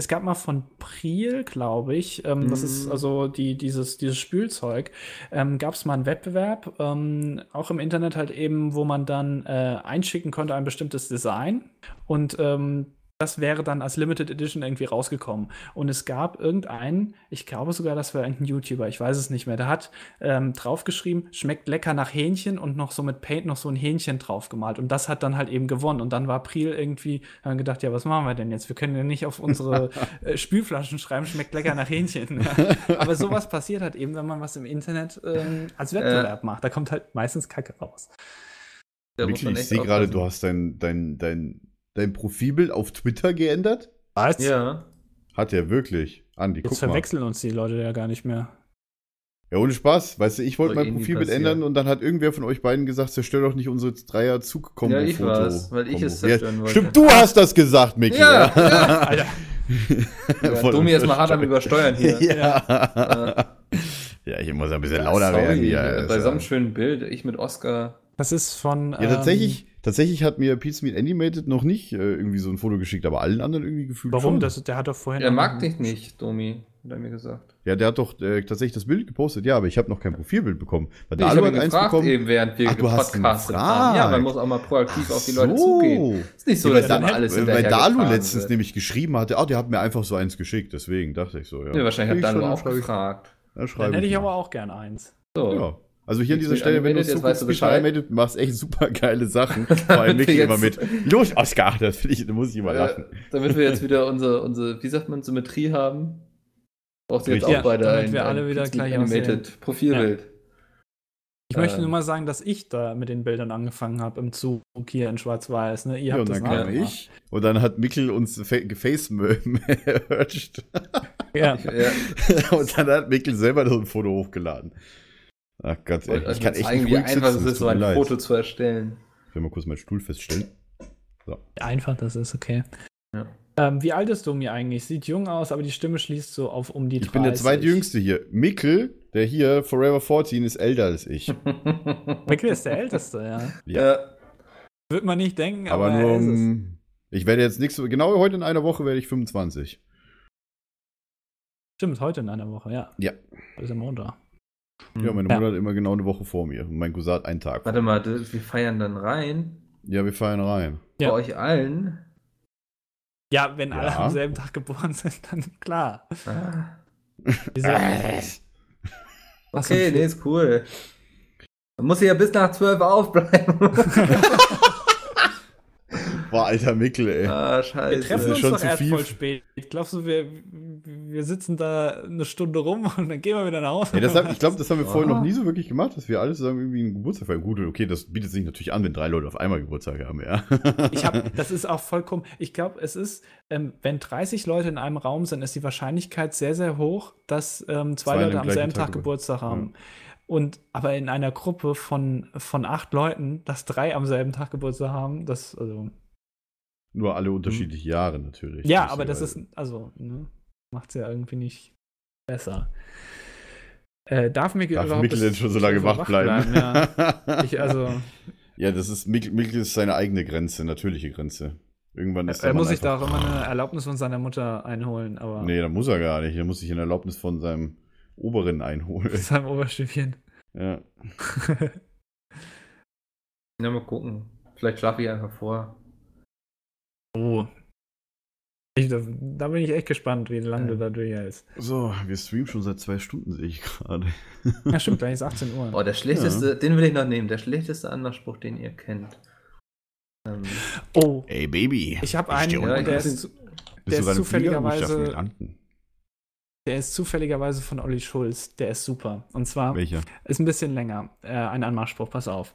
Speaker 6: Es gab mal von Priel, glaube ich, ähm, das ist
Speaker 2: Mhm.
Speaker 6: also die, dieses, dieses Spülzeug, ähm, gab es mal einen Wettbewerb, ähm, auch im Internet halt eben, wo man dann äh, einschicken konnte ein bestimmtes Design und ähm, das wäre dann als Limited Edition irgendwie rausgekommen. Und es gab irgendeinen, ich glaube sogar, das war irgendein YouTuber, ich weiß es nicht mehr, der hat ähm, draufgeschrieben, schmeckt lecker nach Hähnchen und noch so mit Paint noch so ein Hähnchen draufgemalt. Und das hat dann halt eben gewonnen. Und dann war Priel irgendwie, haben wir gedacht, ja, was machen wir denn jetzt? Wir können ja nicht auf unsere äh, Spülflaschen schreiben, schmeckt lecker nach Hähnchen. Ja. Aber sowas passiert halt eben, wenn man was im Internet ähm,
Speaker 3: Äh.
Speaker 6: als Wettbewerb macht. Da kommt halt meistens Kacke raus.
Speaker 2: Da muss
Speaker 3: Mitchell,
Speaker 2: man
Speaker 3: ich
Speaker 2: echt
Speaker 3: sehe gerade, du
Speaker 2: aufpassen.
Speaker 3: hast dein, dein, dein, dein Profilbild auf Twitter geändert?
Speaker 6: Was?
Speaker 2: Ja.
Speaker 3: Hat er wirklich. Andi,
Speaker 6: Jetzt
Speaker 3: guck
Speaker 6: verwechseln uns die Leute ja gar nicht mehr.
Speaker 3: mal. Ja, ohne Spaß. Weißt du, ich wollte
Speaker 2: Soll eh
Speaker 3: mein
Speaker 2: nie
Speaker 3: Profilbild
Speaker 2: passieren.
Speaker 3: ändern und dann hat irgendwer von euch beiden gesagt, zerstör doch nicht unsere dreier zug kombo
Speaker 2: Ja, ich war's, weil ich es zerstören wollte.
Speaker 3: Stimmt, du hast das gesagt, Micky.
Speaker 2: Ja, ja. Alter.
Speaker 3: ja.
Speaker 2: Ja, Domi ist mal hart am Übersteuern hier.
Speaker 3: Ja. ja, ich muss ein bisschen lauter werden hier. also.
Speaker 2: ja, äh,
Speaker 3: Ist
Speaker 2: bei so
Speaker 3: ja-
Speaker 2: einem schönen Bild, ich mit Oscar.
Speaker 6: Das ist von. ähm,
Speaker 3: Ja,
Speaker 2: Ähm.
Speaker 3: tatsächlich, tatsächlich hat mir Pizza Meat Animated noch nicht äh, irgendwie so ein Foto geschickt, aber allen anderen irgendwie gefühlt.
Speaker 6: Warum?
Speaker 3: schon.
Speaker 6: Das, der hat doch vorhin.
Speaker 2: Er
Speaker 6: auch
Speaker 2: mag
Speaker 6: noch-
Speaker 2: dich nicht, Domi, hat er mir gesagt.
Speaker 3: Ja, der hat doch äh, tatsächlich das Bild gepostet, ja, aber ich habe noch kein Profilbild bekommen. Weil
Speaker 2: Ich habe ihn gefragt eben, während wir
Speaker 3: Ach, du hast ihn
Speaker 2: gepodcastet haben. Ja, man
Speaker 3: gefragt.
Speaker 2: muss auch mal proaktiv auf die
Speaker 3: so.
Speaker 2: Leute zugehen. Ist nicht so,
Speaker 3: ja,
Speaker 2: dass
Speaker 3: weil,
Speaker 2: dann
Speaker 3: dann,
Speaker 2: alles
Speaker 3: weil Dalu
Speaker 2: hinterhergefahren
Speaker 3: letztens
Speaker 2: wird.
Speaker 3: nämlich geschrieben hatte, ah, der hat mir einfach so eins geschickt, deswegen dachte ich so, ja.
Speaker 2: Ja, wahrscheinlich
Speaker 3: Krieg
Speaker 2: hat
Speaker 3: ich
Speaker 2: Dalu
Speaker 3: schon,
Speaker 2: auch
Speaker 3: dann schreib ich-
Speaker 2: gefragt.
Speaker 3: dann schreibe
Speaker 6: Dann hätte ich
Speaker 3: mal.
Speaker 6: aber auch gern eins.
Speaker 2: So.
Speaker 3: Ja. Also hier an
Speaker 2: Jetzt
Speaker 3: dieser
Speaker 2: bin ich
Speaker 3: Stelle, wenn du
Speaker 2: animated,
Speaker 3: uns
Speaker 2: jetzt weißt du
Speaker 3: zuguckst,
Speaker 2: Bescheid.
Speaker 3: animated, du machst echt super geile Sachen. Vor allem Micky
Speaker 2: Jetzt-
Speaker 3: immer mit. Los, Oscar, das finde ich, da muss ich immer lachen.
Speaker 2: Äh, damit wir jetzt wieder unsere, unsere, wie sagt man, Symmetrie haben, braucht ihr jetzt
Speaker 3: Richtig.
Speaker 2: auch beide
Speaker 6: Ja, damit
Speaker 2: ein,
Speaker 6: wir alle
Speaker 2: ein
Speaker 6: wieder
Speaker 2: Pixel
Speaker 6: gleich
Speaker 2: animated Profilbild.
Speaker 6: Ich möchte
Speaker 2: Ähm.
Speaker 6: nur mal sagen, dass ich da mit den Bildern angefangen habe im Zug hier in Schwarz-Weiß. Ne? Ihr
Speaker 3: Ja,
Speaker 6: habt
Speaker 3: und
Speaker 6: das
Speaker 3: dann kam
Speaker 6: nachgemacht.
Speaker 3: ich und dann hat Mickel uns fa- gefacemerged.
Speaker 6: Ja.
Speaker 2: Ich, ja,
Speaker 3: und dann hat Mickel selber so ein Foto hochgeladen. Ach Gott, ey,
Speaker 2: wollte
Speaker 3: Äh, ich
Speaker 2: euch
Speaker 3: kann
Speaker 2: mal
Speaker 3: echt
Speaker 2: zeigen,
Speaker 3: nicht
Speaker 2: wie
Speaker 3: ruhig
Speaker 2: einfach
Speaker 3: sitzen,
Speaker 2: es
Speaker 3: es
Speaker 2: ist, so
Speaker 3: tut
Speaker 2: ein
Speaker 3: mir leid.
Speaker 2: Foto zu erstellen.
Speaker 3: Ich will mal kurz meinen Stuhl feststellen.
Speaker 6: Einfach, das ist okay.
Speaker 2: Ja.
Speaker 6: Ähm, wie alt ist Domi eigentlich? Sieht jung aus, aber die Stimme schließt so auf um die
Speaker 3: Ich bin der
Speaker 6: 30.
Speaker 3: zweitjüngste hier. Mickel, der hier, Forever 14, ist älter als ich.
Speaker 6: Mikkel ist der Älteste, ja.
Speaker 3: Ja.
Speaker 2: Ja.
Speaker 6: Würde man nicht denken, aber,
Speaker 3: Aber nur
Speaker 6: er ist es.
Speaker 3: um, Ich werde jetzt nichts. Genau heute in einer Woche werde ich 25.
Speaker 6: Stimmt, heute in einer Woche, ja.
Speaker 3: Ja.
Speaker 6: Das ist ja Montag.
Speaker 3: Ja, meine
Speaker 6: Hm. Ja.
Speaker 3: Mutter hat immer genau eine Woche vor mir. Und mein Cousin hat einen Tag.
Speaker 2: Warte mal, das- wir feiern dann rein.
Speaker 3: Ja, wir fahren rein.
Speaker 6: Ja.
Speaker 2: Bei euch allen.
Speaker 6: Ja, wenn alle
Speaker 3: Ja.
Speaker 6: am selben Tag geboren sind, dann klar.
Speaker 2: Ah.
Speaker 6: Diese, Was
Speaker 2: Okay,
Speaker 6: denn?
Speaker 2: nee, ist cool. Man muss ja bis nach 12 aufbleiben.
Speaker 3: Boah, alter Mickel, ey.
Speaker 2: ah,
Speaker 6: Wir
Speaker 2: scheiße.
Speaker 6: treffen
Speaker 3: ist
Speaker 6: uns
Speaker 3: schon
Speaker 6: doch
Speaker 3: zu
Speaker 6: erst
Speaker 3: viel.
Speaker 6: voll spät. Glaubst du, wir, wir sitzen da eine Stunde rum und dann gehen wir wieder nach Hause?
Speaker 3: Ja, das hab, ich glaube, das haben wir vorher
Speaker 2: Ah.
Speaker 3: noch nie so wirklich gemacht, dass wir alle zusammen irgendwie einen Geburtstag feiern. Gut, okay, das bietet sich natürlich an, wenn drei Leute auf einmal Geburtstag haben, ja.
Speaker 6: ich hab, das ist auch vollkommen. Ich glaube, es ist, ähm, wenn 30 Leute in einem Raum sind, ist die Wahrscheinlichkeit sehr, sehr hoch, dass ähm, zwei,
Speaker 3: Zwei an dem
Speaker 6: Leute am
Speaker 3: gleichen
Speaker 6: selben
Speaker 3: Tag
Speaker 6: Tag Geburtstag haben. Und aber in einer Gruppe von, von acht Leuten, dass drei am selben Tag Geburtstag haben, das, also.
Speaker 3: Nur alle unterschiedliche Jahre natürlich.
Speaker 6: Hm. ja, aber das ist,
Speaker 3: Weil-
Speaker 6: also, ne, macht's ja irgendwie nicht besser. Äh, darf Mikkel
Speaker 3: Darf
Speaker 6: überhaupt
Speaker 3: Mickel
Speaker 6: bis
Speaker 3: denn schon so lange
Speaker 6: 12 Uhr
Speaker 3: wach bleiben?
Speaker 6: Ja. Ich, also,
Speaker 3: ja, das ist, Mickel, Mickel ist seine eigene Grenze, natürliche Grenze. Irgendwann ist der
Speaker 6: er
Speaker 3: Mann
Speaker 6: muss sich da
Speaker 3: einfach- Ah.
Speaker 6: auch immer eine Erlaubnis von seiner Mutter einholen, aber
Speaker 3: Nee, da muss er gar nicht. Da muss sich eine Erlaubnis von seinem Oberen einholen.
Speaker 6: mit seinem Oberstübchen.
Speaker 3: ja.
Speaker 2: Ja, mal gucken. Vielleicht schlafe ich einfach vor.
Speaker 6: oh. Ich, da, da bin ich echt gespannt, wie lange du da durchhältst.
Speaker 3: So, wir streamen schon seit zwei Stunden, sehe ich gerade.
Speaker 6: Ja, stimmt, gleich ist 18 Uhr.
Speaker 2: Oh, der schlechteste, den will ich noch nehmen. Der schlechteste Anmachspruch, den ihr kennt. Ähm,
Speaker 6: Oh,
Speaker 3: Ey, Baby.
Speaker 6: ich habe
Speaker 3: Ich
Speaker 6: einen,
Speaker 3: stehe
Speaker 2: unten.
Speaker 6: und der ist, zu- der ist zufälligerweise, der ist zufälligerweise von Olli Schulz. Der ist super. Und zwar
Speaker 3: Welcher?
Speaker 6: Ist ein bisschen länger. Äh, ein Anmachspruch, pass auf.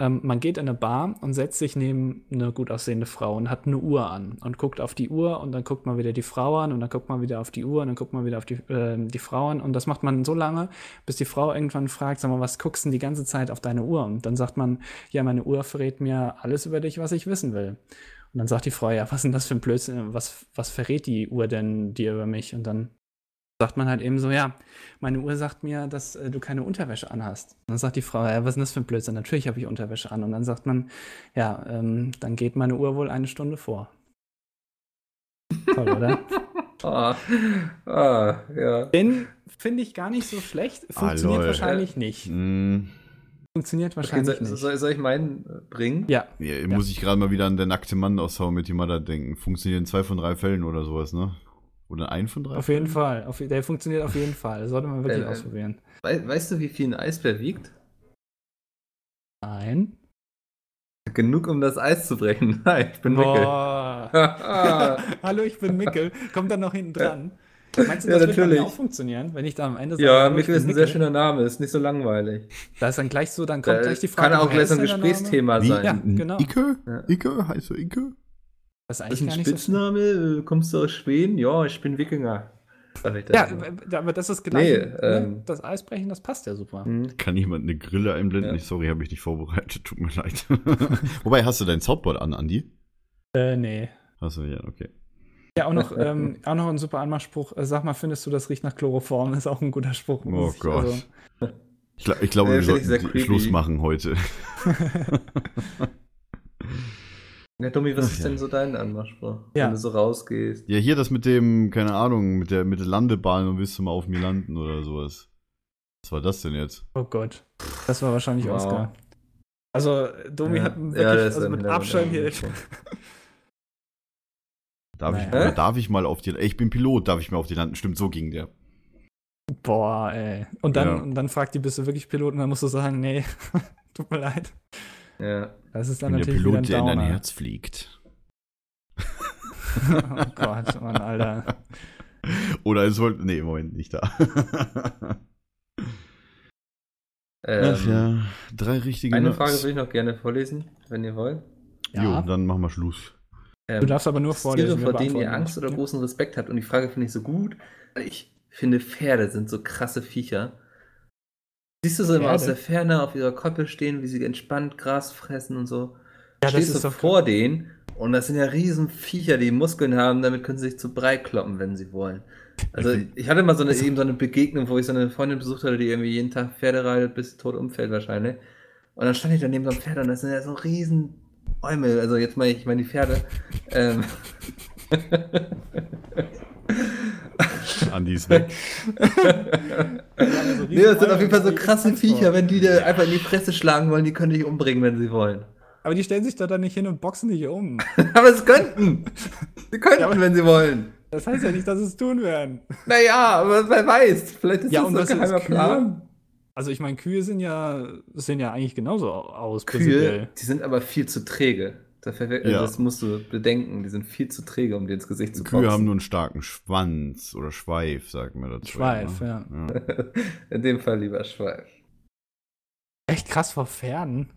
Speaker 6: Ähm, man geht in eine Bar und setzt sich neben eine gut aussehende Frau und hat eine Uhr an und guckt auf die Uhr und dann guckt man wieder die Frau an und dann guckt man wieder auf die Uhr und dann guckt man wieder auf die, äh, die Frau an und das macht man so lange, bis die Frau irgendwann fragt, sag mal, was guckst denn die ganze Zeit auf deine Uhr? Und dann sagt man, ja, meine Uhr verrät mir alles über dich, was ich wissen will. Und dann sagt die Frau, ja, was ist denn das für ein Blödsinn? Was, was verrät die Uhr denn dir über mich? Und dann sagt man halt eben so, ja, meine Uhr sagt mir, dass äh, du keine Unterwäsche anhast. Und dann sagt die Frau, ja, was ist denn das für ein Blödsinn? Natürlich habe ich Unterwäsche an. Und dann sagt man, ja, ähm, dann geht meine Uhr wohl eine Stunde vor. Toll, oder?
Speaker 2: Ah, ah, ja.
Speaker 6: Den finde ich gar nicht so schlecht. Funktioniert
Speaker 3: lol.
Speaker 6: wahrscheinlich nicht.
Speaker 3: Mm,
Speaker 6: Funktioniert
Speaker 2: Ah, Äh, Okay,
Speaker 6: wahrscheinlich
Speaker 2: soll,
Speaker 6: nicht.
Speaker 2: soll, soll ich meinen äh, bringen?
Speaker 6: Ja,
Speaker 3: hier Muss ich gerade mal wieder an der nackte Mann aus How I Met Your Mother denken. Funktioniert in zwei von drei Fällen oder sowas, ne? Oder ein von drei?
Speaker 6: auf jeden Fall. Auf, der funktioniert auf jeden Fall. Das sollte man wirklich
Speaker 2: Äh, äh.
Speaker 6: ausprobieren.
Speaker 2: Wei- weißt du, wie viel ein Eisbär wiegt?
Speaker 6: Nein.
Speaker 2: Genug, um das Eis zu brechen. Nein, ich bin Mickel. Ah.
Speaker 6: Boah.
Speaker 2: ja,
Speaker 6: Hallo, ich bin Mickel. Kommt dann noch hinten dran. Meinst du,
Speaker 2: Ja,
Speaker 6: das wird bei mir
Speaker 2: natürlich.
Speaker 6: auch funktionieren, wenn ich da am Ende hallo, ich
Speaker 2: Mickel
Speaker 6: bin
Speaker 2: ist ein sehr schöner Name, ist nicht so langweilig.
Speaker 6: Da ist dann gleich so, dann kommt
Speaker 2: Äh,
Speaker 6: gleich die Frage.
Speaker 2: kann auch
Speaker 6: woher
Speaker 2: gleich
Speaker 6: ist
Speaker 2: so ein
Speaker 6: denn der Name?
Speaker 2: Gesprächsthema
Speaker 3: Wie?
Speaker 2: sein.
Speaker 6: Ja, genau.
Speaker 3: Ike?
Speaker 2: Ja.
Speaker 3: Ike? Heißt du Ike?
Speaker 2: Das
Speaker 6: Das ist eigentlich
Speaker 2: ist ein
Speaker 6: gar nicht so
Speaker 2: Spitzname? Äh, Kommst du aus Schweden? Ja, ich bin Wikinger. Sag ich da
Speaker 6: ja,
Speaker 2: immer.
Speaker 6: aber- aber das ist gleich.
Speaker 2: Nee,
Speaker 6: ne?
Speaker 2: ähm.
Speaker 6: das Eisbrechen, das passt ja super.
Speaker 2: Hm.
Speaker 3: Kann jemand eine Grille einblenden?
Speaker 2: Ja.
Speaker 3: Ich, sorry, habe ich nicht vorbereitet. Tut mir leid. Wobei, hast du dein Soundboard an, Andi?
Speaker 6: Äh, nee.
Speaker 3: Hast du ja, okay.
Speaker 6: Ja, auch noch, ähm, auch noch ein super Anmachspruch. Äh, Sag mal, findest du, das riecht nach Chloroform? Ist auch ein guter Spruch.
Speaker 3: Oh
Speaker 6: muss Äh, ich- also-
Speaker 3: Gott. Ich, gla- ich glaube,
Speaker 2: Nee,
Speaker 3: wir
Speaker 2: finde ich sehr
Speaker 3: sollten
Speaker 2: creepy.
Speaker 3: Schluss machen heute.
Speaker 2: Ja, Tommy, was
Speaker 3: Ach
Speaker 2: ist
Speaker 3: ja.
Speaker 2: denn so dein Anmachspruch?
Speaker 6: Ja.
Speaker 2: Wenn du so rausgehst.
Speaker 3: Ja, hier das mit dem, keine Ahnung, mit der, mit der Landebahn und willst du mal auf mir landen oder sowas. Was war das denn jetzt?
Speaker 6: oh Gott. Das war wahrscheinlich
Speaker 2: Wow.
Speaker 6: Oscar. Also, äh, Domi
Speaker 2: Ja.
Speaker 6: hat wirklich
Speaker 2: Ja, der ist
Speaker 6: also
Speaker 2: im
Speaker 6: mit
Speaker 2: Hintergrund
Speaker 6: Abstand hier.
Speaker 2: irgendwo.
Speaker 3: Darf, ich,
Speaker 6: Naja.
Speaker 3: oder darf ich mal auf die Ey, Ich bin Pilot, darf ich mal auf die landen? Stimmt, so ging der.
Speaker 6: Boah, ey. Und dann,
Speaker 3: Ja.
Speaker 6: und dann fragt die, bist du wirklich Pilot? Und dann musst du sagen, nee, tut mir leid.
Speaker 2: Ja.
Speaker 6: Das ist
Speaker 3: Ich
Speaker 6: dann
Speaker 3: bin der
Speaker 6: natürlich
Speaker 3: Pilot,
Speaker 6: wieder
Speaker 3: der in
Speaker 6: ein
Speaker 3: dein
Speaker 6: Downer.
Speaker 3: Herz fliegt.
Speaker 6: oh Gott, Mann, Alter.
Speaker 3: Oder es wollte. Nee, Moment, nicht da.
Speaker 2: Ähm,
Speaker 3: Ach ja, drei richtige
Speaker 2: Eine
Speaker 3: Nuts.
Speaker 2: Frage würde ich noch gerne vorlesen, wenn ihr wollt.
Speaker 3: Jo, ne?
Speaker 6: Ja.
Speaker 3: dann machen wir Schluss.
Speaker 2: Ähm,
Speaker 6: Du darfst aber nur
Speaker 2: Tiere,
Speaker 6: vorlesen. wir
Speaker 2: vor denen
Speaker 6: beantworten
Speaker 2: ihr Angst
Speaker 6: nicht.
Speaker 2: oder großen Respekt habt. Und die Frage finde ich so gut, weil ich finde, Pferde sind so krasse Viecher. Siehst du so immer aus der
Speaker 6: Pferde?
Speaker 2: Ferne auf ihrer Koppel stehen, wie sie entspannt Gras fressen und so.
Speaker 6: Ja, das
Speaker 2: Stehst
Speaker 6: ist
Speaker 2: du
Speaker 6: doch
Speaker 2: vor denen und das sind ja riesen Viecher, die Muskeln haben, damit können sie sich zu Brei kloppen, wenn sie wollen. Also ich hatte mal so eine, eben so eine Begegnung, wo ich so eine Freundin besucht hatte, die irgendwie jeden Tag Pferde reitet, bis sie tot umfällt wahrscheinlich. Und dann stand ich daneben so einem Pferd und das sind ja so riesen Eumel, also jetzt meine ich, ich meine die Pferde. ähm,
Speaker 3: Andi ist weg.
Speaker 6: Also
Speaker 2: nee, das sind auf jeden Fall so krasse Viecher, wenn die dir einfach in die Fresse schlagen wollen, die können dich umbringen, wenn sie wollen.
Speaker 6: Aber die stellen sich da dann nicht hin und boxen dich um.
Speaker 2: Aber es könnten! Sie könnten, wenn sie wollen.
Speaker 6: Das heißt ja nicht, dass sie es tun werden.
Speaker 2: Naja, aber wer weiß, vielleicht ist
Speaker 6: Ja,
Speaker 2: das
Speaker 6: und
Speaker 2: so ein
Speaker 6: was
Speaker 2: geheimer
Speaker 6: ist Kühe?
Speaker 2: Plan.
Speaker 6: Also ich meine, Kühe sind ja, sehen ja eigentlich genauso aus.
Speaker 2: Kühe,
Speaker 6: prinzipiell.
Speaker 2: die sind aber viel zu träge. Dafür, also
Speaker 3: Ja.
Speaker 2: Das musst du bedenken, die sind viel zu träge, um dir ins Gesicht zu
Speaker 3: Kühe
Speaker 2: boxen.
Speaker 3: haben nur einen starken Schwanz oder Schweif, sagt man dazu. ne?
Speaker 6: Schweif, ja.
Speaker 3: ja.
Speaker 2: In dem Fall lieber Schweif.
Speaker 6: Echt krass vor Pferden.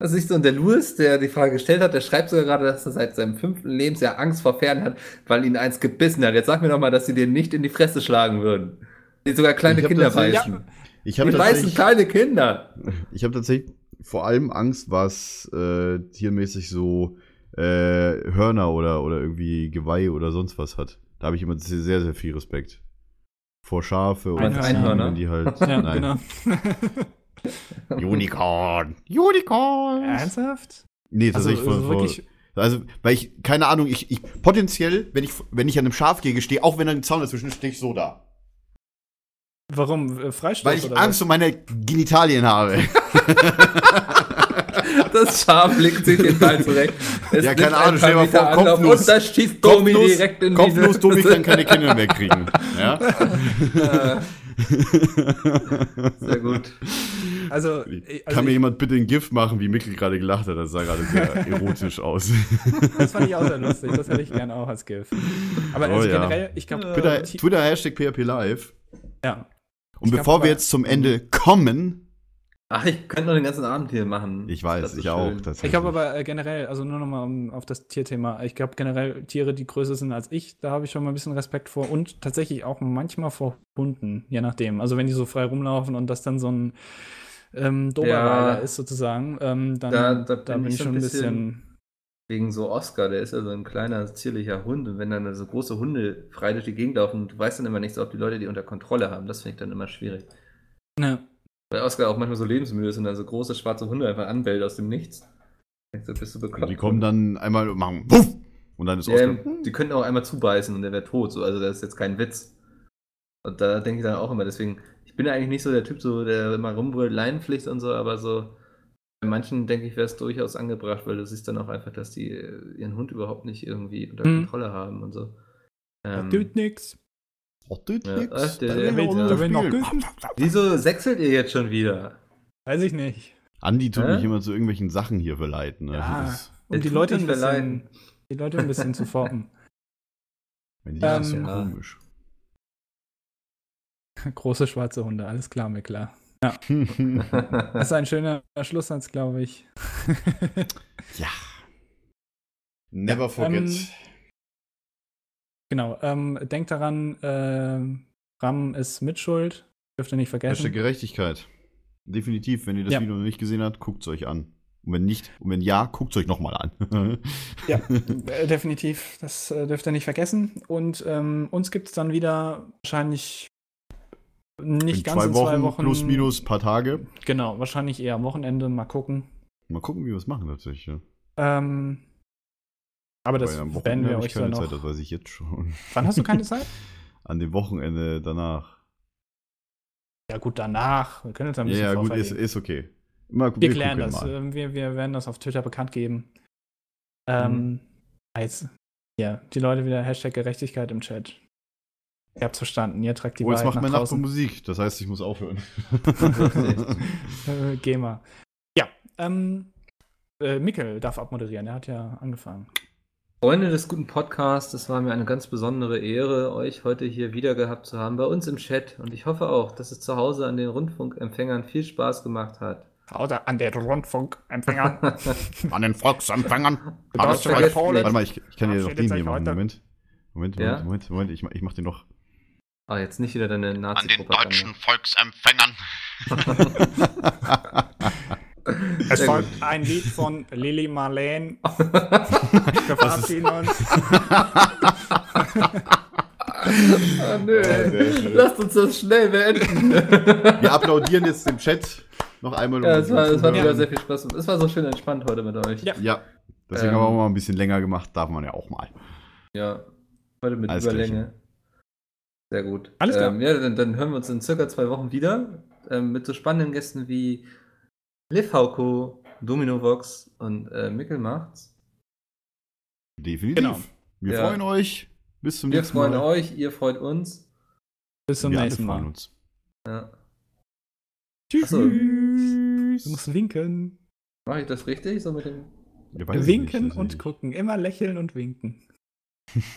Speaker 2: Das ist so, und der Louis, der die Frage gestellt hat, der schreibt sogar gerade, dass er seit seinem fünften Lebensjahr Angst vor Pferden hat, weil ihn eins gebissen hat. Jetzt sag mir doch mal, dass sie dir nicht in die Fresse schlagen würden. Die sogar kleine
Speaker 3: Ich hab
Speaker 2: Kinder
Speaker 3: das nicht-
Speaker 2: beißen.
Speaker 3: Ich habe
Speaker 2: die beißen
Speaker 3: tatsächlich,
Speaker 2: kleine Kinder.
Speaker 3: ich hab tatsächlich vor allem Angst, was äh, tiermäßig so äh, Hörner oder, oder irgendwie Geweih oder sonst was hat. Da habe ich immer sehr, sehr sehr viel Respekt. Vor Schafe oder
Speaker 6: Einhörner.
Speaker 3: Ziegen,
Speaker 2: Einhörner?
Speaker 3: wenn die halt.
Speaker 6: Ja,
Speaker 3: nein.
Speaker 6: genau.
Speaker 3: Unicorn! Unicorn!
Speaker 6: Ernsthaft?
Speaker 3: Nee,
Speaker 6: Also,
Speaker 3: tatsächlich
Speaker 6: also
Speaker 3: vor, vor,
Speaker 6: wirklich,
Speaker 3: Also, weil ich, keine Ahnung, ich, ich potenziell, wenn ich, wenn ich an einem Schaf gehe, stehe, auch wenn da ein Zaun dazwischen ist, stehe ich so da.
Speaker 6: warum? Äh, Freistoß
Speaker 3: Weil ich
Speaker 6: oder
Speaker 3: Angst um meine Genitalien habe.
Speaker 2: Das Schaf legt sich den Ball zurecht. Es
Speaker 3: Ja,
Speaker 2: nimmt
Speaker 3: keine Ahnung,
Speaker 2: ein
Speaker 3: stell dir mal
Speaker 2: paar
Speaker 3: vor,
Speaker 2: Meter Anlauf
Speaker 3: kopflos-
Speaker 2: Und da schießt Domi direkt in die-
Speaker 3: kopflos dumm, ich kann keine Kinder mehr kriegen. Ja?
Speaker 2: Äh, Sehr gut.
Speaker 6: was? Also, äh, also
Speaker 3: kann mir
Speaker 6: ich,
Speaker 3: jemand bitte ein Gift machen, wie Mikkel gerade gelacht hat? Das sah gerade sehr erotisch aus.
Speaker 6: das fand ich auch sehr lustig. Das hätte ich gerne auch als GIF. Aber
Speaker 3: Oh,
Speaker 6: also
Speaker 3: ja.
Speaker 6: generell, ich glaube,
Speaker 3: Twitter, Twitter Hashtag PHP Live.
Speaker 6: ja.
Speaker 3: Und
Speaker 6: Ich glaub,
Speaker 3: bevor
Speaker 6: aber- Mhm.
Speaker 3: wir jetzt zum Ende kommen,
Speaker 2: Ach, ich könnte noch den ganzen Abend hier machen.
Speaker 3: ich weiß,
Speaker 2: Das ist
Speaker 3: ich auch.
Speaker 2: schön.
Speaker 3: tatsächlich.
Speaker 6: Ich glaube aber äh, generell, also nur nochmal um, auf das Tierthema, ich glaube generell Tiere, die größer sind als ich, da habe ich schon mal ein bisschen Respekt vor und tatsächlich auch manchmal vor Hunden, je nachdem. Also wenn die so frei rumlaufen und das dann so ein ähm, Doberweiler
Speaker 2: Ja.
Speaker 6: ist sozusagen, ähm, dann,
Speaker 2: Da-
Speaker 6: da,
Speaker 2: da bin
Speaker 6: bin
Speaker 2: ich
Speaker 6: ich
Speaker 2: so
Speaker 6: schon
Speaker 2: ein
Speaker 6: ein bisschen,
Speaker 2: Wegen so Oscar, der ist ja so ein kleiner, zierlicher Hund. Und wenn dann so große Hunde frei durch die Gegend laufen, du weißt dann immer nicht so, ob die Leute die unter Kontrolle haben. Das finde ich dann immer schwierig.
Speaker 6: ne,
Speaker 2: Weil Oscar auch manchmal so lebensmüde ist und dann so große schwarze Hunde einfach anbellt aus dem Nichts. Ich so, bist du
Speaker 3: Und
Speaker 2: bekloppt?
Speaker 3: die kommen dann einmal und machen. Wuff! Und dann ist Oscar. "Hm,
Speaker 2: Ähm, die könnten auch einmal zubeißen und der wäre tot. So. Also das ist jetzt kein Witz. Und da denke ich dann auch immer, deswegen, ich bin eigentlich nicht so der Typ, so, der immer rumbrüllt, Leinenpflicht und so, aber so, bei manchen denke ich, wäre es durchaus angebracht, weil du siehst dann auch einfach, dass die äh, ihren Hund überhaupt nicht irgendwie unter
Speaker 6: Hm.
Speaker 2: Kontrolle haben und so.
Speaker 6: Das
Speaker 2: Ähm,
Speaker 6: tut nix.
Speaker 3: Oh, tut
Speaker 2: Ja,
Speaker 3: nix.
Speaker 2: ach, der-
Speaker 3: Da
Speaker 2: der-
Speaker 3: werden wir
Speaker 2: der-
Speaker 3: unser
Speaker 2: der-
Speaker 3: Spiel.
Speaker 2: wieso sechselt ihr jetzt schon wieder?
Speaker 6: Weiß ich nicht.
Speaker 3: Andi tut
Speaker 2: Hä?
Speaker 3: mich immer zu irgendwelchen Sachen hier verleiten. Ne?
Speaker 6: Ja.
Speaker 3: Das ist-
Speaker 6: Um
Speaker 2: Der
Speaker 6: die
Speaker 2: tut
Speaker 6: Leute,
Speaker 2: dich
Speaker 6: ein bisschen,
Speaker 2: verleiden.
Speaker 6: die Leute ein bisschen zu formen.
Speaker 3: mein Leben ist so
Speaker 6: Ähm,
Speaker 2: ja.
Speaker 3: komisch.
Speaker 6: Große schwarze Hunde, alles klar, mir klar. Das ist ein schöner Schlusssatz, glaube ich.
Speaker 3: Never forget.
Speaker 6: Ähm, Genau. Ähm, denkt daran, ähm, Ram ist Mitschuld. Dürft ihr nicht
Speaker 3: Hashtag
Speaker 6: vergessen.
Speaker 3: Gerechtigkeit. Definitiv, wenn ihr das
Speaker 6: Ja.
Speaker 3: Video noch nicht gesehen habt, guckt es euch an. Und wenn nicht, und wenn ja, guckt es euch nochmal an.
Speaker 6: Ja, äh, definitiv. Das äh, dürft ihr nicht vergessen. Und ähm, uns gibt es dann wieder wahrscheinlich nicht
Speaker 3: in
Speaker 6: ganz
Speaker 3: zwei
Speaker 6: in
Speaker 3: Wochen,
Speaker 6: zwei Wochen.
Speaker 3: plus minus ein paar Tage.
Speaker 6: Genau, wahrscheinlich eher am Wochenende. Mal gucken.
Speaker 3: Mal gucken, wie wir es machen tatsächlich. Ja.
Speaker 6: Ähm, aber das
Speaker 3: Weil am
Speaker 6: werden
Speaker 3: Wochenende
Speaker 6: wir
Speaker 3: habe ich
Speaker 6: euch dann
Speaker 3: keine
Speaker 6: noch.
Speaker 3: Zeit, also. das weiß ich jetzt schon.
Speaker 6: Wann hast du keine Zeit?
Speaker 3: An dem Wochenende danach.
Speaker 6: ja, gut, danach. Wir können jetzt ein
Speaker 3: Ja,
Speaker 6: bisschen
Speaker 3: ja gut, ist,
Speaker 6: vorverlegen.
Speaker 3: ist okay. Mal,
Speaker 6: Wir klären
Speaker 3: gucken
Speaker 6: das.
Speaker 3: mal.
Speaker 6: Ähm, Wir, wir werden das auf Twitter bekannt geben.
Speaker 3: Mhm.
Speaker 6: Ähm, Als ja, die Leute wieder Hashtag Gerechtigkeit im Chat. Ihr habt's verstanden. Ihr tragt die
Speaker 3: Oh, jetzt
Speaker 6: Wahrheit
Speaker 3: macht mein
Speaker 6: nach
Speaker 3: Nachbar
Speaker 6: draußen.
Speaker 3: Musik. Das heißt, ich muss aufhören.
Speaker 6: Äh, GEMA. Ja, ähm, äh, Mikkel darf abmoderieren. Er hat ja angefangen.
Speaker 2: Freunde des guten Podcasts, es war mir eine ganz besondere Ehre, euch heute hier wieder gehabt zu haben bei uns im Chat. Und ich hoffe auch, dass es zu Hause an den Rundfunkempfängern viel Spaß gemacht hat.
Speaker 6: Oder an der Rundfunkempfänger.
Speaker 3: An den Volksempfängern.
Speaker 2: Aber
Speaker 3: Warte
Speaker 2: das vergesst nicht.
Speaker 3: mal, ich, ich kann ja noch
Speaker 6: Verabschiedet
Speaker 3: den hier
Speaker 6: euch
Speaker 3: machen.
Speaker 6: heute.
Speaker 3: Moment. Moment, Moment,
Speaker 2: Ja?
Speaker 3: Moment, Moment. Ich, mach- ich mach den noch.
Speaker 2: Ah, jetzt nicht wieder deine
Speaker 1: an den deutschen
Speaker 2: Nazi-Propaganda.
Speaker 1: Volksempfängern.
Speaker 6: es
Speaker 2: Sehr
Speaker 6: folgt ein Lied von Lili Marleen. Wir verabschieden uns.
Speaker 2: Ah, nö. Lasst uns das schnell beenden.
Speaker 3: Wir applaudieren jetzt im Chat noch einmal. um
Speaker 2: ja, es war, es war
Speaker 3: ja.
Speaker 2: wieder sehr viel Spaß. Es war so schön entspannt heute mit euch.
Speaker 6: Ja.
Speaker 3: ja, deswegen
Speaker 2: Ähm.
Speaker 3: haben wir auch mal ein bisschen länger gemacht. Darf man ja auch mal.
Speaker 2: Ja, heute mit
Speaker 3: Alles
Speaker 2: Überlänge. Sehr gut.
Speaker 6: Alles klar.
Speaker 2: Ähm, ja, dann, dann hören wir uns in circa zwei Wochen wieder ähm, mit so spannenden Gästen wie Liv Hauko, Dominovox und äh, Mickel macht's.
Speaker 3: Definitiv.
Speaker 6: Genau.
Speaker 3: Wir
Speaker 2: Ja.
Speaker 3: freuen euch. Bis zum
Speaker 2: Wir
Speaker 3: nächsten
Speaker 2: freuen
Speaker 3: Mal.
Speaker 2: euch, ihr freut uns.
Speaker 6: Bis zum
Speaker 3: wir alle
Speaker 6: nächsten
Speaker 3: freuen
Speaker 6: Mal.
Speaker 3: uns.
Speaker 2: Ja.
Speaker 6: Tschüss.
Speaker 2: Achso.
Speaker 6: Du musst winken.
Speaker 2: Mache ich das richtig? So mit dem.
Speaker 3: Ja, weiß ich
Speaker 6: winken
Speaker 3: nicht,
Speaker 6: und
Speaker 3: weiß
Speaker 6: gucken. Immer lächeln und winken.
Speaker 3: ich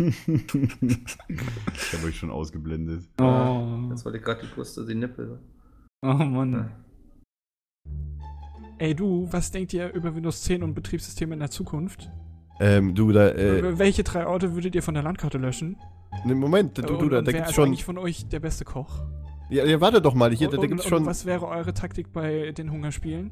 Speaker 3: nicht. ich habe euch schon ausgeblendet.
Speaker 2: Ah,
Speaker 7: Oh.
Speaker 2: Jetzt wollte ich gerade die Brust, die Nippel.
Speaker 6: oh Mann.
Speaker 2: Ja.
Speaker 7: Ey du, was denkt ihr über Windows 10 und Betriebssysteme in der Zukunft?
Speaker 5: Ähm, du, da, äh,
Speaker 7: Über Welche drei Orte würdet ihr von der Landkarte löschen?
Speaker 5: ne, Moment, du, du,
Speaker 7: und,
Speaker 5: da,
Speaker 7: und
Speaker 5: da
Speaker 7: wer
Speaker 5: gibt's
Speaker 7: ist
Speaker 5: schon.
Speaker 7: eigentlich von euch der beste Koch?
Speaker 5: Ja, ja, warte doch mal, hier, da,
Speaker 7: und,
Speaker 5: da gibt's
Speaker 7: und,
Speaker 5: schon.
Speaker 7: Und was wäre eure Taktik bei den Hungerspielen?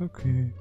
Speaker 7: Okay.